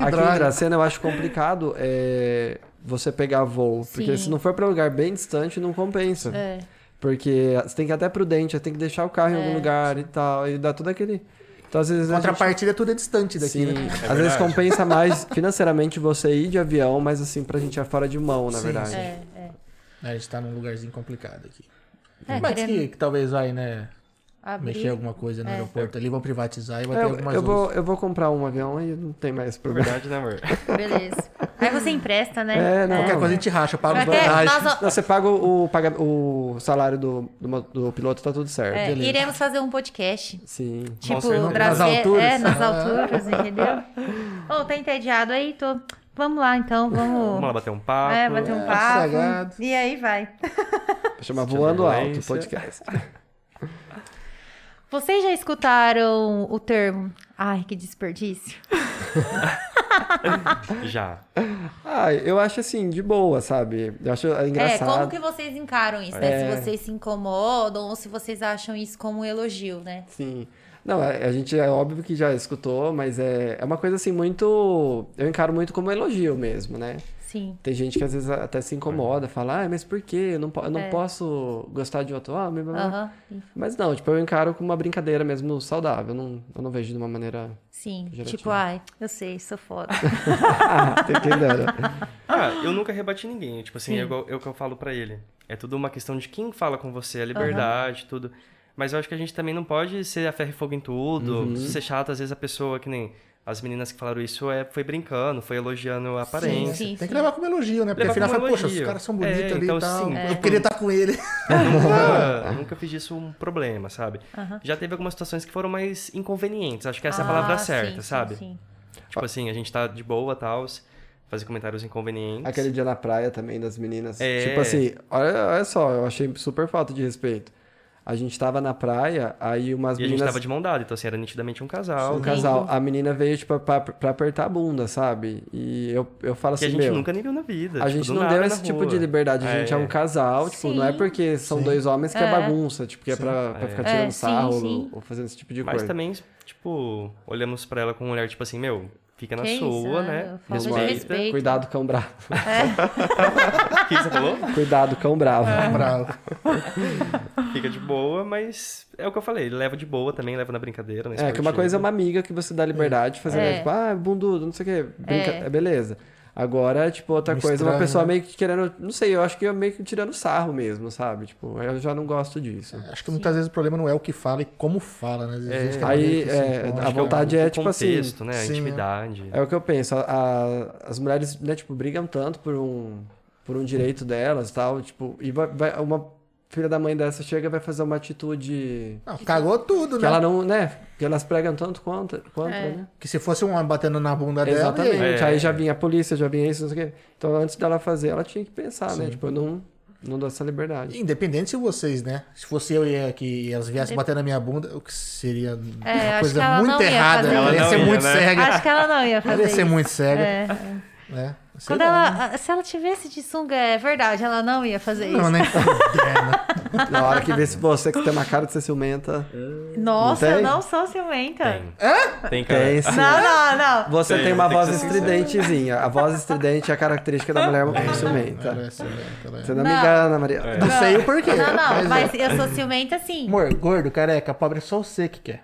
Speaker 3: Aqui
Speaker 2: droga.
Speaker 3: em Dracena eu acho complicado é, você pegar voo. Porque
Speaker 1: Sim.
Speaker 3: se não for pra um lugar bem distante, não compensa.
Speaker 1: É.
Speaker 3: Porque você tem que ir até prudente, tem que deixar o carro em algum lugar e tal. E dá tudo aquele. Então, às vezes. a gente-
Speaker 2: Contrapartida tudo é distante daqui,
Speaker 3: Sim,
Speaker 2: né?
Speaker 3: às vezes compensa mais financeiramente você ir de avião, mas assim, pra gente é fora de mão, na
Speaker 2: Sim,
Speaker 3: verdade.
Speaker 2: sim.
Speaker 1: É, é.
Speaker 2: É, A gente tá num lugarzinho complicado aqui.
Speaker 1: É,
Speaker 2: mas
Speaker 1: querendo
Speaker 2: que, que talvez vai, né,
Speaker 1: abrir. É.
Speaker 2: mexer alguma coisa no aeroporto ali, vão privatizar e vai ter
Speaker 3: É, Eu,
Speaker 2: algumas
Speaker 3: eu
Speaker 2: outras.
Speaker 3: vou, eu vou comprar um avião e não tem
Speaker 2: *laughs*
Speaker 3: mais
Speaker 4: na
Speaker 3: problema.
Speaker 4: verdade, né, amor?
Speaker 1: Beleza. Aí você empresta, né?
Speaker 3: É, não,
Speaker 2: Qualquer coisa a gente racha, eu pago
Speaker 1: Até-
Speaker 2: vantagem.
Speaker 1: nós-
Speaker 3: Não, você paga o, paga- o salário do, do, mo- do piloto, tá tudo certo.
Speaker 1: É,
Speaker 2: beleza.
Speaker 1: iremos fazer um podcast.
Speaker 3: Sim.
Speaker 1: Tipo,
Speaker 4: certeza.
Speaker 1: Brasil-
Speaker 2: Nas alturas?
Speaker 1: É, nas
Speaker 3: *laughs*
Speaker 1: alturas, entendeu? Ô, tá entediado aí? Tô... Vamos lá, então, vamos...
Speaker 4: Vamos lá bater um papo.
Speaker 1: É, bater um
Speaker 2: É,
Speaker 1: papo.
Speaker 2: sossegado.
Speaker 1: E aí vai.
Speaker 3: Chama Voando Alto
Speaker 4: turbulência.
Speaker 3: podcast.
Speaker 1: Vocês já escutaram o termo... Ai, que desperdício.
Speaker 4: Já.
Speaker 3: Ah, eu acho assim, de boa, sabe? Eu acho engraçado.
Speaker 1: É, como que vocês encaram isso, né? Se vocês se incomodam ou se vocês acham isso como um elogio, né?
Speaker 3: Sim. Não, a, a gente é óbvio que já escutou, mas é, é uma coisa assim muito. Eu encaro muito como elogio mesmo, né?
Speaker 1: Sim.
Speaker 3: Tem gente que às vezes até se incomoda, fala, ah, mas por quê? Eu não, po- eu não
Speaker 1: É.
Speaker 3: posso gostar de outro homem. blá, blá, blá."
Speaker 1: Aham.
Speaker 3: Mas não, tipo, eu encaro como uma brincadeira mesmo saudável. Eu não, eu não vejo de uma maneira.
Speaker 1: Sim,
Speaker 3: Gerativo.
Speaker 1: tipo, ai, eu sei, sou foda.
Speaker 3: Ah, tem que entender.
Speaker 4: Ah, eu nunca rebati ninguém. Tipo assim,
Speaker 1: Sim.
Speaker 4: é, igual, é o que eu falo pra ele. É tudo uma questão de quem fala com você, a liberdade, tudo. Mas eu acho que a gente também não pode ser a ferro e fogo em tudo,
Speaker 3: Uhum.
Speaker 4: ser chato. Às vezes a pessoa, que nem as meninas que falaram isso, é, foi brincando, foi elogiando a aparência.
Speaker 1: sim,
Speaker 2: Tem que
Speaker 1: sim.
Speaker 2: levar como elogio, né? Porque
Speaker 4: Levar
Speaker 2: afinal,
Speaker 4: como
Speaker 2: fala, poxa, os
Speaker 4: elogio.
Speaker 2: caras são
Speaker 4: É,
Speaker 2: bonitos ali
Speaker 4: então,
Speaker 2: e tal.
Speaker 4: sim.
Speaker 2: Eu queria estar com ele.
Speaker 3: *laughs*
Speaker 4: nunca, nunca fiz isso um problema, sabe? Já teve algumas situações que foram mais inconvenientes. Acho que essa é a palavra
Speaker 1: Ah, sim,
Speaker 4: certa,
Speaker 1: sim,
Speaker 4: sabe?
Speaker 1: sim.
Speaker 4: Tipo assim, a gente tá de boa, tal, fazer comentários inconvenientes.
Speaker 3: Aquele dia na praia também das meninas.
Speaker 4: É.
Speaker 3: Tipo assim, olha, olha só, eu achei super falta de respeito. A gente tava na praia, aí umas
Speaker 4: E a gente
Speaker 3: meninas.
Speaker 4: tava de mão dada, então assim, era nitidamente um casal.
Speaker 3: Um
Speaker 4: né?
Speaker 3: casal. A menina veio, tipo, pra, pra apertar a bunda, sabe? E eu, eu falo
Speaker 4: Que
Speaker 3: assim,
Speaker 4: a gente
Speaker 3: meu...
Speaker 4: nunca nem viu na vida.
Speaker 3: A
Speaker 4: tipo,
Speaker 3: gente
Speaker 4: do
Speaker 3: não
Speaker 4: nada
Speaker 3: deu
Speaker 4: na
Speaker 3: esse tipo
Speaker 4: rua.
Speaker 3: de liberdade. A gente é, um casal, tipo, não é
Speaker 1: Sim.
Speaker 3: porque são
Speaker 2: Sim.
Speaker 3: dois homens que é,
Speaker 1: É.
Speaker 3: bagunça, tipo, que é pra, pra
Speaker 4: É.
Speaker 3: ficar
Speaker 1: É, sim,
Speaker 3: tirando sarro
Speaker 1: sim.
Speaker 3: ou fazendo esse tipo de
Speaker 4: Mas
Speaker 3: coisa.
Speaker 4: também, tipo, olhamos pra ela com um olhar, tipo assim, meu, fica na
Speaker 1: Que isso,
Speaker 4: sua,
Speaker 1: é,
Speaker 4: né?
Speaker 1: falta de
Speaker 4: Respeita.
Speaker 1: respeito.
Speaker 3: Cuidado, cão bravo.
Speaker 4: O que você falou?
Speaker 3: *laughs* Cuidado, cão bravo.
Speaker 1: É.
Speaker 2: Bravo.
Speaker 4: Fica de boa, mas é o que eu falei, leva de boa também, leva na brincadeira, na
Speaker 3: É, que uma
Speaker 4: esportiva.
Speaker 3: coisa é uma amiga que você dá liberdade, fazer,
Speaker 1: É.
Speaker 3: tipo, ah, bundudo, não sei o quê, brinca,
Speaker 1: É.
Speaker 3: é. beleza. Agora, tipo, outra
Speaker 2: Meio
Speaker 3: coisa, uma
Speaker 2: estranho,
Speaker 3: pessoa
Speaker 2: né?
Speaker 3: meio que querendo, não sei, eu acho que eu meio que tirando sarro mesmo, sabe? Tipo, eu já não gosto disso.
Speaker 2: Acho que muitas vezes o problema não é o que fala e como fala, né? Às vezes tem maneira
Speaker 3: Aí,
Speaker 2: que se
Speaker 3: é,
Speaker 2: impõe,
Speaker 3: a
Speaker 2: acho que
Speaker 3: vontade é,
Speaker 4: O
Speaker 3: tipo assim,
Speaker 4: contexto, né? A
Speaker 2: sim, é.
Speaker 4: intimidade.
Speaker 3: É o que eu penso. a- a- as mulheres, né, tipo, brigam tanto por um, por um direito delas e tal. Tipo, e vai, vai- uma filha da mãe dessa chega e vai fazer uma atitude.
Speaker 2: Não, cagou tudo,
Speaker 3: Que
Speaker 2: né?
Speaker 3: ela não, né? Que elas pregam tanto quanto, quanto
Speaker 1: É.
Speaker 3: né?
Speaker 2: Que se fosse um homem batendo na bunda dela...
Speaker 3: Exatamente.
Speaker 4: É.
Speaker 3: Aí já vinha a polícia, já vinha isso, não sei o quê. Então, antes dela fazer, ela tinha que pensar, né?
Speaker 2: Sim.
Speaker 3: Tipo, eu não, não dou essa liberdade.
Speaker 2: e- Independente se vocês, né? Se fosse eu e ela, que elas viessem bater na minha bunda, o que seria uma
Speaker 1: É, acho que
Speaker 2: coisa
Speaker 1: ela não
Speaker 2: muito
Speaker 1: ia
Speaker 2: errada.
Speaker 1: fazer
Speaker 2: Ela ia
Speaker 4: isso.
Speaker 2: ser
Speaker 4: Ela não
Speaker 2: muito
Speaker 4: ia, né?
Speaker 2: cega.
Speaker 1: Acho que ela não ia
Speaker 2: Ela
Speaker 1: fazer
Speaker 2: ia ser
Speaker 1: isso.
Speaker 2: muito cega.
Speaker 1: É.
Speaker 2: né? Sei
Speaker 1: Quando
Speaker 2: lá, né?
Speaker 1: ela, se ela tivesse de sunga, é verdade, ela não ia fazer
Speaker 2: *laughs* Não,
Speaker 1: isso.
Speaker 2: né?
Speaker 3: Na hora que vê se você que tem uma cara de ser ciumenta,
Speaker 1: Nossa,
Speaker 3: Não
Speaker 1: eu
Speaker 3: tem?
Speaker 1: não sou ciumenta.
Speaker 4: Tem. Tem, cara.
Speaker 3: É. tem sim.
Speaker 1: Não, não, não.
Speaker 3: Você tem,
Speaker 4: É. Tem,
Speaker 3: uma
Speaker 4: tem que
Speaker 3: voz
Speaker 4: ser sincero.
Speaker 3: estridentezinha. A voz estridente é a característica da mulher muito ciumenta.
Speaker 2: Ela é ciumenta, ela é.
Speaker 3: Você não, me
Speaker 1: Não.
Speaker 3: engana, Maria.
Speaker 2: Não
Speaker 4: É.
Speaker 2: sei o porquê.
Speaker 1: Não, não,
Speaker 2: mas é.
Speaker 1: mas eu sou ciumenta sim.
Speaker 2: Amor, gordo, careca, pobre é só você que quer.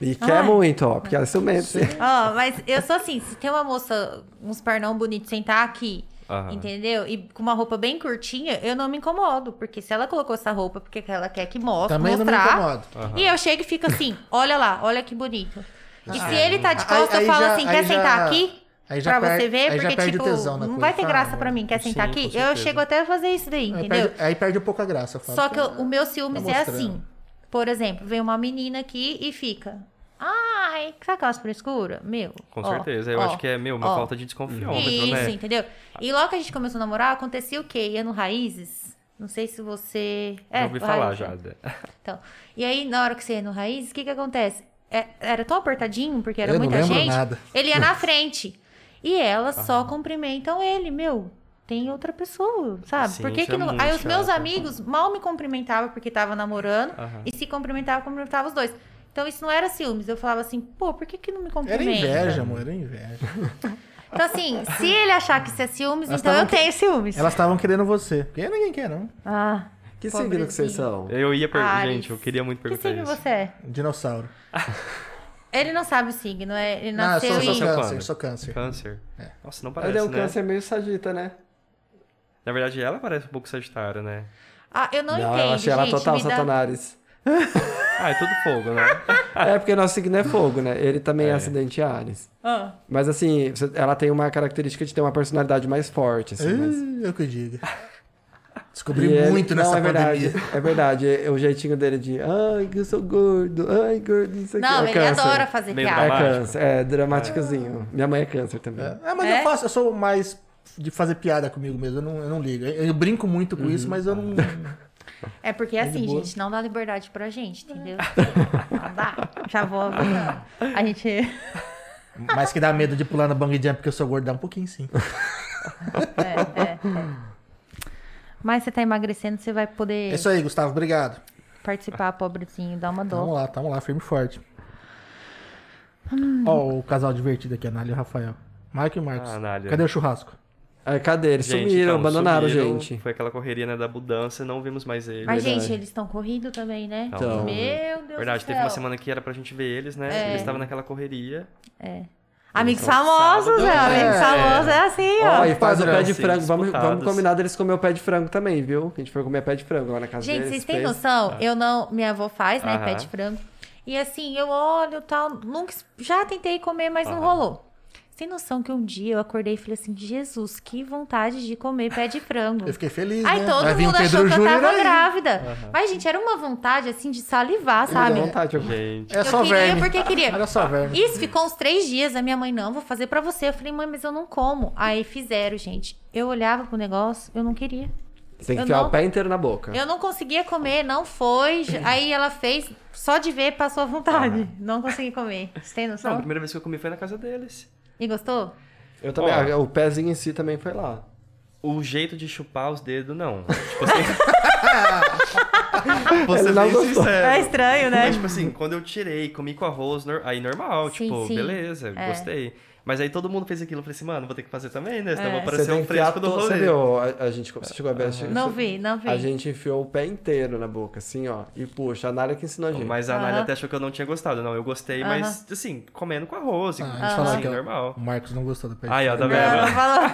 Speaker 3: E quer
Speaker 1: Ai.
Speaker 3: muito, ó, porque ela é ciumenta.
Speaker 1: Ó, mas eu sou assim, se tem uma moça, uns pernão bonito sentar aqui,
Speaker 4: Aham.
Speaker 1: entendeu? E com uma roupa bem curtinha, eu não me incomodo. Porque se ela colocou essa roupa porque ela quer que mostre,
Speaker 2: Também não me
Speaker 1: mostrar.
Speaker 2: incomodo.
Speaker 1: E eu chego e fico assim, olha lá, olha que bonito. E se ele tá de
Speaker 2: Ah, Aí-
Speaker 1: costa, eu
Speaker 2: aí
Speaker 1: falo
Speaker 2: já-
Speaker 1: assim,
Speaker 2: aí
Speaker 1: quer
Speaker 2: já-
Speaker 1: sentar aqui?
Speaker 2: aí já
Speaker 1: Pra
Speaker 2: per-
Speaker 1: você ver,
Speaker 2: aí já
Speaker 1: porque,
Speaker 2: perde o
Speaker 1: tipo,
Speaker 2: tesão na
Speaker 1: não
Speaker 2: coisa.
Speaker 1: vai ter
Speaker 2: Ah,
Speaker 1: graça
Speaker 2: mano.
Speaker 1: pra mim, quer
Speaker 4: Sim,
Speaker 1: sentar
Speaker 4: com
Speaker 1: aqui? Eu
Speaker 4: certeza.
Speaker 1: chego até a fazer isso daí,
Speaker 2: Aí
Speaker 1: entendeu?
Speaker 2: perde, aí perde um pouco a graça. eu falo,
Speaker 1: Só que
Speaker 2: "Ah,
Speaker 1: eu- o meu ciúmes
Speaker 2: tá
Speaker 1: é
Speaker 2: mostrando."
Speaker 1: assim. Por exemplo, vem uma menina aqui e fica. Ai, sabe aquelas frescuras? Meu.
Speaker 4: Com certeza. Eu acho que é, meu, uma falta de desconfiômetro,
Speaker 1: Isso,
Speaker 4: né?
Speaker 1: entendeu? E logo que a gente começou a namorar, acontecia o quê? Ia no Raízes. Não sei se você.
Speaker 4: Eu ouvi falar
Speaker 1: Raízes,
Speaker 4: já.
Speaker 1: né?
Speaker 4: né?
Speaker 1: Então, e aí, na hora que você ia no Raízes, o que que acontece? É- era tão apertadinho, porque era
Speaker 2: Eu não
Speaker 1: muita
Speaker 2: lembro
Speaker 1: gente.
Speaker 2: nada.
Speaker 1: Ele
Speaker 2: *laughs*
Speaker 1: ia na frente. E elas só cumprimentam ele, meu. Tem outra pessoa, sabe?
Speaker 4: Sim,
Speaker 1: Por que
Speaker 4: isso
Speaker 1: que
Speaker 4: é
Speaker 1: não...
Speaker 4: muito
Speaker 1: Aí os meus
Speaker 4: chato.
Speaker 1: amigos mal me cumprimentavam porque tava namorando.
Speaker 4: Aham.
Speaker 1: E se cumprimentava, cumprimentava os dois. Então isso não era ciúmes. Eu falava assim, pô, por que que não me
Speaker 2: Era
Speaker 1: cumprimenta?
Speaker 2: inveja, amor, era inveja.
Speaker 1: Então assim, se ele achar que isso é ciúmes,
Speaker 2: Elas
Speaker 1: então eu
Speaker 2: tavam que-
Speaker 1: tenho ciúmes.
Speaker 2: Elas estavam querendo você. Porque ninguém quer, não.
Speaker 1: Ah,
Speaker 3: Que signo que vocês são?
Speaker 4: Eu ia perguntar,
Speaker 1: Ares.
Speaker 4: gente, eu queria muito
Speaker 1: que
Speaker 4: perguntar
Speaker 1: signo
Speaker 4: isso.
Speaker 1: você é?
Speaker 2: Dinossauro.
Speaker 1: Ele não sabe o signo, é- ele
Speaker 2: Não, Ah, eu
Speaker 1: nasceu
Speaker 2: sou, sou
Speaker 1: em...
Speaker 4: Seu
Speaker 2: câncer,
Speaker 4: quando?
Speaker 2: sou câncer.
Speaker 4: Câncer. Nossa, não
Speaker 3: Ela
Speaker 4: parece,
Speaker 3: deu um
Speaker 4: né?
Speaker 3: câncer meio sagita, né?
Speaker 4: Na verdade, ela parece um pouco Sagitário, né?
Speaker 1: Ah, eu não, entendo,
Speaker 3: eu achei ela
Speaker 1: gente,
Speaker 3: total
Speaker 1: me dá-
Speaker 3: satanares.
Speaker 4: Ah, é tudo fogo, né?
Speaker 3: É porque nosso signo é fogo, né? Ele também é, acidente Ares.
Speaker 1: Ah.
Speaker 3: Mas assim, você- ela tem uma característica de ter uma personalidade mais forte, assim. mas-
Speaker 2: Ah, Eu que *laughs* digo. Descobri
Speaker 3: E ele-
Speaker 2: muito nessa
Speaker 3: não, é verdade,
Speaker 2: pandemia.
Speaker 3: É verdade, é- é o jeitinho dele de, ai, que eu sou gordo, ai, gordo, isso aqui.
Speaker 1: Não,
Speaker 3: é
Speaker 1: ele
Speaker 3: câncer.
Speaker 1: adora fazer
Speaker 4: Meio
Speaker 3: É
Speaker 1: piada.
Speaker 4: Dramático.
Speaker 3: câncer, é dramaticazinho. Minha mãe é câncer também.
Speaker 2: Ah, mas
Speaker 1: É?
Speaker 2: eu faço, eu sou mais de fazer piada comigo mesmo, eu não, eu não ligo. Eu, eu brinco muito com isso, mas eu não.
Speaker 1: É porque assim,
Speaker 2: boa.
Speaker 1: gente, não dá liberdade pra gente, entendeu? Não dá. Já vou avisando. A gente.
Speaker 2: *laughs*
Speaker 1: é,
Speaker 2: mas que dá medo de pular na bang jump porque eu sou gordo, dá um pouquinho sim.
Speaker 1: É, é, é. Mas você tá emagrecendo, você vai
Speaker 2: É
Speaker 1: poder
Speaker 2: isso aí, Gustavo, obrigado.
Speaker 1: participar, pobrezinho, dá uma dó.
Speaker 2: Tamo Tá, lá, tamo lá, firme e forte. Ó, o casal divertido aqui, Anália e o Rafael. Maico e Marcos.
Speaker 4: Ah, Anália.
Speaker 2: Cadê o churrasco?
Speaker 3: Aí, cadê? Eles *laughs* sumiram,
Speaker 4: então,
Speaker 3: abandonaram,
Speaker 4: sumiram,
Speaker 3: gente.
Speaker 4: Foi aquela correria, né, da mudança, não vimos mais eles.
Speaker 1: Mas,
Speaker 3: verdade.
Speaker 1: gente, eles estão corridos também, né?
Speaker 4: Então.
Speaker 1: Meu Deus
Speaker 4: Verdade,
Speaker 1: do céu. É.
Speaker 4: teve uma semana que era pra gente ver eles, né? Eles estavam naquela correria.
Speaker 1: Amigos famosos, é. Amigos
Speaker 2: É.
Speaker 1: famosos é assim, ó.
Speaker 3: Ó, e faz o
Speaker 2: padrão,
Speaker 3: pé de
Speaker 4: assim,
Speaker 3: frango. Vamos,
Speaker 4: disputados.
Speaker 3: vamos combinar deles comer o pé de frango também, viu? A gente foi comer pé de frango lá na casa
Speaker 1: Gente,
Speaker 3: deles.
Speaker 1: vocês têm
Speaker 3: fez.
Speaker 1: noção?
Speaker 2: É.
Speaker 1: Eu não. Minha avó faz, né?
Speaker 4: Aham.
Speaker 1: Pé de frango. E assim, eu olho e tal. Nunca. Já tentei comer, mas não
Speaker 4: Aham.
Speaker 1: rolou. Vocês têm noção que um dia eu acordei e falei assim: Jesus, que vontade de comer pé de frango.
Speaker 2: Eu fiquei feliz,
Speaker 1: Aí
Speaker 2: né?
Speaker 1: todo
Speaker 2: Vai vir
Speaker 1: mundo
Speaker 2: o Pedro
Speaker 1: achou que eu
Speaker 2: Júnior
Speaker 1: tava
Speaker 2: aí.
Speaker 1: grávida. Mas, gente, era uma vontade assim de salivar,
Speaker 3: Me deu
Speaker 1: sabe?
Speaker 3: vontade, eu-
Speaker 4: Gente,
Speaker 2: É só
Speaker 1: eu queria
Speaker 2: verme.
Speaker 1: porque queria.
Speaker 2: Olha só, verme.
Speaker 1: Isso ficou uns três dias. A minha mãe, não, vou fazer pra você. Eu falei, mãe, mas eu não como. Aí fizeram, gente. Eu olhava pro negócio, eu não queria.
Speaker 3: Você tem que
Speaker 1: Eu
Speaker 3: enfiar
Speaker 1: não-
Speaker 3: o pé inteiro na boca.
Speaker 1: Eu não conseguia comer, não foi.
Speaker 4: Uhum.
Speaker 1: Aí ela fez, só de ver passou a vontade. Não consegui comer. Você tem
Speaker 4: Não, a
Speaker 1: noção?
Speaker 4: primeira vez que eu comi foi na casa deles.
Speaker 1: E gostou?
Speaker 3: Eu também,
Speaker 4: Ó.
Speaker 3: ah, o pezinho em si também foi lá.
Speaker 4: O jeito de chupar os
Speaker 3: *laughs*
Speaker 4: dedos, não. Tipo assim,
Speaker 3: Você
Speaker 4: ser
Speaker 3: não
Speaker 4: bem
Speaker 3: gostou.
Speaker 4: sincero.
Speaker 1: É estranho, né?
Speaker 4: Mas, tipo assim, quando eu tirei, comi com arroz, nor- aí normal,
Speaker 1: Sim,
Speaker 4: tipo,
Speaker 1: sim.
Speaker 4: beleza,
Speaker 1: É.
Speaker 4: gostei. Mas aí todo mundo fez aquilo, eu falei assim, mano, vou ter que fazer também, né? Senão
Speaker 1: É.
Speaker 4: vou
Speaker 3: Você
Speaker 4: parecer
Speaker 3: tem
Speaker 4: um
Speaker 3: que enfiar
Speaker 4: fresco do
Speaker 3: todo... Você
Speaker 4: rolê.
Speaker 3: viu, a, a gente... Você chegou a ver? a gente-
Speaker 1: Não vi, não vi.
Speaker 3: A gente enfiou o pé inteiro na boca, assim, ó. E puxa, a Nara que ensinou a gente.
Speaker 4: Mas a Nália
Speaker 1: Aham.
Speaker 4: até achou que eu não tinha gostado. Não, eu gostei, mas, assim, comendo com arroz, e
Speaker 2: Ah,
Speaker 4: com-
Speaker 2: eles falaram
Speaker 4: assim,
Speaker 2: que eu-
Speaker 4: normal.
Speaker 2: O Marcos não gostou do pé.
Speaker 4: Aí, ó, tá
Speaker 1: não, é
Speaker 4: vendo?
Speaker 1: não
Speaker 4: *laughs*
Speaker 1: falou.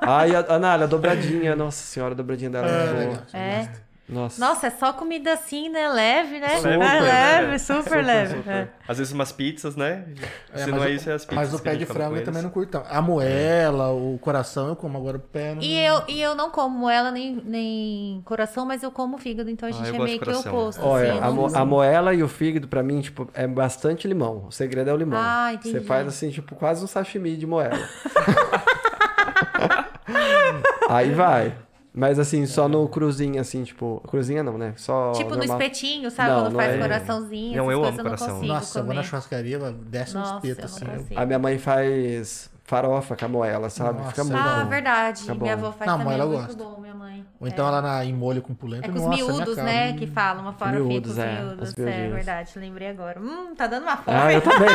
Speaker 3: Ai, a, a Nália, a dobradinha. Nossa senhora, a dobradinha dela
Speaker 2: É,
Speaker 3: é, boa.
Speaker 2: legal.
Speaker 1: É.
Speaker 3: Nossa.
Speaker 1: Nossa, é só comida assim, né? Leve, né?
Speaker 4: Super,
Speaker 1: é
Speaker 4: né?
Speaker 1: leve, super,
Speaker 4: Super,
Speaker 1: leve.
Speaker 4: super.
Speaker 1: é.
Speaker 4: Às vezes umas pizzas, né?
Speaker 2: É,
Speaker 4: Se
Speaker 2: mas
Speaker 4: não é
Speaker 2: o-
Speaker 4: isso, é as pizzas.
Speaker 2: Mas o
Speaker 4: que
Speaker 2: pé
Speaker 4: a
Speaker 2: de
Speaker 4: gente come
Speaker 2: frango
Speaker 4: com
Speaker 2: eu também não
Speaker 4: eles.
Speaker 2: curto. tanto. A moela, o coração eu como, agora o pé não.
Speaker 1: E é assim, eu, e eu não como ela nem, nem coração, mas eu como fígado, então a
Speaker 4: Ah,
Speaker 1: gente
Speaker 4: eu
Speaker 1: é
Speaker 4: gosto
Speaker 1: meio
Speaker 4: de
Speaker 1: que
Speaker 4: coração.
Speaker 1: oposto.
Speaker 3: Olha,
Speaker 1: assim,
Speaker 3: a,
Speaker 1: eu
Speaker 3: mo-
Speaker 1: não-
Speaker 3: a moela e o fígado, pra mim, tipo, é bastante limão. O segredo é o limão.
Speaker 1: Ah, entendi.
Speaker 3: Você faz assim, tipo, quase um sashimi de moela. *laughs* Aí vai. Mas assim, só no cruzinho, assim, tipo. Cruzinha não, né? Só.
Speaker 1: Tipo no
Speaker 3: normal.
Speaker 1: espetinho, sabe?
Speaker 3: Não,
Speaker 1: Quando
Speaker 3: não
Speaker 1: faz
Speaker 3: é.
Speaker 1: coraçãozinho,
Speaker 4: Não,
Speaker 1: essas
Speaker 4: eu amo
Speaker 1: coisas eu não
Speaker 4: coração.
Speaker 1: consigo
Speaker 2: Nossa, eu vou
Speaker 1: comer.
Speaker 2: na churrascaria, vai, desce uns
Speaker 1: Nossa, eu
Speaker 2: petos assim.
Speaker 1: não
Speaker 2: eu-
Speaker 1: consigo.
Speaker 3: A minha mãe faz farofa com a moela, sabe?
Speaker 2: Nossa,
Speaker 3: Fica muito
Speaker 1: Ah,
Speaker 3: bom.
Speaker 1: verdade.
Speaker 3: Fica
Speaker 1: minha
Speaker 3: bom.
Speaker 1: avó faz
Speaker 2: Não,
Speaker 1: também,
Speaker 2: mas
Speaker 1: é
Speaker 2: ela
Speaker 1: muito
Speaker 2: gosta.
Speaker 1: bom, minha mãe.
Speaker 2: Tá Ou então ela na, em molho com polenta.
Speaker 1: É com os
Speaker 2: nossa, minha
Speaker 1: miúdos,
Speaker 2: cara.
Speaker 1: né?
Speaker 2: Hum.
Speaker 1: Que falam uma farofinha
Speaker 3: miúdos,
Speaker 1: com os
Speaker 3: é,
Speaker 1: miúdos.
Speaker 3: os
Speaker 1: É,
Speaker 3: miudinhos.
Speaker 1: verdade, lembrei agora. Hum, tá dando uma fome.
Speaker 3: Ah, eu também.
Speaker 1: *laughs*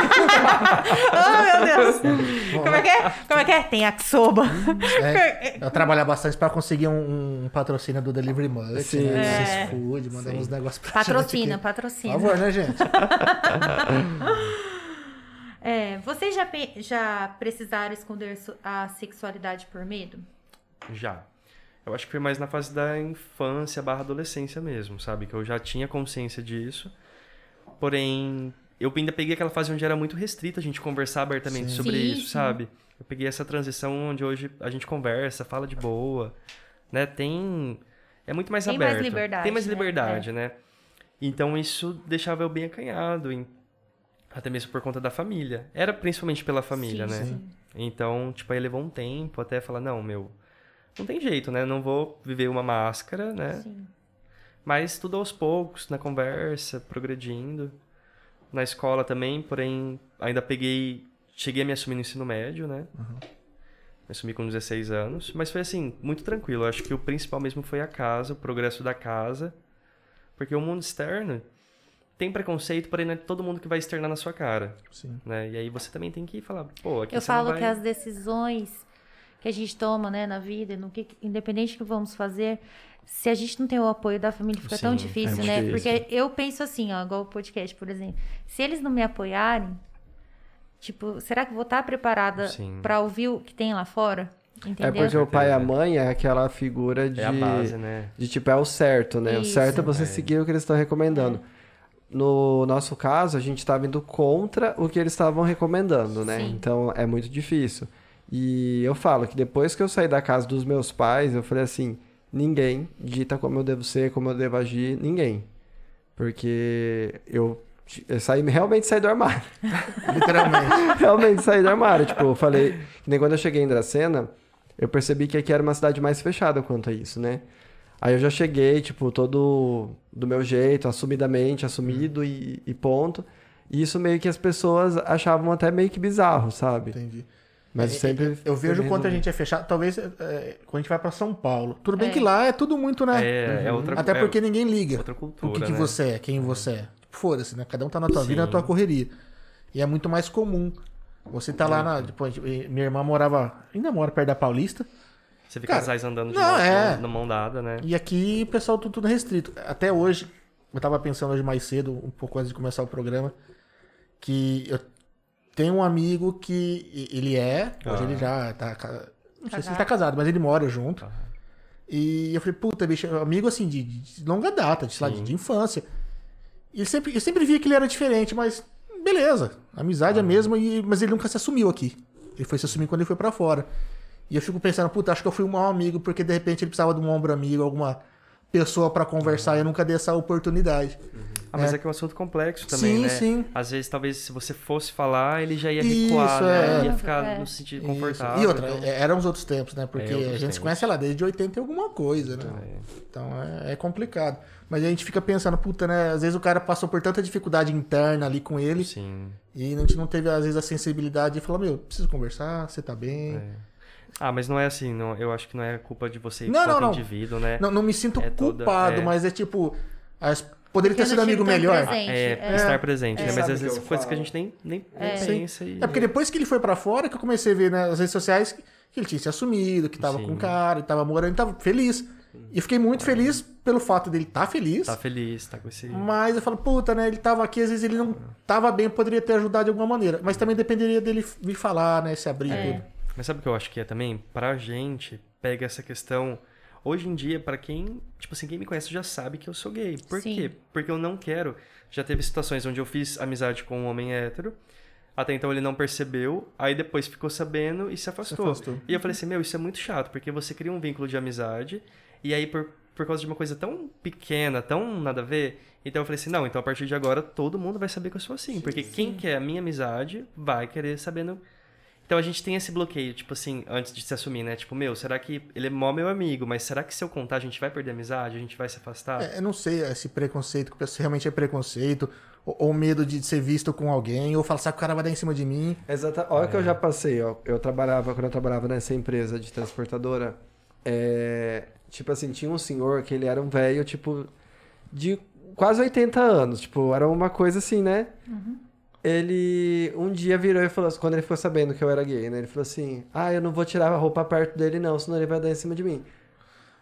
Speaker 1: oh, meu
Speaker 2: *laughs*
Speaker 1: Deus. Como é que é? Como é que é? Tem aksoba.
Speaker 2: É, eu trabalhar bastante pra conseguir um, um patrocínio do Delivery Munch,
Speaker 3: Sim.
Speaker 2: né?
Speaker 1: É.
Speaker 2: Esses Food, mandar uns negócios pra
Speaker 1: *laughs*
Speaker 2: gente
Speaker 1: Patrocina,
Speaker 2: aqui. Por
Speaker 1: patrocina.
Speaker 2: favor, né, gente?
Speaker 1: É, vocês já, pe- já precisaram esconder su- a sexualidade por medo?
Speaker 4: Já. Eu acho que foi mais na fase da infância barra adolescência mesmo, sabe? Que eu já tinha consciência disso. Porém, eu ainda peguei aquela fase onde era muito restrita a gente conversar abertamente
Speaker 2: Sim.
Speaker 4: sobre
Speaker 1: Sim,
Speaker 4: isso,
Speaker 1: sim.
Speaker 4: sabe? Eu peguei essa transição onde hoje a gente conversa, fala de boa, né? Tem... É muito mais
Speaker 1: Tem mais
Speaker 4: aberto.
Speaker 1: liberdade,
Speaker 4: Tem mais
Speaker 1: né?
Speaker 4: liberdade, né? Então, isso deixava eu bem acanhado, em- até mesmo por conta da família. Era principalmente pela família,
Speaker 1: Sim,
Speaker 4: né?
Speaker 1: sim.
Speaker 4: Então, tipo, aí levou um tempo até falar, não, meu, não tem jeito, né? Não vou viver uma máscara,
Speaker 2: É.
Speaker 4: né?
Speaker 1: Sim.
Speaker 4: Mas tudo aos poucos, na conversa, progredindo. Na escola também, porém, ainda peguei. Cheguei a me assumir no ensino médio, né?
Speaker 1: Uhum.
Speaker 4: Me assumi com 16 anos. Mas foi assim, muito tranquilo. Eu Acho que o principal mesmo foi a casa, o progresso da casa. Porque o mundo externo tem preconceito, porém não é todo mundo que vai externar na sua cara,
Speaker 2: Sim.
Speaker 4: né? E aí você também tem que falar, pô, aqui
Speaker 1: Eu
Speaker 4: você não
Speaker 1: falo
Speaker 4: vai...
Speaker 1: que as decisões que a gente toma né, na vida, no que, independente do que vamos fazer, se a gente não tem o apoio da família, fica tão
Speaker 4: Sim,
Speaker 1: difícil,
Speaker 3: é
Speaker 1: né?
Speaker 3: muito
Speaker 1: Porque eu penso assim, ó, igual o podcast, por exemplo. Se eles não me apoiarem, tipo, será que eu vou estar preparada
Speaker 4: Sim.
Speaker 1: pra ouvir o que tem lá fora?
Speaker 3: É
Speaker 1: Entendeu?
Speaker 3: porque o pai e a mãe é aquela figura de.
Speaker 4: É a base, né?
Speaker 3: De tipo, é o certo, né? O
Speaker 1: Isso.
Speaker 3: certo é você seguir o que eles estão recomendando. No nosso caso, a gente estava indo contra o que eles estavam recomendando, né?
Speaker 1: Sim.
Speaker 3: Então é muito difícil. E eu falo que depois que eu saí da casa dos meus pais, eu falei assim: ninguém dita como eu devo ser, como eu devo agir, ninguém. Porque eu, eu saí, realmente saí do armário
Speaker 2: Literalmente.
Speaker 3: *laughs* realmente saí do armário. Tipo, eu falei. Que nem quando eu cheguei em Dracena, eu percebi que aqui era uma cidade mais fechada quanto a isso, né? Aí eu já cheguei, tipo, todo do meu jeito, assumidamente, assumido e, e ponto. E isso meio que as pessoas achavam até meio que bizarro, sabe?
Speaker 2: Entendi.
Speaker 3: Mas
Speaker 2: É,
Speaker 3: sempre.
Speaker 2: Eu vejo o
Speaker 3: foi
Speaker 2: quanto a
Speaker 3: resolvido.
Speaker 2: gente é fechado. Talvez é, quando a gente vai pra São Paulo. Tudo bem
Speaker 1: É.
Speaker 2: que lá é tudo muito, né?
Speaker 4: É, é outra
Speaker 2: Até
Speaker 4: é
Speaker 2: porque ninguém liga
Speaker 4: outra
Speaker 2: o que,
Speaker 4: cultura,
Speaker 2: que
Speaker 4: né?
Speaker 2: você é, quem você é. Tipo, Foda-se, né? Cada um tá na tua
Speaker 4: Sim.
Speaker 2: vida, na tua correria. E é muito mais comum. Você tá
Speaker 4: É.
Speaker 2: lá na. Tipo, a gente- minha irmã morava. Ainda mora perto da Paulista.
Speaker 4: Você vê
Speaker 2: Cara,
Speaker 4: casais andando de
Speaker 2: não,
Speaker 4: mão,
Speaker 2: é.
Speaker 4: na mão dada, né?
Speaker 2: E aqui o pessoal tudo, tudo restrito. Até hoje, eu tava pensando hoje mais cedo, um pouco antes de começar o programa, que eu tenho um amigo que e- ele é, hoje
Speaker 4: Ah.
Speaker 2: ele já tá. ca- Não sei se ele
Speaker 1: Casado.
Speaker 2: tá casado, mas ele mora junto.
Speaker 4: Ah.
Speaker 2: E eu falei, puta, bicho, amigo assim, de, de longa data, de, sei lá, de, de infância. E ele sempre, eu sempre via que ele era diferente, mas beleza, a amizade é a mesma, e, mas ele nunca se assumiu aqui. Ele foi se assumir quando ele foi pra fora. E eu fico pensando, puta, acho que eu fui um mau amigo, porque de repente ele precisava de um ombro amigo, alguma pessoa pra conversar, e eu nunca dei essa oportunidade.
Speaker 4: Ah, mas é. que é um assunto complexo também,
Speaker 2: Sim,
Speaker 4: né?
Speaker 2: sim.
Speaker 4: Às vezes, talvez, se você fosse falar, ele já ia
Speaker 2: Isso,
Speaker 4: recuar, né?
Speaker 2: é.
Speaker 4: Ia ficar
Speaker 1: É.
Speaker 4: no sentido
Speaker 2: Isso.
Speaker 4: confortável.
Speaker 2: E outra,
Speaker 4: então-
Speaker 2: é- eram os outros tempos, né? Porque
Speaker 4: É,
Speaker 2: a
Speaker 4: outros
Speaker 2: gente se
Speaker 4: tempos.
Speaker 2: conhece, sei lá, desde 80 e alguma coisa, né? Então é, é complicado. Mas a gente fica pensando, puta, né? Às vezes o cara passou por tanta dificuldade interna ali com ele
Speaker 4: Sim.
Speaker 2: e a gente não teve, às vezes, a sensibilidade de falar, meu, preciso conversar, você tá bem.
Speaker 4: Ah, mas não é assim, não, eu acho que não é culpa de você
Speaker 2: Não, não,
Speaker 4: quanto
Speaker 2: não.
Speaker 4: indivíduo, né?
Speaker 2: Não, não me sinto
Speaker 4: É toda-
Speaker 2: culpado,
Speaker 4: é.
Speaker 2: mas é tipo. as- poderia ter
Speaker 1: Porque
Speaker 2: sido
Speaker 1: eu não tive
Speaker 2: amigo
Speaker 1: tanto
Speaker 2: melhor.
Speaker 1: presente.
Speaker 4: É,
Speaker 1: É.
Speaker 4: estar presente, né? Mas
Speaker 3: Sabe
Speaker 4: às
Speaker 3: o
Speaker 4: vezes
Speaker 3: que eu
Speaker 4: coisas que a
Speaker 3: falo?
Speaker 4: gente nem, nem
Speaker 1: É.
Speaker 2: Sim.
Speaker 4: pensa e...
Speaker 2: É porque depois que ele foi pra fora que eu comecei a ver nas redes sociais que ele tinha se assumido, que tava
Speaker 4: Sim. É.
Speaker 2: com o cara, que tava morando, tava feliz. E eu fiquei muito feliz pelo fato dele tá feliz.
Speaker 4: Tá feliz, tá com esse...
Speaker 2: Mas eu falo, puta, né? Ele tava aqui, às vezes ele não tava bem, poderia ter ajudado de alguma maneira. Mas também dependeria dele vir falar, né? Se abrir e tudo.
Speaker 4: Mas sabe o que eu acho que é também? Pra gente, pega essa questão. Hoje em dia, pra quem. Tipo assim, quem me conhece já sabe que eu sou gay. Por
Speaker 1: Sim.
Speaker 4: quê? Porque eu não quero. Já teve situações onde eu fiz amizade com um homem hétero. Até então ele não percebeu, aí depois ficou sabendo e se afastou.
Speaker 2: afastou.
Speaker 4: E eu falei assim: meu, isso é muito chato, porque você cria um vínculo de amizade, e aí por, por causa de uma coisa tão pequena, tão nada a ver. Então eu falei assim: não, então a partir de agora todo mundo vai saber que eu sou assim, porque quem quer a minha amizade vai querer sabendo então a gente tem esse bloqueio, tipo assim, antes de se assumir, né? Tipo, meu, será que ele é mó meu amigo, mas será que se eu contar a gente vai perder a amizade? A gente vai se afastar?
Speaker 2: É, eu não sei esse preconceito, que o pessoal- se realmente é preconceito, ou, ou medo de ser visto com alguém, ou falar, sabe, o cara vai dar em cima de mim.
Speaker 3: Exata. Olha o que eu já passei, ó. Eu trabalhava, quando eu trabalhava nessa empresa de transportadora, é, tipo assim, tinha um senhor que ele era um velho, tipo, de quase 80 anos. Tipo, era uma coisa assim, né? Ele um dia virou e falou assim, quando ele ficou sabendo que eu era gay, né? Ele falou assim, ah, eu não vou tirar a roupa perto dele, não, senão ele vai dar em cima de mim.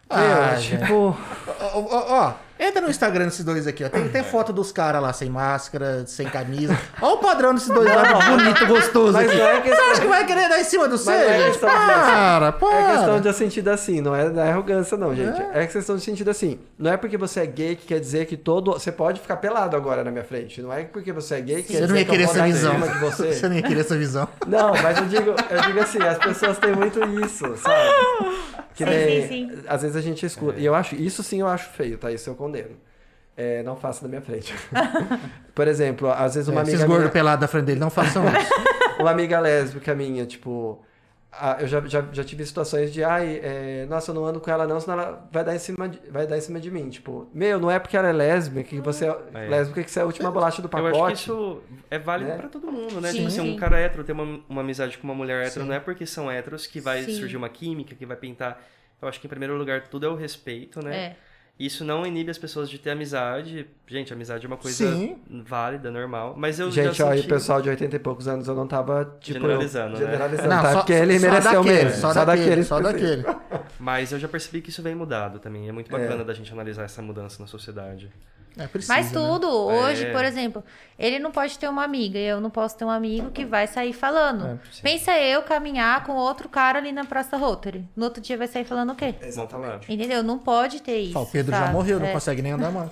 Speaker 2: Ah,
Speaker 3: Meu, tipo.
Speaker 2: Ó, ó, ó, entra no Instagram desses dois aqui, ó. Tem até foto dos caras lá, sem máscara, sem camisa. Olha o padrão desses dois lá, bonito, gostoso.
Speaker 3: Mas
Speaker 2: aqui.
Speaker 3: não é
Speaker 2: Você
Speaker 3: questão-
Speaker 2: acha que vai querer dar em cima do seu?
Speaker 3: é
Speaker 2: gente?
Speaker 3: questão de-
Speaker 2: para, para.
Speaker 3: É questão de sentido assim, não é da arrogância, não, gente. É. questão de sentido assim. Não é porque você é gay que quer dizer que todo. Você pode ficar pelado agora na minha frente. Não é porque você é gay que quer
Speaker 2: Você não
Speaker 3: dizer
Speaker 2: ia
Speaker 3: que eu
Speaker 2: querer
Speaker 3: vou
Speaker 2: essa
Speaker 3: dar em
Speaker 2: visão.
Speaker 3: cima de você.
Speaker 2: Você não ia querer essa visão.
Speaker 3: Não, mas eu digo, eu digo assim, as pessoas têm muito
Speaker 2: *laughs*
Speaker 3: isso, sabe? Que
Speaker 1: Sim, sim,
Speaker 3: nem,
Speaker 1: sim.
Speaker 3: Às vezes a gente escuta. E eu acho, isso sim eu acho feio, tá? Isso eu condeno. É, não faça na minha frente. *laughs* Por exemplo, às vezes uma
Speaker 2: É, Esses
Speaker 3: amiga.
Speaker 2: gordos
Speaker 3: minha- É.
Speaker 2: pelados da frente dele, não façam isso.
Speaker 3: uma amiga lésbica minha, tipo. ah, eu já, já, já tive situações de, ai, é, nossa, eu não ando com ela não, senão ela vai dar, em cima de, vai dar em cima de mim. Tipo, meu, não é porque ela é lésbica que você é,
Speaker 4: É.
Speaker 3: lésbica que você é a última bolacha do
Speaker 4: Eu
Speaker 3: pacote.
Speaker 4: acho que isso é válido
Speaker 3: né?
Speaker 4: pra todo mundo, né?
Speaker 1: Sim,
Speaker 4: tipo assim, um
Speaker 1: sim.
Speaker 4: cara hétero ter uma, uma amizade com uma mulher hétero não é porque são héteros que vai
Speaker 1: Sim.
Speaker 4: surgir uma química, que vai pintar. Eu acho que em primeiro lugar tudo é o respeito, né?
Speaker 1: É.
Speaker 4: Isso não inibe as pessoas de ter amizade. Gente, amizade é uma coisa
Speaker 2: Sim.
Speaker 4: válida, normal. Mas eu
Speaker 3: Gente,
Speaker 4: já
Speaker 3: ó, e o
Speaker 4: senti...
Speaker 3: pessoal de 80 e poucos anos, eu não tava, tipo...
Speaker 4: Generalizando, né?
Speaker 3: Generalizando,
Speaker 2: Não,
Speaker 3: tá?
Speaker 2: só-
Speaker 3: porque ele
Speaker 2: só
Speaker 3: mereceu
Speaker 2: daquele,
Speaker 3: mesmo.
Speaker 2: Só, daquele, só
Speaker 3: específico.
Speaker 2: daquele.
Speaker 4: Mas eu já percebi que isso vem mudado também. É muito bacana da gente analisar essa mudança na sociedade.
Speaker 2: É, precisa,
Speaker 1: Mas
Speaker 2: né?
Speaker 1: tudo, hoje,
Speaker 4: É.
Speaker 1: por exemplo, ele não pode ter uma amiga e eu não posso ter um amigo que vai sair falando. Pensa eu caminhar com outro cara ali na Praça Rotary. No outro dia vai sair falando o quê?
Speaker 4: Vamos falar.
Speaker 1: Entendeu? Não pode ter isso.
Speaker 2: Ah, o Pedro já
Speaker 1: sabe?
Speaker 2: morreu, não
Speaker 1: É.
Speaker 2: consegue nem andar mais.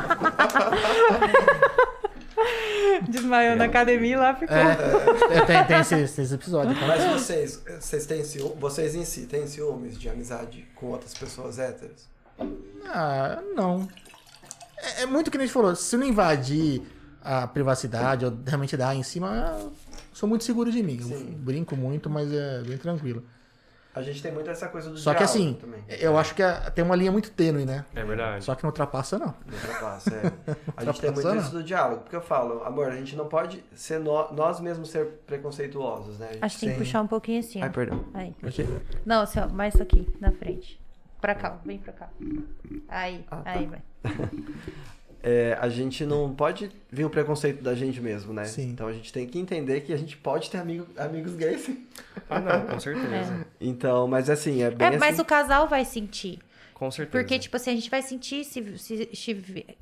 Speaker 1: *laughs* Desmaiou na academia e lá ficou.
Speaker 2: É, tem tem esse, esse episódio. tá?
Speaker 3: Mas vocês, vocês têm ciúmes, vocês em si, têm ciúmes de amizade com outras pessoas héteras?
Speaker 2: Ah, não. É, é muito que nem a gente falou, se não invadir a privacidade ou realmente dar em cima, eu sou muito seguro de mim. Eu
Speaker 3: Sim.
Speaker 2: brinco muito, mas é bem tranquilo.
Speaker 3: A gente tem muito essa coisa do
Speaker 2: Só que
Speaker 3: diálogo
Speaker 2: assim,
Speaker 3: também.
Speaker 2: eu acho que a- tem uma linha muito tênue, né?
Speaker 4: É verdade.
Speaker 2: Só que não ultrapassa, não.
Speaker 3: Não ultrapassa, é. A gente tem
Speaker 2: Ultrapassou,
Speaker 3: muito
Speaker 2: não?
Speaker 3: isso do diálogo, porque eu falo, amor, a gente não pode ser nó- nós mesmos ser preconceituosos, né? A gente
Speaker 1: Acho que tem que puxar um pouquinho assim. ó.
Speaker 3: Ai, perdão.
Speaker 1: Aí.
Speaker 3: Ok.
Speaker 1: Não, assim, ó, mais aqui, na frente. Pra cá, ó, vem pra cá. Aí,
Speaker 3: Ah, tá.
Speaker 1: aí, vai.
Speaker 3: É, a gente não pode vir o preconceito da gente mesmo, né?
Speaker 2: Sim.
Speaker 3: Então a gente tem que entender que a gente pode ter amigo, amigos gays.
Speaker 4: Ah, não, com certeza.
Speaker 3: Então, mas assim, é bem
Speaker 1: É, mas
Speaker 3: assim-
Speaker 1: o casal vai sentir.
Speaker 4: Com certeza.
Speaker 1: Porque, tipo assim, a gente vai sentir se, se, se,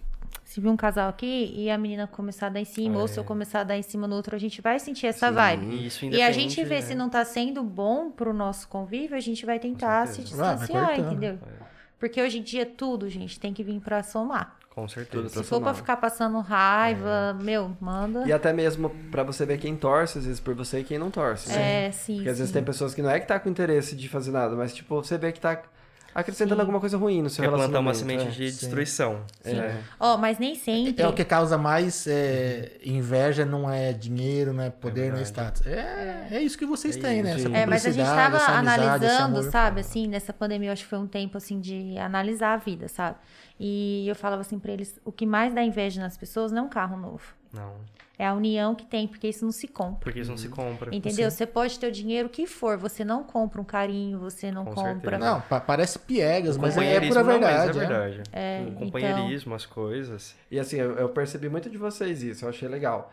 Speaker 1: se vir um casal aqui e a menina começar a dar em cima,
Speaker 3: Ah, é.
Speaker 1: ou se eu começar a dar em cima no outro, a gente vai sentir essa vibe.
Speaker 4: E isso
Speaker 1: E a gente
Speaker 4: independe,
Speaker 1: vê
Speaker 3: é.
Speaker 4: né?
Speaker 1: se não tá sendo bom pro nosso convívio, a gente vai tentar se
Speaker 4: certeza.
Speaker 2: Ah, Vai, vai
Speaker 1: distanciar,
Speaker 2: cortando.
Speaker 1: entendeu?
Speaker 3: É.
Speaker 1: Porque hoje em dia tudo, gente, tem que vir pra somar.
Speaker 4: é, Com certeza.
Speaker 3: Pra
Speaker 1: Se for pra
Speaker 3: somar. É.
Speaker 1: ficar passando raiva, meu, manda.
Speaker 2: é
Speaker 3: E até mesmo pra você ver quem torce, às vezes, por você e
Speaker 2: assim,
Speaker 3: quem não torce, né?
Speaker 1: É, sim.
Speaker 3: Porque às vezes
Speaker 1: sim.
Speaker 3: tem pessoas que não é que tá com interesse de fazer nada, mas tipo, você vê que tá. acrescentando
Speaker 1: Sim.
Speaker 3: alguma coisa ruim no seu
Speaker 4: é plantar uma
Speaker 3: relacionamento.
Speaker 4: semente de
Speaker 5: sim.
Speaker 4: destruição.
Speaker 3: é. É.
Speaker 1: Ó, mas nem sempre.
Speaker 2: É o que causa mais é,
Speaker 3: Uhum.
Speaker 2: inveja, não é dinheiro, não é poder, não é status. É, é isso que vocês
Speaker 4: É
Speaker 2: têm, né?
Speaker 3: isso.
Speaker 2: Essa
Speaker 1: É, mas a gente
Speaker 2: publicidade,
Speaker 1: tava
Speaker 2: essa amizade, esse
Speaker 1: analisando,
Speaker 2: amor.
Speaker 1: sabe, assim, nessa pandemia, eu acho que foi um tempo, assim, de analisar a vida, sabe? E eu falava assim pra eles, o que mais dá inveja nas pessoas não é um carro novo.
Speaker 4: Não.
Speaker 1: É a união que tem, porque isso não se compra.
Speaker 4: Porque isso não se compra.
Speaker 1: Entendeu? Você pode ter o dinheiro que for, você não compra um carinho, você não
Speaker 4: Com
Speaker 1: compra.
Speaker 4: certeza.
Speaker 2: Não, pa- parece piegas, mas é,
Speaker 4: Companheirismo
Speaker 2: pura
Speaker 4: não, mas
Speaker 2: verdade. é.
Speaker 4: é verdade. o
Speaker 1: então-
Speaker 4: companheirismo, as coisas.
Speaker 3: E assim, eu, eu percebi muito de vocês isso, eu achei legal.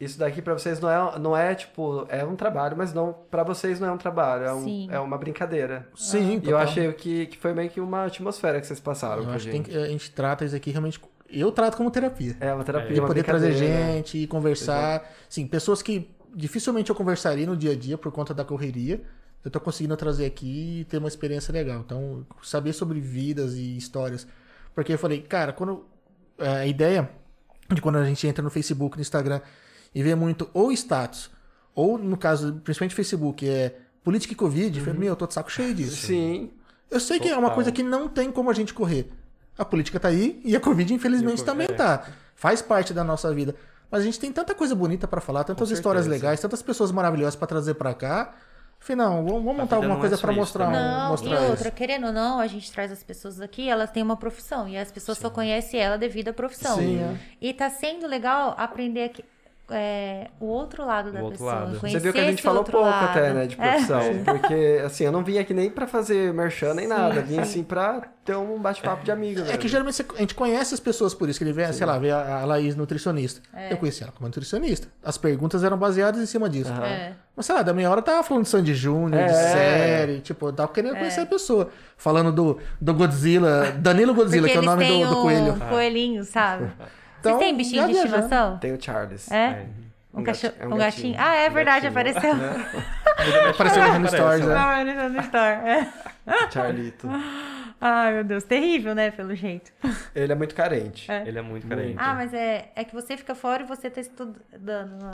Speaker 3: Isso daqui pra vocês não é, não é tipo, é um trabalho, mas não para vocês não é um trabalho, é, um-
Speaker 1: Sim.
Speaker 3: é uma brincadeira.
Speaker 2: Sim,
Speaker 3: E eu achei que, que foi meio que uma atmosfera que vocês passaram
Speaker 2: Eu
Speaker 3: pra
Speaker 2: acho que,
Speaker 3: gente.
Speaker 2: tem que- a gente trata isso aqui realmente. Eu trato como terapia.
Speaker 3: É uma terapia,
Speaker 2: de
Speaker 3: uma
Speaker 2: poder trazer
Speaker 3: brincadeira. né?
Speaker 2: gente e conversar. Sim, pessoas que dificilmente eu conversaria no dia a dia por conta da correria. Eu tô conseguindo trazer aqui e ter uma experiência legal. Então, saber sobre vidas e histórias. Porque eu falei, cara, quando. é, A ideia de quando a gente entra no Facebook, no Instagram e vê muito ou status, ou no caso, principalmente Facebook, é política e Covid, eu falei, meu, eu tô de saco cheio disso.
Speaker 3: Uhum. Sim.
Speaker 2: Eu sei que é uma
Speaker 4: Total.
Speaker 2: coisa que não tem como a gente correr. A política tá aí e a Covid, infelizmente,
Speaker 4: E o co-
Speaker 2: também
Speaker 4: é.
Speaker 2: tá. Faz parte da nossa vida. Mas a gente tem tanta coisa bonita pra falar, tantas
Speaker 4: Com
Speaker 2: histórias
Speaker 4: certeza.
Speaker 2: legais, tantas pessoas maravilhosas pra trazer pra cá. Falei, não, vamos, vamos montar
Speaker 4: A vida
Speaker 2: alguma
Speaker 4: não é
Speaker 2: coisa
Speaker 4: só
Speaker 2: pra
Speaker 4: isso
Speaker 2: mostrar,
Speaker 4: também.
Speaker 2: um-
Speaker 1: Não,
Speaker 2: mostrar
Speaker 1: e
Speaker 2: isso.
Speaker 1: outra, querendo ou não, a gente traz as pessoas aqui, elas têm uma profissão. E as pessoas só conhecem ela devido à profissão.
Speaker 2: Sim, é.
Speaker 1: E tá sendo legal aprender aqui, é, o outro lado da
Speaker 4: outro
Speaker 1: pessoa.
Speaker 4: lado.
Speaker 1: conhecer
Speaker 3: Você viu que a gente
Speaker 1: esse
Speaker 3: falou
Speaker 1: outro
Speaker 3: pouco
Speaker 1: lado.
Speaker 3: até, né, de
Speaker 1: É. *laughs*
Speaker 3: profissão. Porque, assim, eu não vim aqui nem pra fazer merchan nem nada. Vim, assim, pra ter um bate-papo de amigo.
Speaker 2: É
Speaker 3: mesmo.
Speaker 2: que geralmente você- a gente conhece as pessoas por isso, que ele vê, sei lá, vê a a Laís nutricionista.
Speaker 1: É.
Speaker 2: Eu conheci ela como nutricionista. As perguntas eram baseadas em cima disso.
Speaker 3: Aham.
Speaker 1: É.
Speaker 2: Mas sei lá, da minha hora eu tava falando de Sandy Júnior, de
Speaker 3: É.
Speaker 2: série, tipo, eu tava
Speaker 1: É.
Speaker 2: querendo conhecer a pessoa. Falando do, do Godzilla, Danilo Godzilla,
Speaker 1: Porque
Speaker 2: que é o
Speaker 1: eles
Speaker 2: nome
Speaker 1: têm
Speaker 2: do, do
Speaker 1: um *laughs*
Speaker 2: coelho.
Speaker 1: coelhinho, sabe?
Speaker 2: Então,
Speaker 1: Vocês têm bichinho
Speaker 2: já
Speaker 1: de
Speaker 2: viajando.
Speaker 1: estimação?
Speaker 3: Tem o Charles.
Speaker 1: É?
Speaker 4: É.
Speaker 1: Um,
Speaker 3: Um
Speaker 1: cachorro,
Speaker 3: gati- é
Speaker 1: um,
Speaker 3: um
Speaker 1: gatinho.
Speaker 3: gatinho.
Speaker 1: Ah, é verdade,
Speaker 4: gatinho.
Speaker 1: apareceu.
Speaker 2: Apareceu hoje no
Speaker 4: Aparece,
Speaker 2: Stories, né?
Speaker 1: Não, ele tá no store. É. *laughs*
Speaker 3: Charlito.
Speaker 1: Ai, meu Deus, terrível, né, pelo jeito.
Speaker 3: Ele é muito carente.
Speaker 4: Ele é muito carente.
Speaker 1: Ah, mas é, é que você fica fora e você tá estudando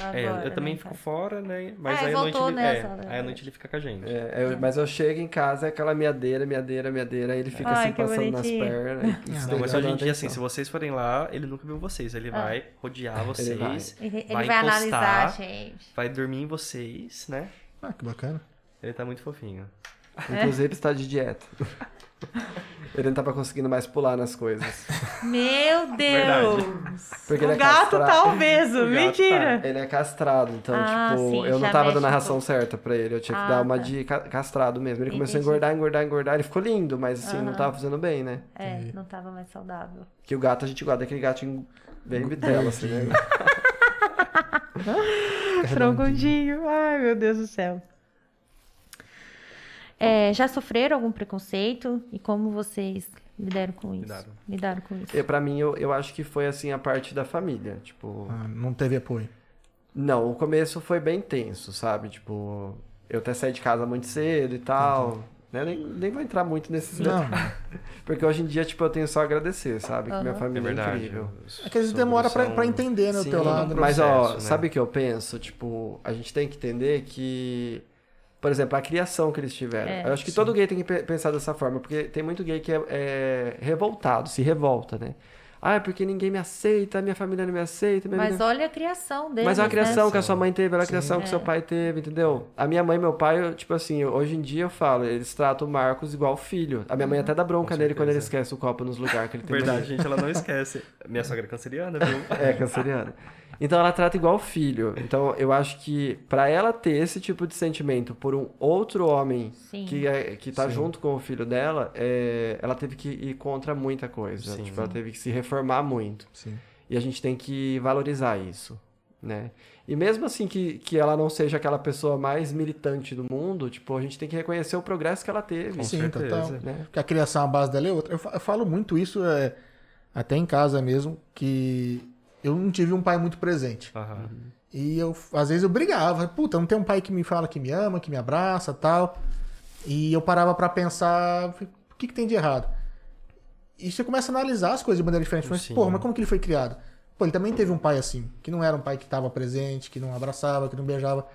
Speaker 1: agora.
Speaker 4: É, eu também
Speaker 1: né,
Speaker 4: fico
Speaker 1: cara?
Speaker 4: fora, né? Mas
Speaker 1: Ah,
Speaker 4: aí, à
Speaker 1: voltou,
Speaker 4: noite ele,
Speaker 1: né,
Speaker 4: é,
Speaker 1: essa-
Speaker 4: aí à noite ele fica com a gente.
Speaker 3: É, eu- mas eu chego em casa, é aquela miadeira, miadeira, miadeira, aí ele fica
Speaker 1: Ai,
Speaker 3: assim
Speaker 1: que
Speaker 3: passando nas
Speaker 1: bonitinho.
Speaker 3: pernas. e isso
Speaker 4: Não, Ah, mas
Speaker 3: daí
Speaker 4: hoje em
Speaker 3: não
Speaker 4: dia, assim, se
Speaker 3: atenção.
Speaker 4: vocês forem lá, ele nunca viu vocês. Ele vai rodear vocês,
Speaker 1: Ah.
Speaker 3: vai.
Speaker 1: Ele, ele
Speaker 4: Vai
Speaker 1: vai,
Speaker 4: encostar.
Speaker 1: analisar, gente.
Speaker 4: vai dormir em vocês, né?
Speaker 2: Ah, que bacana.
Speaker 4: Ele tá muito fofinho.
Speaker 3: Inclusive, está de
Speaker 4: *laughs*
Speaker 3: dieta. ele não tava conseguindo mais pular nas coisas.
Speaker 4: *laughs*
Speaker 1: Meu Deus!
Speaker 3: Porque ele
Speaker 1: o
Speaker 3: é
Speaker 1: gato
Speaker 3: castrado.
Speaker 1: tá obeso,
Speaker 4: O gato
Speaker 1: *laughs* mentira!
Speaker 3: Ele é castrado, então,
Speaker 1: Ah,
Speaker 3: tipo,
Speaker 1: sim,
Speaker 3: eu não
Speaker 1: já
Speaker 3: tava
Speaker 1: mexe
Speaker 3: dando a
Speaker 1: um
Speaker 3: ração
Speaker 1: pouco.
Speaker 3: certa pra ele. Eu tinha que
Speaker 1: Ah,
Speaker 3: dar uma
Speaker 1: tá.
Speaker 3: de ca- castrado mesmo. Ele começou a
Speaker 1: Entendi.
Speaker 3: engordar, engordar, engordar. Ele ficou lindo, mas assim, não tava fazendo bem, né?
Speaker 1: É, não tava mais saudável.
Speaker 3: Que o gato a gente guarda aquele gatinho bem vitela,
Speaker 4: *laughs*
Speaker 3: assim, né?
Speaker 1: Frogondinho, um ai meu Deus do céu. É, já sofreram algum preconceito? E como vocês lidaram com isso?
Speaker 4: Lidaram.
Speaker 1: Lidaram com isso.
Speaker 3: E pra mim, eu, eu acho que foi assim a parte da família. Tipo,
Speaker 2: *laughs* Ah, não teve apoio.
Speaker 3: Não, o começo foi bem tenso, sabe? Tipo, eu até saí de casa muito cedo e tal. Né? Nem, nem vou entrar muito nesses
Speaker 2: Não, é
Speaker 3: detalhes. Porque hoje em dia, tipo, eu tenho só a agradecer, sabe? Que minha
Speaker 1: Aham.
Speaker 4: É
Speaker 3: família é,
Speaker 4: verdade.
Speaker 3: incrível.
Speaker 2: é que às vezes demora pra, pra entender, né, o
Speaker 3: Sim,
Speaker 2: teu lado.
Speaker 3: Mas, ó,
Speaker 4: processo, né?
Speaker 3: sabe o que eu penso? Tipo, a gente tem que entender que, por exemplo, a criação que eles tiveram.
Speaker 1: É.
Speaker 3: eu acho que todo gay tem que pe- pensar dessa forma, porque tem muito gay que é, é revoltado, se revolta, né? Ah, é porque ninguém me aceita, minha família não me aceita, minha vida
Speaker 1: Mas olha a criação deles.
Speaker 3: Mas é uma criação
Speaker 1: né?
Speaker 3: que a sua mãe teve, é uma criação que
Speaker 1: É.
Speaker 3: seu pai teve, entendeu? A minha mãe e meu pai, eu, tipo assim, eu- hoje em dia eu falo, eles tratam o Marcos igual filho. A minha mãe até dá bronca
Speaker 4: Com
Speaker 3: nele quando ele
Speaker 4: certeza.
Speaker 3: esquece o copo nos lugares que ele tem.
Speaker 4: É Verdade, gente, ela não esquece. Minha sogra é canceriana, viu?
Speaker 3: É, canceriana. Então ela trata igual filho. Então eu acho que pra ela ter esse tipo de sentimento por um outro homem
Speaker 1: Sim.
Speaker 3: que, é, que tá
Speaker 2: Sim.
Speaker 3: junto com o filho dela, é, ela teve que ir contra muita coisa.
Speaker 4: Sim.
Speaker 3: Tipo, ela teve que se reformar muito.
Speaker 2: Sim.
Speaker 3: E a gente tem que valorizar isso, né? E mesmo assim que, que ela não seja aquela pessoa mais militante do mundo, tipo, a gente tem que reconhecer o progresso que ela teve,
Speaker 4: Com
Speaker 2: Sim,
Speaker 4: certeza.
Speaker 2: total.
Speaker 3: né?
Speaker 2: Porque a criação, a base dela é outra. Eu fa- eu falo muito isso é, até em casa mesmo, que eu não tive um pai muito presente.
Speaker 4: Aham.
Speaker 2: E eu, às vezes eu brigava. Puta, não tem um pai que me fala que me ama, que me abraça tal. E eu parava pra pensar, falei, o que, que tem de errado? E você começa a analisar as coisas de maneira diferente. Mas,
Speaker 4: Sim.
Speaker 2: porra, mas como que ele foi criado? Pô, ele também teve um pai assim, que não era um pai que tava presente, que não abraçava, que não beijava.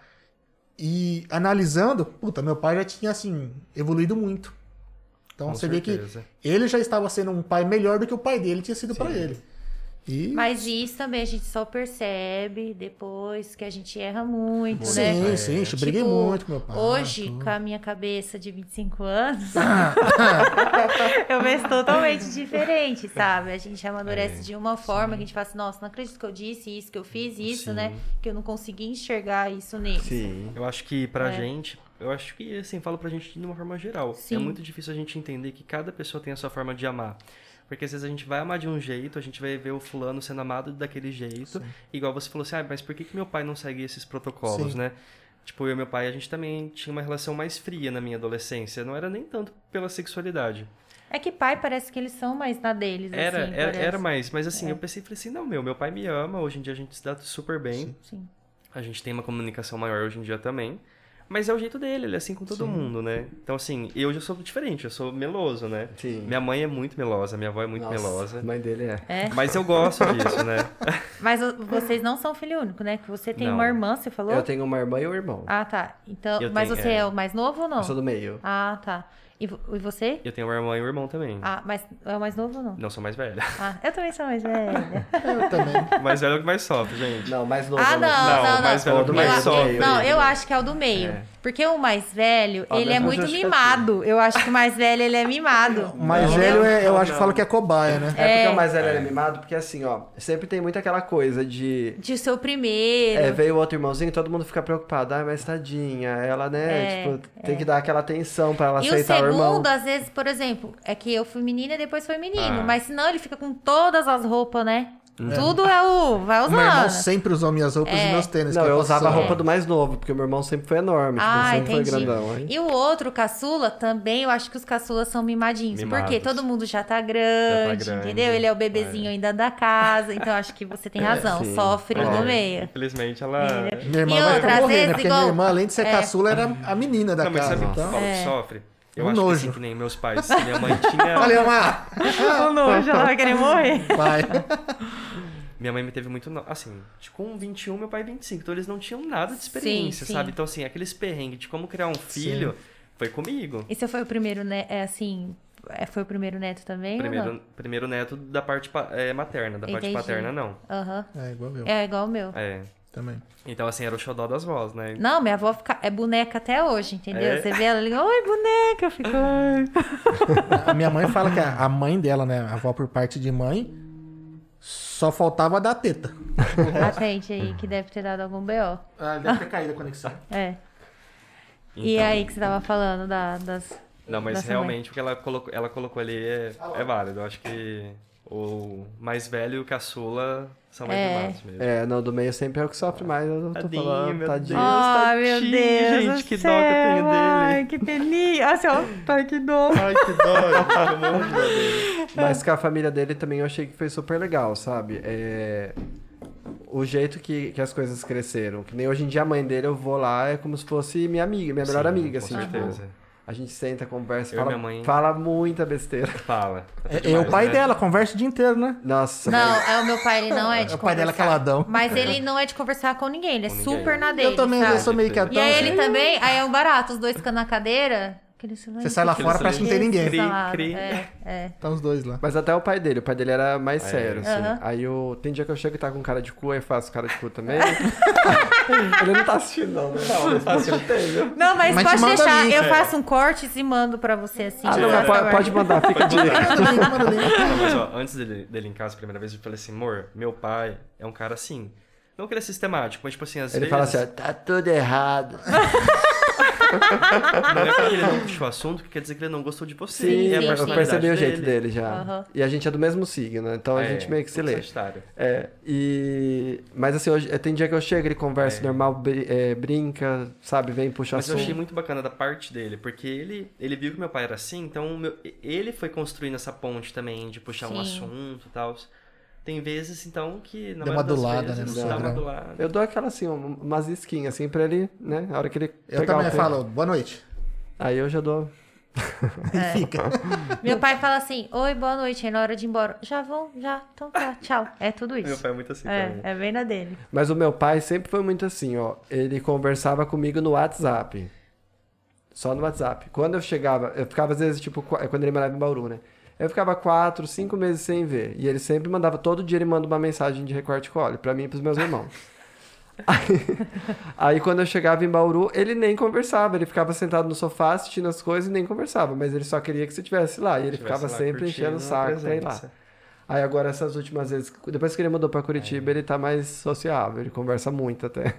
Speaker 2: E analisando, puta, meu pai já tinha, assim, evoluído muito.
Speaker 6: Então
Speaker 4: Com
Speaker 6: você vê
Speaker 4: certeza.
Speaker 6: que ele já estava sendo um pai melhor do que o pai dele tinha sido para ele. E
Speaker 1: Mas isso também a gente só percebe depois que a gente erra muito,
Speaker 6: sim,
Speaker 1: né?
Speaker 6: sim, eu briguei
Speaker 1: Tipo,
Speaker 6: muito com meu
Speaker 2: Ah,
Speaker 6: pai.
Speaker 1: Hoje, com a minha cabeça de 25 anos, eu vejo totalmente diferente, sabe? A gente amadurece de uma forma que a gente fala assim, nossa, não acredito que eu disse isso, que eu fiz isso,
Speaker 4: Sim.
Speaker 1: né? Que eu não consegui enxergar isso neles.
Speaker 3: Sim.
Speaker 4: Eu acho que pra
Speaker 1: É.
Speaker 4: gente, eu acho que assim, falo pra gente de uma forma geral.
Speaker 1: Sim.
Speaker 4: É muito difícil a gente entender que cada pessoa tem a sua forma de amar. Porque às vezes a gente vai amar de um jeito, a gente vai ver o fulano sendo amado daquele jeito. Igual você falou assim, ah, mas por que, que meu pai não segue esses protocolos,
Speaker 6: Sim.
Speaker 4: né? Tipo, eu e meu pai, a gente também tinha uma relação mais fria na minha adolescência. Não era nem tanto pela sexualidade.
Speaker 1: É que pai parece que eles são mais na deles,
Speaker 4: Era,
Speaker 1: assim.
Speaker 4: era,
Speaker 1: parece. É.
Speaker 4: era mais. Mas assim, eu pensei, falei assim, não, meu, meu pai me ama, hoje em dia a gente se dá super bem.
Speaker 1: Sim.
Speaker 4: A gente tem uma comunicação maior hoje em dia também. Mas é o jeito dele, ele é assim com todo mundo, né? Então, assim, eu já sou diferente, eu sou meloso, né?
Speaker 3: Sim.
Speaker 4: Minha mãe é muito melosa, minha avó é muito
Speaker 3: Nossa,
Speaker 4: melosa.
Speaker 3: a Mãe dele é.
Speaker 1: É.
Speaker 4: Mas eu gosto
Speaker 1: *laughs*
Speaker 4: disso, né?
Speaker 1: Mas o- vocês não são filho único, né? Que você tem
Speaker 4: Não.
Speaker 1: uma irmã, você falou?
Speaker 3: Eu tenho uma irmã e um irmão.
Speaker 1: Ah, tá. Então,
Speaker 4: Eu
Speaker 1: mas
Speaker 4: tenho,
Speaker 1: você é.
Speaker 4: é.
Speaker 1: o mais novo ou não?
Speaker 3: Eu sou do meio.
Speaker 1: Ah, tá. E, vo- e você?
Speaker 4: Eu tenho uma irmã e um irmão também.
Speaker 1: Ah, mas é o mais novo ou não?
Speaker 4: Não sou mais velha. *laughs*
Speaker 1: Ah, eu também sou mais velha.
Speaker 6: Eu também.
Speaker 4: Mais velho é o que mais sofre, gente.
Speaker 3: Não, mais novo.
Speaker 1: ah, *laughs* não,
Speaker 3: né?
Speaker 1: não, não.
Speaker 4: o mais velho é o que
Speaker 3: Todo
Speaker 1: eu,
Speaker 4: mais
Speaker 3: mundo
Speaker 1: eu-
Speaker 4: sofre.
Speaker 1: não, eu acho que é o do meio. Porque o mais velho,
Speaker 3: Ah,
Speaker 1: ele é assim.
Speaker 3: mesmo
Speaker 1: muito
Speaker 3: justificativa.
Speaker 1: mimado. Eu acho que o mais velho, ele é mimado.
Speaker 3: *laughs*
Speaker 6: Mas
Speaker 1: entendeu?
Speaker 6: velho, é- eu
Speaker 3: Não,
Speaker 6: acho que
Speaker 3: não.
Speaker 6: falo que é cobaia, né?
Speaker 3: É porque o mais velho é mimado, porque assim, ó, sempre tem muito aquela coisa de.
Speaker 1: De seu primeiro.
Speaker 3: É, veio outro irmãozinho, todo mundo fica preocupado. Ah, mas tadinha, ela,
Speaker 1: É,
Speaker 3: né? tipo, tem que dar aquela atenção pra ela
Speaker 1: E o
Speaker 3: aceitar o, irmão.
Speaker 1: segundo, às vezes, por exemplo, é que eu fui menina e depois foi menino.
Speaker 4: Ah.
Speaker 1: Mas senão ele fica com todas as roupas, né? Tudo é o. Vai
Speaker 6: Meu irmão
Speaker 1: usando.
Speaker 6: sempre usou minhas roupas e meus tênis.
Speaker 3: Não,
Speaker 6: que é
Speaker 3: eu
Speaker 6: faço
Speaker 3: usava a
Speaker 6: samba.
Speaker 3: roupa do mais novo, porque meu irmão sempre foi enorme, tipo,
Speaker 1: Ah,
Speaker 3: sempre
Speaker 1: entendi.
Speaker 3: foi grandão. Hein?
Speaker 1: E o outro, o caçula, também eu acho que os caçulas são mimadinhos.
Speaker 4: Mimados.
Speaker 1: Porque todo mundo já tá grande,
Speaker 4: grande,
Speaker 1: entendeu? Ele é o bebezinho ainda da casa. Então acho que você tem razão.
Speaker 3: sim.
Speaker 1: sofre
Speaker 4: É,
Speaker 1: no meio.
Speaker 4: Infelizmente, ela...
Speaker 1: É,
Speaker 6: Minha irmã
Speaker 1: E
Speaker 6: vai
Speaker 1: outra, às
Speaker 6: ficar morrendo,
Speaker 1: vezes,
Speaker 6: né? Porque
Speaker 1: igual-
Speaker 6: minha irmã, além de ser caçula, era a menina da
Speaker 4: Não, mas
Speaker 6: casa.
Speaker 4: sabe o que
Speaker 6: Então...
Speaker 4: fala que
Speaker 1: É.
Speaker 4: sofre? Eu
Speaker 6: Um
Speaker 4: acho que
Speaker 6: nojo.
Speaker 4: assim que nem meus pais. Minha mãe
Speaker 6: *laughs*
Speaker 4: tinha...
Speaker 6: Olha, Mar!
Speaker 1: O nojo, ela vai querer morrer. *laughs*
Speaker 6: Vai.
Speaker 4: Minha mãe me teve muito. no- Assim, de- com 21, meu pai 25. Então eles não tinham nada de experiência,
Speaker 1: Sim, sim.
Speaker 4: sabe? Então, assim, aqueles perrengues de como criar um filho foi comigo.
Speaker 1: E você foi o primeiro, né? É assim. é, Foi o primeiro neto também? ou não?
Speaker 4: Primeiro, primeiro neto da parte pa- é, materna, da parte
Speaker 1: Entendi.
Speaker 4: paterna, não.
Speaker 1: Aham.
Speaker 6: É, igual eu.
Speaker 1: É igual o meu.
Speaker 4: É.
Speaker 6: Também.
Speaker 4: Então, assim, era o xodó das vozes, né?
Speaker 1: Não, minha avó fica, é boneca até hoje, entendeu?
Speaker 4: É.
Speaker 1: Você vê ela, liga, oi, boneca. Eu fico, ai.
Speaker 6: A minha mãe fala que a a mãe dela, né? A avó por parte de mãe, só faltava dar teta.
Speaker 1: Atente aí, que deve ter dado algum B.O.
Speaker 6: Ah, deve ter caído a conexão.
Speaker 1: É. E
Speaker 4: Então-
Speaker 1: aí que você tava falando da- das.
Speaker 4: Não, mas
Speaker 1: Nossa
Speaker 4: realmente o que ela colocou, ela colocou ali é, é válido. Eu acho que o mais velho e o caçula são mais
Speaker 1: É.
Speaker 4: mimados mesmo.
Speaker 3: É, não, do meio sempre é o que sofre mais, eu tô
Speaker 4: Tadinho,
Speaker 3: falando,
Speaker 4: meu
Speaker 3: tadinho.
Speaker 4: Deus.
Speaker 1: Ai, meu
Speaker 4: tadinho,
Speaker 1: Deus.
Speaker 4: gente,
Speaker 1: do
Speaker 4: que dó que
Speaker 1: céu,
Speaker 4: eu tenho
Speaker 1: Ai,
Speaker 4: dele.
Speaker 1: que delícia. Assim, ó, pai, que dó.
Speaker 4: Ai, que
Speaker 3: é
Speaker 4: dó.
Speaker 3: Mas com a família dele também eu achei que foi super legal, sabe? É, O jeito que, que as coisas cresceram. Que nem hoje em dia a mãe dele, eu vou lá, é como se fosse minha amiga, minha melhor amiga, assim.
Speaker 4: Com
Speaker 3: tipo,
Speaker 4: certeza.
Speaker 3: a gente senta, conversa,
Speaker 4: Eu e
Speaker 3: fala,
Speaker 4: minha mãe.
Speaker 3: fala muita besteira. *laughs*
Speaker 4: Fala. né?
Speaker 6: É, é o
Speaker 3: né?
Speaker 6: pai dela, conversa o dia inteiro, né?
Speaker 3: Nossa,
Speaker 1: Não,
Speaker 3: mãe,
Speaker 1: é o meu pai, ele não é de
Speaker 6: É o pai dela
Speaker 1: conversar.
Speaker 6: caladão.
Speaker 1: Mas ele não é de conversar com ninguém, ele é
Speaker 4: Com ninguém.
Speaker 1: super na dele.
Speaker 6: Eu também
Speaker 1: sabe?
Speaker 6: eu sou meio quietão.
Speaker 1: E aí ele *laughs*
Speaker 6: assim.
Speaker 1: também, aí é um barato, os dois ficam na cadeira. aquele silêncio.
Speaker 6: Você sai lá fora, parece que não tem ninguém.
Speaker 4: Cri,
Speaker 1: Salado,
Speaker 4: cri.
Speaker 1: É, é.
Speaker 6: Tá os dois
Speaker 3: *laughs*
Speaker 6: lá.
Speaker 3: Mas até o pai dele, o pai dele era mais
Speaker 4: É.
Speaker 3: sério, assim.
Speaker 1: Aham.
Speaker 3: Aí eu. Tem dia que eu chego e tá com cara de cu, aí eu faço cara de cu
Speaker 1: *laughs*
Speaker 3: também. ele não tá assistindo, não. né? Não, não tá assistindo.
Speaker 1: Não, mas,
Speaker 6: Mas te
Speaker 1: pode
Speaker 6: manda
Speaker 1: deixar,
Speaker 6: link,
Speaker 1: eu
Speaker 6: é.
Speaker 1: faço um corte e mando pra você assim.
Speaker 3: Ah,
Speaker 1: de
Speaker 3: não,
Speaker 1: graça,
Speaker 3: pode,
Speaker 1: agora.
Speaker 3: pode mandar, fica a dica.
Speaker 4: Não, mas ó, antes dele, dele em casa a primeira vez, eu falei assim, amor, meu pai é um cara assim. Não que ele é sistemático, mas tipo assim, às
Speaker 3: Ele
Speaker 4: vezes.
Speaker 3: fala assim, ó, tá tudo errado.
Speaker 4: Ah, Não é porque ele *laughs* não puxou o assunto, que quer dizer que ele não gostou de você.
Speaker 3: Sim,
Speaker 4: é a
Speaker 1: sim,
Speaker 3: eu
Speaker 4: personalidade
Speaker 3: percebi o jeito dele já.
Speaker 1: Aham.
Speaker 3: E a gente é do mesmo signo, então a
Speaker 4: É,
Speaker 3: gente meio que se
Speaker 4: tudo
Speaker 3: lê.
Speaker 4: Sagitário.
Speaker 3: É, e... Mas assim, hoje, tem dia que eu chego, ele conversa
Speaker 4: É.
Speaker 3: normal, bri- é, brinca, sabe, vem, puxa
Speaker 4: Mas eu
Speaker 3: assunto.
Speaker 4: achei muito bacana da parte dele, porque ele, ele viu que meu pai era assim, então o meu- ele foi construindo essa ponte também de puxar um
Speaker 1: Sim.
Speaker 4: assunto e tal. Tem vezes, então, que na
Speaker 6: Deu
Speaker 4: maioria
Speaker 6: uma
Speaker 4: das
Speaker 6: adulada, né, no
Speaker 4: vezes, Dá uma
Speaker 6: padrão.
Speaker 4: adulada.
Speaker 3: Eu dou aquela assim, um- umas skin assim pra ele, né? A hora que ele
Speaker 6: Eu
Speaker 3: pegar o
Speaker 6: também
Speaker 3: tempo.
Speaker 6: falo, boa noite.
Speaker 3: Aí eu já dou.
Speaker 6: E fica.
Speaker 1: Meu pai fala assim: Oi, boa noite, é na hora de ir embora. Já vão, já. Então tá, tchau. É tudo
Speaker 4: Meu
Speaker 1: isso.
Speaker 4: pai é muito assim também.
Speaker 1: É, é bem na dele.
Speaker 3: Mas o meu pai sempre foi muito assim, ó. Ele conversava comigo no WhatsApp. Só no WhatsApp. Quando eu chegava, eu ficava às vezes, tipo, qua- é quando ele morava em Bauru, né? Eu ficava quatro, cinco meses sem ver. E ele sempre mandava, todo dia ele manda uma mensagem de recorte cole pra mim e pros meus irmãos. *laughs* Aí, aí quando eu chegava em Bauru, ele nem conversava. Ele ficava sentado no sofá assistindo as coisas e nem conversava. Mas ele só queria que você estivesse lá. E ele
Speaker 4: Tivesse
Speaker 3: ficava
Speaker 4: lá
Speaker 3: sempre
Speaker 4: curtindo
Speaker 3: enchendo o
Speaker 4: a
Speaker 3: saco pra ir lá.
Speaker 4: presença.
Speaker 3: Aí agora essas últimas vezes, depois que ele mudou pra Curitiba, ele tá mais sociável, ele conversa muito até.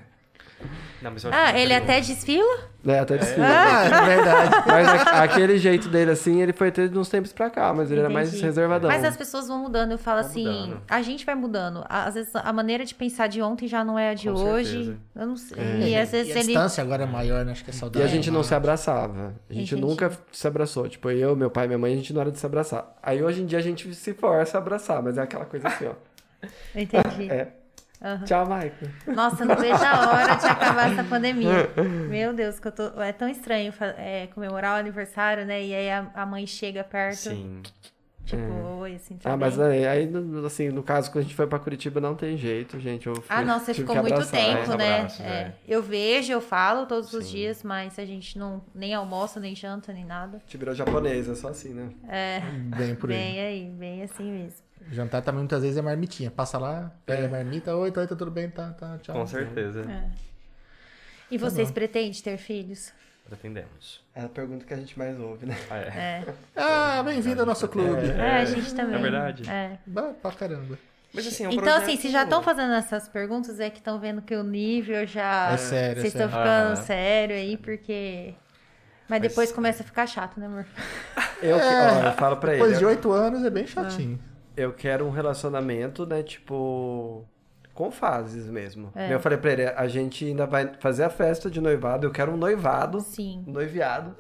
Speaker 4: Não, mas eu acho
Speaker 1: Ah,
Speaker 4: que
Speaker 1: ele
Speaker 4: não.
Speaker 1: até desfila?
Speaker 3: Né, até desfila.
Speaker 6: Ah, é verdade.
Speaker 3: *laughs* Mas a- aquele jeito dele assim, ele foi ter de uns tempos pra cá, mas ele era mais
Speaker 1: Entendi.
Speaker 3: reservadão.
Speaker 1: Mas as pessoas vão mudando. Eu falo
Speaker 4: Então, Vão
Speaker 1: assim,
Speaker 4: mudando.
Speaker 1: a gente vai mudando. Às vezes a maneira de pensar de ontem já não é a de
Speaker 4: Com
Speaker 1: hoje.
Speaker 4: certeza. É.
Speaker 1: Eu não sei. E às vezes
Speaker 6: E a
Speaker 3: tá-
Speaker 1: ele.
Speaker 6: distância agora é maior, né? Acho que é
Speaker 3: E
Speaker 6: saudável.
Speaker 3: a gente não
Speaker 6: mas-
Speaker 3: se abraçava. A gente
Speaker 1: Entendi.
Speaker 3: nunca se abraçou. Tipo, eu, meu pai, minha mãe, a gente não era de se abraçar. Aí hoje em dia a gente se força a abraçar, mas é aquela coisa assim, ó.
Speaker 1: *laughs* Entendi.
Speaker 4: *laughs*
Speaker 3: É. Tchau, Michael.
Speaker 1: Nossa, eu não vejo a hora de acabar essa
Speaker 4: *laughs*
Speaker 1: pandemia. Meu Deus, que eu tô. É tão estranho fa- é, comemorar o aniversário, né? E aí a, a mãe chega
Speaker 3: é
Speaker 1: perto.
Speaker 4: Sim. É.
Speaker 1: Tipo, oi, assim. tá
Speaker 3: Ah, mas
Speaker 1: bem?
Speaker 3: aí, aí, no- assim, no caso, quando a gente foi pra Curitiba, não tem jeito, gente. Eu
Speaker 1: Ah,
Speaker 3: fui-
Speaker 1: não, você
Speaker 3: tive
Speaker 1: ficou
Speaker 3: que
Speaker 1: muito
Speaker 3: abraçar.
Speaker 1: tempo,
Speaker 4: né?
Speaker 1: né?
Speaker 4: Abraço,
Speaker 1: É.
Speaker 4: é.
Speaker 1: Eu vejo, eu falo todos os dias, mas a gente não nem almoça, nem janta, nem nada.
Speaker 3: Te virou japonesa, só assim, né?
Speaker 6: Bem por aí.
Speaker 1: Bem aí, bem assim mesmo.
Speaker 6: Jantar também muitas vezes é marmitinha. Passa lá, pega a marmita, oi, tá, oi, tá tudo bem, tá, tá,
Speaker 3: Então,
Speaker 6: tchau.
Speaker 4: Com certeza.
Speaker 3: É.
Speaker 1: E
Speaker 4: Tá
Speaker 1: vocês pretendem ter filhos?
Speaker 4: Pretendemos.
Speaker 3: É a pergunta que a gente mais ouve, né?
Speaker 4: Ah, é.
Speaker 1: É.
Speaker 6: Ah, bem-vindo ao nosso clube.
Speaker 1: É, a gente também.
Speaker 4: É verdade.
Speaker 1: É.
Speaker 6: Bah, pra caramba.
Speaker 4: Mas assim, é um
Speaker 1: Então,
Speaker 4: projeto-
Speaker 1: assim, se já estão fazendo essas perguntas, é que estão vendo que o nível já.
Speaker 6: É sério, é
Speaker 1: Vocês estão
Speaker 6: sério.
Speaker 1: ficando
Speaker 4: Aham.
Speaker 1: sério aí, porque. Mas depois começa a ficar chato, né, amor?
Speaker 3: Eu, que-
Speaker 1: Ah.
Speaker 3: ó, eu falo pra ele.
Speaker 6: Depois de
Speaker 3: eu-
Speaker 6: oito anos é bem
Speaker 1: *laughs*
Speaker 6: chatinho.
Speaker 3: eu quero um relacionamento, né, tipo, com fases mesmo.
Speaker 1: É.
Speaker 3: Eu falei pra ele, a gente ainda vai fazer a festa de noivado, eu quero um noivado,
Speaker 1: Sim.
Speaker 3: um noiviado.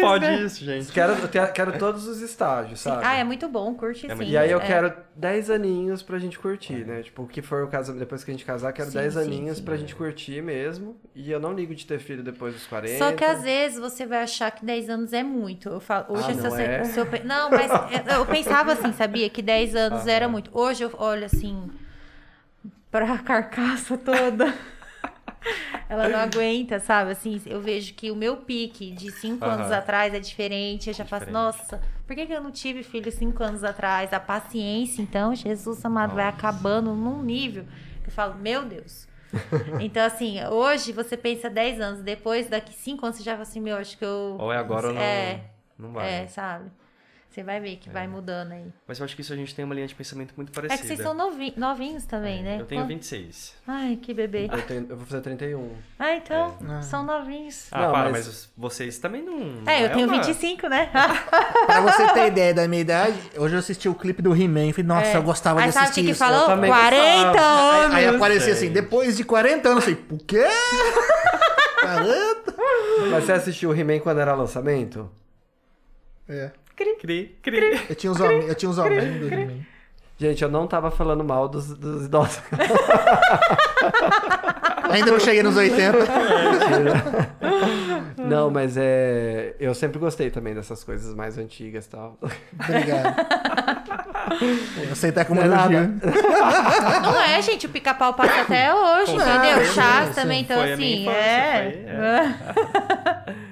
Speaker 4: Pode
Speaker 3: né?
Speaker 4: isso, gente.
Speaker 3: quero, eu te- quero todos os estágios, sabe?
Speaker 1: Ah, é muito bom, curte
Speaker 4: É
Speaker 1: sim.
Speaker 4: muito
Speaker 3: E aí eu
Speaker 1: é.
Speaker 3: quero 10 aninhos pra gente
Speaker 4: É.
Speaker 3: curtir, né? Tipo, o que for o casamento, depois que a gente casar, quero
Speaker 1: Sim,
Speaker 3: 10
Speaker 1: sim,
Speaker 3: aninhos
Speaker 1: sim.
Speaker 3: pra gente curtir mesmo. E eu não ligo de ter filho depois dos 40.
Speaker 1: Só que às vezes você vai achar que 10 anos é muito. Eu falo, hoje
Speaker 3: Ah,
Speaker 1: se
Speaker 3: não
Speaker 1: você-
Speaker 3: é?
Speaker 1: se eu pe- Não, mas eu- eu pensava assim, sabia? Que 10 anos era muito. Hoje eu olho assim pra *laughs* carcaça toda. Ela não aguenta, sabe? Assim, eu vejo que o meu pique de 5
Speaker 4: Aham.
Speaker 1: anos atrás é diferente. Eu já faço,
Speaker 4: diferente.
Speaker 1: nossa, por que, que eu não tive filho 5 anos atrás? A paciência, então, Jesus amado, vai acabando num nível que eu falo, meu Deus.
Speaker 4: *laughs*
Speaker 1: Então, assim, hoje você pensa 10 anos, depois, daqui 5 anos, você já fala assim, meu, acho que eu.
Speaker 4: Ou é agora ou não,
Speaker 1: É,
Speaker 4: não vai. né? É.
Speaker 1: é, sabe? Você vai ver que vai mudando aí.
Speaker 4: Mas eu acho que isso a gente tem uma linha de pensamento muito
Speaker 1: É
Speaker 4: parecida.
Speaker 1: que vocês são novi- novinhos também, né?
Speaker 4: É, Eu tenho
Speaker 1: Quan-
Speaker 4: 26.
Speaker 1: Ai, que bebê.
Speaker 3: Eu, tenho- eu vou fazer 31.
Speaker 1: Ah, então,
Speaker 4: É.
Speaker 1: são novinhos.
Speaker 4: Ah,
Speaker 3: Não,
Speaker 4: para,
Speaker 3: mas-
Speaker 4: mas... vocês também não.
Speaker 1: É, eu
Speaker 4: não
Speaker 1: tenho
Speaker 4: Ah, uma-
Speaker 1: 25, né?
Speaker 6: Pra você ter ideia da minha idade, hoje eu assisti o clipe do He-Man. Falei, nossa, eu gostava
Speaker 1: É. Aí
Speaker 6: de
Speaker 1: sabe o
Speaker 6: assistir
Speaker 1: que, que
Speaker 6: isso.
Speaker 1: falou?
Speaker 3: eu também
Speaker 1: 40
Speaker 6: Aí,
Speaker 1: anos!
Speaker 6: aí aparecia
Speaker 4: sei.
Speaker 6: assim, depois de 40 anos, eu falei, por
Speaker 1: *laughs*
Speaker 6: quê? 40?
Speaker 3: Mas você assistiu o He-Man quando era lançamento?
Speaker 6: É.
Speaker 4: Cri, cri.
Speaker 6: Eu tinha uns homens, eu tinha uns homens do He-Man.
Speaker 3: Gente, eu não tava falando mal dos, dos idosos. *laughs*
Speaker 6: Ainda não cheguei nos 80.
Speaker 3: Não, mas é. Eu sempre gostei também dessas coisas mais antigas e tal.
Speaker 6: Obrigado. Vou aceitar como né?
Speaker 3: Não é nada.
Speaker 6: elogio.
Speaker 1: Não é, gente, o pica-pau passa
Speaker 3: *coughs*
Speaker 1: até hoje, entendeu? O Chás
Speaker 6: sim,
Speaker 1: também, então
Speaker 4: Foi a minha
Speaker 1: assim,
Speaker 4: infância,
Speaker 1: é.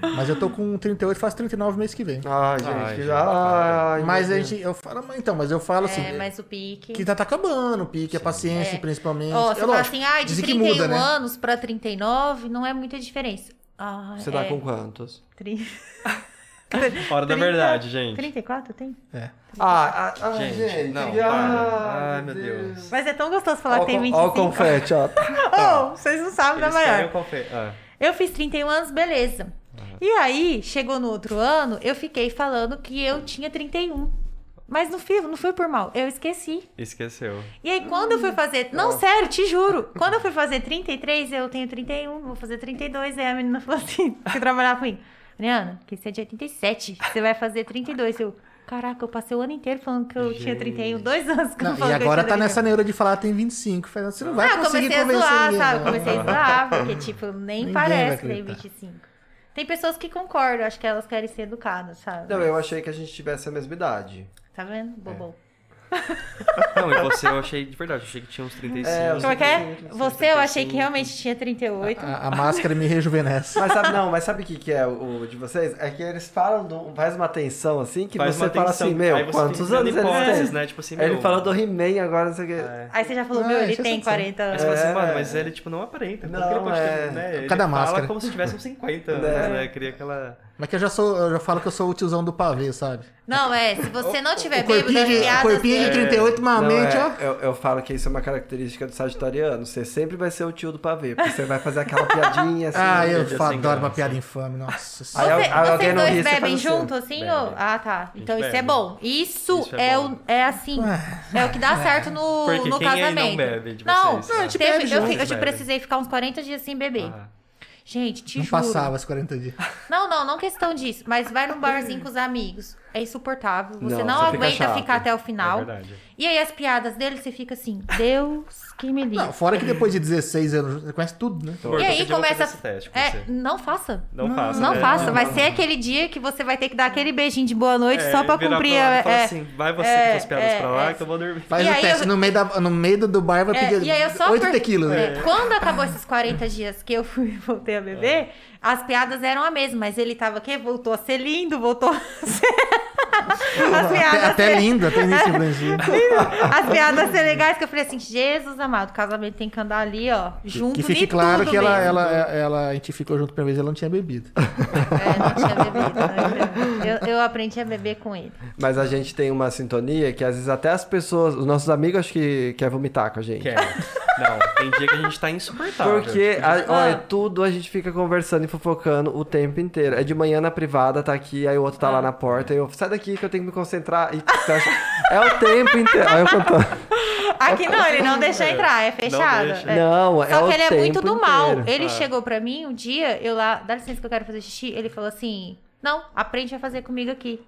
Speaker 4: foi-
Speaker 6: Mas eu tô com 38, faço 39 mês que vem.
Speaker 3: Ai, gente.
Speaker 4: Ai, gente,
Speaker 3: ai,
Speaker 6: Mas a
Speaker 3: meu
Speaker 6: gente, eu falo, mas então, mas eu falo assim,
Speaker 1: É,
Speaker 3: Uhum.
Speaker 1: mas o pique.
Speaker 6: que tá, tá acabando o pique, a paciência principalmente.
Speaker 1: Ó,
Speaker 6: É
Speaker 1: você fala
Speaker 6: lógico,
Speaker 1: assim, ai, de
Speaker 6: dizem que
Speaker 1: 31
Speaker 6: muda, né?
Speaker 1: anos pra 39 não é muita diferença. Ah,
Speaker 3: Deus. Você
Speaker 1: é.
Speaker 3: tá com quantos?
Speaker 1: tri-
Speaker 4: Hora da
Speaker 1: 30,
Speaker 4: verdade, gente.
Speaker 1: 34 tem?
Speaker 3: Ah, ah, ah,
Speaker 4: Gente,
Speaker 3: gente.
Speaker 4: não,
Speaker 3: que-
Speaker 4: para. Ai, meu Deus.
Speaker 1: Mas é tão gostoso falar
Speaker 3: Ó,
Speaker 1: que tem
Speaker 3: o- ó o
Speaker 1: 25. *laughs*
Speaker 3: confete, ó.
Speaker 1: Oh, vocês não sabem da
Speaker 4: Eles
Speaker 1: maior.
Speaker 4: querem o
Speaker 3: É,
Speaker 4: Uhum. confe- Ah,
Speaker 1: Eu fiz 31 anos, beleza. E aí, chegou no outro ano, eu fiquei falando que eu tinha 31. Mas não fui, não foi por mal, eu esqueci.
Speaker 4: esqueceu.
Speaker 1: E aí, quando eu fui fazer.
Speaker 6: Ah.
Speaker 1: Não, sério, te juro. Quando eu fui fazer 33, eu tenho 31, vou fazer 32. Aí a menina *laughs* falou assim: que trabalhava comigo. Mariana, que você é de 87, você vai fazer 32. Eu, caraca, eu passei o ano inteiro falando que eu tinha 31, dois anos que eu
Speaker 6: Não,
Speaker 1: falo
Speaker 6: e
Speaker 1: que eu
Speaker 6: agora tá
Speaker 1: tinha 31.
Speaker 6: nessa neura de falar tem 25. Fala, Você não vai
Speaker 1: Não, Ah, eu
Speaker 6: conseguir
Speaker 1: comecei a
Speaker 6: convencer
Speaker 1: zoar,
Speaker 6: ninguém.
Speaker 1: sabe?
Speaker 6: não.
Speaker 1: Comecei a zoar, porque, tipo, nem
Speaker 6: Ninguém vai
Speaker 1: parece que tem
Speaker 6: acreditar.
Speaker 1: 25. Tem pessoas que concordam, acho que elas querem ser educadas, sabe?
Speaker 3: Não, eu achei que a gente tivesse a mesma idade.
Speaker 1: Tá vendo? Bobão.
Speaker 4: Não, e você eu achei de verdade, eu achei que tinha uns 35.
Speaker 3: É, eu
Speaker 1: Como é que é? Você, eu achei que
Speaker 4: 35.
Speaker 1: realmente tinha 38.
Speaker 6: A, a máscara me rejuvenesce.
Speaker 3: Mas sabe, não, mas sabe o que, que é o o de vocês? É que eles falam, do, faz uma tensão assim, que
Speaker 4: Faz
Speaker 3: você
Speaker 4: uma
Speaker 3: fala
Speaker 4: atenção.
Speaker 3: assim, meu,
Speaker 4: Aí você
Speaker 3: quantos
Speaker 4: fica
Speaker 3: anos
Speaker 4: criando
Speaker 3: ele
Speaker 4: hipóteses,
Speaker 3: tem?
Speaker 4: né? Tipo assim,
Speaker 3: Aí Ele
Speaker 4: meu,
Speaker 3: falou do He-Man agora, não sei o que.
Speaker 4: É.
Speaker 1: Aí você já falou,
Speaker 6: Ah,
Speaker 1: meu, ele
Speaker 6: isso é
Speaker 1: tem
Speaker 6: sensacional.
Speaker 1: 40
Speaker 4: Aí
Speaker 1: anos.
Speaker 4: você fala assim,
Speaker 3: É.
Speaker 4: mano, mas ele, tipo, não aparenta. Como
Speaker 3: Não,
Speaker 4: que ele pode
Speaker 3: é.
Speaker 4: ter, né? Ele
Speaker 6: Cada
Speaker 4: fala
Speaker 6: máscara.
Speaker 4: como se tivesse uns 50 anos,
Speaker 3: É.
Speaker 4: né? Cria aquela...
Speaker 6: Mas que eu já sou, eu já falo que eu sou o tiozão do pavê, sabe?
Speaker 1: Não, é, se você não tiver
Speaker 6: o
Speaker 1: bêbado,
Speaker 6: corpinho
Speaker 1: as
Speaker 6: de, o
Speaker 1: piadas é. né?
Speaker 6: corpinho de
Speaker 1: dele-
Speaker 6: 38,
Speaker 1: Ah,
Speaker 6: uma
Speaker 3: Não,
Speaker 6: mente,
Speaker 3: é,
Speaker 6: ó.
Speaker 3: eu, eu falo que isso é uma característica do sagitariano. Você sempre vai ser o tio do pavê, porque você vai fazer aquela
Speaker 1: *laughs*
Speaker 3: piadinha assim.
Speaker 6: Ah,
Speaker 4: eu
Speaker 6: eu
Speaker 4: já sem
Speaker 6: adoro uma
Speaker 4: graça.
Speaker 6: piada infame, nossa senhora.
Speaker 3: Aí al-
Speaker 1: Você-
Speaker 3: aí alguém
Speaker 1: vocês
Speaker 3: não ri,
Speaker 1: dois
Speaker 3: você faz
Speaker 1: bebem
Speaker 3: assim,
Speaker 1: junto, assim?
Speaker 4: Bebe.
Speaker 1: ou- Ah, tá. Então isso
Speaker 4: bebe.
Speaker 1: é bom. Isso,
Speaker 4: Isso é
Speaker 1: é,
Speaker 4: bom.
Speaker 1: o- é assim. É o que dá certo no,
Speaker 4: Porque
Speaker 1: no
Speaker 4: quem aí não
Speaker 1: casamento.
Speaker 4: bebe de
Speaker 1: não, tipo,
Speaker 4: vocês? Não, a gente
Speaker 1: teve-
Speaker 6: bebe
Speaker 1: eu,
Speaker 6: junto.
Speaker 1: fi- eu te
Speaker 4: Bebe.
Speaker 1: precisei ficar uns 40 dias sem beber.
Speaker 4: Ah.
Speaker 1: Gente, te
Speaker 6: Não
Speaker 1: juro.
Speaker 6: passava os 40 dias.
Speaker 1: Não, não, não questão disso. Mas vai num barzinho com os amigos. É insuportável. Você
Speaker 3: Não,
Speaker 1: não,
Speaker 3: você fica
Speaker 1: aguenta
Speaker 3: chato.
Speaker 1: ficar até o final.
Speaker 4: É verdade.
Speaker 1: e aí as piadas dele, você fica assim, Deus que me livre.
Speaker 6: Não, fora que depois de 16 anos, você conhece tudo, né?
Speaker 4: Porco,
Speaker 1: E aí
Speaker 4: eu pedi pra
Speaker 1: começa-
Speaker 4: fazer esse teste com
Speaker 1: É,
Speaker 4: você.
Speaker 1: não faça.
Speaker 4: Não faça,
Speaker 1: Não
Speaker 4: né?
Speaker 1: faça. Vai ser aquele dia que você vai ter que dar aquele beijinho de boa noite só pra
Speaker 4: É, virar
Speaker 1: cumprir.
Speaker 4: lado e
Speaker 1: a-
Speaker 4: falar
Speaker 1: é.
Speaker 4: assim, vai você
Speaker 1: é,
Speaker 4: com as piadas
Speaker 1: é,
Speaker 4: pra lá
Speaker 1: é.
Speaker 4: que eu vou dormir.
Speaker 6: Faz
Speaker 1: E
Speaker 6: o
Speaker 1: aí
Speaker 6: teste,
Speaker 1: eu-
Speaker 6: no, meio da- no meio do bar vai
Speaker 1: É,
Speaker 6: pedir
Speaker 1: e aí eu só
Speaker 6: 8
Speaker 1: per-
Speaker 6: tequilas, né?
Speaker 1: é, Quando acabou esses 40 dias que eu fui voltei a beber, as piadas eram a mesma, mas ele tava que voltou a ser lindo, voltou a *laughs* ser... as
Speaker 6: Até,
Speaker 1: piadas
Speaker 6: até
Speaker 1: ser-
Speaker 6: linda, tem isso,
Speaker 1: *laughs*
Speaker 6: Blanzinho.
Speaker 1: as piadas ser legais que eu falei assim, Jesus amado, o casamento tem que andar ali, ó, junto
Speaker 6: Que
Speaker 1: de
Speaker 6: fique claro
Speaker 1: tudo
Speaker 6: que ela,
Speaker 1: mesmo.
Speaker 6: ela, ela- a gente ficou junto a primeira vez e ela não tinha bebido.
Speaker 1: É, não tinha bebido, não tinha bebido. Eu, eu aprendi a beber com ele.
Speaker 3: Mas a gente tem uma sintonia que às vezes até as pessoas, os nossos amigos, acho que quer vomitar com a gente.
Speaker 4: Quer. Não, tem dia que a gente tá insuportável.
Speaker 3: Porque, a-
Speaker 1: Ah.
Speaker 3: olha, tudo a gente fica conversando e fofocando o tempo inteiro. É de manhã na privada, tá aqui, aí o outro tá
Speaker 1: Ah.
Speaker 3: lá na porta, aí eu, sai daqui que eu tenho que me concentrar. E você acha- *laughs* é o tempo inteiro. Aí eu contando.
Speaker 1: Aqui não, ele não deixa entrar, é fechado.
Speaker 4: deixa.
Speaker 1: É.
Speaker 3: Não, é
Speaker 1: Só
Speaker 3: o
Speaker 1: que ele é
Speaker 3: tempo
Speaker 1: muito do mal.
Speaker 3: inteiro.
Speaker 1: Ele chegou pra mim um dia, eu lá, dá licença que eu quero fazer xixi. Ele falou assim: Não, aprende a fazer comigo aqui.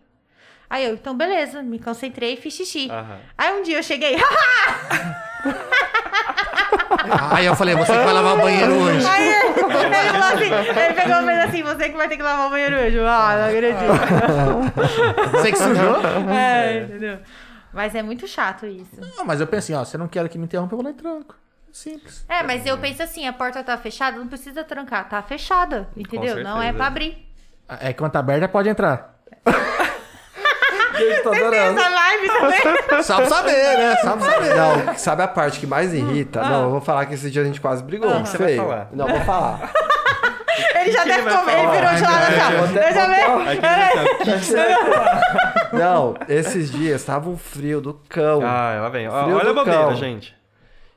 Speaker 1: Aí eu, então beleza, me concentrei e fiz xixi.
Speaker 4: Aham.
Speaker 1: Aí um dia eu cheguei, *laughs*
Speaker 6: Aí eu falei, você que vai lavar o
Speaker 3: *laughs*
Speaker 6: banheiro hoje.
Speaker 1: aí ele, ele falou assim, ele pegou e fez assim, você que vai ter que lavar o banheiro hoje. Eu, Ah, não *laughs* acredito.
Speaker 6: Você que sujou?
Speaker 1: É, entendeu? Mas é muito chato isso.
Speaker 6: Não, mas eu pensei, ó, você não quer que me interrompa, eu vou lá e tranco. Simples.
Speaker 1: É, mas eu penso assim, a porta tá fechada, não precisa trancar, tá fechada, entendeu? Não é
Speaker 4: certeza.
Speaker 1: pra abrir.
Speaker 6: É quando tá aberta, pode entrar.
Speaker 3: Gente, tô adorando.
Speaker 1: Essa
Speaker 3: *laughs*
Speaker 1: live também.
Speaker 6: Só pra saber, né? Só pra saber.
Speaker 3: Não, sabe a parte que mais irrita? Não, eu vou falar que esse dia a gente quase brigou.
Speaker 4: que Ah. você
Speaker 3: feio.
Speaker 4: vai falar?
Speaker 3: Não, vou falar.
Speaker 1: Ele já
Speaker 4: que ele
Speaker 1: deve
Speaker 4: vai
Speaker 1: comer, ele
Speaker 4: falar?
Speaker 1: virou de lado
Speaker 3: Ai, meu
Speaker 1: assim, ó.
Speaker 3: Deus.
Speaker 1: Eu já vejo.
Speaker 4: Aqui a gente tá-
Speaker 3: Não, esses dias tava um frio do cão.
Speaker 4: Ah, ela vem. Ó,
Speaker 3: Frio
Speaker 4: Olha
Speaker 3: do
Speaker 4: a bobeira,
Speaker 3: cão.
Speaker 4: gente.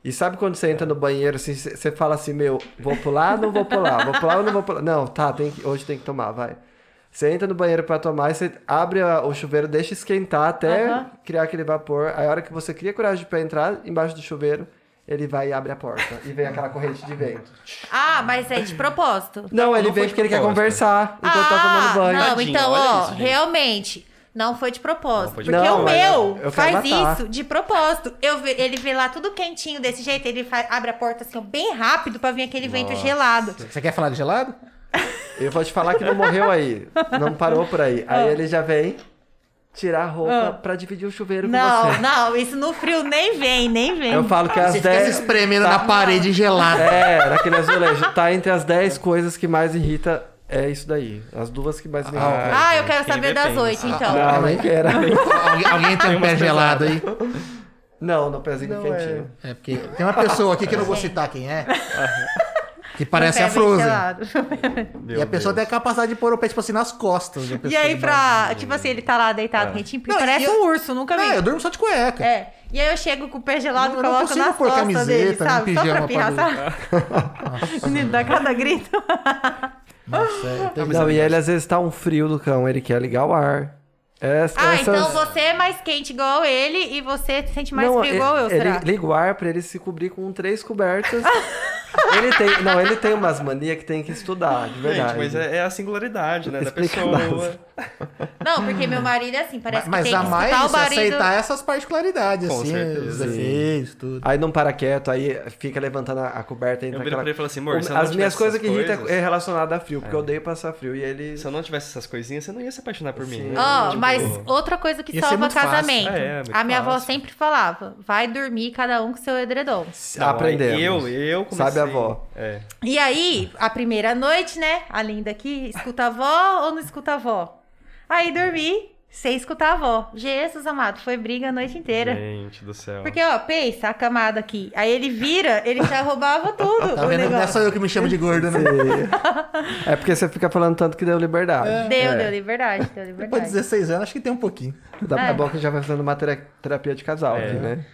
Speaker 3: E sabe quando você entra no banheiro, assim, você você fala assim, meu, vou pular, não vou pular, vou pular ou não vou pular? Não, tá, tem que- hoje tem que tomar, vai. Você entra no banheiro pra tomar, e você abre a- o chuveiro, deixa esquentar até
Speaker 1: Aham.
Speaker 3: criar aquele vapor. Aí a hora que você cria coragem pra entrar embaixo do chuveiro, ele vai e abre a porta. E vem aquela corrente de vento.
Speaker 1: Ah, mas é de propósito.
Speaker 3: Não, ele
Speaker 4: não foi
Speaker 3: vem
Speaker 4: de
Speaker 3: porque ele quer
Speaker 4: propósito.
Speaker 3: conversar enquanto tá
Speaker 1: ah,
Speaker 3: tomando banho.
Speaker 1: não,
Speaker 4: Tadinho,
Speaker 1: então,
Speaker 4: olha
Speaker 1: ó,
Speaker 4: isso, gente.
Speaker 1: realmente. Não foi de propósito.
Speaker 4: Não foi de
Speaker 1: porque o
Speaker 3: propósito. Não,
Speaker 1: meu
Speaker 3: mas eu- eu quero
Speaker 1: faz
Speaker 3: matar.
Speaker 1: isso de propósito. Eu ve- ele vê lá tudo quentinho desse jeito, ele fa- abre a porta assim, ó, bem rápido pra vir aquele vento gelado.
Speaker 6: Você quer falar de gelado?
Speaker 3: Eu vou te falar que não morreu aí. Não parou por aí. Aí ele já vem tirar a roupa pra dividir o chuveiro com
Speaker 1: Não, é
Speaker 3: você.
Speaker 1: não, isso no frio nem vem, nem vem.
Speaker 3: Eu falo que às
Speaker 6: Você fica se
Speaker 3: 10.
Speaker 6: espremendo
Speaker 1: tá.
Speaker 6: na parede gelada.
Speaker 3: É, naquele azulejo. Tá entre as 10 coisas que mais irrita. É isso daí. As duas que mais me irritam.
Speaker 1: Ah, eu quero
Speaker 4: Quem
Speaker 1: saber
Speaker 4: vê
Speaker 1: das
Speaker 4: tem.
Speaker 1: oito, então.
Speaker 3: não, nem quero.
Speaker 6: Algu- alguém tem um pé gelado aí.
Speaker 3: Não, não pezinho quentinho.
Speaker 6: É, porque tem uma pessoa aqui que eu não vou citar quem é. Que parece
Speaker 1: Pé
Speaker 6: a Frozen.
Speaker 1: ventilado.
Speaker 4: Meu
Speaker 6: E a pessoa tem a capacidade de pôr o pé, tipo assim, nas costas. da
Speaker 1: *laughs* E
Speaker 6: pessoa
Speaker 1: aí,
Speaker 6: embaixo.
Speaker 1: pra. Tipo assim, ele tá lá
Speaker 3: É.
Speaker 1: deitado retinho, porque
Speaker 6: Não, e
Speaker 1: parece
Speaker 6: eu-
Speaker 1: um urso, nunca vi.
Speaker 6: Não, eu durmo só de cueca.
Speaker 1: É. E aí eu chego com o pé
Speaker 6: Não,
Speaker 1: gelado e
Speaker 6: eu não
Speaker 1: coloco
Speaker 6: consigo
Speaker 1: nas
Speaker 6: pôr
Speaker 1: costas
Speaker 6: camiseta,
Speaker 1: dele,
Speaker 6: nem
Speaker 1: sabe? Só pra
Speaker 6: pijama pra
Speaker 1: pirrar, sabe? *laughs* Menino, dá cada grito.
Speaker 6: Nossa, é, tem-
Speaker 3: Não, e ele às vezes tá um frio do cão, ele quer ligar o ar. Essa,
Speaker 1: Ah,
Speaker 3: essas-
Speaker 1: então você é mais quente igual ele e você se sente mais
Speaker 3: Não,
Speaker 1: frio igual eu,
Speaker 3: ele,
Speaker 1: será? *laughs*
Speaker 3: Ele liga o ar pra ele se cobrir com três cobertas. Ele tem, não, ele tem umas manias que tem que estudar, de verdade.
Speaker 4: Gente, mas é, é a singularidade, né? Da
Speaker 3: Explica
Speaker 4: pessoa.
Speaker 3: mais.
Speaker 1: Não, porque meu marido é assim, parece
Speaker 6: Mas
Speaker 1: que tem
Speaker 6: a
Speaker 1: que escutar
Speaker 6: mais é
Speaker 1: o barulho.
Speaker 6: aceitar essas particularidades,
Speaker 4: Com
Speaker 6: assim,
Speaker 4: certeza.
Speaker 6: os defeitos, tudo.
Speaker 3: Aí não para quieto, aí fica levantando a, a coberta
Speaker 4: Eu
Speaker 3: entra
Speaker 4: viro pra ele e falo assim, amor,
Speaker 3: Tá aquela...
Speaker 4: se eu não
Speaker 3: As
Speaker 4: tivesse
Speaker 3: minhas coisas que
Speaker 4: essas
Speaker 3: irritam
Speaker 4: coisas- É.
Speaker 3: é relacionada a frio, porque eu odeio passar frio e ele.
Speaker 4: Se eu não tivesse essas coisinhas, você não ia se apaixonar por
Speaker 3: Sim.
Speaker 4: mim. né?
Speaker 1: Ó,
Speaker 4: Tipo,
Speaker 1: mas outra coisa que
Speaker 6: Ia ser
Speaker 1: salva
Speaker 6: muito fácil.
Speaker 1: casamento.
Speaker 4: É, é, muito
Speaker 1: a minha avó
Speaker 4: fácil.
Speaker 1: sempre falava: vai dormir cada um com seu edredom.
Speaker 4: não, aí
Speaker 3: aprendemos.
Speaker 4: Eu, eu comecei.
Speaker 3: Sabe a avó.
Speaker 4: É.
Speaker 1: E aí, a primeira noite, né? A linda aqui, escuta a avó ou não escuta a avó? Aí dormi sem escutar a avó. Jesus amado, foi briga a noite inteira.
Speaker 4: Gente do céu.
Speaker 1: Porque, ó, pensa a camada aqui. Aí ele vira, ele já roubava tudo.
Speaker 6: Tá
Speaker 1: o
Speaker 6: vendo? Não é
Speaker 1: negócio.
Speaker 6: só eu que me chamo de gordo, né?
Speaker 1: *laughs*
Speaker 3: É porque você fica falando tanto que deu liberdade.
Speaker 1: Deu,
Speaker 3: É.
Speaker 1: deu liberdade, deu
Speaker 6: Depois de
Speaker 1: liberdade.
Speaker 6: 16 anos, acho que tem um pouquinho.
Speaker 3: Daqui é
Speaker 1: É.
Speaker 3: a pouco já vai fazendo uma tera- terapia de casal
Speaker 4: É.
Speaker 3: aqui, né?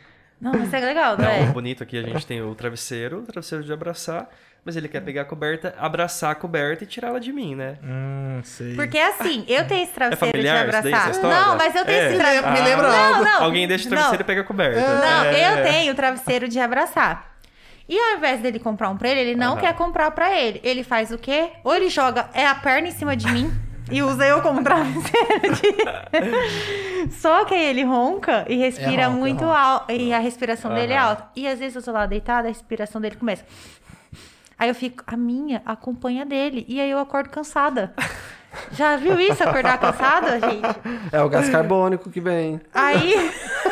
Speaker 1: Não, mas é legal, não,
Speaker 4: Não, o
Speaker 1: é?
Speaker 4: bonito aqui, a gente tem o travesseiro, o travesseiro de abraçar, mas ele quer pegar a coberta, abraçar a coberta e tirá-la de mim, né?
Speaker 6: Hum, sei.
Speaker 1: Porque assim, eu tenho esse travesseiro
Speaker 4: É familiar
Speaker 1: de
Speaker 4: isso daí,
Speaker 1: abraçar.
Speaker 4: essa história?
Speaker 1: não, mas eu tenho
Speaker 4: É.
Speaker 1: esse
Speaker 6: me lembra,
Speaker 1: travesseiro.
Speaker 6: me lembra
Speaker 1: Não,
Speaker 6: algo.
Speaker 1: não.
Speaker 4: Alguém deixa o travesseiro e pega a coberta.
Speaker 1: Não,
Speaker 4: É.
Speaker 1: eu tenho o travesseiro de abraçar. E ao invés dele comprar um pra ele, ele não
Speaker 4: Aham.
Speaker 1: quer comprar pra ele. Ele faz o quê? Ou ele joga é a perna em cima de mim e usa eu como *laughs* travesseiro. de- *laughs* Só que aí ele ronca e
Speaker 4: É
Speaker 1: respira
Speaker 6: ronca,
Speaker 1: muito
Speaker 6: ronca.
Speaker 1: alto. E a respiração dele é
Speaker 4: Aham.
Speaker 1: alta. E às vezes eu tô lá deitada, a respiração dele começa. Aí eu fico, a minha acompanha a dele. E aí eu acordo cansada. Já viu isso, acordar cansada, gente?
Speaker 3: É o gás carbônico que vem.
Speaker 1: Aí.
Speaker 4: *laughs*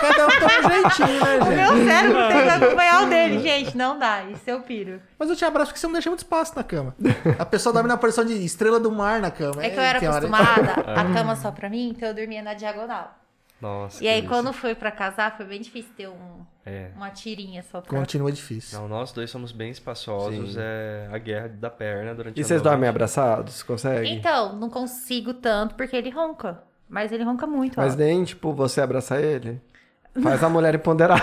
Speaker 6: Cada um tem um jeitinho, né,
Speaker 1: O
Speaker 6: gente?
Speaker 1: meu cérebro tem que acompanhar o dele, gente. Não dá. Isso eu piro.
Speaker 6: Mas eu te abraço porque você não deixa muito espaço na cama. A pessoa dorme na posição de estrela do mar na cama.
Speaker 1: É que eu era
Speaker 6: tem hora- *laughs*
Speaker 1: acostumada a cama só pra mim, então eu dormia na diagonal.
Speaker 4: Nossa.
Speaker 1: E
Speaker 4: que
Speaker 1: aí,
Speaker 4: delícia.
Speaker 1: quando foi pra casar, foi bem difícil ter um-
Speaker 4: É.
Speaker 1: uma tirinha só pra
Speaker 6: Continua difícil.
Speaker 4: Não, nós dois somos bem espaçosos.
Speaker 3: Sim.
Speaker 4: É a guerra da perna durante
Speaker 3: E
Speaker 4: a
Speaker 3: vocês
Speaker 4: noite.
Speaker 3: dormem abraçados? Consegue?
Speaker 1: Então, não consigo tanto porque ele ronca. Mas ele ronca muito.
Speaker 3: Mas
Speaker 1: ó.
Speaker 3: nem, tipo, você abraçar
Speaker 1: *laughs*
Speaker 3: ele? Faz a mulher empoderada.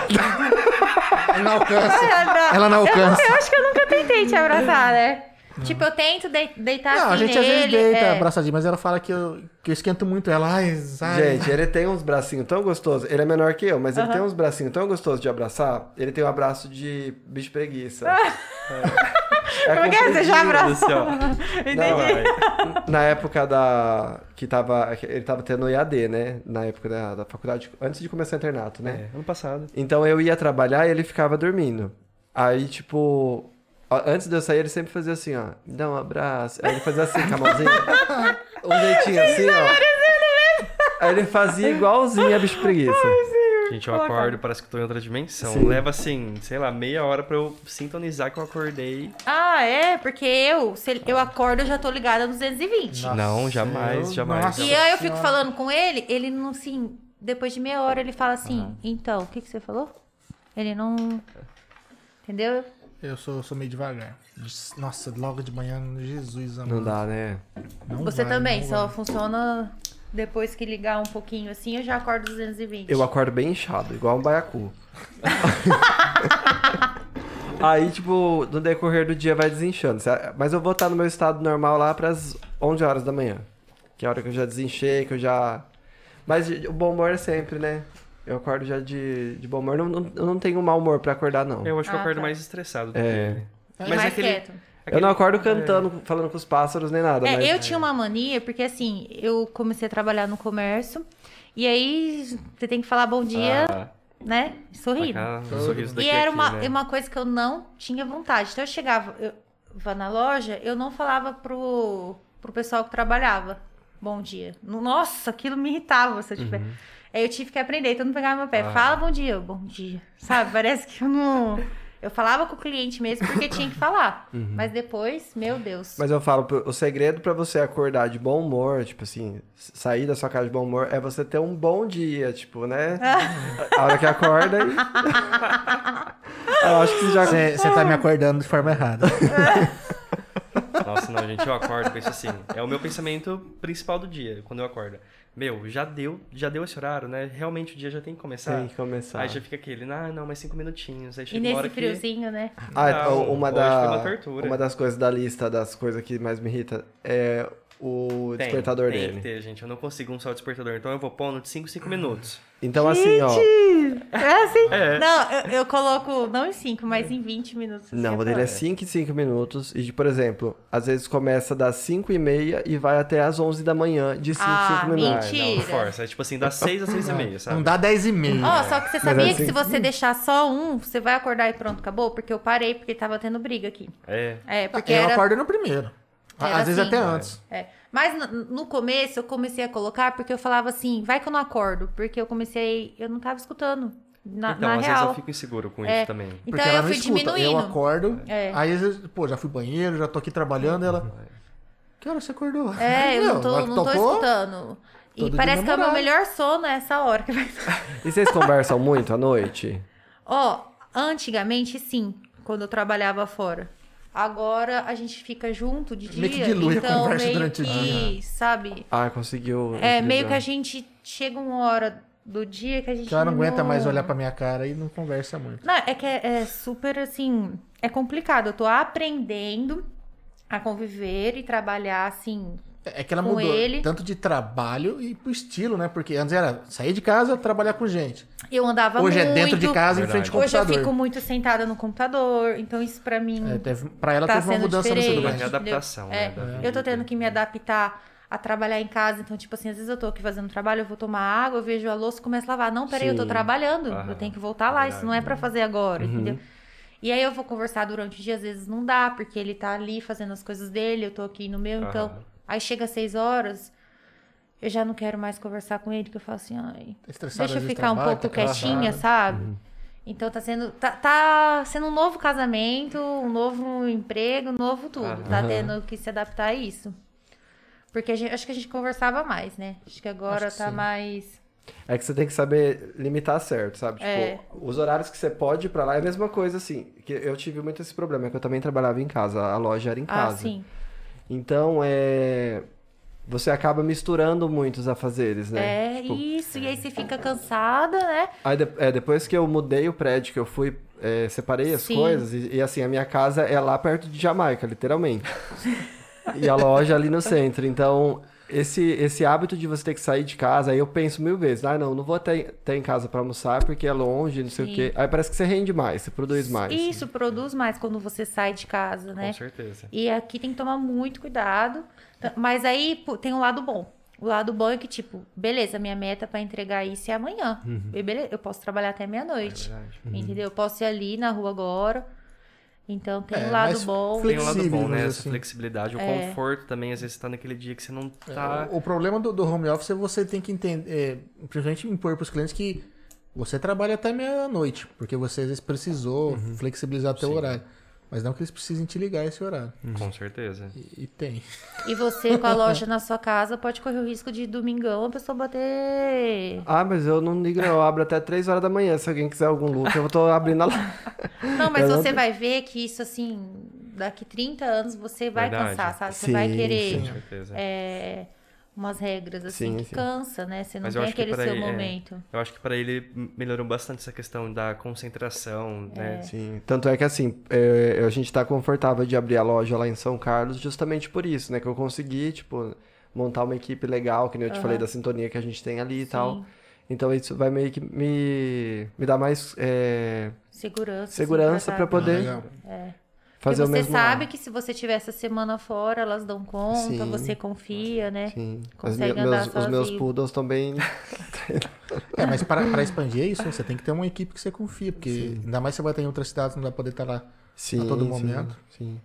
Speaker 6: Ela não alcança.
Speaker 1: Ah, não.
Speaker 6: Ela não alcança.
Speaker 1: Eu acho que eu nunca tentei te abraçar, né? *laughs* Tipo, eu tento de- deitar
Speaker 6: Não, a
Speaker 1: assim
Speaker 6: gente às vezes
Speaker 1: nele.
Speaker 6: deita
Speaker 1: é.
Speaker 6: abraçadinho, mas ela fala que eu, que eu esquento muito ela. Ai, ai.
Speaker 3: Gente, ele tem uns bracinhos tão gostosos. Ele é menor que eu, mas ele tem uns bracinhos tão gostosos de abraçar. Ele tem um abraço de bicho
Speaker 1: *laughs*
Speaker 3: preguiça. É
Speaker 1: Como que é? Você já
Speaker 4: Meu Deus do
Speaker 6: assim,
Speaker 1: abraçou? *laughs*
Speaker 4: céu.
Speaker 1: Entendi.
Speaker 3: Não,
Speaker 6: é.
Speaker 4: Vai.
Speaker 3: Na época da. que tava. que ele tava tendo IAD, né? Na época da, da faculdade, antes de começar o internato, né?
Speaker 4: É, ano passado.
Speaker 3: Então eu ia trabalhar e ele ficava dormindo. Aí, tipo. a- Antes de eu sair, ele sempre fazia assim, ó. Me dá um abraço. Aí ele fazia assim com a mãozinha. um jeitinho assim, ó. Aí ele fazia igualzinho a bicho preguiça.
Speaker 4: Gente, eu
Speaker 1: Coloca.
Speaker 4: acordo, parece que eu tô em outra dimensão.
Speaker 3: Sim.
Speaker 4: Leva assim, sei lá, meia hora pra eu sintonizar que eu acordei.
Speaker 1: Ah, é? Porque eu, se ele- eu acordo, eu já tô ligada nos 220.
Speaker 6: Nossa,
Speaker 4: não, jamais,
Speaker 6: eu-
Speaker 4: jamais.
Speaker 6: nossa.
Speaker 1: E aí eu fico
Speaker 6: Senhora.
Speaker 1: falando com ele, ele não assim, depois de meia hora ele fala assim, então, o que, que você falou? Ele não. Entendeu?
Speaker 6: Eu sou, sou meio devagar. Nossa, logo de manhã, Jesus amado.
Speaker 3: Não dá, né?
Speaker 6: Não
Speaker 1: você
Speaker 6: vai,
Speaker 1: também,
Speaker 6: não
Speaker 1: só
Speaker 6: vai.
Speaker 1: funciona depois que ligar um pouquinho assim, eu já acordo 220.
Speaker 3: Eu acordo bem inchado, igual um baiacu. Aí, tipo, no decorrer do dia vai desinchando. sa- Mas eu vou estar no meu estado normal lá pras 11 horas da manhã. Que é a hora que eu já desinchei, que eu já. Mas de- o bom humor é sempre, né? Eu acordo já de, de bom humor. Não- não- eu não tenho mau humor pra acordar, não. Eu,
Speaker 4: Eu acho que eu
Speaker 1: Ah,
Speaker 4: acordo
Speaker 1: tá.
Speaker 4: mais estressado do
Speaker 3: É.
Speaker 4: que ele.
Speaker 1: E
Speaker 4: mas
Speaker 1: mais
Speaker 4: aquele-
Speaker 1: quieto.
Speaker 4: É
Speaker 3: não acordo cantando, falando com os pássaros nem nada. mas...
Speaker 1: É, eu tinha uma mania, porque assim, eu comecei a trabalhar no comércio, e aí você tem que falar bom dia,
Speaker 4: Ah,
Speaker 1: né? Sorrindo.
Speaker 4: pra cá, um sorriso daqui
Speaker 1: e era
Speaker 4: aqui,
Speaker 1: uma, é
Speaker 4: né?
Speaker 1: uma coisa que eu não tinha vontade. Então eu chegava eu, vá na loja, eu não falava pro, pro pessoal que trabalhava bom dia. No- Nossa, aquilo me irritava se eu tiver. Aí eu tive que aprender, então eu não pegava meu pé.
Speaker 4: Uhum. Ah.
Speaker 1: Fala bom dia, eu, bom dia. Sabe? Parece que eu não. *laughs* Eu falava com o cliente mesmo porque tinha que falar.
Speaker 4: Uhum.
Speaker 1: Mas depois, meu Deus.
Speaker 3: Mas eu falo, o segredo pra você acordar de bom humor, tipo assim, sair da sua casa de bom humor, é você ter um bom dia, tipo, né? a hora que acorda e... eu acho que você já...
Speaker 6: Você você tá me acordando de forma errada.
Speaker 4: Nossa, não, gente, eu acordo e penso assim. É o meu pensamento principal do dia, quando eu acordo. Meu, já deu, já deu esse horário, né? Realmente o dia já tem que começar.
Speaker 3: Tem que começar.
Speaker 4: Aí já fica aquele, ah, não, mais cinco minutinhos. Aí
Speaker 1: e
Speaker 4: chega uma
Speaker 1: nesse
Speaker 4: hora que...
Speaker 1: friozinho, né?
Speaker 3: Ah,
Speaker 4: Não,
Speaker 3: uma,
Speaker 4: hoje
Speaker 3: da...
Speaker 4: foi uma tortura.
Speaker 3: uma das coisas da lista das coisas que mais me irrita é o
Speaker 4: Tem,
Speaker 3: despertador
Speaker 4: tem
Speaker 3: dele.
Speaker 4: que ter, gente. Eu não consigo um só despertador. Então eu vou pondo de 5 em 5 minutos.
Speaker 3: Então, assim, ó,
Speaker 1: assim. É assim? Não, eu, eu coloco não em 5, mas em 20 minutos. assim,
Speaker 3: Não, o dele é
Speaker 1: deles
Speaker 3: 5 em 5 minutos. E, de, por exemplo, às vezes começa das 5 e meia e vai até às 11 da manhã de 5
Speaker 1: Ah,
Speaker 3: em 5 minutos.
Speaker 1: *laughs* mentira.
Speaker 4: Não, força. É tipo assim, das 6 às 6 e meia,
Speaker 6: Não
Speaker 4: sabe?
Speaker 6: dá 10 e meio.
Speaker 1: Ó, só que você sabia
Speaker 3: assim-
Speaker 1: que se
Speaker 6: hum.
Speaker 1: você deixar só um, você vai acordar e pronto, acabou? Porque eu parei, porque tava tendo briga aqui.
Speaker 4: É.
Speaker 1: É, porque
Speaker 6: eu
Speaker 1: era
Speaker 6: acordo no primeiro. Às
Speaker 1: Era
Speaker 6: vezes
Speaker 1: assim.
Speaker 6: até antes.
Speaker 1: É. Mas no, no começo eu comecei a colocar porque eu falava assim, vai que eu não acordo, porque eu comecei, eu não tava escutando, na,
Speaker 4: então,
Speaker 1: na
Speaker 4: às vezes eu
Speaker 1: real.
Speaker 4: fico inseguro com
Speaker 1: É.
Speaker 4: isso também.
Speaker 6: Porque
Speaker 1: Então
Speaker 6: ela
Speaker 1: eu
Speaker 6: não
Speaker 1: fui
Speaker 6: escuta.
Speaker 1: diminuindo.
Speaker 6: Eu acordo.
Speaker 1: É.
Speaker 6: Aí às vezes, pô, já fui banheiro, já tô aqui trabalhando. Ela. Que hora você acordou? *laughs*
Speaker 1: É, eu não
Speaker 6: na
Speaker 1: tô,
Speaker 6: hora que
Speaker 1: não tô
Speaker 6: tocou,
Speaker 1: escutando. E
Speaker 6: todo dia
Speaker 1: parece que é o meu
Speaker 6: namorado.
Speaker 1: melhor sono é essa hora que vai.
Speaker 3: E vocês conversam muito à noite?
Speaker 1: Ó, antigamente sim, quando eu trabalhava fora. Agora a gente fica junto de dia,
Speaker 6: Meio que dilui a
Speaker 1: então
Speaker 6: conversa
Speaker 1: meio
Speaker 6: durante
Speaker 1: que,
Speaker 6: o dia.
Speaker 1: sabe?
Speaker 3: Ah, conseguiu.
Speaker 1: É, meio
Speaker 3: equilibrar.
Speaker 1: que a gente chega uma hora do dia que a gente
Speaker 6: Que ela não aguenta mais olhar pra minha cara e não conversa muito.
Speaker 1: Não, é que é, é super assim. É complicado. Eu tô aprendendo a conviver e trabalhar assim.
Speaker 6: É que ela
Speaker 1: Com
Speaker 6: mudou
Speaker 1: ele.
Speaker 6: tanto de trabalho e pro estilo, né? Porque antes era sair de casa, trabalhar com gente.
Speaker 1: Eu andava
Speaker 6: Hoje
Speaker 1: muito.
Speaker 6: é dentro de casa, em
Speaker 4: Verdade.
Speaker 6: frente ao
Speaker 1: Hoje eu
Speaker 6: computador.
Speaker 1: fico muito sentada no computador. Então isso pra mim.
Speaker 6: É, teve, pra ela
Speaker 1: Tá
Speaker 6: teve uma
Speaker 1: sendo
Speaker 6: mudança
Speaker 1: diferente.
Speaker 6: no
Speaker 4: Uma
Speaker 6: seu lugar.
Speaker 4: readaptação,
Speaker 1: É,
Speaker 4: né? da vida.
Speaker 1: eu tô tendo que me adaptar a trabalhar em casa. Então, tipo assim, às vezes eu tô aqui fazendo trabalho, eu vou tomar água, eu vejo a louça e começo a lavar. Não, peraí, eu tô
Speaker 3: Sim.
Speaker 1: trabalhando.
Speaker 4: Aham. Uhum.
Speaker 1: Eu tenho que voltar lá. Isso não é pra fazer agora, entendeu? E aí eu vou conversar durante o dia, às vezes não dá, porque ele tá ali fazendo as coisas dele, eu tô aqui no meu, então.
Speaker 4: Aham.
Speaker 1: Aí chega às seis horas, eu já não quero mais conversar com ele, que eu falo assim, ai,
Speaker 6: Tá estressada,
Speaker 1: deixa eu
Speaker 6: às vezes,
Speaker 3: é
Speaker 1: ficar um
Speaker 6: trabalha,
Speaker 1: pouco
Speaker 6: tá cansada.
Speaker 1: quietinha, sabe?
Speaker 3: Uhum.
Speaker 1: Então tá sendo. Tá, tá sendo um novo casamento, um novo emprego, um novo tudo. Tá
Speaker 3: Aham.
Speaker 1: tendo que se adaptar a isso. Porque a gente- acho que a gente conversava mais, né? Acho que agora
Speaker 6: Acho que
Speaker 1: tá
Speaker 6: sim.
Speaker 1: mais.
Speaker 3: É que você tem que saber limitar certo, sabe? Tipo,
Speaker 1: É.
Speaker 3: os horários que você pode ir pra lá é a mesma coisa, assim. Que eu tive muito esse problema, que eu também trabalhava em casa, a loja era em
Speaker 1: Ah,
Speaker 3: casa.
Speaker 1: sim.
Speaker 3: Então, é. Você acaba misturando muitos afazeres, né?
Speaker 1: É
Speaker 3: Tipo,
Speaker 1: isso. E aí você fica cansada, né?
Speaker 3: Aí de- é, depois que eu mudei o prédio, que eu fui, é, separei as
Speaker 1: Sim.
Speaker 3: coisas, e, e, assim, a minha casa é lá perto de Jamaica, literalmente. e a loja ali no centro. Então, esse, esse hábito de você ter que sair de casa, aí eu penso mil vezes, ah, não, não vou até, até em casa pra almoçar porque é longe, não sei
Speaker 1: Sim.
Speaker 3: o quê. Aí parece que você rende mais, você produz mais. né?
Speaker 1: Isso, produz mais quando você sai de casa, né?
Speaker 4: Com certeza.
Speaker 1: E aqui tem que tomar muito cuidado. Tá- Mas aí pô, tem um lado bom. O lado bom é que, tipo, beleza, minha meta pra entregar isso é amanhã. E beleza, eu posso trabalhar até meia-noite.
Speaker 4: É verdade.
Speaker 1: entendeu? Eu posso ir ali na rua agora. Então tem
Speaker 6: É,
Speaker 1: um lado
Speaker 6: mas
Speaker 1: bom.
Speaker 6: fle-
Speaker 4: Tem um lado
Speaker 6: Flexível,
Speaker 4: bom, né?
Speaker 6: vamos
Speaker 4: Essa
Speaker 6: dizer assim.
Speaker 4: flexibilidade, o
Speaker 1: É.
Speaker 4: conforto também. Às vezes você tá naquele dia que você não
Speaker 3: É. Ah.
Speaker 4: tá...
Speaker 6: O, o problema do, do home office é você tem que entender, é, principalmente impor pros clientes que você trabalha até meia-noite, porque você às vezes precisou
Speaker 3: Uhum.
Speaker 6: flexibilizar teu horário. Mas não que eles precisem te ligar esse horário.
Speaker 3: Uhum.
Speaker 4: Com certeza.
Speaker 6: E, e tem.
Speaker 1: E você com a loja na sua casa pode correr o risco de domingão a pessoa bater.
Speaker 3: Ah, mas eu não ligo, não. eu abro até 3 horas da manhã. Se alguém quiser algum look, eu tô abrindo a loja.
Speaker 1: Não, mas
Speaker 3: Eu não
Speaker 1: você vai ver que isso assim, daqui 30 anos você vai
Speaker 4: Verdade.
Speaker 1: cansar, sabe? Você
Speaker 3: Sim,
Speaker 1: vai
Speaker 4: Com
Speaker 1: querer
Speaker 4: certeza.
Speaker 1: é, umas regras assim
Speaker 3: Sim,
Speaker 1: que
Speaker 3: sim.
Speaker 1: cansa, né? Você não
Speaker 4: Mas eu
Speaker 1: tem
Speaker 4: acho que
Speaker 1: aquele
Speaker 4: pra
Speaker 1: seu
Speaker 4: ele- é.
Speaker 1: momento.
Speaker 4: Eu acho que pra ele melhorou bastante essa questão da concentração, né?
Speaker 3: Sim, tanto é que assim, é, a gente tá confortável de abrir a loja lá em São Carlos justamente por isso, né? Que eu consegui, tipo, montar uma equipe legal, que nem eu te falei da sintonia que a gente tem ali e tal.
Speaker 1: Sim.
Speaker 3: Então isso vai meio que me, me dar mais é,
Speaker 1: Segurança. assim,
Speaker 3: segurança
Speaker 1: pra
Speaker 3: pra
Speaker 1: dar-
Speaker 6: Ah,
Speaker 3: poder
Speaker 6: legal.
Speaker 1: Porque
Speaker 3: fazer o
Speaker 1: você
Speaker 3: mesmo.
Speaker 1: sabe
Speaker 3: lá.
Speaker 1: que se você tiver essa semana fora, elas dão conta,
Speaker 3: Sim.
Speaker 1: você confia, né?
Speaker 3: Sim. As
Speaker 1: consegue
Speaker 3: minha-
Speaker 1: andar
Speaker 3: meus- os meus
Speaker 1: sozinho.
Speaker 3: poodles
Speaker 1: *laughs*
Speaker 3: também.
Speaker 6: É, mas para, para expandir isso, você tem que ter uma equipe que você confia, porque ainda mais você vai estar em outra cidade, não vai poder estar lá.
Speaker 3: Sim,
Speaker 6: todo
Speaker 3: sim,
Speaker 6: momento.
Speaker 3: Sim.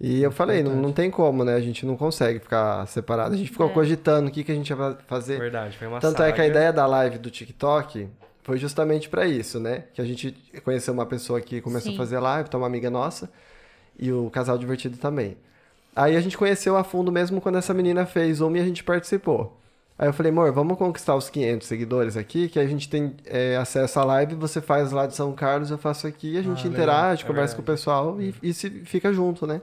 Speaker 3: E eu falei, não, não tem como, né? A gente não consegue ficar separado. A gente
Speaker 1: É.
Speaker 3: ficou cogitando o que, que a gente ia fa- fazer.
Speaker 4: Verdade, foi uma
Speaker 3: Tanto é que a
Speaker 4: saga.
Speaker 3: ideia da live do TikTok foi justamente pra isso, né? Que a gente conheceu uma pessoa que começou
Speaker 1: Sim.
Speaker 3: a fazer live, tá uma amiga nossa, e o casal divertido também. Aí a gente conheceu a fundo mesmo quando essa menina fez uma e a gente participou. Aí eu falei, amor, vamos conquistar os 500 seguidores aqui, que aí a gente tem é, acesso à live, você faz lá de São Carlos, eu faço aqui, a gente
Speaker 6: legal.
Speaker 3: interage,
Speaker 4: É
Speaker 3: conversa com o pessoal e, e se fica junto, né?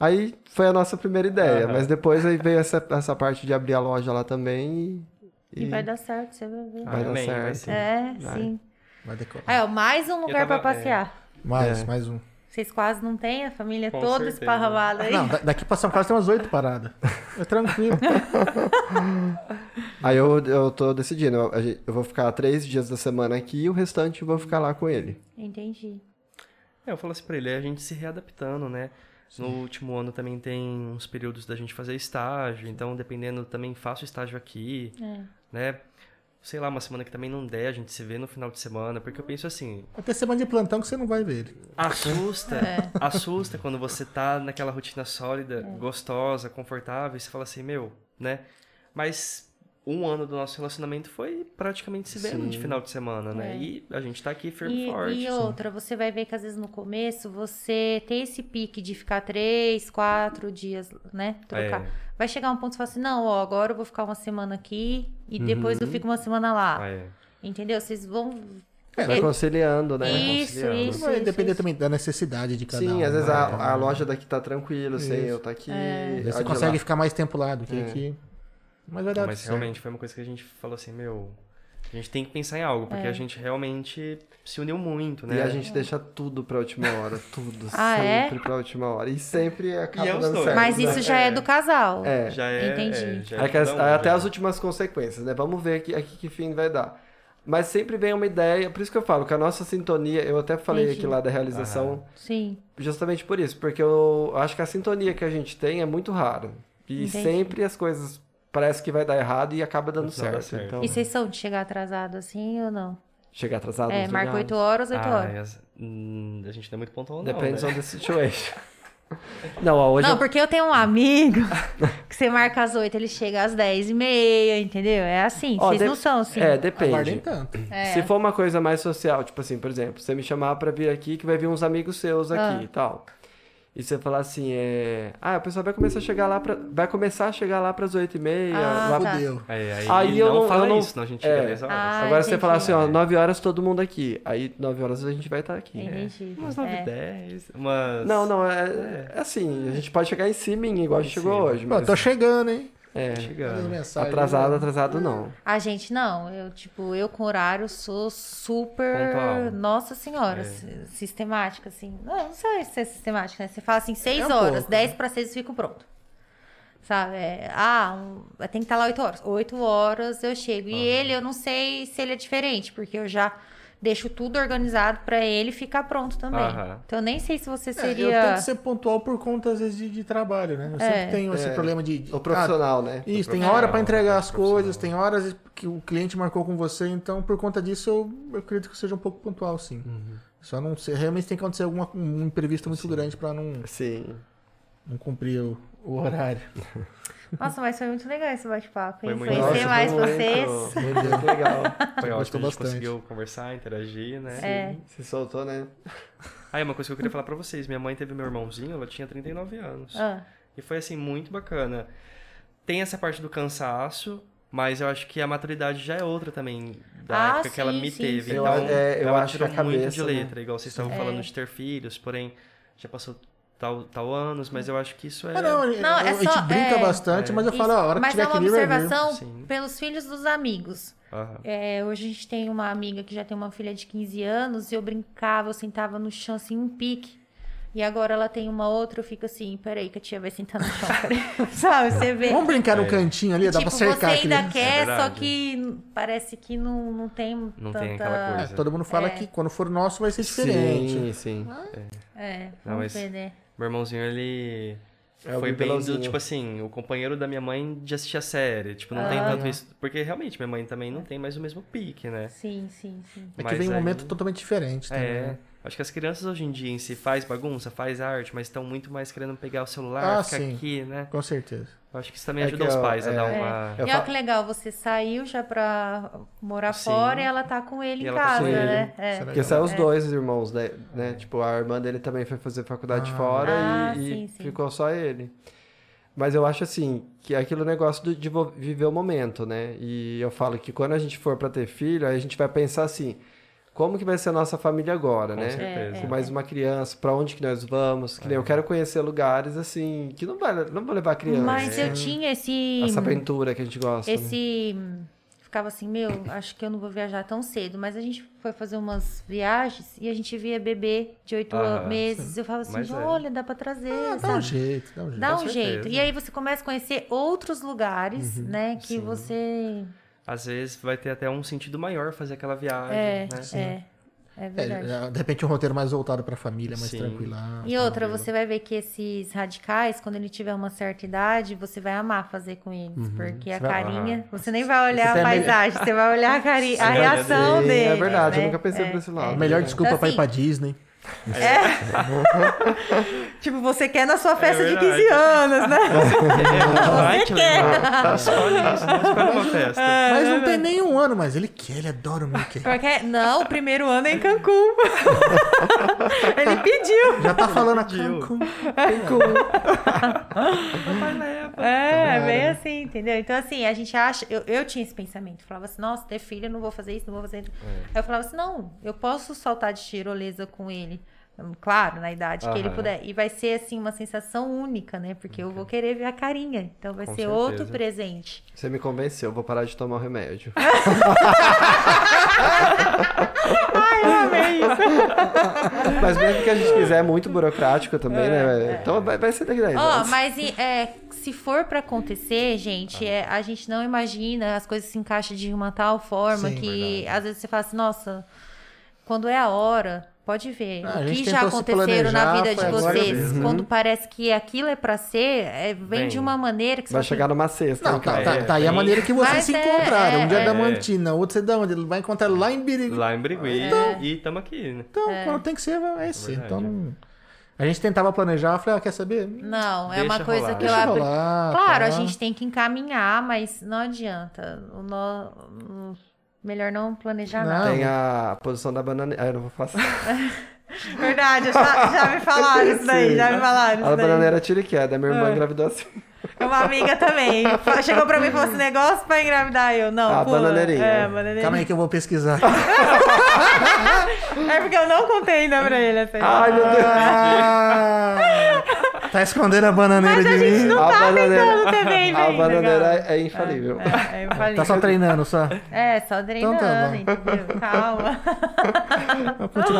Speaker 3: Aí foi a nossa primeira ideia,
Speaker 4: Aham.
Speaker 3: mas depois aí veio essa, essa parte de abrir a loja lá também e...
Speaker 1: E vai dar certo, você vai ver.
Speaker 4: Ah,
Speaker 3: vai dar
Speaker 4: amém, vai
Speaker 3: certo.
Speaker 4: sim.
Speaker 1: é,
Speaker 3: vai.
Speaker 1: sim.
Speaker 6: Vai decorar.
Speaker 1: Aí, ó, mais um lugar
Speaker 4: tava- é.
Speaker 1: pra passear.
Speaker 6: Mais,
Speaker 3: É.
Speaker 6: mais um.
Speaker 1: Vocês quase não têm a família
Speaker 4: Com
Speaker 1: toda
Speaker 4: certeza.
Speaker 1: esparramada aí.
Speaker 3: *laughs*
Speaker 6: Não, da- daqui pra São Carlos tem umas oito paradas. É tranquilo.
Speaker 3: Aí eu, eu tô decidindo. Eu, a gente- eu vou ficar três dias da semana aqui e o restante eu vou ficar lá com ele.
Speaker 1: Entendi.
Speaker 4: É, eu falo assim pra ele, é a gente se readaptando, né? No último ano também tem uns períodos da gente fazer estágio, então dependendo também faço estágio aqui,
Speaker 1: é.
Speaker 4: né? Sei lá, uma semana que também não der, a gente se vê no final de semana, porque eu penso assim,
Speaker 6: Até semana de plantão que você não vai ver ele.
Speaker 3: Ah,
Speaker 4: assusta,
Speaker 1: É.
Speaker 4: assusta quando você tá naquela rotina sólida, gostosa, confortável, e você fala assim, meu, né? Mas um ano do nosso relacionamento foi praticamente se vendo de final de semana, né?
Speaker 1: É.
Speaker 4: E a gente tá aqui firme
Speaker 1: E,
Speaker 4: e forte. assim.
Speaker 1: e outra, você vai ver que às vezes no começo você tem esse pique de ficar três, quatro dias, né? Trocar.
Speaker 4: É.
Speaker 1: Vai chegar um ponto que você fala assim: não, ó, agora eu vou ficar uma semana aqui e depois
Speaker 3: Uhum.
Speaker 1: eu fico uma semana lá.
Speaker 4: Ah, é.
Speaker 1: Entendeu? Vocês vão.
Speaker 6: É,
Speaker 3: Vai
Speaker 1: É.
Speaker 3: conciliando, né? Vai
Speaker 1: Isso,
Speaker 3: conciliando.
Speaker 1: isso.
Speaker 6: vai depender também da necessidade de cada um.
Speaker 3: Sim, às vezes
Speaker 6: né?
Speaker 4: é,
Speaker 3: a, a loja daqui tá tranquila, sei, eu tá aqui.
Speaker 1: É.
Speaker 3: a de
Speaker 6: Você
Speaker 3: lá.
Speaker 6: consegue ficar mais tempo lá do que aqui. Mas vai dar
Speaker 4: Mas
Speaker 6: tudo certo.
Speaker 4: realmente foi uma coisa que a gente falou assim, meu, a gente tem que pensar em algo,
Speaker 1: É.
Speaker 4: porque a gente realmente se uniu muito, né?
Speaker 3: E a gente deixa tudo pra última hora, tudo.
Speaker 1: *laughs* Ah, é?
Speaker 3: sempre pra última hora. E sempre acaba
Speaker 4: E é os
Speaker 3: dando
Speaker 4: dois.
Speaker 3: certo.
Speaker 1: Mas
Speaker 3: né?
Speaker 1: isso já é, do casal.
Speaker 3: É.
Speaker 4: já é,
Speaker 1: Entendi.
Speaker 4: é, já é
Speaker 3: Aí que as-
Speaker 4: cada um,
Speaker 3: até
Speaker 4: já.
Speaker 3: as últimas consequências, né? Vamos ver aqui, aqui que fim vai dar. Mas sempre vem uma ideia, por isso que eu falo que a nossa sintonia, eu até falei
Speaker 1: Entendi.
Speaker 3: aqui lá da realização,
Speaker 1: Sim.
Speaker 3: justamente por isso, porque eu acho que a sintonia que a gente tem é muito rara. E
Speaker 1: Entendi.
Speaker 3: sempre as coisas parece que vai dar errado e acaba dando
Speaker 4: Não dá
Speaker 3: certo.
Speaker 4: certo.
Speaker 3: Então,
Speaker 1: E vocês são de chegar atrasado assim ou não?
Speaker 3: chegar atrasado
Speaker 1: é,
Speaker 3: nos
Speaker 1: marca
Speaker 3: lugares.
Speaker 1: 8 horas, 8
Speaker 4: Ah,
Speaker 1: horas.
Speaker 4: as- hum, a gente não é muito pontual, não.
Speaker 3: Depende
Speaker 4: né?
Speaker 3: on the
Speaker 4: *laughs*
Speaker 3: situation. Não, ó, hoje
Speaker 1: não,
Speaker 3: eu-
Speaker 1: porque eu tenho um amigo *laughs* que você marca às 8, ele chega às 10 e meia, entendeu? É assim,
Speaker 3: Ó,
Speaker 1: vocês
Speaker 3: de-
Speaker 1: não são assim.
Speaker 3: É,
Speaker 6: Aguardem
Speaker 3: depende.
Speaker 6: tanto.
Speaker 1: É.
Speaker 3: Se for uma coisa mais social, tipo assim, por exemplo, você me chamar pra vir aqui que vai vir uns amigos seus aqui
Speaker 1: Ah.
Speaker 3: e tal. E você falar assim, é. Ah, o pessoal vai começar a chegar lá pra. Vai começar a chegar lá pras 8 e meia.
Speaker 1: Ah,
Speaker 3: lá-
Speaker 1: tá.
Speaker 6: Fudeu.
Speaker 4: É, aí,
Speaker 3: Aí eu
Speaker 4: não
Speaker 3: não-
Speaker 4: fala
Speaker 3: eu não-
Speaker 4: isso, senão a gente
Speaker 3: é.
Speaker 4: chega a 10 horas.
Speaker 1: Ah,
Speaker 3: Agora você
Speaker 1: entendi.
Speaker 3: falar assim, ó, 9 horas todo mundo aqui. Aí 9 horas a gente vai estar aqui.
Speaker 1: Entendi.
Speaker 4: Umas 9
Speaker 1: É.
Speaker 4: 10, umas...
Speaker 3: Não, não, é, é assim, a gente pode chegar em cima em igual a gente
Speaker 4: Em
Speaker 3: chegou
Speaker 4: cima.
Speaker 3: hoje.
Speaker 6: Pô,
Speaker 3: Mas
Speaker 6: tô né? chegando, hein?
Speaker 3: é,
Speaker 6: Mandando
Speaker 4: Chegando.
Speaker 6: mensagem.
Speaker 3: atrasado, atrasado não.
Speaker 1: A gente não, eu tipo, eu com horário sou super,
Speaker 4: Pontual.
Speaker 1: nossa senhora,
Speaker 4: É.
Speaker 1: si- sistemática assim. Não, não sei se é sistemática, né? Você fala assim, 6
Speaker 6: É um
Speaker 1: horas,
Speaker 4: né?
Speaker 6: pouco,
Speaker 1: 10 para 6 eu fico pronto. Sabe? É, ah, um, tem que estar lá 8 horas. 8 horas eu chego. E ele, eu não sei se ele é diferente, porque eu já deixo tudo organizado para ele ficar pronto também.
Speaker 4: Aham.
Speaker 1: Então eu nem sei se você
Speaker 6: É,
Speaker 1: seria É.
Speaker 6: eu tento ser pontual por conta, às vezes, de, de trabalho, né? Eu sempre tenho esse problema de. de-
Speaker 3: O profissional, né?
Speaker 6: Ah, isso,
Speaker 4: É. O
Speaker 6: tem
Speaker 4: profissional,
Speaker 6: hora pra entregar
Speaker 4: o
Speaker 6: as coisas, tem horas que o cliente marcou com você, então por conta disso eu, eu acredito que eu seja um pouco pontual, sim.
Speaker 4: Uhum.
Speaker 6: Só não sei, realmente tem que acontecer alguma, um imprevisto muito grande pra não,
Speaker 3: Sim.
Speaker 6: não cumprir o, o horário.
Speaker 4: É.
Speaker 1: Nossa, mas foi muito legal esse bate-papo.
Speaker 4: Foi
Speaker 1: hein?
Speaker 4: muito
Speaker 1: Conhecer
Speaker 4: legal.
Speaker 1: mais
Speaker 3: foi muito-
Speaker 1: vocês.
Speaker 6: Meu Deus.
Speaker 3: Muito legal.
Speaker 4: Foi ótimo, a gente
Speaker 6: Gostou bastante.
Speaker 4: conseguiu conversar, interagir, né?
Speaker 1: É.
Speaker 3: *laughs* Se soltou, né?
Speaker 4: Ah, é uma coisa que eu queria falar pra vocês. Minha mãe teve meu irmãozinho, ela tinha 39 anos.
Speaker 1: Ah,
Speaker 4: E foi assim, muito bacana. Tem essa parte do cansaço, mas eu acho que a maturidade já é outra também. Da
Speaker 1: Ah,
Speaker 4: época que ela
Speaker 1: sim,
Speaker 4: me
Speaker 1: sim,
Speaker 4: teve.
Speaker 1: sim.
Speaker 4: Então,
Speaker 3: Eu- é, eu
Speaker 4: ela
Speaker 3: acho
Speaker 4: tirou
Speaker 3: que a
Speaker 4: muito de
Speaker 3: cabeça, né?
Speaker 4: letra, igual vocês estavam
Speaker 1: É.
Speaker 4: falando de ter filhos, porém, já passou tal, tal anos, mas eu acho que isso é.
Speaker 6: Ah, não,
Speaker 1: Não, é
Speaker 6: a gente
Speaker 1: só-
Speaker 6: brinca
Speaker 1: é.
Speaker 6: bastante, mas eu
Speaker 1: Isso.
Speaker 6: falo, ó, a hora que
Speaker 1: Mas
Speaker 6: tiver
Speaker 1: é uma
Speaker 6: que vir, vai vir.
Speaker 1: observação
Speaker 4: Sim.
Speaker 1: pelos filhos dos amigos.
Speaker 4: assim, Aham.
Speaker 1: É, hoje a gente tem uma amiga que já tem uma filha de 15 anos e eu brincava, eu sentava no chão assim, um pique. E agora ela tem uma outra, eu fico assim, peraí que a tia vai sentar no chão. *laughs* Sabe, você vê.
Speaker 6: Vamos brincar no
Speaker 4: É.
Speaker 6: cantinho ali, dá
Speaker 1: tipo,
Speaker 6: pra cercar
Speaker 1: você ainda
Speaker 6: aquele-
Speaker 1: quer,
Speaker 4: É
Speaker 1: só
Speaker 4: verdade.
Speaker 1: que parece que não, não tem
Speaker 4: Não
Speaker 1: tanta...
Speaker 4: tem aquela
Speaker 6: É,
Speaker 4: coisa.
Speaker 6: todo mundo fala que quando for nosso vai ser diferente.
Speaker 3: Sim, sim.
Speaker 1: É, vamos
Speaker 4: Não, mas-
Speaker 1: ver, né?
Speaker 4: Meu irmãozinho, ele.
Speaker 3: É, o
Speaker 4: foi bem do,
Speaker 3: bibelôzinho.
Speaker 4: tipo assim, o companheiro da minha mãe de assistir a série. Tipo, não tem tanto isso. Porque realmente, minha mãe também não tem mais o mesmo pique, né?
Speaker 1: Sim, sim, sim.
Speaker 6: É que
Speaker 4: Mas
Speaker 6: vem um
Speaker 4: aí-
Speaker 6: momento totalmente diferente também.
Speaker 4: É.
Speaker 2: né?
Speaker 4: Acho que as crianças hoje em dia em si faz bagunça, faz arte, mas estão muito mais querendo pegar o celular,
Speaker 6: Ah,
Speaker 4: ficar
Speaker 6: sim.
Speaker 4: aqui, né?
Speaker 6: Com certeza.
Speaker 4: Eu acho que isso também
Speaker 3: É
Speaker 4: ajuda
Speaker 3: que
Speaker 4: os
Speaker 3: eu-
Speaker 4: pais
Speaker 3: é.
Speaker 4: a dar
Speaker 1: É.
Speaker 4: uma.
Speaker 3: Eu
Speaker 1: e olha
Speaker 3: falo-
Speaker 1: que legal, você saiu já pra morar
Speaker 4: Sim.
Speaker 1: fora e ela tá com ele
Speaker 4: E
Speaker 1: em
Speaker 4: ela tá com
Speaker 1: casa,
Speaker 3: ele.
Speaker 1: né? É.
Speaker 6: Será
Speaker 3: Porque saiu os dois irmãos, né? né? Tipo, a irmã dele também foi fazer faculdade
Speaker 6: Ah.
Speaker 3: fora
Speaker 1: Ah,
Speaker 3: e, e
Speaker 1: sim, sim.
Speaker 3: ficou só ele. Mas eu acho assim, que é aquele negócio do- de vo- viver o momento, né? E eu falo que quando a gente for pra ter filho, aí a gente vai pensar assim, como que vai ser a nossa família agora,
Speaker 4: Com
Speaker 3: né?
Speaker 4: certeza.
Speaker 1: É,
Speaker 3: Com mais uma criança, pra onde que nós vamos? Que nem eu quero conhecer lugares assim, que
Speaker 6: é
Speaker 1: É.
Speaker 3: não vai, não vou levar a criança.
Speaker 1: Mas eu tinha esse.
Speaker 3: Essa aventura que a gente gosta. né?
Speaker 1: Esse. hum, ficava assim, meu, acho que eu não vou viajar tão cedo. Mas a gente foi fazer umas viagens e a gente via bebê de oito
Speaker 4: Ah,
Speaker 1: an- meses. Eu falava assim,
Speaker 4: Mas é.
Speaker 1: olha, dá pra trazer.
Speaker 2: Dá um
Speaker 1: sabe?
Speaker 2: jeito, dá um jeito.
Speaker 1: Dá
Speaker 4: com
Speaker 1: um
Speaker 4: certeza.
Speaker 1: jeito. E aí você começa a conhecer outros lugares, né? Que
Speaker 4: sim.
Speaker 1: você.
Speaker 4: Às vezes vai ter até um sentido maior fazer aquela viagem,
Speaker 1: É,
Speaker 4: né?
Speaker 1: é. É verdade.
Speaker 2: É, de repente um roteiro mais voltado pra família, mais
Speaker 4: Sim.
Speaker 2: tranquila.
Speaker 1: E outra, você vai ver que esses radicais, quando ele tiver uma certa idade, você vai amar fazer com eles. Porque a
Speaker 7: Você vai
Speaker 1: carinha, você nem vai olhar
Speaker 7: Você
Speaker 1: a
Speaker 7: tem a melhor-
Speaker 1: paisagem, você vai olhar a, cari... a
Speaker 4: vai olhar
Speaker 1: reação
Speaker 3: Sim,
Speaker 1: dele.
Speaker 3: é verdade, eu
Speaker 1: né?
Speaker 3: nunca pensei
Speaker 1: É.
Speaker 3: por esse lado.
Speaker 2: Melhor
Speaker 4: né?
Speaker 3: Verdade.
Speaker 2: desculpa pra ir
Speaker 1: Assim.
Speaker 2: pra Disney.
Speaker 1: Tipo, você quer na sua festa de
Speaker 4: É verdade.
Speaker 1: 15 anos, né?
Speaker 4: *laughs* Vai te
Speaker 1: quer.
Speaker 4: levar. Escolhe isso, não escolhe uma é festa.
Speaker 2: mas não
Speaker 4: né?
Speaker 2: tem nem um ano, mas ele quer, ele adora o
Speaker 4: *laughs*
Speaker 2: Mickey.
Speaker 1: Porque... é Não, o primeiro ano é em Cancún. *laughs* ele pediu.
Speaker 2: Já tá falando a
Speaker 4: Pediu.
Speaker 2: Cancún.
Speaker 4: Papai leva.
Speaker 1: É, meio assim, entendeu? Então, assim, a gente acha. Eu, eu tinha esse pensamento. Falava assim, nossa, ter filho, eu não vou fazer isso, não vou fazer isso.
Speaker 4: É.
Speaker 1: Aí eu falava assim, não, eu posso saltar de tirolesa com ele. Claro, na idade que ele
Speaker 4: Aham.
Speaker 1: puder. E vai ser, assim, uma sensação única, né? Porque eu vou querer ver a carinha. Então vai
Speaker 4: Com
Speaker 1: ser
Speaker 4: certeza.
Speaker 1: outro presente.
Speaker 3: Você me convenceu, vou parar de tomar o remédio.
Speaker 1: Ai, eu amei isso.
Speaker 3: Mas mesmo que a gente quiser, é muito burocrático também, né? Então vai, vai ser daqui a 10
Speaker 1: Ó,
Speaker 3: anos.
Speaker 1: mas e, é, se for pra acontecer,
Speaker 2: Ah.
Speaker 1: gente, é, a gente não imagina, as coisas se encaixam de uma tal forma
Speaker 2: Sim,
Speaker 1: que às vezes você fala assim, nossa, quando é a hora, pode ver.
Speaker 2: Ah, a
Speaker 1: o
Speaker 2: gente
Speaker 1: que já
Speaker 2: tentou se
Speaker 1: aconteceram na
Speaker 2: planejar,
Speaker 1: vida de
Speaker 2: foi agora
Speaker 1: vocês.
Speaker 2: mesmo.
Speaker 1: Quando parece que aquilo é pra ser, é, vem,
Speaker 4: Vem.
Speaker 1: de uma maneira que você
Speaker 3: Vai
Speaker 1: fala assim,
Speaker 3: chegar numa sexta.
Speaker 2: Não,
Speaker 3: né,
Speaker 2: tá,
Speaker 3: cara?
Speaker 2: tá,
Speaker 4: É,
Speaker 2: tá aí a
Speaker 4: tem-
Speaker 2: maneira que vocês
Speaker 1: Mas
Speaker 2: se
Speaker 1: é,
Speaker 2: encontraram.
Speaker 1: é,
Speaker 2: um dia é
Speaker 1: é.
Speaker 2: da Mantina, outro você é da onde? Ele vai encontrar lá em Birigui.
Speaker 4: Lá em Brigui.
Speaker 1: É.
Speaker 4: E tamo aqui, né?
Speaker 2: Então, quando tem que ser, é esse.
Speaker 4: Verdade.
Speaker 2: Então, não- a gente tentava planejar, eu falei, ah, quer saber?
Speaker 1: assim, Não, é
Speaker 4: Deixa
Speaker 1: uma coisa
Speaker 4: rolar.
Speaker 1: que
Speaker 2: Deixa
Speaker 1: eu abri.
Speaker 2: rolar,
Speaker 1: Claro,
Speaker 2: tá.
Speaker 1: a gente tem que encaminhar, mas não adianta. O nó- o- Melhor não planejar
Speaker 2: Não.
Speaker 1: nada.
Speaker 3: Tem a posição da banana. Ah, eu não vou passar.
Speaker 1: Verdade, já, já me falaram isso daí, já me falaram
Speaker 3: A
Speaker 1: isso daí.
Speaker 3: bananeira tira que é, da minha irmã engravidou assim.
Speaker 1: Uma amiga também. fa- Chegou pra mim e falou assim, negócio pra engravidar eu. Não,
Speaker 3: Ah,
Speaker 1: pula.
Speaker 3: bananeirinha.
Speaker 1: É, bananeirinha.
Speaker 2: Calma aí que eu
Speaker 1: *laughs*
Speaker 2: vou pesquisar.
Speaker 1: É porque eu não contei ainda pra ele assim. essa
Speaker 3: Ai,
Speaker 1: história.
Speaker 3: meu Deus.
Speaker 2: Ah, tá escondendo a bananeira
Speaker 1: Mas a
Speaker 2: de
Speaker 1: gente
Speaker 2: mim.
Speaker 1: não
Speaker 3: A
Speaker 1: tá
Speaker 3: bananeira-
Speaker 1: tentando também,
Speaker 3: A
Speaker 1: velho.
Speaker 3: bananeira é infalível.
Speaker 1: É, é, eu falei.
Speaker 2: Tá só treinando, só.
Speaker 1: É, só treinando,
Speaker 2: Então
Speaker 1: entendeu? Calma.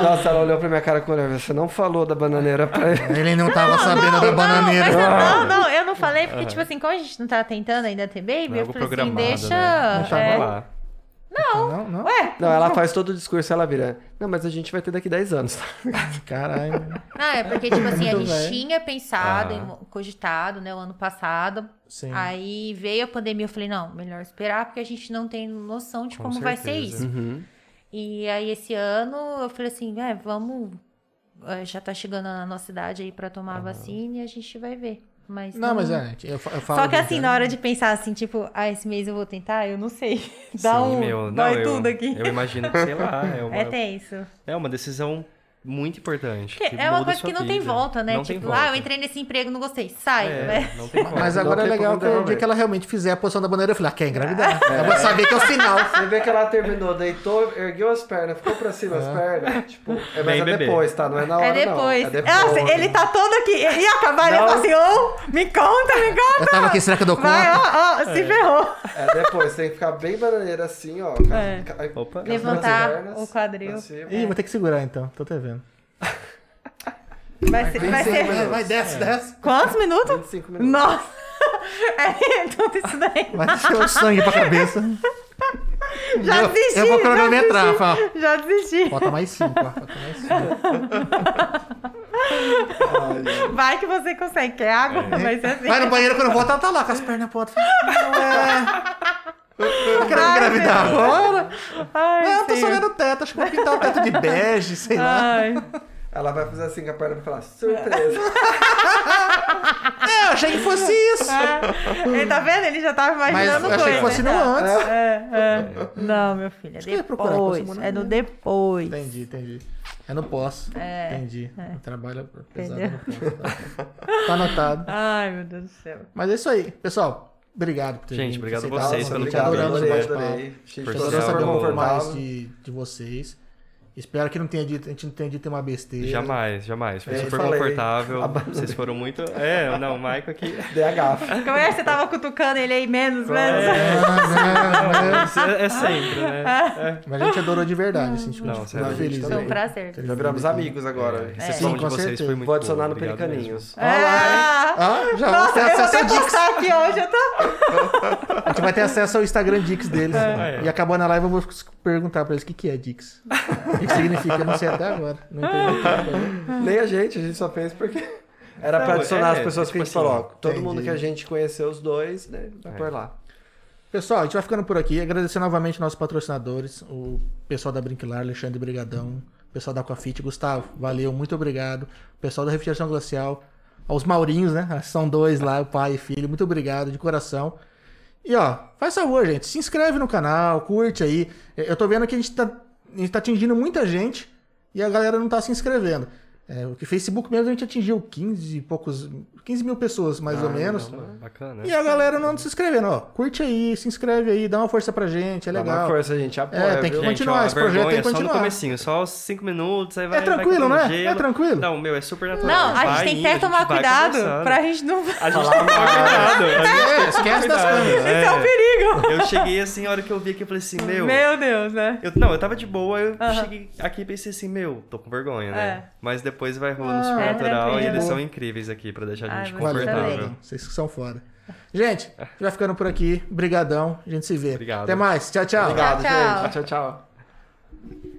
Speaker 3: Nossa, ela olhou pra minha cara com olho. Você não falou da bananeira pra ele.
Speaker 2: Ele não tava Tá sabendo da bananeira.
Speaker 1: Mas eu não, não, eu não falei, porque, tipo assim, como a gente não tá tentando ainda ter baby,
Speaker 4: Não
Speaker 1: eu
Speaker 4: é algo
Speaker 1: falei assim,
Speaker 4: programado,
Speaker 1: deixa.
Speaker 4: né?
Speaker 2: tá
Speaker 1: é,
Speaker 4: Deixa rolar.
Speaker 2: Não, não.
Speaker 1: Ué,
Speaker 3: Não, ela faz todo o discurso ela vira. Não, mas a gente vai ter daqui 10 anos. tá?
Speaker 2: Caralho.
Speaker 1: não, é porque, tipo assim, a
Speaker 2: Muito
Speaker 1: gente
Speaker 2: velho.
Speaker 1: tinha pensado,
Speaker 4: Ah.
Speaker 1: em- cogitado, né, o ano passado.
Speaker 2: Sim.
Speaker 1: Aí veio a pandemia, eu falei, não, melhor esperar, porque a gente não tem noção de
Speaker 4: Com
Speaker 1: como vai ser
Speaker 4: certeza.
Speaker 1: isso. E aí esse ano eu falei assim, é, vamos. é, Já tá chegando a nossa idade aí pra tomar a vacina e a gente vai ver. Mas
Speaker 2: Não, mas é, eu, fa- eu falo.
Speaker 1: então. Só que assim,
Speaker 2: brincando.
Speaker 1: na hora de pensar assim, tipo, ah, esse mês eu vou tentar, eu não sei. *laughs* Dá
Speaker 4: Sim,
Speaker 1: um.
Speaker 4: meu, não,
Speaker 1: dói
Speaker 4: eu-
Speaker 1: tudo aqui.
Speaker 4: Eu imagino que, sei lá,
Speaker 1: *laughs*
Speaker 4: é uma,
Speaker 1: É tenso.
Speaker 4: é uma decisão muito importante.
Speaker 1: Porque
Speaker 4: que
Speaker 1: é uma
Speaker 4: Tipo, muda
Speaker 1: coisa
Speaker 4: sua
Speaker 1: que não tem
Speaker 4: vida.
Speaker 1: volta, né?
Speaker 4: Não tem
Speaker 1: tipo, ah,
Speaker 4: volta.
Speaker 1: eu entrei nesse emprego, não gostei. Sai, né?
Speaker 4: É, não tem volta.
Speaker 2: Mas
Speaker 3: Não
Speaker 2: agora é
Speaker 3: tem
Speaker 2: legal
Speaker 3: como
Speaker 2: que o dia
Speaker 3: devolver.
Speaker 2: que ela realmente fizer a posição da bananeira, eu falei, ah, quer engravidar? Eu vou saber que é o final.
Speaker 3: Você vê que ela terminou, deitou, ergueu as pernas, ficou pra cima
Speaker 2: Ah.
Speaker 3: as pernas. Tipo, é, mas
Speaker 4: Bem
Speaker 3: é
Speaker 4: bebê.
Speaker 3: depois, tá? Não é na hora,
Speaker 1: É
Speaker 3: não.
Speaker 1: depois.
Speaker 3: É depois.
Speaker 1: Nossa, ele tá todo aqui. Ele ia acabar, ele ia
Speaker 3: Não.
Speaker 1: falar assim, ô, me conta, me conta.
Speaker 2: Eu tava aqui, será que eu dou
Speaker 1: Vai,
Speaker 2: conta?
Speaker 1: ó, ó, se ferrou.
Speaker 3: É depois, tem que ficar bem bananeira assim, ó. com as-
Speaker 1: É.
Speaker 3: com as
Speaker 4: Opa.
Speaker 3: duas
Speaker 1: Levantar
Speaker 3: pernas,
Speaker 1: o quadril.
Speaker 3: pra cima.
Speaker 2: Ih, vou ter que segurar então, tô até vendo.
Speaker 1: Vai ser. É. Vai ser...
Speaker 2: Vai, vai, desce, desce.
Speaker 1: Quantos minutos?
Speaker 3: 25 minutos.
Speaker 1: Nossa! *laughs* É tudo isso daí.
Speaker 2: Vai descer o sangue pra cabeça.
Speaker 1: Já
Speaker 2: eu,
Speaker 1: desisti.
Speaker 2: eu vou
Speaker 1: já
Speaker 2: cronometrar,
Speaker 1: desisti,
Speaker 2: fala.
Speaker 1: Já desisti.
Speaker 2: Falta mais cinco, ó. Falta mais cinco.
Speaker 1: Vai que você consegue. Quer água? Vai ser assim.
Speaker 2: É. Vai no banheiro quando volta, ela tá lá com as pernas pro outro. Fala, Não é. Eu quero
Speaker 1: Ai,
Speaker 2: engravidar
Speaker 1: meu
Speaker 2: agora.
Speaker 1: Ai,
Speaker 2: Ah, eu tô né?
Speaker 1: Senhor.
Speaker 2: só olhando o teto, acho que vou pintar o teto de bege, sei lá.
Speaker 1: Ai.
Speaker 3: Ela vai fazer assim com a perna e falar,
Speaker 4: *laughs*
Speaker 3: surpresa.
Speaker 1: Ah.
Speaker 2: É, eu achei que fosse isso.
Speaker 1: Ele tá vendo? Ele já tava
Speaker 2: Mas
Speaker 1: imaginando
Speaker 2: eu achei
Speaker 1: coisa,
Speaker 2: que fosse no
Speaker 1: tá?
Speaker 2: antes.
Speaker 1: É, é. Não, meu filho, é
Speaker 2: que eu ia procurar com essa
Speaker 1: depois.
Speaker 2: semana
Speaker 1: É no
Speaker 2: mesmo.
Speaker 1: depois.
Speaker 2: Entendi, entendi. É no pós. entendi. O trabalho é pesado
Speaker 1: Entendeu?
Speaker 2: no pós. Tá. tá anotado.
Speaker 1: Ai, meu Deus do céu.
Speaker 2: Mas é isso aí. Pessoal, obrigado por ter
Speaker 4: Gente,
Speaker 2: vindo,
Speaker 4: obrigado
Speaker 2: por
Speaker 4: a
Speaker 2: aceitar
Speaker 4: vocês
Speaker 2: o
Speaker 4: pelo
Speaker 2: convite.
Speaker 4: convite.
Speaker 2: Adoramos o
Speaker 3: adorei,
Speaker 2: bate-papo.
Speaker 3: adorei. Achei
Speaker 4: Por
Speaker 2: Adorei
Speaker 4: sinal,
Speaker 2: saber um
Speaker 4: foi
Speaker 2: pouco
Speaker 4: confortável.
Speaker 2: mais de, de vocês. Espero que não tenha dito, a gente não tenha dito uma besteira. *laughs*
Speaker 4: *laughs* Jamais, jamais. Foi
Speaker 3: É, eu
Speaker 4: super
Speaker 3: falei.
Speaker 4: confortável.
Speaker 3: *laughs* Abandonei.
Speaker 4: Vocês foram muito. É, não, o Michael aqui. *laughs*
Speaker 3: DH.
Speaker 1: Como é que você tava cutucando ele aí menos, menos?
Speaker 4: É,
Speaker 2: Ah, né, né.
Speaker 4: é, é sempre,
Speaker 1: *laughs*
Speaker 4: né?
Speaker 2: Mas a gente adorou de verdade, assim, tipo,
Speaker 4: Não,
Speaker 2: a gente
Speaker 4: sério,
Speaker 2: ficou
Speaker 4: a
Speaker 3: gente
Speaker 2: feliz.
Speaker 3: tá
Speaker 2: né?
Speaker 1: Foi um prazer.
Speaker 3: Já
Speaker 2: *laughs*
Speaker 3: viramos amigos agora.
Speaker 4: É.
Speaker 2: Sim,
Speaker 4: Recepção
Speaker 2: com
Speaker 4: de vocês
Speaker 2: certeza.
Speaker 4: foi muito
Speaker 3: Vou adicionar no
Speaker 4: boa, obrigado mesmo.
Speaker 3: Pelicaninhos.
Speaker 1: Ah,
Speaker 2: Ah, já
Speaker 1: Nossa,
Speaker 2: vai
Speaker 4: é
Speaker 1: eu
Speaker 2: ter
Speaker 1: vou
Speaker 2: acesso ao
Speaker 1: até
Speaker 2: Dix.
Speaker 1: postar aqui hoje, eu tô...
Speaker 2: A gente vai ter acesso ao Instagram Dix deles.
Speaker 4: É.
Speaker 2: E acabando a live, eu vou perguntar pra eles o que, que é Dix. O que, que significa? Eu não sei até agora. Não entendi.
Speaker 3: Nem a gente, a gente só fez porque. *laughs* Era
Speaker 4: Não,
Speaker 3: pra adicionar
Speaker 4: é,
Speaker 3: as pessoas que a gente
Speaker 4: tipo assim, É.
Speaker 3: falou. ó, Todo
Speaker 2: entendi.
Speaker 3: mundo que a gente conheceu, os dois, né? Vai por lá.
Speaker 2: Pessoal, a gente vai ficando por aqui. Agradecer novamente nossos patrocinadores, o pessoal da Brinquilar, Alexandre Brigadão, o pessoal da Aquafit, Gustavo, valeu, muito obrigado. O pessoal da Refrigeração Glacial, aos Maurinhos, né? *laughs* São dois lá, o pai e filho, muito obrigado de coração. E ó, faz favor, gente, se inscreve no canal, curte aí. É, Eu tô vendo que a gente tá, a gente tá atingindo muita gente e a galera não tá se inscrevendo. É, o que Facebook mesmo a gente atingiu 15 e poucos, 15 mil pessoas mais ou menos.
Speaker 4: Bacana.
Speaker 2: E a galera não anda se inscrevendo, ó. Curte aí, se inscreve aí, dá uma força pra gente, é
Speaker 3: Dá uma
Speaker 2: legal.
Speaker 3: força, gente. Apoia,
Speaker 2: É, tem que
Speaker 3: viu?
Speaker 4: Gente,
Speaker 2: continuar,
Speaker 4: ó, a
Speaker 2: esse projeto tem
Speaker 4: vergonha
Speaker 2: que
Speaker 4: é Só
Speaker 2: continuar.
Speaker 4: no comecinho, só os cinco minutos, aí vai
Speaker 2: É tranquilo,
Speaker 4: vai
Speaker 2: né?
Speaker 4: colocando
Speaker 2: É
Speaker 4: gelo.
Speaker 2: tranquilo.
Speaker 4: Não, meu, é super natural.
Speaker 1: Não, a gente
Speaker 4: Vai
Speaker 1: tem que
Speaker 4: indo, a
Speaker 1: até tomar
Speaker 4: gente vai
Speaker 1: cuidado
Speaker 4: conversando.
Speaker 1: pra gente não... *laughs*
Speaker 4: A gente tem que tomar cuidado. a gente tem que
Speaker 2: É, esquece das
Speaker 4: tomar
Speaker 2: câmeras.
Speaker 4: cuidado,
Speaker 1: Esse é o perigo.
Speaker 4: Eu cheguei assim, a hora que eu vi aqui, eu falei assim, meu...
Speaker 1: Meu Deus, né?
Speaker 4: Eu, não, eu tava de boa, eu
Speaker 1: Aham.
Speaker 4: cheguei aqui e pensei assim, meu, tô com vergonha, né?
Speaker 1: É.
Speaker 4: Mas depois vai rolando
Speaker 2: Ah,
Speaker 4: super
Speaker 1: é
Speaker 4: natural e
Speaker 1: tranquilo.
Speaker 4: eles são incríveis aqui pra deixar a
Speaker 1: Ai,
Speaker 4: gente
Speaker 1: vocês também.
Speaker 4: confortável.
Speaker 2: Vocês que são foda. Gente, a gente vai ficando por aqui. Brigadão, a gente se vê.
Speaker 4: Obrigado.
Speaker 2: Até mais, tchau, tchau.
Speaker 3: Obrigado,
Speaker 1: Tchau, tchau.
Speaker 3: gente. Tchau, tchau.